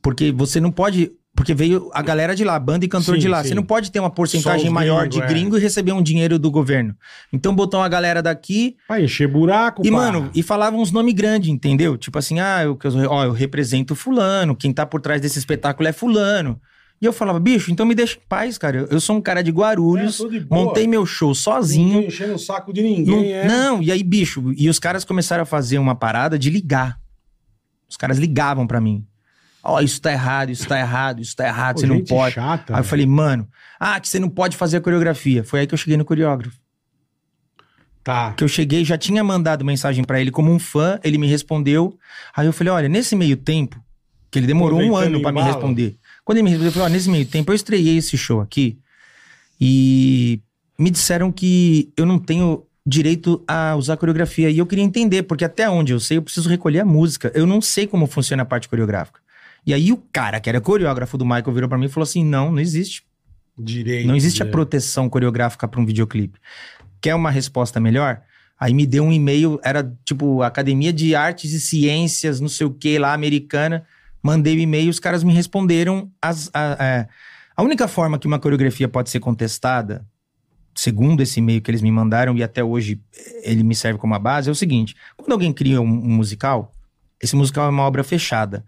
Speaker 5: porque você não pode. Porque veio a galera de lá, a banda e cantor
Speaker 2: Sim,
Speaker 5: de lá.
Speaker 2: sim.
Speaker 5: Você não pode ter uma porcentagem
Speaker 2: Só os
Speaker 5: maior
Speaker 2: gringo,
Speaker 5: de
Speaker 2: é.
Speaker 5: gringo e receber um dinheiro do governo. Então botou uma galera daqui
Speaker 2: Pra encher buraco,
Speaker 5: e,
Speaker 2: pá.
Speaker 5: mano, e falava uns nomes grandes, entendeu? Tipo assim, ah, eu, ó, eu represento fulano, quem tá por trás desse espetáculo é fulano. E eu falava, bicho, então me deixa em paz, cara. Eu, eu sou um cara de
Speaker 2: É,
Speaker 5: Guarulhos,
Speaker 2: tô de boa.
Speaker 5: montei meu show sozinho.
Speaker 2: Ninguém enchendo o saco de
Speaker 5: Não,
Speaker 2: ninguém, é.
Speaker 5: não, e aí, bicho, e os caras começaram a fazer uma parada de ligar. Os caras ligavam pra mim. Ó, isso tá errado, isso tá errado, isso tá errado,
Speaker 2: Pô,
Speaker 5: você não
Speaker 2: gente
Speaker 5: pode.
Speaker 2: Chata,
Speaker 5: Aí eu falei, mano, ah, que você não pode fazer a coreografia. Foi aí que eu cheguei no coreógrafo.
Speaker 2: Tá.
Speaker 5: Que eu cheguei, já tinha mandado mensagem pra ele como um fã, ele me respondeu. Aí eu falei, olha, nesse meio tempo, que ele demorou um
Speaker 2: Aproveitando
Speaker 5: ano pra me
Speaker 2: embalo.
Speaker 5: responder. Quando ele me respondeu, eu falei, ó, nesse meio tempo eu estreiei esse show aqui. E me disseram que eu não tenho direito a usar coreografia. E eu queria entender, porque até onde eu sei, eu preciso recolher a música. Eu não sei como funciona a parte coreográfica. E aí o cara que era coreógrafo do Michael virou pra mim e falou assim: não, não existe.
Speaker 2: Direito.
Speaker 5: Não existe a
Speaker 2: né?
Speaker 5: proteção coreográfica pra um videoclipe. Quer uma resposta melhor? Aí me deu um e-mail, era tipo Academia de Artes e Ciências, não sei o que lá, americana. Mandei o e-mail, os caras me responderam. As, a, é, a única forma que uma coreografia pode ser contestada, segundo esse e-mail que eles me mandaram, e até hoje eh, ele me serve como a base, é o seguinte: quando alguém cria um- um musical, esse musical é uma obra fechada.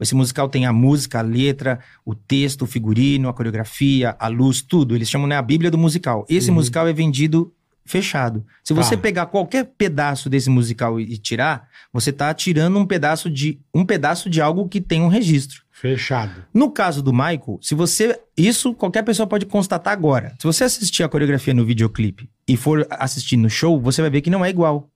Speaker 5: Esse musical tem a música, a letra, o texto, o figurino, a coreografia, a luz, tudo. Eles chamam né, a Bíblia do musical. Esse
Speaker 2: Uhum.
Speaker 5: musical é vendido fechado. Se
Speaker 2: Tá.
Speaker 5: você pegar qualquer pedaço desse musical e, e tirar, você está tirando um pedaço de um pedaço de algo que tem um registro.
Speaker 2: Fechado.
Speaker 5: No caso do Michael, se você. Isso qualquer pessoa pode constatar agora. Se você assistir a coreografia no videoclipe e for assistir no show, você vai ver que não é igual.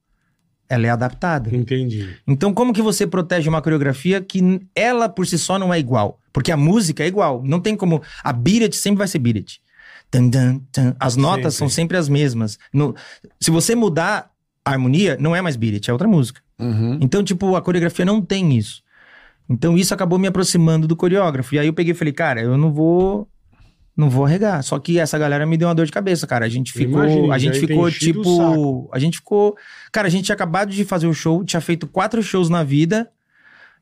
Speaker 5: Ela é adaptada.
Speaker 2: Entendi.
Speaker 5: Então, como que você protege uma coreografia que n- ela por si só não é igual? Porque a música é igual. Não tem como. A Beat It sempre vai ser Beat It. Tan, tan, tan. As notas
Speaker 2: Sempre.
Speaker 5: são sempre as mesmas. No- se você mudar a harmonia, não é mais Beat It, é outra música. Então, tipo, a coreografia não tem isso. Então, isso acabou me aproximando do coreógrafo. E aí eu peguei e falei, cara, eu não vou. Não vou regar. Só que essa galera me deu uma dor de cabeça, cara. A gente
Speaker 2: Eu
Speaker 5: ficou.
Speaker 2: imagino,
Speaker 5: a
Speaker 2: isso
Speaker 5: gente
Speaker 2: aí tem
Speaker 5: ficou,
Speaker 2: enchido o
Speaker 5: tipo. A gente ficou. Cara, a gente tinha acabado de fazer o show, tinha feito quatro shows na vida.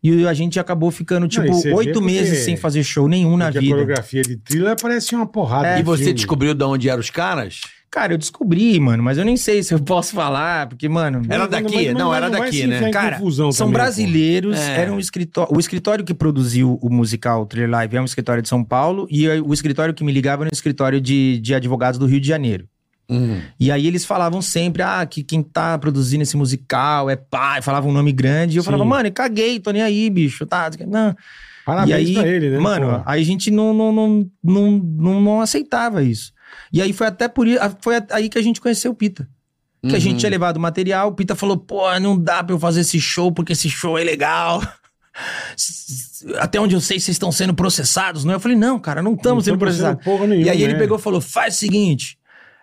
Speaker 5: E a gente acabou ficando, tipo,
Speaker 2: e você vê
Speaker 5: oito
Speaker 2: porque-
Speaker 5: meses sem fazer show nenhum na
Speaker 2: Porque a
Speaker 5: vida. É,
Speaker 2: coreografia de thriller parece uma porrada. de
Speaker 4: E você
Speaker 2: filme.
Speaker 4: descobriu de onde eram os caras?
Speaker 5: Cara, eu descobri, mano, mas eu nem sei se eu posso falar, porque, mano.
Speaker 4: Era
Speaker 2: Mas
Speaker 4: daqui,
Speaker 2: vai-
Speaker 4: não,
Speaker 2: vai-
Speaker 4: era
Speaker 2: vai
Speaker 4: daqui,
Speaker 2: se
Speaker 4: né?
Speaker 2: enfiar em
Speaker 5: Cara,
Speaker 2: confusão
Speaker 5: São
Speaker 2: também, pô.
Speaker 5: brasileiros,
Speaker 4: É.
Speaker 5: era um escritório. O escritório que produziu o musical Thriller Live é um escritório de São Paulo, e aí o escritório que me ligava era um escritório de, de advogados do Rio de Janeiro. E aí eles falavam sempre, ah, que quem tá produzindo esse musical é pai, falava um nome grande, e eu
Speaker 2: Sim.
Speaker 5: falava, mano, eu caguei, tô nem aí, bicho, tá? Não.
Speaker 2: Parabéns
Speaker 5: E aí,
Speaker 2: pra ele, né?
Speaker 5: Mano,
Speaker 2: porra?
Speaker 5: aí a gente não, não, não, não, não, não aceitava isso. E aí foi até por i- a- foi aí que a gente conheceu o Pita. Que a
Speaker 2: Uhum.
Speaker 5: gente tinha levado o material, o Pita falou: pô, não dá pra eu fazer esse show porque esse show é legal. *laughs* Até onde eu sei, vocês estão sendo processados, não é? Eu falei: não, cara, não
Speaker 2: Não
Speaker 5: estamos sendo
Speaker 2: tô pensando
Speaker 5: processados.
Speaker 2: Porra nenhuma,
Speaker 5: E aí ele
Speaker 2: né?
Speaker 5: pegou e falou: faz o seguinte,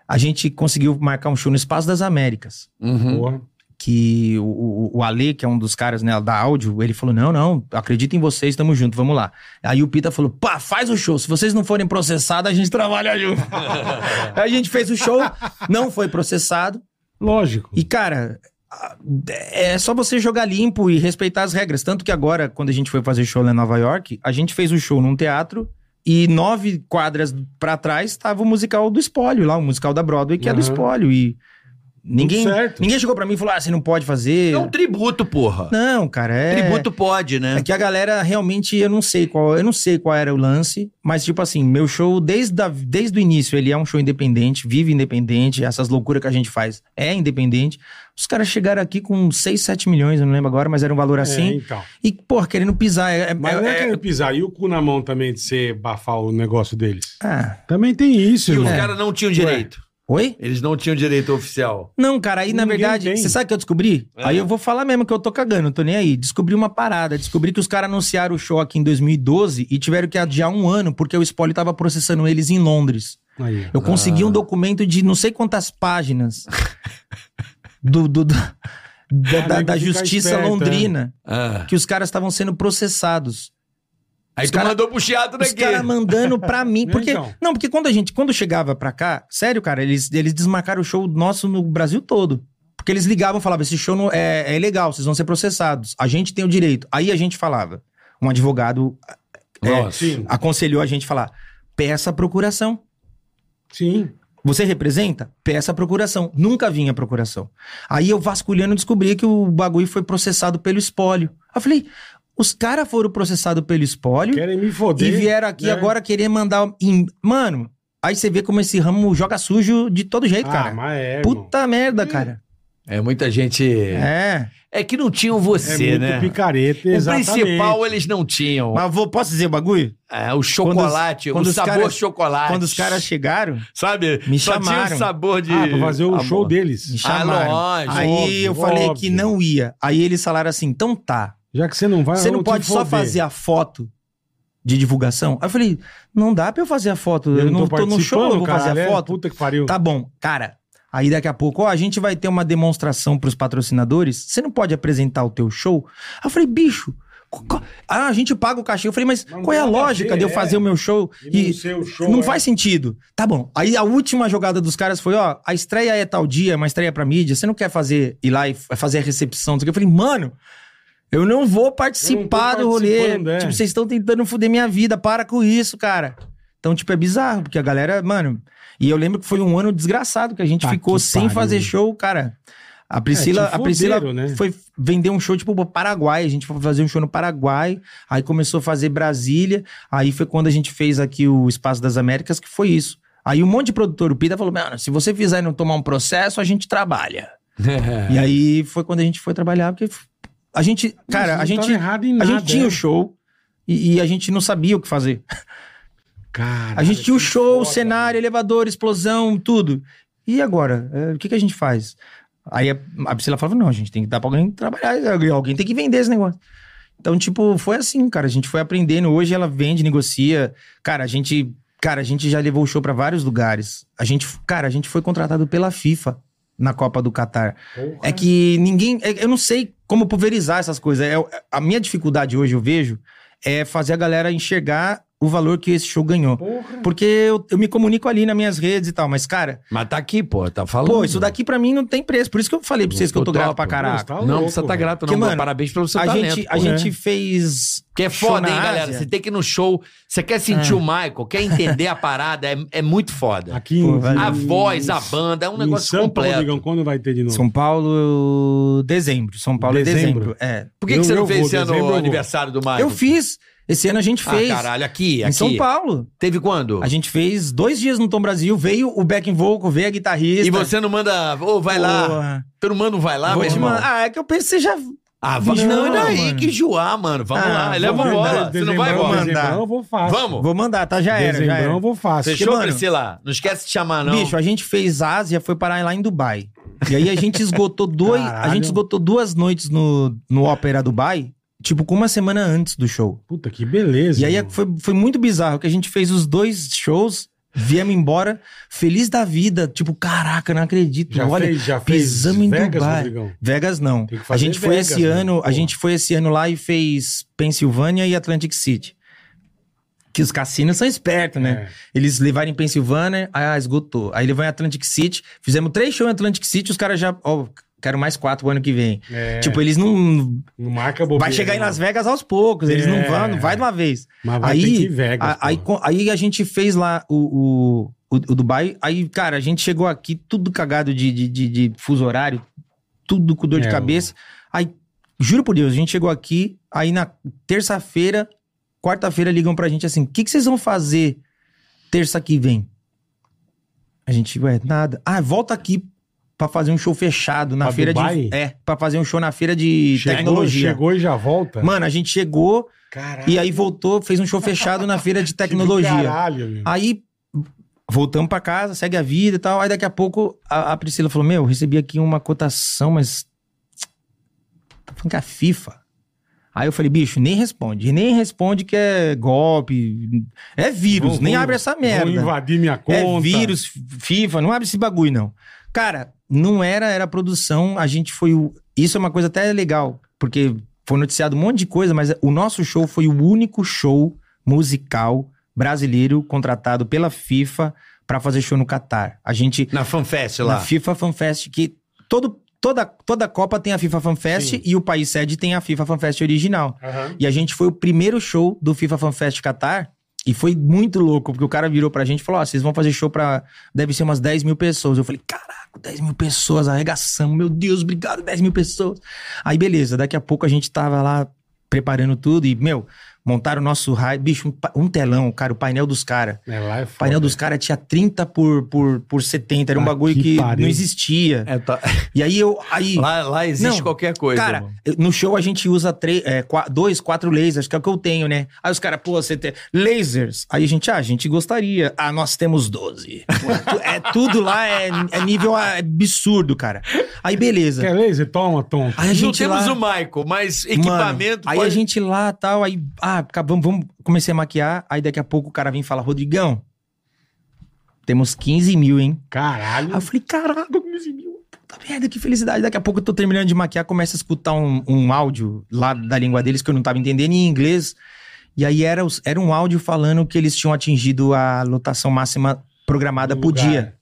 Speaker 5: a gente conseguiu marcar um show no Espaço das Américas
Speaker 2: Porra.
Speaker 4: Hum.
Speaker 5: que o, o, o Ale, que é um dos caras né, da áudio, ele falou: não, não, acredito em vocês, tamo junto, vamos lá. Aí o Pita falou: pá, faz o show. Se vocês não forem processados, a gente
Speaker 2: *laughs*
Speaker 5: trabalha junto. Aí a gente fez o show, não foi processado.
Speaker 2: Lógico.
Speaker 5: E, cara, a- é só você jogar limpo e respeitar as regras. Tanto que agora, quando a gente foi fazer show lá em Nova York, a gente fez o show num teatro e nove quadras pra trás estava o musical do Espólio, lá, o musical da Broadway, que é do
Speaker 2: Aham.
Speaker 5: Espólio. E ninguém.
Speaker 2: Tudo certo.
Speaker 5: Ninguém chegou pra mim e falou, ah, você não pode fazer.
Speaker 4: É um tributo, porra.
Speaker 5: Não, cara, é...
Speaker 4: Tributo pode, né?
Speaker 5: É que a galera realmente, eu não sei qual, eu não sei qual era o lance, mas tipo assim, meu show desde, a- desde o início, ele é um show independente, vive independente, essas loucuras que a gente faz é independente. Os caras chegaram aqui com 6, 7 milhões, eu não lembro agora, mas era um valor
Speaker 2: É,
Speaker 5: assim.
Speaker 2: então.
Speaker 5: E, porra, querendo pisar. É, é-
Speaker 2: Mas não é
Speaker 5: é-
Speaker 2: querendo pisar. E o cu na mão também de você bafar o negócio deles?
Speaker 5: Ah,
Speaker 2: Também tem isso,
Speaker 4: E os
Speaker 2: irmão.
Speaker 5: né?
Speaker 4: caras não tinham direito.
Speaker 5: oi?
Speaker 4: Eles não tinham direito oficial.
Speaker 5: Não, cara, aí na
Speaker 2: Ninguém
Speaker 5: verdade,
Speaker 2: tem.
Speaker 5: você sabe o que eu descobri? Aí eu vou falar mesmo que eu tô cagando, não tô nem aí. Descobri uma parada, descobri que os caras anunciaram o show aqui em 2012 e tiveram que adiar um ano porque o Spoiler tava processando eles em Londres.
Speaker 2: Aí, ó.
Speaker 5: Eu consegui um documento de não sei quantas
Speaker 2: *laughs*
Speaker 5: páginas do, do- do- da, da- da
Speaker 2: fica
Speaker 5: justiça
Speaker 2: esperto, é.
Speaker 5: londrina
Speaker 4: Ah.
Speaker 5: que os caras estavam sendo processados.
Speaker 4: Aí
Speaker 5: Os
Speaker 4: tu
Speaker 5: cara-
Speaker 4: mandou pro chiado
Speaker 5: Os
Speaker 4: daqui.
Speaker 5: caras mandando pra mim.
Speaker 2: É, *laughs*
Speaker 5: Porque,
Speaker 2: então.
Speaker 5: Não, porque quando a gente, quando chegava pra cá, sério, cara, eles, eles desmarcaram o show nosso no Brasil todo. Porque eles ligavam e falavam: esse show não, é, é ilegal, vocês vão ser processados. A gente tem o direito. Aí a gente falava. Um advogado É.
Speaker 4: Nossa.
Speaker 2: Sim,
Speaker 5: aconselhou a gente a falar: peça a procuração.
Speaker 2: sim.
Speaker 5: Você representa? Peça a procuração. Nunca vinha a procuração. Aí eu vasculhando descobri que o bagulho foi processado pelo espólio. Aí eu falei, os caras foram processados pelo espólio
Speaker 2: Querem me
Speaker 5: e
Speaker 2: foder.
Speaker 5: vieram aqui
Speaker 2: né?
Speaker 5: agora querer mandar... em- Mano, aí você vê como esse ramo joga sujo de todo jeito,
Speaker 2: Ah,
Speaker 5: cara.
Speaker 2: mas é, irmão.
Speaker 5: Puta merda, cara.
Speaker 4: É muita gente. É,
Speaker 5: É.
Speaker 4: que não tinham
Speaker 2: É
Speaker 4: você,
Speaker 2: muito
Speaker 4: né?
Speaker 2: picareta,
Speaker 4: O
Speaker 2: exatamente.
Speaker 4: principal eles não tinham.
Speaker 5: Mas vou, posso dizer o bagulho?
Speaker 4: É, o chocolate,
Speaker 5: quando
Speaker 4: o
Speaker 5: os
Speaker 4: sabor
Speaker 5: caras-
Speaker 4: chocolate.
Speaker 5: Quando os caras chegaram,
Speaker 4: Sabe?
Speaker 5: Me
Speaker 4: Só tinha
Speaker 5: chamaram.
Speaker 4: o sabor de. Tá
Speaker 2: Ah, pra fazer o
Speaker 4: amor.
Speaker 2: show
Speaker 5: me
Speaker 2: deles.
Speaker 5: chamaram.
Speaker 4: Ah, lógico.
Speaker 5: aí eu
Speaker 2: Óbvio,
Speaker 5: falei que
Speaker 2: óbvio.
Speaker 5: não ia. Aí eles falaram assim, então tá.
Speaker 2: Já que você não vai,
Speaker 5: Você
Speaker 2: vamos
Speaker 5: não
Speaker 2: te
Speaker 5: pode só
Speaker 2: foder.
Speaker 5: fazer a foto de divulgação. Aí eu falei, não dá pra eu fazer a foto. Eu, não tô, no show, eu vou fazer a
Speaker 2: caralho, é?
Speaker 5: foto.
Speaker 2: Puta que pariu.
Speaker 5: Tá bom, cara. Aí daqui a pouco, ó, a gente vai ter uma demonstração pros patrocinadores. Você não pode apresentar o teu show? Aí eu falei, bicho, co- co- ah, a gente paga o cachê. Eu falei, mas
Speaker 2: Não
Speaker 5: qual é a
Speaker 2: tem nada a
Speaker 5: lógica
Speaker 2: ver,
Speaker 5: de eu
Speaker 2: é.
Speaker 5: fazer o meu show
Speaker 2: E
Speaker 5: e
Speaker 2: não sei o show,
Speaker 5: não
Speaker 2: é. *laughs*
Speaker 5: faz sentido. Tá bom. Aí a última jogada dos caras foi, ó, a estreia é tal dia, uma estreia pra mídia, você não quer fazer ir lá e f- é fazer a recepção? não sei o quê. Eu falei, mano, eu não vou participar do rolê.
Speaker 2: participando, é.
Speaker 5: Tipo, vocês estão tentando foder minha vida, para com isso, cara. Então, tipo, é bizarro, porque a galera, mano... E eu lembro que foi um ano desgraçado que a gente
Speaker 2: Tá
Speaker 5: ficou
Speaker 2: que
Speaker 5: sem
Speaker 2: pariu.
Speaker 5: fazer show, cara. A Priscila,
Speaker 2: É, te
Speaker 5: a Priscila
Speaker 2: fuderam, né?
Speaker 5: foi vender um show tipo pro Paraguai, a gente foi fazer um show no Paraguai, aí começou a fazer Brasília, aí foi quando a gente fez aqui o Espaço das Américas, que foi isso. Aí um monte de produtor, o Pita falou: "Mano, se você fizer e não tomar um processo, a gente trabalha". E aí foi quando a gente foi trabalhar, porque f- a gente, cara,
Speaker 2: Não,
Speaker 5: a
Speaker 2: vocês não
Speaker 5: gente
Speaker 2: estavam errados em
Speaker 5: a
Speaker 2: nada,
Speaker 5: gente tinha
Speaker 2: é.
Speaker 5: o show e, e a gente não sabia o que fazer.
Speaker 2: Caralho,
Speaker 5: A gente tinha o
Speaker 2: que
Speaker 5: show, o
Speaker 2: foda,
Speaker 5: cenário, elevador, explosão, tudo. E agora? É, o que, que a gente faz? Aí a, a Priscila falava: não, a gente tem que dar pra alguém trabalhar, alguém- alguém tem que vender esse negócio. Então, tipo, foi assim, cara. A gente foi aprendendo. Hoje ela vende, negocia. Cara, a gente. Cara, a gente já levou o show pra vários lugares. A gente, cara, a gente foi contratado pela FIFA na Copa do Catar.
Speaker 2: Porra.
Speaker 5: É que ninguém. é- Eu não sei como pulverizar essas coisas. É, a minha dificuldade hoje, eu vejo, é fazer a galera enxergar o valor que esse show ganhou.
Speaker 2: Porra.
Speaker 5: Porque eu, eu me comunico ali nas minhas redes e tal, mas, cara,
Speaker 4: Mas tá aqui, pô, tá falando.
Speaker 5: pô, isso daqui pra mim não tem preço. Por isso que eu falei pra vocês que eu tô
Speaker 4: Total,
Speaker 5: grato pra
Speaker 4: pô.
Speaker 5: caraca.
Speaker 2: Tá
Speaker 4: Não,
Speaker 2: louco,
Speaker 4: precisa tá
Speaker 2: velho.
Speaker 4: grato, não.
Speaker 5: Porque,
Speaker 4: pô,
Speaker 5: mano,
Speaker 4: parabéns pelo seu
Speaker 5: A
Speaker 4: talento.
Speaker 5: gente,
Speaker 4: pô. É.
Speaker 5: a gente fez.
Speaker 4: Que é
Speaker 5: show
Speaker 4: foda,
Speaker 5: na
Speaker 4: hein, galera?
Speaker 5: Ásia.
Speaker 4: Você tem que ir no show, você quer sentir
Speaker 5: É.
Speaker 4: o Michael, quer entender a parada, é, é muito foda.
Speaker 2: Aqui
Speaker 5: Pô,
Speaker 2: em,
Speaker 5: velho.
Speaker 4: A voz, a banda, é um
Speaker 2: em
Speaker 4: negócio
Speaker 2: São Paulo,
Speaker 4: completo.
Speaker 2: Digão, quando vai ter de novo?
Speaker 5: São Paulo, dezembro. São Paulo
Speaker 2: Dezembro.
Speaker 5: é dezembro. É.
Speaker 4: Por que, que
Speaker 2: Eu-
Speaker 4: você não
Speaker 2: eu
Speaker 4: fez
Speaker 2: vou,
Speaker 4: esse ano
Speaker 2: dezembro eu
Speaker 4: o
Speaker 2: vou.
Speaker 4: aniversário do Michael?
Speaker 5: Eu fiz. Esse ano a gente fez.
Speaker 4: Ah, caralho, aqui,
Speaker 5: em
Speaker 4: aqui.
Speaker 5: São Paulo.
Speaker 4: Teve quando?
Speaker 5: A gente fez dois dias no Tom Brasil, veio o back vocal, veio a guitarrista.
Speaker 4: E você não manda, ô, vai lá.
Speaker 5: Porra.
Speaker 4: Tu não manda um vai lá,
Speaker 5: tá- Vou
Speaker 4: meu
Speaker 5: te
Speaker 4: irmão?
Speaker 5: mandar- Ah, é que eu pensei já.
Speaker 4: Ah, vamos.
Speaker 5: Não,
Speaker 4: Não, daí
Speaker 5: mano.
Speaker 4: que enjoar, mano. Vamos
Speaker 5: Ah,
Speaker 4: lá. Leva
Speaker 5: vou
Speaker 4: bola.
Speaker 5: mandar.
Speaker 4: Você não vai
Speaker 2: Dezembrão,
Speaker 4: bola.
Speaker 5: mandar.
Speaker 2: Dezembrão eu vou fácil.
Speaker 4: Vamos.
Speaker 5: Vou mandar, tá? Já era, já
Speaker 2: Dezembrão
Speaker 5: era.
Speaker 2: eu vou fácil.
Speaker 4: Fechou,
Speaker 5: mano-
Speaker 4: Priscila? Não esquece de chamar, não.
Speaker 5: Bicho, a gente fez Ásia, foi parar lá em Dubai. E aí a
Speaker 2: *laughs*
Speaker 5: gente esgotou dois. A
Speaker 2: Caralho.
Speaker 5: gente esgotou duas noites no, no Ópera Dubai, tipo, com uma semana antes do show.
Speaker 2: Puta, que beleza.
Speaker 5: E aí é
Speaker 2: mano.
Speaker 5: foi, foi muito bizarro que a gente fez os dois shows, viemos embora, feliz da vida. Tipo, caraca, não acredito.
Speaker 2: já
Speaker 5: Olha,
Speaker 2: fez, já fez
Speaker 5: pisamos em
Speaker 2: Vegas,
Speaker 5: Dubai.
Speaker 2: Rodrigão?
Speaker 5: Vegas não.
Speaker 2: Tem que
Speaker 5: A
Speaker 2: fazer
Speaker 5: gente foi
Speaker 2: Vegas,
Speaker 5: esse
Speaker 2: né?
Speaker 5: ano, a
Speaker 2: Porra.
Speaker 5: gente foi esse ano lá e fez Pensilvânia e Atlantic City. Que os cassinos são espertos, né?
Speaker 2: É.
Speaker 5: Eles levaram em Pensilvânia, aí ah, esgotou. Aí ele vai em Atlantic City, fizemos três shows em Atlantic City, os caras já, ó, quero mais quatro o ano que vem.
Speaker 2: É,
Speaker 5: Tipo, eles não
Speaker 2: não marca bobeira.
Speaker 5: vai chegar em
Speaker 2: não.
Speaker 5: Las Vegas aos poucos, eles não
Speaker 2: É.
Speaker 5: vão, não vai de uma vez.
Speaker 2: Mas vai
Speaker 5: aí-
Speaker 2: ter que ir em Vegas.
Speaker 5: A- aí,
Speaker 2: pô.
Speaker 5: co- aí a gente fez lá o, o, o, o Dubai. Aí, cara, a gente chegou aqui tudo cagado de, de, de, de fuso horário, tudo com dor de
Speaker 2: É,
Speaker 5: cabeça. Aí, juro por Deus, a gente chegou aqui. Aí na terça-feira, quarta-feira, ligam pra gente assim: o que, que vocês vão fazer terça que vem? A gente, ué, nada. Ah, volta aqui pra fazer um show fechado na
Speaker 2: Pra
Speaker 5: feira
Speaker 2: Dubai?
Speaker 5: de. É, pra fazer um show na feira de
Speaker 2: chegou,
Speaker 5: tecnologia.
Speaker 2: Chegou e já volta?
Speaker 5: Mano, a gente chegou
Speaker 2: Caralho.
Speaker 5: e aí voltou, fez um show fechado na feira de
Speaker 2: *laughs* que do
Speaker 5: tecnologia. Ah,
Speaker 2: Caralho, meu.
Speaker 5: Aí voltamos pra casa, segue a vida e tal. Aí daqui a pouco a, a Priscila falou: Meu, recebi aqui uma cotação, mas. Tá falando que é a FIFA. Aí eu falei, bicho, nem responde. Nem responde que é golpe, é vírus,
Speaker 2: Vão-
Speaker 5: nem
Speaker 2: vão-
Speaker 5: abre essa
Speaker 2: Vão
Speaker 5: merda.
Speaker 2: invadir minha conta.
Speaker 5: É vírus, FIFA, não abre esse bagulho, não. Cara, não era, era produção, a gente foi o. Isso é uma coisa até legal, porque foi noticiado um monte de coisa, mas o nosso show foi o único show musical brasileiro contratado pela FIFA pra fazer show no Catar. A gente.
Speaker 4: Na fanfest
Speaker 5: Na
Speaker 4: lá.
Speaker 5: FIFA Fan Fest, que todo, toda, toda Copa tem a FIFA Fan Fest
Speaker 2: Sim.
Speaker 5: e o país sede tem a FIFA Fan Fest original.
Speaker 2: Aham.
Speaker 5: E a gente foi o primeiro show do FIFA Fan Fest Qatar. E foi muito louco, porque o cara virou pra gente e falou: Ó, vocês vão fazer show pra. Deve ser umas 10 mil pessoas. Eu falei: Caraca, 10 mil pessoas, arregaçamos, meu Deus, obrigado, 10 mil pessoas. Aí, beleza, daqui a pouco a gente tava lá preparando tudo e, meu, montaram o nosso raio. Bicho, um, pa- um telão, cara, o painel dos caras.
Speaker 2: É lá é
Speaker 5: O
Speaker 2: foda.
Speaker 5: painel dos caras tinha 30 por, por, por 70, era um
Speaker 2: Tá
Speaker 5: bagulho
Speaker 2: que
Speaker 5: que
Speaker 2: pariu.
Speaker 5: não existia.
Speaker 4: É, tá-
Speaker 5: E aí eu.
Speaker 4: *laughs*
Speaker 5: Aí,
Speaker 4: lá, lá existe
Speaker 5: Não,
Speaker 4: qualquer coisa.
Speaker 5: cara,
Speaker 4: irmão.
Speaker 5: eu- no show a gente usa três, é, qua- dois, quatro lasers, que é o que eu tenho, né? Aí os caras, pô, você tem lasers. Aí a gente, ah, a gente gostaria. Ah, nós temos 12. Pô, é tu- é, tudo lá, é, é nível absurdo, cara. Aí beleza.
Speaker 2: Quer laser? Toma, toma.
Speaker 5: Aí a
Speaker 4: não
Speaker 5: gente
Speaker 4: temos
Speaker 5: lá,
Speaker 4: o Michael, mas
Speaker 5: Mano,
Speaker 4: equipamento.
Speaker 5: Aí
Speaker 4: pode-
Speaker 5: a gente lá, tal, aí, ah, ah, ca- vamos, vamos- comecei a maquiar, aí daqui a pouco o cara vem e fala, Rodrigão, temos 15 mil, hein?
Speaker 2: Caralho.
Speaker 5: Aí eu falei, caralho, 15 mil. Puta merda, que felicidade. Daqui a pouco eu tô terminando de maquiar, começo a escutar um, um áudio lá da língua deles que eu não tava entendendo em inglês. E aí era, os- era um áudio falando que eles tinham atingido a lotação máxima programada
Speaker 2: Do
Speaker 5: por
Speaker 2: lugar.
Speaker 5: dia.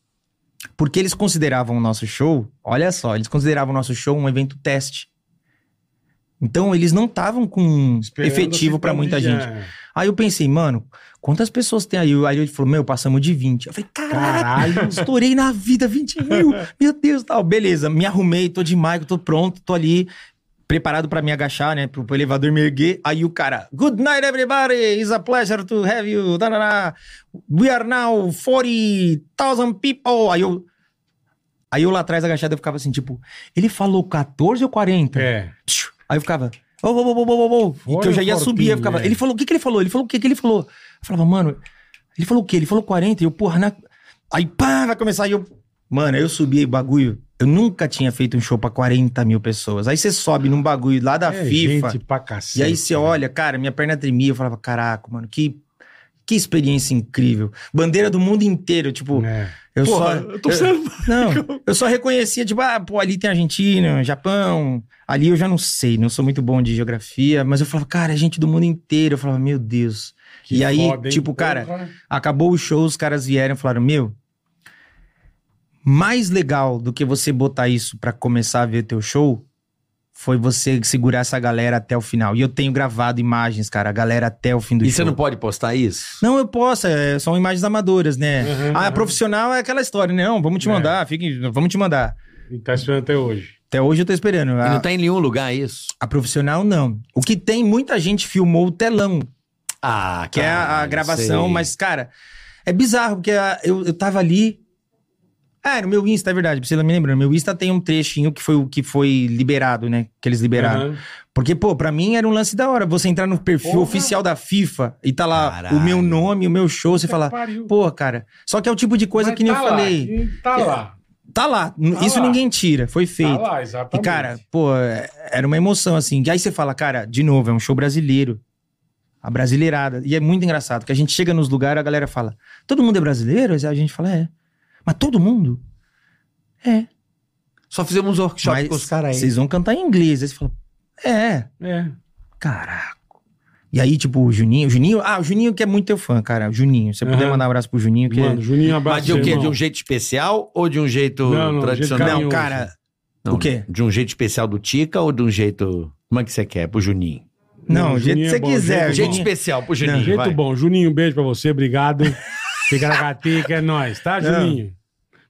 Speaker 5: Porque eles consideravam o nosso show, olha só, eles consideravam o nosso show um evento teste. Então eles não estavam com
Speaker 2: Esperando
Speaker 5: efetivo
Speaker 2: assim
Speaker 5: pra muita
Speaker 2: dia.
Speaker 5: gente. Aí eu pensei, mano, quantas pessoas tem aí? Aí ele falou, meu, passamos de 20. Eu falei, caralho. *laughs*
Speaker 2: Caralho.
Speaker 5: Estourei na vida, 20 mil. Meu Deus, tal. Beleza, me arrumei, tô de maico, tô pronto, tô ali, preparado pra me agachar, né? Pro, pro elevador me erguer. Aí o cara, good night, everybody. It's a pleasure to have you. Tarará. We are now 40,000 people. Aí eu. Aí eu lá atrás agachado, eu ficava assim, tipo, ele falou 14 ou 40?
Speaker 2: É.
Speaker 5: Aí eu ficava, ô, ô, ô, ô, ô, ô, ô, e que eu já ia
Speaker 2: Fora o
Speaker 5: subir, eu
Speaker 2: corpinho,
Speaker 5: ficava,
Speaker 2: é.
Speaker 5: ele falou, o que que ele falou? Ele falou o que que ele falou? Eu falava, mano, ele falou o quê? Ele falou 40, e eu, porra, na... aí pá, vai começar, e eu, mano, aí eu subi o bagulho, eu nunca tinha feito um show pra 40 mil pessoas, aí você sobe num bagulho lá da
Speaker 2: é
Speaker 5: FIFA,
Speaker 2: Gente pra cacete.
Speaker 5: e aí você olha, cara, minha perna tremia, eu falava, caraca, mano, que... Que experiência incrível. Bandeira do mundo inteiro, tipo,
Speaker 2: É.
Speaker 5: eu
Speaker 4: Porra,
Speaker 5: só.
Speaker 4: eu tô sendo-
Speaker 5: *laughs* Não, eu só reconhecia, tipo, ah, pô, ali tem Argentina, Japão. Ali eu já não sei, não sou muito bom de geografia, mas eu falava, cara, é gente do mundo inteiro. Eu falava, meu Deus.
Speaker 2: Que
Speaker 5: e aí,
Speaker 2: foda, hein?
Speaker 5: tipo, cara,
Speaker 2: Porra.
Speaker 5: acabou o show, os caras vieram e falaram, meu, mais legal do que você botar isso pra começar a ver teu show foi você segurar essa galera até o final. E eu tenho gravado imagens, cara, a galera até o fim do
Speaker 4: E
Speaker 5: show.
Speaker 4: você não pode postar isso?
Speaker 5: Não, eu posso, é, são imagens amadoras, né?
Speaker 2: Uhum,
Speaker 5: ah,
Speaker 2: uhum.
Speaker 5: profissional é aquela história, né? Não, vamos te
Speaker 2: É.
Speaker 5: mandar, fique, vamos te mandar.
Speaker 2: E tá esperando até hoje.
Speaker 5: Até hoje eu tô esperando.
Speaker 4: E
Speaker 5: A,
Speaker 4: não tá em nenhum lugar isso?
Speaker 5: a profissional, não. O que tem, muita gente filmou o telão,
Speaker 4: Ah,
Speaker 5: que é a- a, gravação, mas, cara, é bizarro, porque a- eu, eu tava ali. Ah, no meu Insta, é verdade, precisa me lembrar. No meu Insta tem um trechinho que foi o que foi liberado, né? Que eles liberaram.
Speaker 2: Uhum.
Speaker 5: Porque, pô, pra mim era um lance da hora. Você entrar no perfil
Speaker 2: Porra.
Speaker 5: oficial da FIFA e tá lá
Speaker 4: Caralho.
Speaker 5: o meu nome, o meu show, você
Speaker 2: Puta
Speaker 5: fala,
Speaker 2: que pariu.
Speaker 5: pô, cara. Só que é o tipo de coisa
Speaker 2: Mas
Speaker 5: que nem
Speaker 2: tá
Speaker 5: eu
Speaker 2: lá,
Speaker 5: falei.
Speaker 2: que Tá lá.
Speaker 5: Tá lá, n-
Speaker 2: Tá
Speaker 5: isso
Speaker 2: lá.
Speaker 5: ninguém tira, foi feito.
Speaker 2: Tá lá,
Speaker 5: E,
Speaker 2: exatamente.
Speaker 5: cara, pô, é- era uma emoção, assim. E aí você fala, cara, de novo, é um show brasileiro. A brasileirada. E é muito engraçado, que a gente chega nos lugares, a galera fala, todo mundo é brasileiro? Aí a gente fala, é. Mas todo mundo? É.
Speaker 4: Só fizemos um workshop
Speaker 5: Mas
Speaker 4: com os caras aí.
Speaker 5: vocês vão cantar em inglês. Aí você fala, é.
Speaker 2: É.
Speaker 5: Caraca. E aí, tipo, o Juninho, o Juninho, ah, o Juninho que é muito teu fã, cara. O Juninho, se você puder
Speaker 2: Aham.
Speaker 5: mandar um abraço pro Juninho, que
Speaker 2: Mano, Juninho, abraço.
Speaker 4: Mas de, o quê?
Speaker 2: irmão.
Speaker 4: de um jeito especial ou de um jeito
Speaker 2: Não, não, de
Speaker 4: tradicional?
Speaker 2: carinhoso.
Speaker 5: Não, cara,
Speaker 4: Não,
Speaker 5: o quê?
Speaker 4: De um jeito especial do Tica ou de um jeito. Como é que você quer? Pro Juninho.
Speaker 5: não,
Speaker 2: Não,
Speaker 5: o jeito
Speaker 2: Juninho
Speaker 5: que
Speaker 2: é
Speaker 5: você
Speaker 2: bom,
Speaker 5: quiser.
Speaker 2: jeito é
Speaker 5: o
Speaker 2: bom.
Speaker 4: Jeito
Speaker 5: Juninho.
Speaker 4: especial pro Juninho.
Speaker 5: Não,
Speaker 2: Jeito
Speaker 4: vai.
Speaker 2: bom. Juninho, um beijo pra você, obrigado. *laughs* Ticaracatica, é nóis, tá,
Speaker 5: Não.
Speaker 2: Juninho?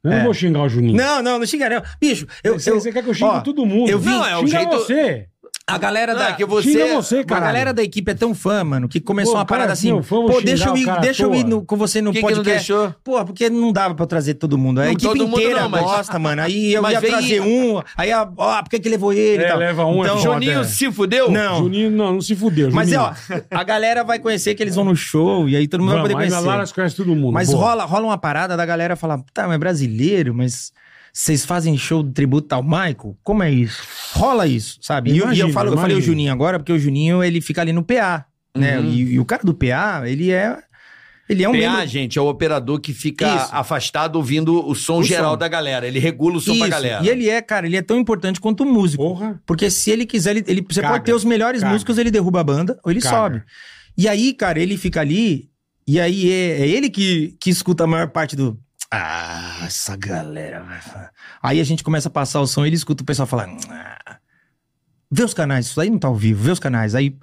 Speaker 2: Eu não vou xingar o Juninho.
Speaker 5: É. Não, não, não xinga, não. Bicho, eu,
Speaker 2: você,
Speaker 5: eu-
Speaker 2: você quer que eu xingue
Speaker 5: ó,
Speaker 2: todo mundo?
Speaker 5: eu vim-
Speaker 4: Não, é o
Speaker 2: Xinga
Speaker 4: jeito-
Speaker 2: você.
Speaker 5: A galera
Speaker 4: Não,
Speaker 5: da.
Speaker 4: é que você-
Speaker 2: Xinga você,
Speaker 5: A
Speaker 2: cara.
Speaker 5: galera da equipe é tão fã, mano, que começou
Speaker 2: Pô,
Speaker 5: uma
Speaker 2: cara,
Speaker 5: parada assim.
Speaker 2: meu fã, vou
Speaker 5: Pô,
Speaker 2: xingar
Speaker 5: deixa eu
Speaker 2: o
Speaker 5: ir,
Speaker 2: cara à
Speaker 5: deixa eu
Speaker 2: toa.
Speaker 5: ir no- com você no
Speaker 4: Por que, que não
Speaker 5: podcast.
Speaker 4: deixou?
Speaker 5: Pô, porque não dava pra trazer todo mundo. A
Speaker 4: Não,
Speaker 5: equipe
Speaker 4: todo mundo
Speaker 5: inteira
Speaker 4: não, mas-
Speaker 5: gosta, mano. Aí eu
Speaker 4: Mas
Speaker 5: ia
Speaker 4: vem-
Speaker 5: trazer um, aí, ó, ó, por que que levou ele e
Speaker 2: É,
Speaker 5: tal.
Speaker 2: leva um, é
Speaker 5: então,
Speaker 2: foda.
Speaker 4: Juninho
Speaker 2: é.
Speaker 4: se fudeu?
Speaker 5: Não.
Speaker 2: Juninho, não, não se fudeu.
Speaker 5: Mas é,
Speaker 2: Juninho.
Speaker 5: ó, a galera vai conhecer que eles vão no show e aí todo mundo
Speaker 2: Vamos,
Speaker 5: vai poder
Speaker 2: aí na
Speaker 5: conhecer.
Speaker 2: Lara conhece todo mundo.
Speaker 5: Mas
Speaker 2: Tipo, boa.
Speaker 5: rola, rola uma parada da galera falar, tá, mas é brasileiro, mas vocês fazem show de tributo ao Michael? Como é isso? Rola isso, sabe? E eu- e eu,
Speaker 2: Imagino,
Speaker 5: falo, eu falei o
Speaker 2: imagino.
Speaker 5: Juninho agora, porque o Juninho, ele fica ali no PA, né?
Speaker 4: Uhum.
Speaker 5: E, e o cara do PA, ele é... Ele é um
Speaker 4: PA,
Speaker 5: membro-
Speaker 4: gente, é o operador que fica
Speaker 5: Isso.
Speaker 4: afastado ouvindo o som
Speaker 5: O
Speaker 4: geral
Speaker 5: som.
Speaker 4: da galera. Ele regula o som pra
Speaker 5: Isso.
Speaker 4: galera.
Speaker 5: E ele é, cara, ele é tão importante quanto o músico.
Speaker 2: Porra.
Speaker 5: Porque se ele quiser, ele, ele- você
Speaker 2: Caga,
Speaker 5: pode ter os melhores
Speaker 2: caga.
Speaker 5: músicos, ele derruba a banda ou ele
Speaker 2: Caga.
Speaker 5: sobe. E aí, cara, ele fica ali, e aí é, é ele que, que escuta a maior parte do. Ah, essa galera. vai fa-". Aí a gente começa a passar o som, ele escuta o pessoal falar. "Ah, Vê os canais, isso aí não tá ao vivo, vê os canais. Aí,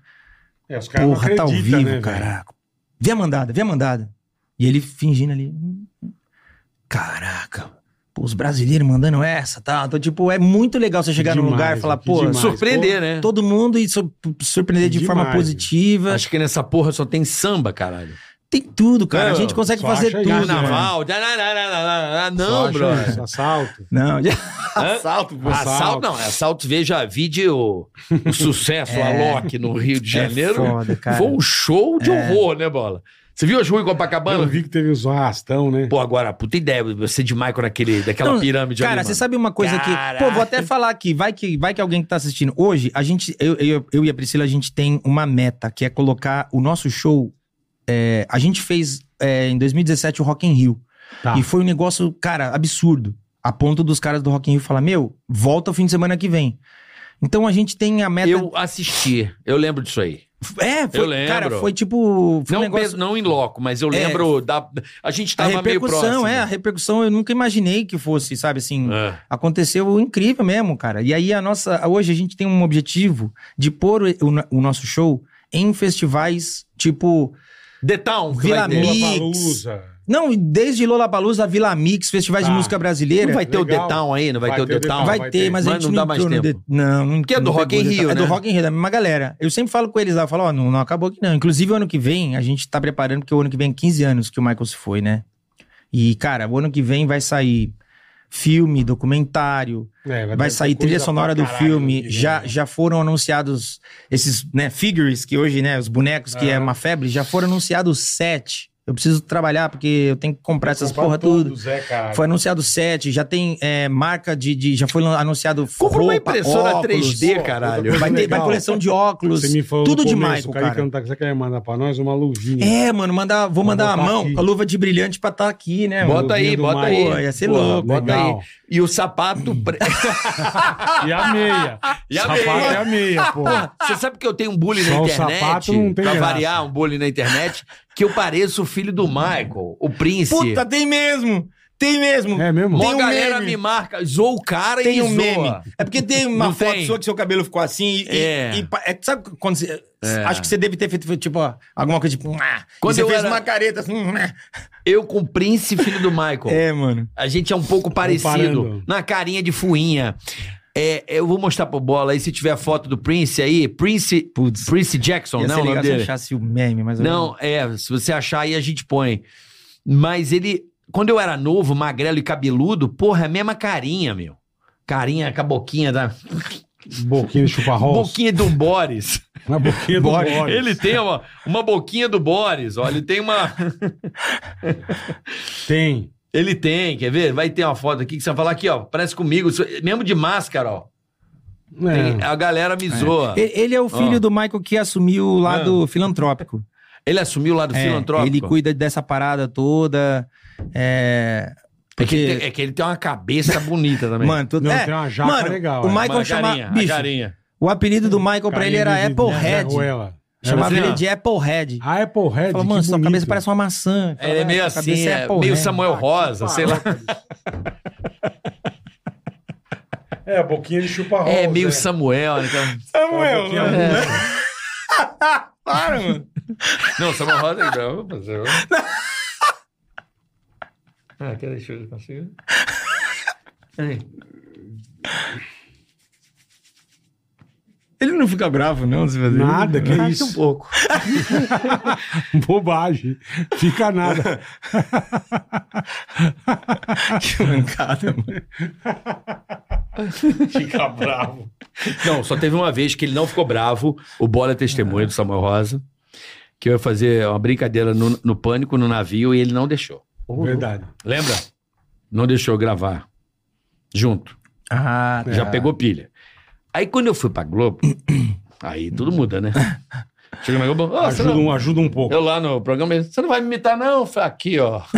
Speaker 2: É, os caras não
Speaker 5: porra, tá ao
Speaker 2: acreditam,
Speaker 5: vivo,
Speaker 2: né, velho?
Speaker 5: caraca. Vê a mandada, vê a mandada. E ele fingindo ali. "Hum, Caraca, pô, os brasileiros mandando essa, tá? Então, tipo, é muito legal você chegar num
Speaker 2: demais,
Speaker 5: lugar e falar,
Speaker 2: que
Speaker 5: pô,
Speaker 2: demais.
Speaker 4: Surpreender, né?
Speaker 5: todo mundo e sur- surpreender de
Speaker 2: Demais,
Speaker 5: forma positiva.
Speaker 4: Acho que nessa porra só tem samba, caralho.
Speaker 5: Tem tudo, cara.
Speaker 4: Não,
Speaker 5: a gente consegue
Speaker 2: só
Speaker 5: fazer
Speaker 2: acha
Speaker 5: tudo.
Speaker 2: isso,
Speaker 5: né?
Speaker 2: né?
Speaker 4: Carnaval. dananana,
Speaker 2: Só
Speaker 4: Não,
Speaker 2: acha
Speaker 4: brother.
Speaker 2: isso, Assalto.
Speaker 5: Não, *laughs* é já-
Speaker 4: Assalto,
Speaker 2: pô.
Speaker 4: assalto.
Speaker 2: Assalto.
Speaker 4: não. é Assalto, veja, vide o, o sucesso, a Loki no Rio de
Speaker 5: *laughs* é
Speaker 4: Janeiro.
Speaker 5: foda, cara. É.
Speaker 4: Foi um show de horror, né, Bola? Você viu as ruas em Copacabana?
Speaker 2: Eu vi que teve uns arrastão, né?
Speaker 4: Pô, agora, puta ideia, você de Michael naquele, daquela
Speaker 5: Não,
Speaker 4: pirâmide
Speaker 5: Cara,
Speaker 4: ali,
Speaker 5: você
Speaker 4: mano.
Speaker 5: sabe uma coisa que. Pô, vou até falar aqui. Vai que, vai que alguém que tá assistindo. Hoje, a gente, eu, eu, eu e a Priscila, a gente tem uma meta, que é colocar o nosso show. é, a gente fez é, em 2017 o Rock in Rio.
Speaker 2: Tá.
Speaker 5: E foi um negócio, cara, absurdo. A ponto dos caras do Rock in Rio falar: Meu, volta o fim de semana que vem. Então a gente tem a meta.
Speaker 4: Eu assisti, eu lembro disso aí.
Speaker 5: É, foi,
Speaker 4: eu lembro.
Speaker 5: cara, foi tipo. Foi
Speaker 4: Não,
Speaker 5: um negócio...
Speaker 4: pe- não em loco, mas eu
Speaker 5: É.
Speaker 4: lembro da. A gente
Speaker 5: A
Speaker 4: tava meio
Speaker 5: repercussão,
Speaker 4: próximo.
Speaker 5: é, a repercussão eu nunca imaginei que fosse, sabe, assim,
Speaker 4: É.
Speaker 5: Aconteceu incrível mesmo, cara. E aí a nossa. Hoje a gente tem um objetivo de pôr o, o- o nosso show em festivais tipo.
Speaker 4: The Town. que
Speaker 5: Vila
Speaker 4: vai ter.
Speaker 5: Mix.
Speaker 2: Lollapalooza.
Speaker 5: Não, desde Lollapalooza, Vila Mix, festivais
Speaker 2: Tá.
Speaker 5: de música
Speaker 4: Ah,
Speaker 5: brasileira.
Speaker 4: Não vai ter o
Speaker 2: Legal.
Speaker 4: The Town aí, não vai, ter o The, Town.
Speaker 5: Vai,
Speaker 2: vai
Speaker 5: ter,
Speaker 2: ter.
Speaker 5: mas, a
Speaker 4: Mas
Speaker 5: gente
Speaker 4: não dá mais
Speaker 5: entrou no
Speaker 4: tempo.
Speaker 5: de- Não, não
Speaker 4: Que é do
Speaker 5: não
Speaker 4: Rock
Speaker 5: pegou
Speaker 4: in
Speaker 5: de-
Speaker 4: Rio,
Speaker 5: É do
Speaker 4: né?
Speaker 5: Rock in Rio, da mesma galera. Eu sempre falo com eles lá, falo, ó, não, não acabou aqui não. Inclusive, o ano que vem, a gente tá preparando, porque o ano que vem é 15 anos que o Michael se foi, né? E, cara, o ano que vem vai sair filme, documentário,
Speaker 2: É,
Speaker 5: Vai
Speaker 2: ter
Speaker 5: sair
Speaker 2: coisa
Speaker 5: trilha sonora
Speaker 2: pra
Speaker 5: do
Speaker 2: caralho
Speaker 5: filme.
Speaker 2: aqui,
Speaker 5: Já,
Speaker 2: né?
Speaker 5: já foram anunciados esses né, figures, que hoje, né, os bonecos, que é
Speaker 2: Aham.
Speaker 5: uma febre, já foram anunciados sete. Eu preciso trabalhar porque eu tenho que comprar essas
Speaker 2: Comprar
Speaker 5: porra tudo.
Speaker 2: todos, é, caralho.
Speaker 5: Foi anunciado sete, já tem é, marca de, de- Já foi lan- anunciado.
Speaker 4: Compra uma
Speaker 5: roupa,
Speaker 4: impressora
Speaker 5: óculos. é
Speaker 4: 3D,
Speaker 2: Pô,
Speaker 4: caralho.
Speaker 2: outra
Speaker 5: Vai ter vai
Speaker 2: Legal.
Speaker 5: coleção de óculos.
Speaker 2: Você me falou
Speaker 5: tudo
Speaker 2: no
Speaker 5: de
Speaker 2: começo,
Speaker 5: Michael,
Speaker 2: o Caicão
Speaker 5: cara.
Speaker 2: tá- você quer mandar pra nós uma luvinha.
Speaker 5: É, mano, mandar, vou mandar a
Speaker 2: botar
Speaker 5: mão
Speaker 2: aqui.
Speaker 5: com a luva de brilhante pra estar aqui, né? mano?
Speaker 4: Bota aí,
Speaker 2: Ouvindo
Speaker 4: bota
Speaker 2: mais.
Speaker 4: aí.
Speaker 5: Pô, ia ser
Speaker 4: Porra,
Speaker 5: é louco.
Speaker 4: Bota
Speaker 2: Legal.
Speaker 4: aí. E o sapato.
Speaker 2: *laughs*
Speaker 4: pre- *laughs*
Speaker 2: E a meia.
Speaker 5: *laughs*
Speaker 4: E a
Speaker 2: sapato
Speaker 4: meia.
Speaker 2: é a meia, pô.
Speaker 4: Você sabe que eu tenho um bullying
Speaker 2: Só
Speaker 4: na
Speaker 2: o
Speaker 4: internet.
Speaker 2: sapato não tem
Speaker 4: pra
Speaker 2: graça.
Speaker 4: variar, um bullying na internet. Que eu pareço o filho do Michael, o príncipe.
Speaker 5: Puta, tem mesmo! Tem mesmo!
Speaker 2: É mesmo?
Speaker 4: Mó
Speaker 5: tem um
Speaker 4: galera
Speaker 5: meme.
Speaker 4: me marca, zoou o cara
Speaker 5: tem
Speaker 4: e
Speaker 5: um
Speaker 4: zoa.
Speaker 5: meme. É porque tem uma
Speaker 4: Não
Speaker 5: foto
Speaker 4: tem?
Speaker 5: sua que seu cabelo ficou assim e.
Speaker 4: É.
Speaker 5: e- e pa- é que sabe quando você. Acho que você deve ter feito, tipo, ó, alguma coisa tipo. "Mua", e
Speaker 4: Quando
Speaker 5: você
Speaker 4: eu
Speaker 5: fez
Speaker 4: era-
Speaker 5: uma careta assim. "Mua".
Speaker 4: Eu com o príncipe, filho do Michael.
Speaker 5: É, mano.
Speaker 4: A gente é um pouco parecido.
Speaker 2: Comparando.
Speaker 4: Na carinha de fuinha. É, eu vou mostrar pro Bola aí, se tiver a foto do Prince aí. Prince, Prince Jackson,
Speaker 5: Ia
Speaker 4: não
Speaker 5: ser né?
Speaker 4: é o nome
Speaker 5: legal se eu
Speaker 4: dele?
Speaker 5: achasse o meme, mas. eu-
Speaker 4: Não, é, se você achar aí a gente põe. Mas ele, quando eu era novo, magrelo e cabeludo, porra, é a mesma carinha, meu. Carinha com a boquinha da...
Speaker 2: Boquinha de chuparrols.
Speaker 4: Boquinha do
Speaker 5: *laughs*
Speaker 4: Boris.
Speaker 2: Na é boquinha do
Speaker 5: Boris.
Speaker 2: Boris.
Speaker 4: Ele tem uma, uma boquinha do Boris, ó. Ele tem uma...
Speaker 2: Tem.
Speaker 4: Ele tem, quer ver? Vai ter uma foto aqui que você vai falar aqui, ó. Parece comigo, sou- mesmo de máscara, ó.
Speaker 2: É.
Speaker 4: Tem- a galera me zoa.
Speaker 5: E- Ele é o filho do Michael que assumiu o lado filantrópico.
Speaker 4: Ele assumiu o lado
Speaker 5: É,
Speaker 4: filantrópico.
Speaker 5: Ele cuida dessa parada toda. É.
Speaker 4: É que, ele
Speaker 5: Porque.
Speaker 4: tem, é que ele tem uma cabeça bonita também.
Speaker 5: Mano, tudo
Speaker 2: Não,
Speaker 5: é,
Speaker 2: tem uma jaca
Speaker 5: mano,
Speaker 2: legal,
Speaker 5: O
Speaker 2: é.
Speaker 5: Michael
Speaker 4: Uma
Speaker 5: chama.
Speaker 4: garinha, a
Speaker 5: bicho,
Speaker 4: garinha.
Speaker 5: o apelido do Michael pra ele era Applehead. Chamava
Speaker 4: assim,
Speaker 5: ele
Speaker 4: ó.
Speaker 5: de Applehead.
Speaker 2: A Applehead,
Speaker 5: Fala, mano,
Speaker 2: que
Speaker 5: sua
Speaker 2: bonito.
Speaker 5: cabeça parece uma maçã. Fala,
Speaker 4: Ele é meio
Speaker 5: "Ah, sua
Speaker 4: assim,
Speaker 5: cabeça
Speaker 4: é,
Speaker 5: Apple
Speaker 4: meio
Speaker 5: Hand."
Speaker 4: Samuel Rosa, sei
Speaker 5: *laughs*
Speaker 4: lá.
Speaker 5: um-
Speaker 2: É, a boquinha de chuparrols.
Speaker 4: É meio Samuel. né? Então-
Speaker 2: Samuel.
Speaker 5: né? Para, mano.
Speaker 4: Não, Samuel Rosa. Não, mas
Speaker 5: *laughs*
Speaker 4: eu- ah, quer deixar eu conseguir? Aí.
Speaker 5: Ele não fica bravo, não, se fazer.
Speaker 2: Nada, que
Speaker 4: Ah, tem um
Speaker 2: isso.
Speaker 5: *laughs*
Speaker 4: pouco.
Speaker 2: *laughs* Bobagem. Fica
Speaker 5: *laughs*
Speaker 2: nada.
Speaker 5: Que mancada, mano.
Speaker 2: Fica bravo.
Speaker 4: Não, só teve uma vez que ele não ficou bravo. O Bola é testemunha do Samuel Rosa. Que eu ia fazer uma brincadeira no, no pânico, no navio, e ele não deixou.
Speaker 2: Verdade.
Speaker 4: Lembra? Não deixou eu gravar. Junto.
Speaker 5: Ah,
Speaker 2: É.
Speaker 4: Já pegou pilha. Aí quando eu fui pra Globo, *coughs* aí tudo muda, né? Chega na Globo, "Ô, você
Speaker 2: Ajuda
Speaker 4: não...
Speaker 2: um, ajuda um pouco.
Speaker 4: eu lá no programa, ele, você não vai me imitar não? Eu falei, Aqui, ó. *laughs*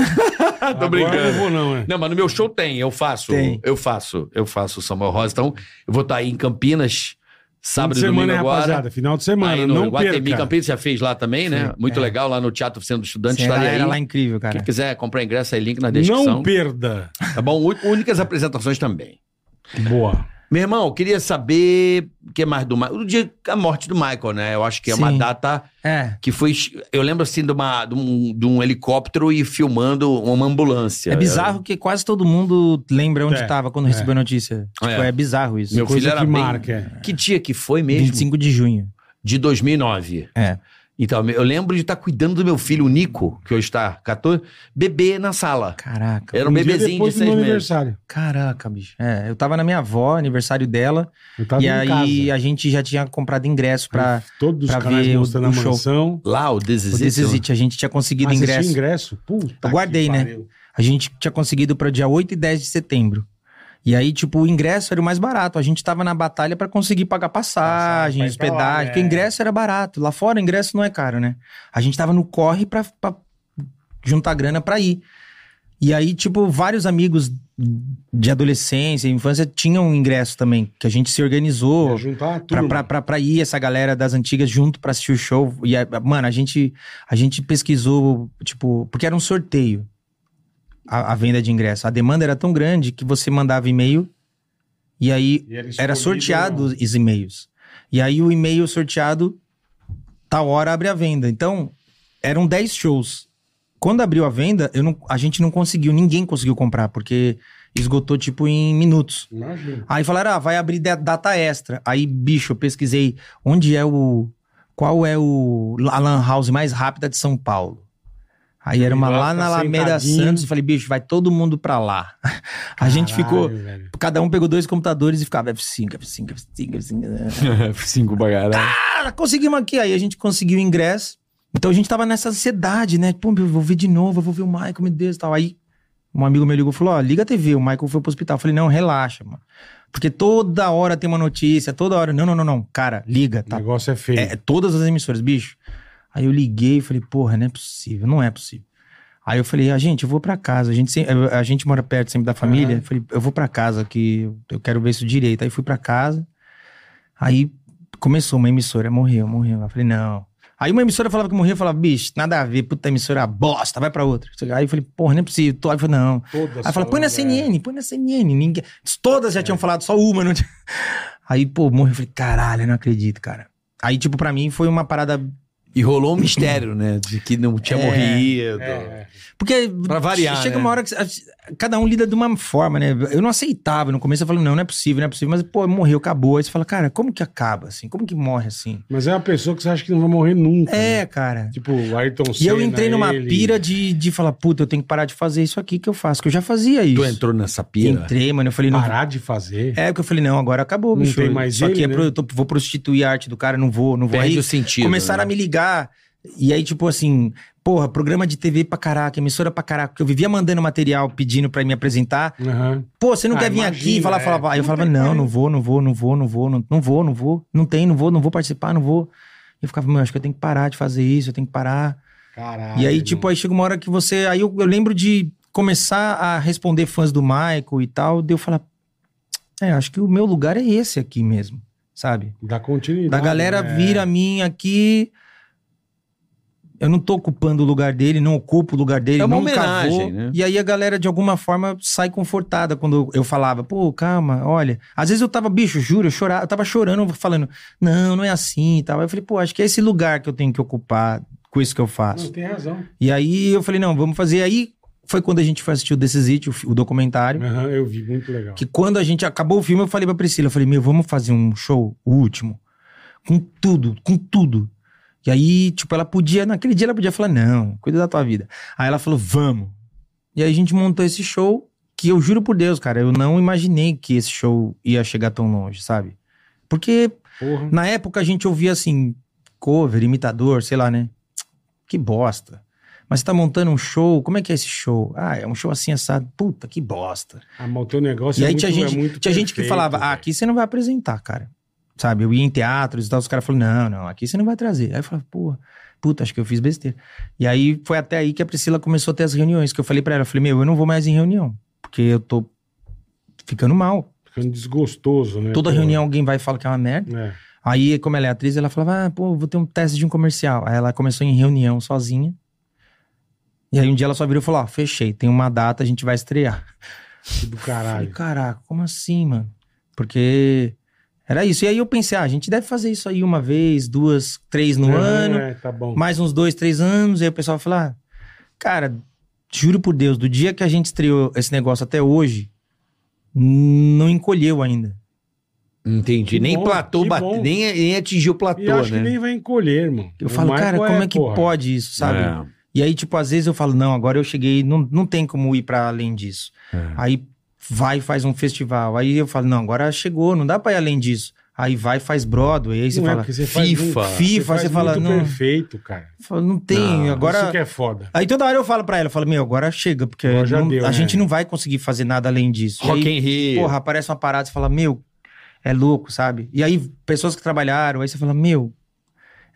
Speaker 4: Tô
Speaker 2: Agora
Speaker 4: brincando.
Speaker 2: eu não vou não, né?
Speaker 4: Não, mas no meu show tem, eu faço.
Speaker 5: Tem.
Speaker 4: Eu faço, eu faço o Samuel Rosa. Então, eu vou estar aí em Campinas, sábado
Speaker 2: Fim de
Speaker 4: e domingo
Speaker 2: semana,
Speaker 4: agora.
Speaker 2: rapaziada. Final de semana,
Speaker 4: aí
Speaker 2: não
Speaker 4: Guatemi
Speaker 2: perca.
Speaker 4: Campinas, já fez lá também, né? Muito legal, lá no Teatro Oficina do Estudante,
Speaker 5: é. Sim, a
Speaker 4: estarei aí.
Speaker 5: galera lá é incrível, cara.
Speaker 4: Quem quiser comprar ingresso aí, link na descrição.
Speaker 2: Não perda.
Speaker 4: Tá bom? Ú- Únicas apresentações também.
Speaker 2: Boa.
Speaker 4: Meu irmão, eu queria saber o que mais do Michael. O dia a morte do Michael, né? Eu acho que é uma
Speaker 5: Sim.
Speaker 4: data
Speaker 5: É.
Speaker 4: que foi. Eu lembro assim de, uma, de, um, de um helicóptero e filmando uma ambulância.
Speaker 5: É bizarro que quase todo mundo lembra onde
Speaker 2: É,
Speaker 5: tava quando recebeu a notícia. Tipo,
Speaker 4: É.
Speaker 5: é. bizarro isso.
Speaker 4: Meu
Speaker 2: Coisa
Speaker 4: filho era
Speaker 2: que
Speaker 4: bem-
Speaker 2: marca. é.
Speaker 4: Que dia que foi mesmo?
Speaker 5: 25 de junho.
Speaker 4: De 2009.
Speaker 5: É.
Speaker 4: Então, eu lembro de estar cuidando do meu filho, o Nico, que hoje está 14, bebê na sala.
Speaker 5: Caraca.
Speaker 4: Era um,
Speaker 2: dia
Speaker 4: bebezinho de
Speaker 2: depois do
Speaker 4: seis
Speaker 2: meu
Speaker 4: meses.
Speaker 2: aniversário.
Speaker 5: Caraca, bicho. É, eu tava na minha avó, aniversário dela.
Speaker 2: Eu tava
Speaker 5: e
Speaker 2: em
Speaker 5: aí
Speaker 2: casa.
Speaker 5: a gente já tinha comprado ingresso pra.
Speaker 2: Todos os
Speaker 5: pra
Speaker 2: canais
Speaker 5: ver o-
Speaker 2: mostrando
Speaker 5: o
Speaker 2: a
Speaker 5: show.
Speaker 2: mansão.
Speaker 4: Lá, o This Is
Speaker 5: o
Speaker 4: It,
Speaker 5: This Is
Speaker 4: né? *laughs*
Speaker 5: It, a gente tinha conseguido
Speaker 2: Ah, você tinha
Speaker 5: ingresso.
Speaker 2: ingresso? Puta
Speaker 5: Eu guardei,
Speaker 2: que
Speaker 5: né?
Speaker 2: pariu.
Speaker 5: A gente tinha conseguido pra dia 8 e 10 de setembro. E aí, tipo, o ingresso era o mais barato. A gente tava na batalha pra conseguir pagar passagem,
Speaker 6: Passagem pra ir pra lá,
Speaker 5: hospedagem,
Speaker 6: né?
Speaker 5: porque ingresso era barato. Lá fora, ingresso não é caro, né? A gente tava no corre pra, pra juntar grana pra ir. E aí, tipo, vários amigos de adolescência, infância, tinham ingresso também, que a gente se organizou
Speaker 2: Ia juntar tudo.
Speaker 5: pra, pra, pra, pra ir essa galera das antigas junto pra assistir o show. E, a- mano, a gente, a gente pesquisou, tipo, porque era um sorteio a, a venda de ingresso. A demanda era tão grande que você mandava e-mail e aí
Speaker 2: E
Speaker 5: era
Speaker 2: escolhido,
Speaker 5: sorteado
Speaker 2: não.
Speaker 5: os e-mails. E aí o e-mail sorteado, tal hora abre a venda. Então, eram 10 shows. Quando abriu a venda, eu não, a gente não conseguiu, ninguém conseguiu comprar, porque esgotou, tipo, em minutos.
Speaker 2: Imagina.
Speaker 5: Aí falaram, ah, vai abrir da- data extra. Aí, bicho, eu pesquisei onde é o. Qual é o a Lan House mais rápida de São Paulo? Aí era uma
Speaker 2: lá
Speaker 5: lá
Speaker 2: fica
Speaker 5: na Alameda
Speaker 2: sentadinho.
Speaker 5: Santos. Eu falei, bicho, vai todo mundo pra lá. *laughs* A gente ficou.
Speaker 2: Caralho, velho.
Speaker 5: Cada um pegou dois computadores e ficava F5, F5, F5, F5.
Speaker 3: Cinco pra caralho.
Speaker 5: Ah, conseguimos aqui. Aí a gente conseguiu o ingresso. Então a gente tava nessa ansiedade, né? Pô, meu, eu vou ver de novo, eu vou ver o Michael, meu Deus e tal. Aí um amigo meu ligou e falou: Ó, liga a TV, o Michael foi pro hospital. Eu falei: Não, relaxa, mano. Porque toda hora tem uma notícia, toda hora. Não, não, não, não. Cara, liga,
Speaker 2: O
Speaker 5: tá?
Speaker 2: negócio é feio.
Speaker 5: É, todas as emissoras, bicho. Aí eu liguei e falei: Porra, não é possível, não é possível. Aí eu falei, ah, gente, eu vou pra casa. A gente, sem- a a gente mora perto sempre da família. Eu falei, eu vou pra casa que eu quero ver isso direito. Aí fui pra casa. Aí começou uma emissora, morreu, morreu. Eu falei, não. Aí uma emissora falava que morria, eu falava, bicho, nada a ver, puta emissora bosta, vai pra outra. Aí eu falei, porra, não é possível. Aí eu falei, não.
Speaker 2: Todas
Speaker 5: Aí fala,
Speaker 4: um
Speaker 5: põe na
Speaker 2: falando, velho.
Speaker 5: CNN, põe na CNN. Ninguém... Todas já
Speaker 4: É.
Speaker 5: tinham falado, só uma. Não tinha... Aí, pô, morreu. Eu falei, caralho, eu não acredito, cara. Aí, tipo, pra mim foi uma parada.
Speaker 4: E rolou um mistério, né? De que não tinha
Speaker 5: É,
Speaker 4: morrido.
Speaker 2: É,
Speaker 5: Porque
Speaker 4: Pra variar,
Speaker 5: chega
Speaker 4: né?
Speaker 5: uma hora que você- cada um lida de uma forma, né? Eu não aceitava. No começo eu falei, não, não é possível, não é possível. Mas, pô, morreu, acabou. Aí você fala, cara, como que acaba assim? Como que morre assim?
Speaker 2: Mas é uma pessoa que você acha que não vai morrer nunca.
Speaker 5: É,
Speaker 2: né?
Speaker 5: cara.
Speaker 2: Tipo, o Ayrton
Speaker 5: E
Speaker 2: Senna.
Speaker 5: eu entrei numa
Speaker 2: ele-
Speaker 5: pira de, de falar, puta, eu tenho que parar de fazer isso aqui que eu faço, que eu já fazia isso.
Speaker 4: Tu entrou nessa pira? Ah,
Speaker 5: Entrei, mano. Eu falei, não,
Speaker 2: Parar de fazer.
Speaker 5: É, porque eu falei, não, agora acabou,
Speaker 2: Não
Speaker 5: bicho.
Speaker 2: tem mais
Speaker 5: Isso
Speaker 2: ele,
Speaker 5: aqui é
Speaker 2: né?
Speaker 5: pro, eu tô- vou prostituir a arte do cara, não vou, não vou.
Speaker 4: Perde
Speaker 5: Aí
Speaker 4: o sentido.
Speaker 5: começaram
Speaker 4: né?
Speaker 5: a me ligar, e aí, tipo assim, porra, programa de TV pra caraca, emissora pra caraca, que eu vivia mandando material, pedindo pra me apresentar.
Speaker 2: Aham.
Speaker 5: Pô, você não
Speaker 2: Ah,
Speaker 5: quer vir
Speaker 2: imagina,
Speaker 5: aqui? Falar,
Speaker 2: é.
Speaker 5: falava, aí eu
Speaker 2: Puta
Speaker 5: falava,
Speaker 2: que
Speaker 5: não,
Speaker 2: pariu.
Speaker 5: não vou, não vou, não vou, não vou, não, não vou, não vou, não tem, não vou, não vou participar, não vou. E eu ficava, mano, acho que eu tenho que parar de fazer isso, eu tenho que parar.
Speaker 2: Caralho.
Speaker 5: E aí, tipo, aí chega uma hora que você. Aí eu, eu lembro de começar a responder fãs do Michael e tal, de eu falar. É, acho que o meu lugar é esse aqui mesmo, sabe?
Speaker 2: Da continuidade.
Speaker 5: Da galera
Speaker 2: né?
Speaker 4: é.
Speaker 5: vir a mim aqui. Eu não tô ocupando o lugar dele, não ocupo o lugar dele,
Speaker 4: É uma
Speaker 5: nunca
Speaker 4: homenagem,
Speaker 5: vou.
Speaker 4: né?
Speaker 5: E aí a galera, de alguma forma, sai confortada quando eu falava, pô, calma, olha. Às vezes eu tava, bicho, juro, eu chorava, eu tava chorando, falando, não, não é assim e tal. Aí eu falei, pô, acho que é esse lugar que eu tenho que ocupar com isso que eu faço.
Speaker 2: Não, tem razão.
Speaker 5: E aí eu falei, não, vamos fazer. Aí foi quando a gente foi assistir o This Is It, o, fi- o documentário.
Speaker 2: Aham, eu vi, muito legal.
Speaker 5: Que quando a gente acabou o filme, eu falei pra Priscila, eu falei, meu, vamos fazer um show, o último. Com tudo, com tudo. E aí, tipo, ela podia, naquele dia ela podia falar, não, cuida da tua vida. Aí ela falou, vamos. E aí a gente montou esse show que eu juro por Deus, cara, eu não imaginei que esse show ia chegar tão longe, sabe? Porque
Speaker 2: Porra.
Speaker 5: na época a gente ouvia assim, cover, imitador, sei lá, né? Que bosta. Mas você tá montando um show, como é que é esse show? Ah, é um show assim assado. Puta, que bosta.
Speaker 2: Ah, mas o teu negócio
Speaker 5: e
Speaker 2: é
Speaker 5: aí
Speaker 2: muito,
Speaker 5: tinha, gente,
Speaker 2: é muito
Speaker 5: tinha gente que
Speaker 2: perfeito,
Speaker 5: falava, ah,
Speaker 2: velho.
Speaker 5: aqui você não vai apresentar, cara. Sabe, eu ia em teatros e tal, os caras falaram, não, não, aqui você não vai trazer. Aí eu falava, pô, puta, acho que eu fiz besteira. E aí foi até aí que a Priscila começou a ter as reuniões, que eu falei pra ela, eu falei, meu, eu não vou mais em reunião, porque eu tô ficando mal.
Speaker 2: Ficando desgostoso, né?
Speaker 5: Toda
Speaker 2: Porra.
Speaker 5: reunião alguém vai e fala que é uma merda.
Speaker 2: É.
Speaker 5: Aí, como ela é atriz, ela falava, ah, pô, vou ter um teste de um comercial. Aí ela começou em reunião sozinha. E aí um dia ela só virou e falou, ó, fechei, tem uma data, a gente vai estrear.
Speaker 2: que Do
Speaker 5: Falei,
Speaker 2: caralho.
Speaker 5: caraca, como assim, mano? Porque era isso. E aí eu pensei, ah, a gente deve fazer isso aí uma vez, duas, três no
Speaker 2: Aham,
Speaker 5: ano,
Speaker 2: É, tá bom.
Speaker 5: mais uns dois, três anos. Aí o pessoal vai falar, cara, juro por Deus, do dia que a gente estreou esse negócio até hoje, não encolheu ainda.
Speaker 4: Entendi.
Speaker 2: Que
Speaker 4: nem
Speaker 2: bom,
Speaker 4: platô,
Speaker 2: que
Speaker 4: bate-
Speaker 2: bom.
Speaker 4: nem, nem atingiu o platô,
Speaker 2: E acho
Speaker 4: né?
Speaker 2: que nem vai encolher, irmão.
Speaker 5: Eu
Speaker 2: O
Speaker 5: falo,
Speaker 2: Michael
Speaker 5: cara, como é que
Speaker 2: porra,
Speaker 5: pode isso, sabe?
Speaker 4: É.
Speaker 5: E aí, tipo, às vezes eu falo, não, agora eu cheguei, não, não tem como ir pra além disso.
Speaker 4: É.
Speaker 5: Aí vai faz um festival. Aí eu falo, não, agora chegou, não dá pra ir além disso. Aí vai faz Broadway. Aí você
Speaker 2: não é,
Speaker 5: fala,
Speaker 2: porque você faz muito-
Speaker 4: FIFA.
Speaker 5: FIFA,
Speaker 2: faz
Speaker 5: você fala,
Speaker 2: muito
Speaker 5: não,
Speaker 2: perfeito, cara.
Speaker 5: fala, não tem,
Speaker 4: Não,
Speaker 5: agora...
Speaker 2: Isso que é foda.
Speaker 5: Aí toda hora eu falo pra ela, eu falo, meu, agora chega, porque
Speaker 2: Agora já
Speaker 5: não-
Speaker 2: deu,
Speaker 5: a
Speaker 2: né?
Speaker 5: gente não vai conseguir fazer nada além disso. E aí,
Speaker 4: Rock in Rio.
Speaker 5: porra, aparece uma parada, você fala, meu, é louco, sabe? E aí, pessoas que trabalharam, aí você fala, meu,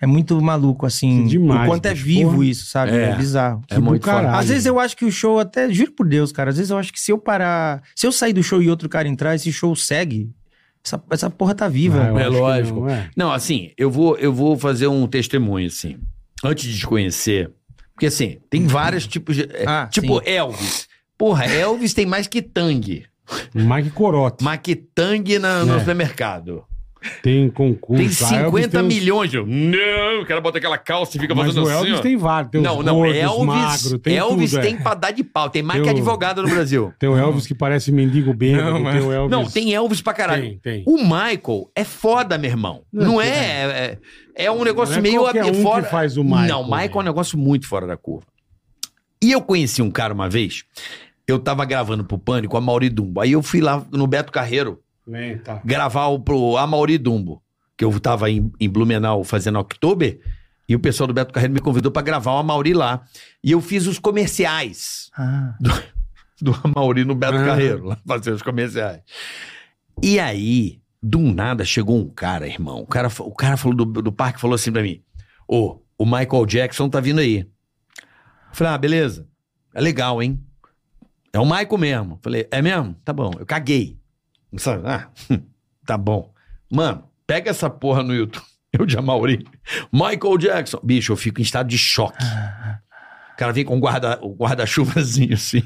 Speaker 5: é muito maluco, assim,
Speaker 2: Que demais,
Speaker 5: o quanto é
Speaker 2: bicho,
Speaker 5: vivo
Speaker 2: porra.
Speaker 5: isso, sabe?
Speaker 4: É.
Speaker 5: É, bizarro.
Speaker 4: é muito
Speaker 2: do caralho.
Speaker 4: foda.
Speaker 5: Às vezes eu acho que o show até, juro por Deus, cara, às vezes eu acho que se eu parar, se eu sair do show e outro cara entrar, esse show segue, essa, essa porra tá
Speaker 2: Ah,
Speaker 5: viva.
Speaker 2: eu
Speaker 4: É
Speaker 2: acho que
Speaker 4: lógico.
Speaker 2: não, é.
Speaker 4: Não, assim, eu vou, eu vou fazer um testemunho, assim. Antes de te conhecer. Porque, assim, tem vários tipos de. é,
Speaker 5: Ah,
Speaker 4: tipo,
Speaker 5: sim.
Speaker 4: Elvis. Porra, Elvis tem mais que tangue.
Speaker 2: Mike Corote.
Speaker 4: Mais que tangue na- no
Speaker 2: É.
Speaker 4: supermercado.
Speaker 2: Tem concurso.
Speaker 4: Tem
Speaker 2: Ah, Elvis
Speaker 4: 50
Speaker 2: tem uns-
Speaker 4: milhões. eu- Não, o cara bota aquela calça e fica
Speaker 2: Mas
Speaker 4: fazendo
Speaker 2: o
Speaker 4: assim.
Speaker 2: Elvis
Speaker 4: ó.
Speaker 2: tem vários. Tem
Speaker 4: não,
Speaker 2: os
Speaker 4: não, é
Speaker 2: gordos,
Speaker 4: Elvis.
Speaker 2: magro, tem
Speaker 4: Elvis
Speaker 2: tudo, é.
Speaker 4: tem pra dar de pau. Tem mais
Speaker 2: Tem
Speaker 4: que
Speaker 2: o-
Speaker 4: advogado no Brasil.
Speaker 2: Tem o Elvis que parece mendigo bêbado.
Speaker 5: Hum. Não,
Speaker 2: tem o Elvis...
Speaker 4: Não, tem Elvis pra caralho. Um
Speaker 2: Tem, tem.
Speaker 4: O Michael é foda, meu irmão.
Speaker 2: Não,
Speaker 4: Não
Speaker 2: que-
Speaker 4: é. É, é um negócio
Speaker 2: Não é
Speaker 4: meio
Speaker 2: qualquer
Speaker 4: ab-
Speaker 2: um que
Speaker 4: fora.
Speaker 2: faz o Michael,
Speaker 4: não, o Michael é um
Speaker 2: né?
Speaker 4: negócio muito fora da curva. E eu conheci um cara uma vez. Eu tava gravando pro Pânico a Mauri Dumbo. Aí eu fui lá no Beto Carreiro
Speaker 2: Né, tá.
Speaker 4: gravar o, pro Amauri Dumbo, que eu tava em, em Blumenau fazendo October, e o pessoal do Beto Carreiro me convidou pra gravar o Amauri lá. E eu fiz os comerciais
Speaker 5: Ah,
Speaker 4: do Amauri no Beto
Speaker 2: Ah.
Speaker 4: Carreiro, lá fazer os comerciais. E aí, do nada, chegou um cara, irmão. O cara, fa- o cara falou do, do parque falou assim pra mim: Ô, o Michael Jackson tá vindo aí. Eu falei, ah, beleza. É legal, hein? É o Michael mesmo. Eu Falei, é mesmo? Tá bom. Eu caguei. Não Sabe? Ah, tá bom. Mano, pega essa porra no YouTube. *laughs* Eu de Amauri. Michael Jackson. Bicho, eu fico em estado de choque. O cara vem com um guarda- um guarda-chuvazinho assim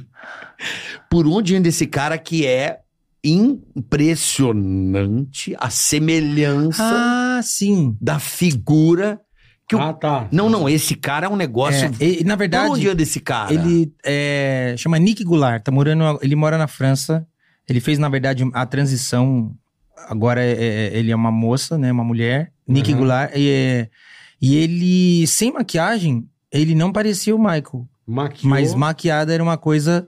Speaker 4: por onde anda esse cara que é impressionante a semelhança
Speaker 5: ah sim.
Speaker 4: da figura que o...
Speaker 2: Ah, tá.
Speaker 4: Não, não, esse cara é um negócio...
Speaker 5: Uhum. É, e, na
Speaker 4: por onde
Speaker 5: verdade,
Speaker 4: anda esse cara?
Speaker 5: ele é, chama Nick Goulart, tá morando, ele mora na França. Ele fez, na verdade, a transição. Agora é- é- ele é uma moça, né? Uma mulher. Nick
Speaker 2: Uhum.
Speaker 5: Goulart. E, é- e ele, sem maquiagem, ele não parecia o Michael.
Speaker 2: Maquiou,
Speaker 5: Mas maquiada era uma coisa.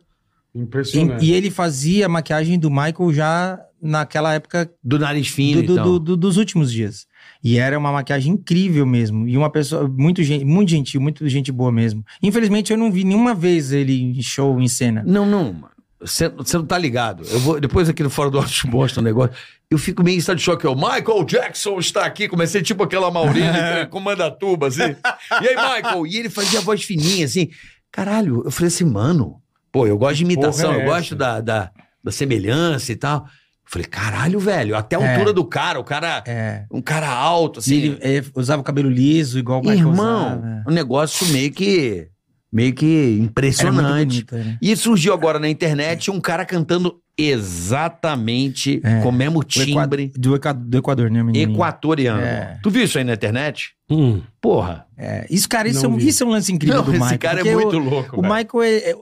Speaker 2: impressionante.
Speaker 5: e ele fazia a maquiagem do Michael já naquela época
Speaker 4: Do nariz fino,
Speaker 5: do- do-
Speaker 4: então.
Speaker 5: do- do- dos últimos dias. E era uma maquiagem incrível mesmo. E uma pessoa muito, gen- muito gentil, muito gente boa mesmo. Infelizmente, eu não vi nenhuma vez ele em show, em cena.
Speaker 4: Não, não, mano. Você você não tá ligado. Eu vou, depois aqui no Fora do Ótimo mostra um negócio. Eu fico meio em estado de choque. Eu, Michael Jackson está aqui. Comecei tipo aquela
Speaker 5: *laughs*
Speaker 4: Maurina com mandatuba, assim. E aí, Michael? E ele fazia a voz fininha, assim. Caralho, eu falei assim, mano. Pô, eu gosto de imitação,
Speaker 2: porra é
Speaker 4: eu
Speaker 2: essa?
Speaker 4: gosto da, da, da semelhança e tal. Eu falei, caralho, velho. Até a
Speaker 5: É.
Speaker 4: altura do cara, o cara.
Speaker 5: É.
Speaker 4: Um cara alto,
Speaker 5: E
Speaker 4: assim.
Speaker 5: ele é, usava o cabelo liso, igual o Michael
Speaker 4: Irmão,
Speaker 5: usava. né?
Speaker 4: um negócio meio que. Meio que
Speaker 5: Era muito
Speaker 4: impressionante.
Speaker 5: bonito, né?
Speaker 4: E surgiu agora na internet um cara cantando exatamente
Speaker 5: É.
Speaker 4: com o mesmo
Speaker 5: O Equador-
Speaker 4: timbre
Speaker 5: Do, Equa- do Equador, né, menino?
Speaker 4: equatoriano.
Speaker 5: É.
Speaker 4: Tu viu isso aí na internet?
Speaker 2: Hum.
Speaker 4: Porra.
Speaker 5: É, Isso, cara, isso é,
Speaker 2: Não
Speaker 5: um,
Speaker 2: vi.
Speaker 5: isso é um lance incrível
Speaker 4: Não,
Speaker 5: do
Speaker 4: esse
Speaker 5: Michael.
Speaker 4: cara é
Speaker 5: porque
Speaker 4: muito
Speaker 5: o,
Speaker 4: louco.
Speaker 5: o
Speaker 4: velho.
Speaker 5: Michael é... é-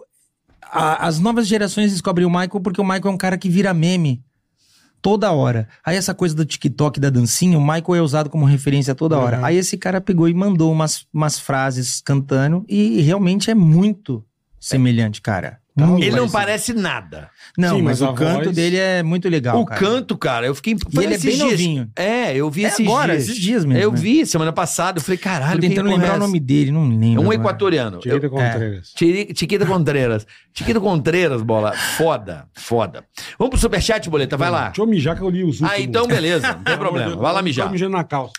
Speaker 5: a- as novas gerações descobrem o Michael porque o Michael é um cara que vira meme toda hora. Aí essa coisa do TikTok, da dancinha, o Michael é usado como referência toda hora.
Speaker 2: Uhum.
Speaker 5: Aí esse cara pegou e mandou umas, umas frases cantando e realmente é muito semelhante, cara. Muito
Speaker 4: Tá Ele não
Speaker 5: parecido.
Speaker 4: parece nada.
Speaker 5: Não,
Speaker 2: Sim,
Speaker 5: mas,
Speaker 2: mas a
Speaker 5: o canto
Speaker 2: voz-
Speaker 5: dele é muito legal,
Speaker 4: o
Speaker 5: cara.
Speaker 4: canto, cara, eu fiquei.
Speaker 5: E
Speaker 4: falei
Speaker 5: ele é
Speaker 4: esses
Speaker 5: bem
Speaker 4: dias.
Speaker 5: novinho.
Speaker 4: É, eu vi
Speaker 5: É
Speaker 4: esses
Speaker 5: agora,
Speaker 4: dias.
Speaker 5: esses dias mesmo,
Speaker 4: Eu
Speaker 5: né?
Speaker 4: vi semana passada. Eu falei,
Speaker 5: Tô
Speaker 4: caralho,
Speaker 5: tentando
Speaker 4: quem porra
Speaker 5: lembrar
Speaker 4: é
Speaker 5: o
Speaker 4: essa?
Speaker 5: nome dele, não
Speaker 4: É
Speaker 5: lembro.
Speaker 4: um
Speaker 5: agora.
Speaker 4: equatoriano.
Speaker 2: Direita Contreras.
Speaker 4: Tiri- Chiquita Contreras. Chiquita Contreras, bola. Foda, foda. Vamos pro superchat, boleta, vai lá.
Speaker 2: Deixa eu mijar que eu li os últimos.
Speaker 4: Ah, então beleza, não tem problema. Vai lá mijar.
Speaker 2: Tá mijando na calça.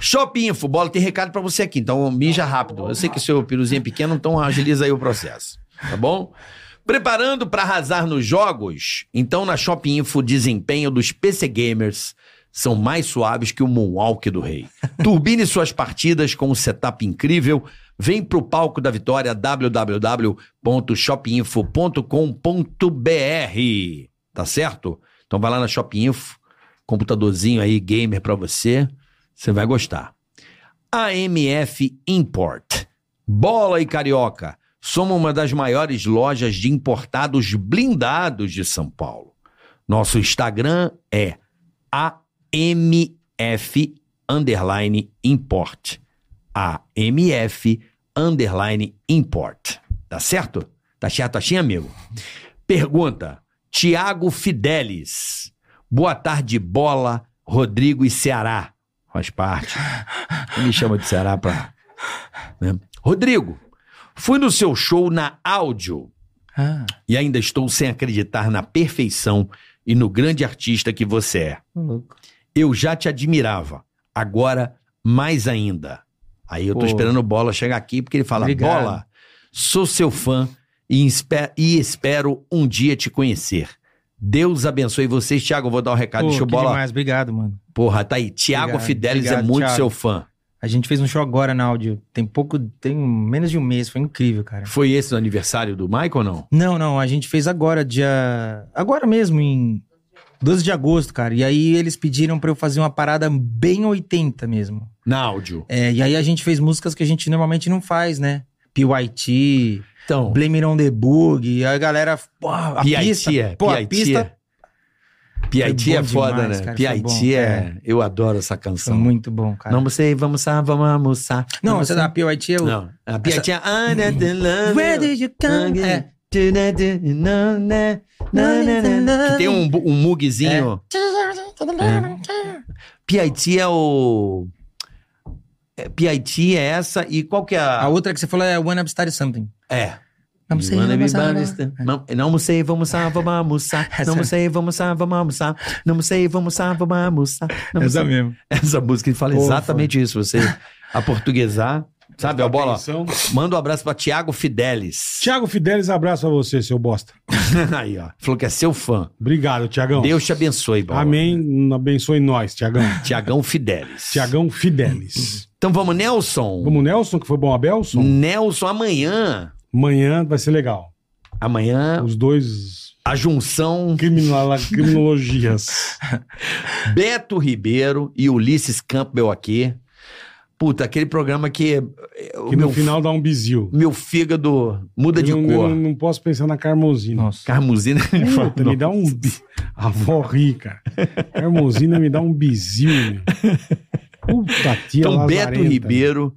Speaker 4: Shopinfo, bola, tem recado pra você aqui, então mija rápido. Eu sei que o seu piruzinho é pequeno, então agiliza aí o processo, tá bom? Preparando pra arrasar nos jogos? Então na Shopinfo, o desempenho dos PC Gamers são mais suaves que o Moonwalk do Rei. Turbine suas partidas com um setup incrível. Vem pro palco da vitória www.shopinfo.com.br. Tá certo? Então vai lá na Shopinfo, computadorzinho aí gamer pra você. Você vai gostar. AMF Import. Bola e Carioca. Somos uma das maiores lojas de importados blindados de São Paulo. Nosso Instagram é MF underline import. AMF underline import. Tá certo? Tá certo assim, amigo? Pergunta: Tiago Fidelis. Boa tarde, bola, Rodrigo e Ceará. Faz parte. Me chama de Ceará pra. né? Rodrigo, fui no seu show na áudio
Speaker 5: Ah,
Speaker 4: e ainda estou sem acreditar na perfeição e no grande artista que você é.
Speaker 5: louco.
Speaker 4: Eu já te admirava, agora mais ainda. Aí eu tô
Speaker 5: Pô.
Speaker 4: esperando o Bola chegar aqui, porque ele fala:
Speaker 5: Obrigado.
Speaker 4: Bola, sou seu fã e, inspe- e espero um dia te conhecer. Deus abençoe vocês, Thiago. Eu vou dar um recado.
Speaker 5: Pô,
Speaker 4: Deixa o
Speaker 5: que
Speaker 4: Bola.
Speaker 5: demais, obrigado, mano.
Speaker 4: Porra, tá aí. Tiago
Speaker 5: Obrigado,
Speaker 4: Fidelis é
Speaker 5: obrigado,
Speaker 4: muito
Speaker 5: Thiago.
Speaker 4: seu fã.
Speaker 5: A gente fez um show agora na áudio. Tem pouco, tem menos de um mês, foi incrível, cara.
Speaker 4: Foi esse o aniversário do Michael ou não?
Speaker 5: Não, não, a gente fez agora, dia. Agora mesmo, em 12 de agosto, cara. E aí eles pediram pra eu fazer uma parada bem 80 mesmo.
Speaker 4: Na áudio.
Speaker 5: É, e aí a gente fez músicas que a gente normalmente não faz, né? PYT,
Speaker 4: Então,
Speaker 5: Blame It On The Bug, aí a galera. Pô, a
Speaker 4: PIT
Speaker 5: pista.
Speaker 4: é.
Speaker 5: pô, a
Speaker 4: PIT
Speaker 5: pista.
Speaker 4: PIT
Speaker 5: Foi
Speaker 4: é
Speaker 5: bom
Speaker 4: foda,
Speaker 5: demais,
Speaker 4: né?
Speaker 5: cara, foi
Speaker 4: PIT
Speaker 5: bom,
Speaker 4: é. Eu adoro essa
Speaker 5: Foi
Speaker 4: canção.
Speaker 5: muito bom, cara.
Speaker 4: Não sei, vamos almoçar, vamos almoçar.
Speaker 5: Não,
Speaker 4: Vamos
Speaker 5: essa da PYT é o.
Speaker 4: Não, a piadinha. Ah, né, de lá, né,
Speaker 5: Where did you come?
Speaker 4: ah,
Speaker 5: É.
Speaker 4: de lá, de lá, né, né, né, né, né. Que tem um, bu- um mugzinho.
Speaker 5: É.
Speaker 4: PIT é o. é, PIT é essa e qual que é
Speaker 5: A
Speaker 4: a.
Speaker 5: outra que você falou é One Up Start Something.
Speaker 4: É.
Speaker 5: Não sei,
Speaker 4: You wanna be
Speaker 5: vamos lá.
Speaker 4: barista? Não- Não sei, vamos almoçar, vamos almoçar. Não
Speaker 5: *laughs* Essa- é.
Speaker 4: sei, vamos almoçar, vamos almoçar. Não sei, vamos almoçar, vamos almoçar. Não sei-
Speaker 5: mesmo.
Speaker 4: *laughs* Essa música ele fala
Speaker 5: Pô,
Speaker 4: exatamente isso. Você aportuguesar, sabe? A bola.
Speaker 2: Atenção.
Speaker 4: Manda um abraço pra Tiago Fidelis.
Speaker 2: Tiago Fidelis, abraço a você, seu bosta.
Speaker 4: *laughs* Aí, ó. Falou que é seu fã.
Speaker 2: Obrigado, Tiagão.
Speaker 4: Deus te abençoe, Bola.
Speaker 2: Amém. Abençoe nós,
Speaker 4: *laughs*
Speaker 2: Tiagão.
Speaker 4: Tiagão Fidelis.
Speaker 2: Tiagão Fidelis.
Speaker 4: Então vamos, Nelson.
Speaker 2: Vamos, Nelson, que foi bom a
Speaker 4: Hum.
Speaker 2: Belson?
Speaker 4: Nelson, amanhã.
Speaker 2: Amanhã vai ser legal.
Speaker 4: Amanhã,
Speaker 2: Os
Speaker 4: *laughs*
Speaker 2: dois
Speaker 4: a junção
Speaker 2: criminala- criminologias.
Speaker 4: Beto Ribeiro e Ulisses Campbell aqui. Puta, aquele programa que, eh, o
Speaker 2: Que
Speaker 4: meu,
Speaker 2: no final dá um bizil.
Speaker 4: meu fígado muda
Speaker 2: Eu
Speaker 4: de
Speaker 2: não,
Speaker 4: cor.
Speaker 2: eu não posso pensar na Carmozina.
Speaker 5: Nossa.
Speaker 4: Carmuzina. ele falou,
Speaker 2: Puta,
Speaker 4: *laughs*
Speaker 2: me dá um. bi- *laughs* A avó ri, cara. Carmozina me dá um bizil, meu. Puta tia
Speaker 4: Então,
Speaker 2: lazarenta. né?
Speaker 4: Beto Ribeiro.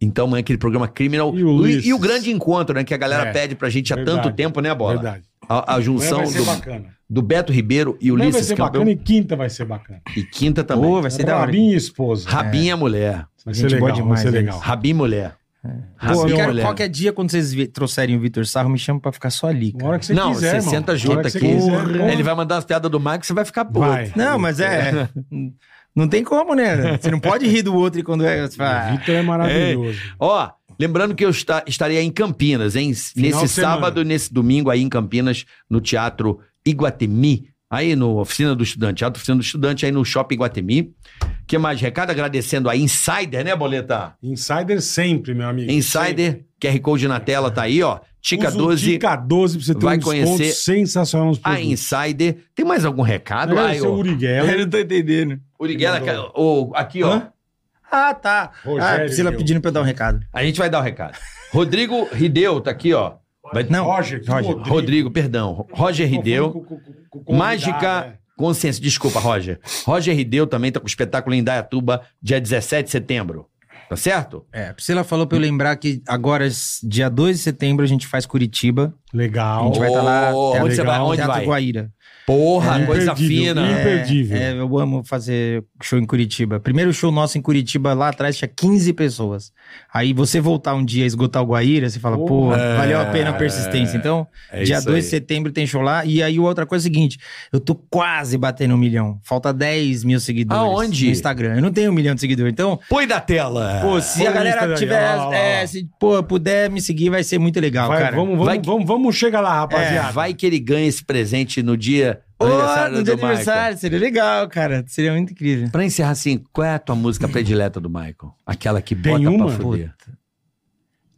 Speaker 4: Então, amanhã aquele programa
Speaker 2: E
Speaker 4: criminal.
Speaker 2: o
Speaker 4: E, e
Speaker 2: Ulisses.
Speaker 4: o grande encontro, né? Que a galera
Speaker 2: É,
Speaker 4: pede pra gente há
Speaker 2: verdade.
Speaker 4: tanto tempo, né, Bola?
Speaker 2: Verdade.
Speaker 4: A, a
Speaker 2: Amanhã
Speaker 4: junção
Speaker 2: vai ser
Speaker 4: do,
Speaker 2: bacana.
Speaker 4: do Beto Ribeiro e
Speaker 2: Amanhã vai
Speaker 4: Ulisses
Speaker 2: ser
Speaker 4: Campbell.
Speaker 2: bacana e quinta vai ser bacana.
Speaker 4: E quinta também.
Speaker 5: Pô, vai ser da hora.
Speaker 2: Rabinha e esposa.
Speaker 4: Rabinha mulher.
Speaker 2: Vai
Speaker 5: Gente
Speaker 2: ser
Speaker 5: boa
Speaker 2: legal,
Speaker 5: demais,
Speaker 2: vai ser
Speaker 5: eles.
Speaker 2: legal.
Speaker 4: Rabin mulher.
Speaker 5: Pô,
Speaker 4: Rabin
Speaker 5: eu quero
Speaker 4: mulher.
Speaker 2: é
Speaker 5: qualquer dia, quando vocês vi- trouxerem o Vitor Sarro, me chama pra ficar só ali.
Speaker 2: Na
Speaker 5: cara.
Speaker 2: hora que você
Speaker 4: Não,
Speaker 2: quiser,
Speaker 4: você
Speaker 2: irmão.
Speaker 4: senta
Speaker 2: Na
Speaker 4: junto
Speaker 2: hora que
Speaker 4: aqui.
Speaker 2: você quiser,
Speaker 4: Porra.
Speaker 2: porra.
Speaker 4: Ele vai mandar as piadas do Marco e você vai ficar puto.
Speaker 2: Vai.
Speaker 5: Não, mas *laughs* é. Não tem como, né? Você não pode rir do outro e quando é. Você
Speaker 2: O
Speaker 5: fala,
Speaker 2: Vitor é maravilhoso.
Speaker 4: Ó, lembrando que eu esta- estarei aí em Campinas, hein? nesse
Speaker 2: de semana.
Speaker 4: sábado, e nesse domingo aí em Campinas, no Teatro Iguatemi. Aí no Oficina do Estudante, Teatro Oficina do Estudante, aí no Shopping Iguatemi. que mais recado? Agradecendo a Insider, né, Boleta?
Speaker 2: Insider sempre, meu amigo.
Speaker 4: Insider, QR Code na tela, tá aí, ó. Tica
Speaker 2: Usa o
Speaker 4: 12.
Speaker 2: Dica 12 pra você ter
Speaker 4: Vai
Speaker 2: um desconto
Speaker 4: conhecer
Speaker 2: sensacional nos
Speaker 4: A
Speaker 2: produtos.
Speaker 4: Insider. Tem mais algum recado? Ah,
Speaker 2: Agradecer o
Speaker 4: eu...
Speaker 2: Uri Geller,
Speaker 5: não tô entendendo.
Speaker 4: Uriguela, ca- ô, aqui, ó.
Speaker 5: Ah, tá. ah,
Speaker 2: Rogério,
Speaker 5: Priscila
Speaker 2: meu.
Speaker 5: pedindo pra eu dar um recado.
Speaker 4: A gente vai dar o recado. Rodrigo Rideu tá aqui, ó. Vai-
Speaker 5: Não,
Speaker 2: Roger, que
Speaker 5: Roger.
Speaker 2: Rodrigo.
Speaker 4: Rodrigo, perdão. Roger Rideu.
Speaker 2: Com- com- com- com- com-
Speaker 4: Mágica
Speaker 2: né?
Speaker 4: Consciência. Desculpa, Roger. Roger Rideu também tá com espetáculo em Indaiatuba, dia 17 de setembro. Tá certo?
Speaker 5: É, a Priscila falou pra eu lembrar que agora, s- dia 2 de setembro, a gente faz Curitiba.
Speaker 2: Legal.
Speaker 5: A gente vai estar lá.
Speaker 4: Ô,
Speaker 5: Teatro-
Speaker 4: onde você vai? Onde
Speaker 5: Teatro
Speaker 4: vai?
Speaker 5: Guaíra.
Speaker 4: Porra, É coisa
Speaker 2: Imperdível,
Speaker 4: fina.
Speaker 2: Imperdível.
Speaker 5: É, eu amo fazer show em Curitiba. Primeiro show nosso em Curitiba, lá atrás tinha 15 pessoas. Aí você voltar um dia e esgotar o Guaíra, você fala, pô, valeu a pena a persistência. Então,
Speaker 4: É
Speaker 5: dia
Speaker 4: isso
Speaker 5: 2 de
Speaker 4: aí.
Speaker 5: setembro tem show lá. E aí, outra coisa é o seguinte: eu tô quase batendo um milhão. Falta 10 mil seguidores
Speaker 4: Aonde?
Speaker 5: no Instagram. Eu não tenho um milhão de seguidores. Então,
Speaker 4: Põe da tela.
Speaker 5: pô, se
Speaker 2: põe
Speaker 5: a
Speaker 2: no
Speaker 5: galera
Speaker 2: Instagram,
Speaker 5: tiver.
Speaker 2: ó, ó,
Speaker 5: é,
Speaker 2: ó.
Speaker 5: se pô, puder me seguir, vai ser muito legal,
Speaker 2: Vai,
Speaker 5: cara.
Speaker 2: vamos, vamos,
Speaker 4: Vai que-
Speaker 2: vamos, vamos chegar lá, rapaziada.
Speaker 4: É, vai que ele ganha esse presente no dia do
Speaker 5: Ô,
Speaker 4: aniversário
Speaker 5: no
Speaker 4: do
Speaker 5: dia
Speaker 4: Michael.
Speaker 5: aniversário, seria legal, cara. Seria muito incrível.
Speaker 4: Pra encerrar assim, qual é a tua música predileta do Michael? Aquela que
Speaker 2: Tem
Speaker 4: bota
Speaker 2: uma?
Speaker 4: pra fuder.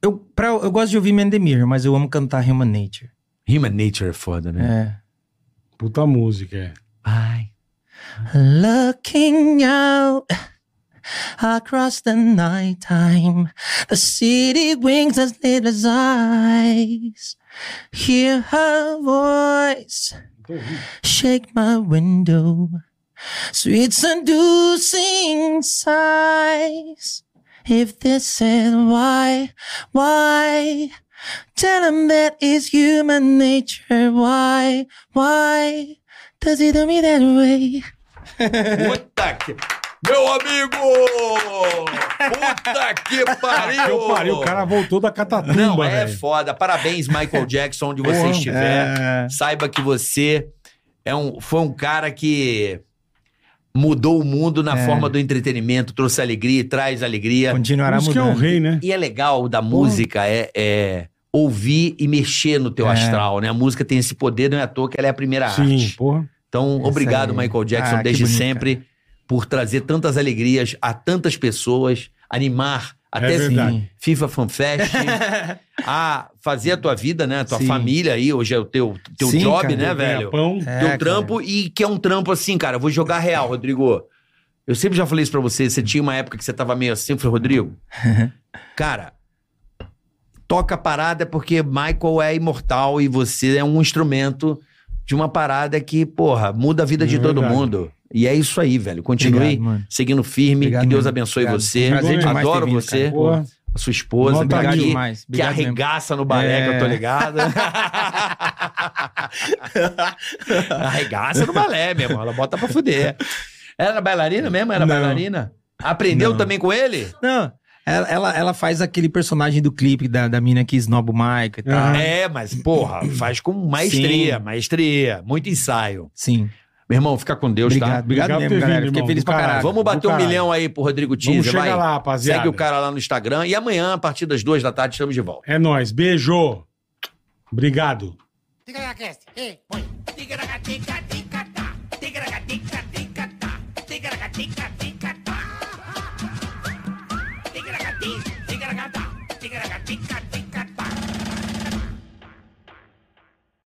Speaker 5: Eu, pra, eu gosto de ouvir Man the Mirror, mas eu amo cantar Human Nature.
Speaker 4: Human Nature é foda, né?
Speaker 5: É.
Speaker 2: Puta música, é.
Speaker 4: Ai.
Speaker 5: Looking out across the night time, the city winks as little as eyes. Hear her voice,
Speaker 2: Tô ouvindo.
Speaker 5: shake my window.
Speaker 8: Sweet seducing sighs. If this is why, why? Tell him that is human nature. Why, why does he do me that way?
Speaker 4: Puta que. Meu amigo! Puta *laughs* que pariu!
Speaker 2: Eu pariu, o cara voltou da catatumba,
Speaker 4: Não, é
Speaker 2: velho.
Speaker 4: foda. Parabéns,
Speaker 5: *laughs*
Speaker 4: Michael Jackson, onde você
Speaker 2: Porra.
Speaker 4: estiver.
Speaker 5: é.
Speaker 4: Saiba que você é um, foi um cara que mudou o mundo na
Speaker 5: É.
Speaker 4: forma do entretenimento, trouxe alegria e traz alegria.
Speaker 5: Continuará
Speaker 2: Por isso que é o
Speaker 5: mudando.
Speaker 2: rei, né?
Speaker 4: E é legal da música é, é ouvir e mexer no teu
Speaker 5: É.
Speaker 4: astral, né? A música tem esse poder, não é à toa que ela é a primeira
Speaker 5: Tá.
Speaker 2: Sim,
Speaker 4: arte.
Speaker 2: porra.
Speaker 4: Então,
Speaker 5: Isso
Speaker 4: obrigado,
Speaker 5: aí.
Speaker 4: Michael Jackson,
Speaker 5: Ah, que
Speaker 4: desde
Speaker 5: bonito,
Speaker 4: sempre, por trazer tantas alegrias a tantas pessoas, animar
Speaker 5: É
Speaker 4: até
Speaker 2: verdade.
Speaker 4: FIFA Fan Fest,
Speaker 5: *laughs*
Speaker 4: *laughs* a fazer a tua vida, né? A tua
Speaker 5: Sim.
Speaker 4: família aí, hoje é o teu, teu
Speaker 5: Sim,
Speaker 4: job,
Speaker 5: cara,
Speaker 4: né,
Speaker 5: eu
Speaker 4: velho?
Speaker 2: Pão,
Speaker 5: É,
Speaker 4: Teu
Speaker 5: cara.
Speaker 4: trampo e que é um trampo assim, cara. Eu vou jogar real, Rodrigo. Eu sempre já falei isso pra você. Você tinha uma época que você tava meio assim, eu falei,
Speaker 5: *laughs*
Speaker 4: Rodrigo. cara, toca a parada porque Michael é imortal e você é um instrumento de uma parada que, porra, muda a vida de
Speaker 2: É
Speaker 4: todo
Speaker 2: verdade.
Speaker 4: mundo. E é isso aí, velho. Continue
Speaker 5: Obrigado, mano.
Speaker 4: seguindo firme.
Speaker 5: Obrigado
Speaker 4: que Deus
Speaker 5: mesmo.
Speaker 4: abençoe
Speaker 5: Obrigado.
Speaker 4: você.
Speaker 5: Prazer demais ter
Speaker 4: Adoro
Speaker 5: vindo,
Speaker 4: você,
Speaker 5: cara.
Speaker 2: porra.
Speaker 4: a sua esposa.
Speaker 2: Nota
Speaker 4: tá
Speaker 5: Obrigado
Speaker 4: aqui
Speaker 5: demais.
Speaker 4: que
Speaker 5: Obrigado mesmo.
Speaker 4: arregaça no balé,
Speaker 5: É.
Speaker 4: que eu tô ligado. arregaça no balé, meu irmão. Ela bota pra fuder. Era bailarina mesmo? Era
Speaker 5: Não.
Speaker 4: bailarina? Aprendeu
Speaker 5: Não.
Speaker 4: também com ele?
Speaker 5: Não, ela, ela, ela faz aquele personagem do clipe da, da mina que esnoba o Mike e tal.
Speaker 2: Aham.
Speaker 4: É, mas, porra, faz com maestria, maestria. Muito ensaio.
Speaker 5: Sim.
Speaker 4: Meu irmão, fica com Deus,
Speaker 5: Obrigado,
Speaker 4: tá?
Speaker 5: obrigado,
Speaker 2: Obrigado por ter
Speaker 5: mesmo, galera.
Speaker 2: vindo,
Speaker 5: Fiquei
Speaker 2: irmão,
Speaker 5: feliz
Speaker 2: do
Speaker 5: pra
Speaker 2: caralho.
Speaker 5: caralho.
Speaker 4: Vamos bater um
Speaker 2: Caralho.
Speaker 4: milhão aí pro Rodrigo
Speaker 2: Vamos
Speaker 4: Teaser,
Speaker 2: chegar
Speaker 4: vai.
Speaker 2: lá, rapaziada.
Speaker 4: Segue o cara lá no Instagram. E amanhã, a partir das duas da tarde, estamos de volta.
Speaker 2: É nóis. Beijo. Obrigado.
Speaker 1: Ticaracast, ei, põe. Ticaracatica, ticatá. Ticaracatica, ticatá. Ticaracatica, ticatá. Ticaracati, ticaracatá. Ticaracatica, ticatá.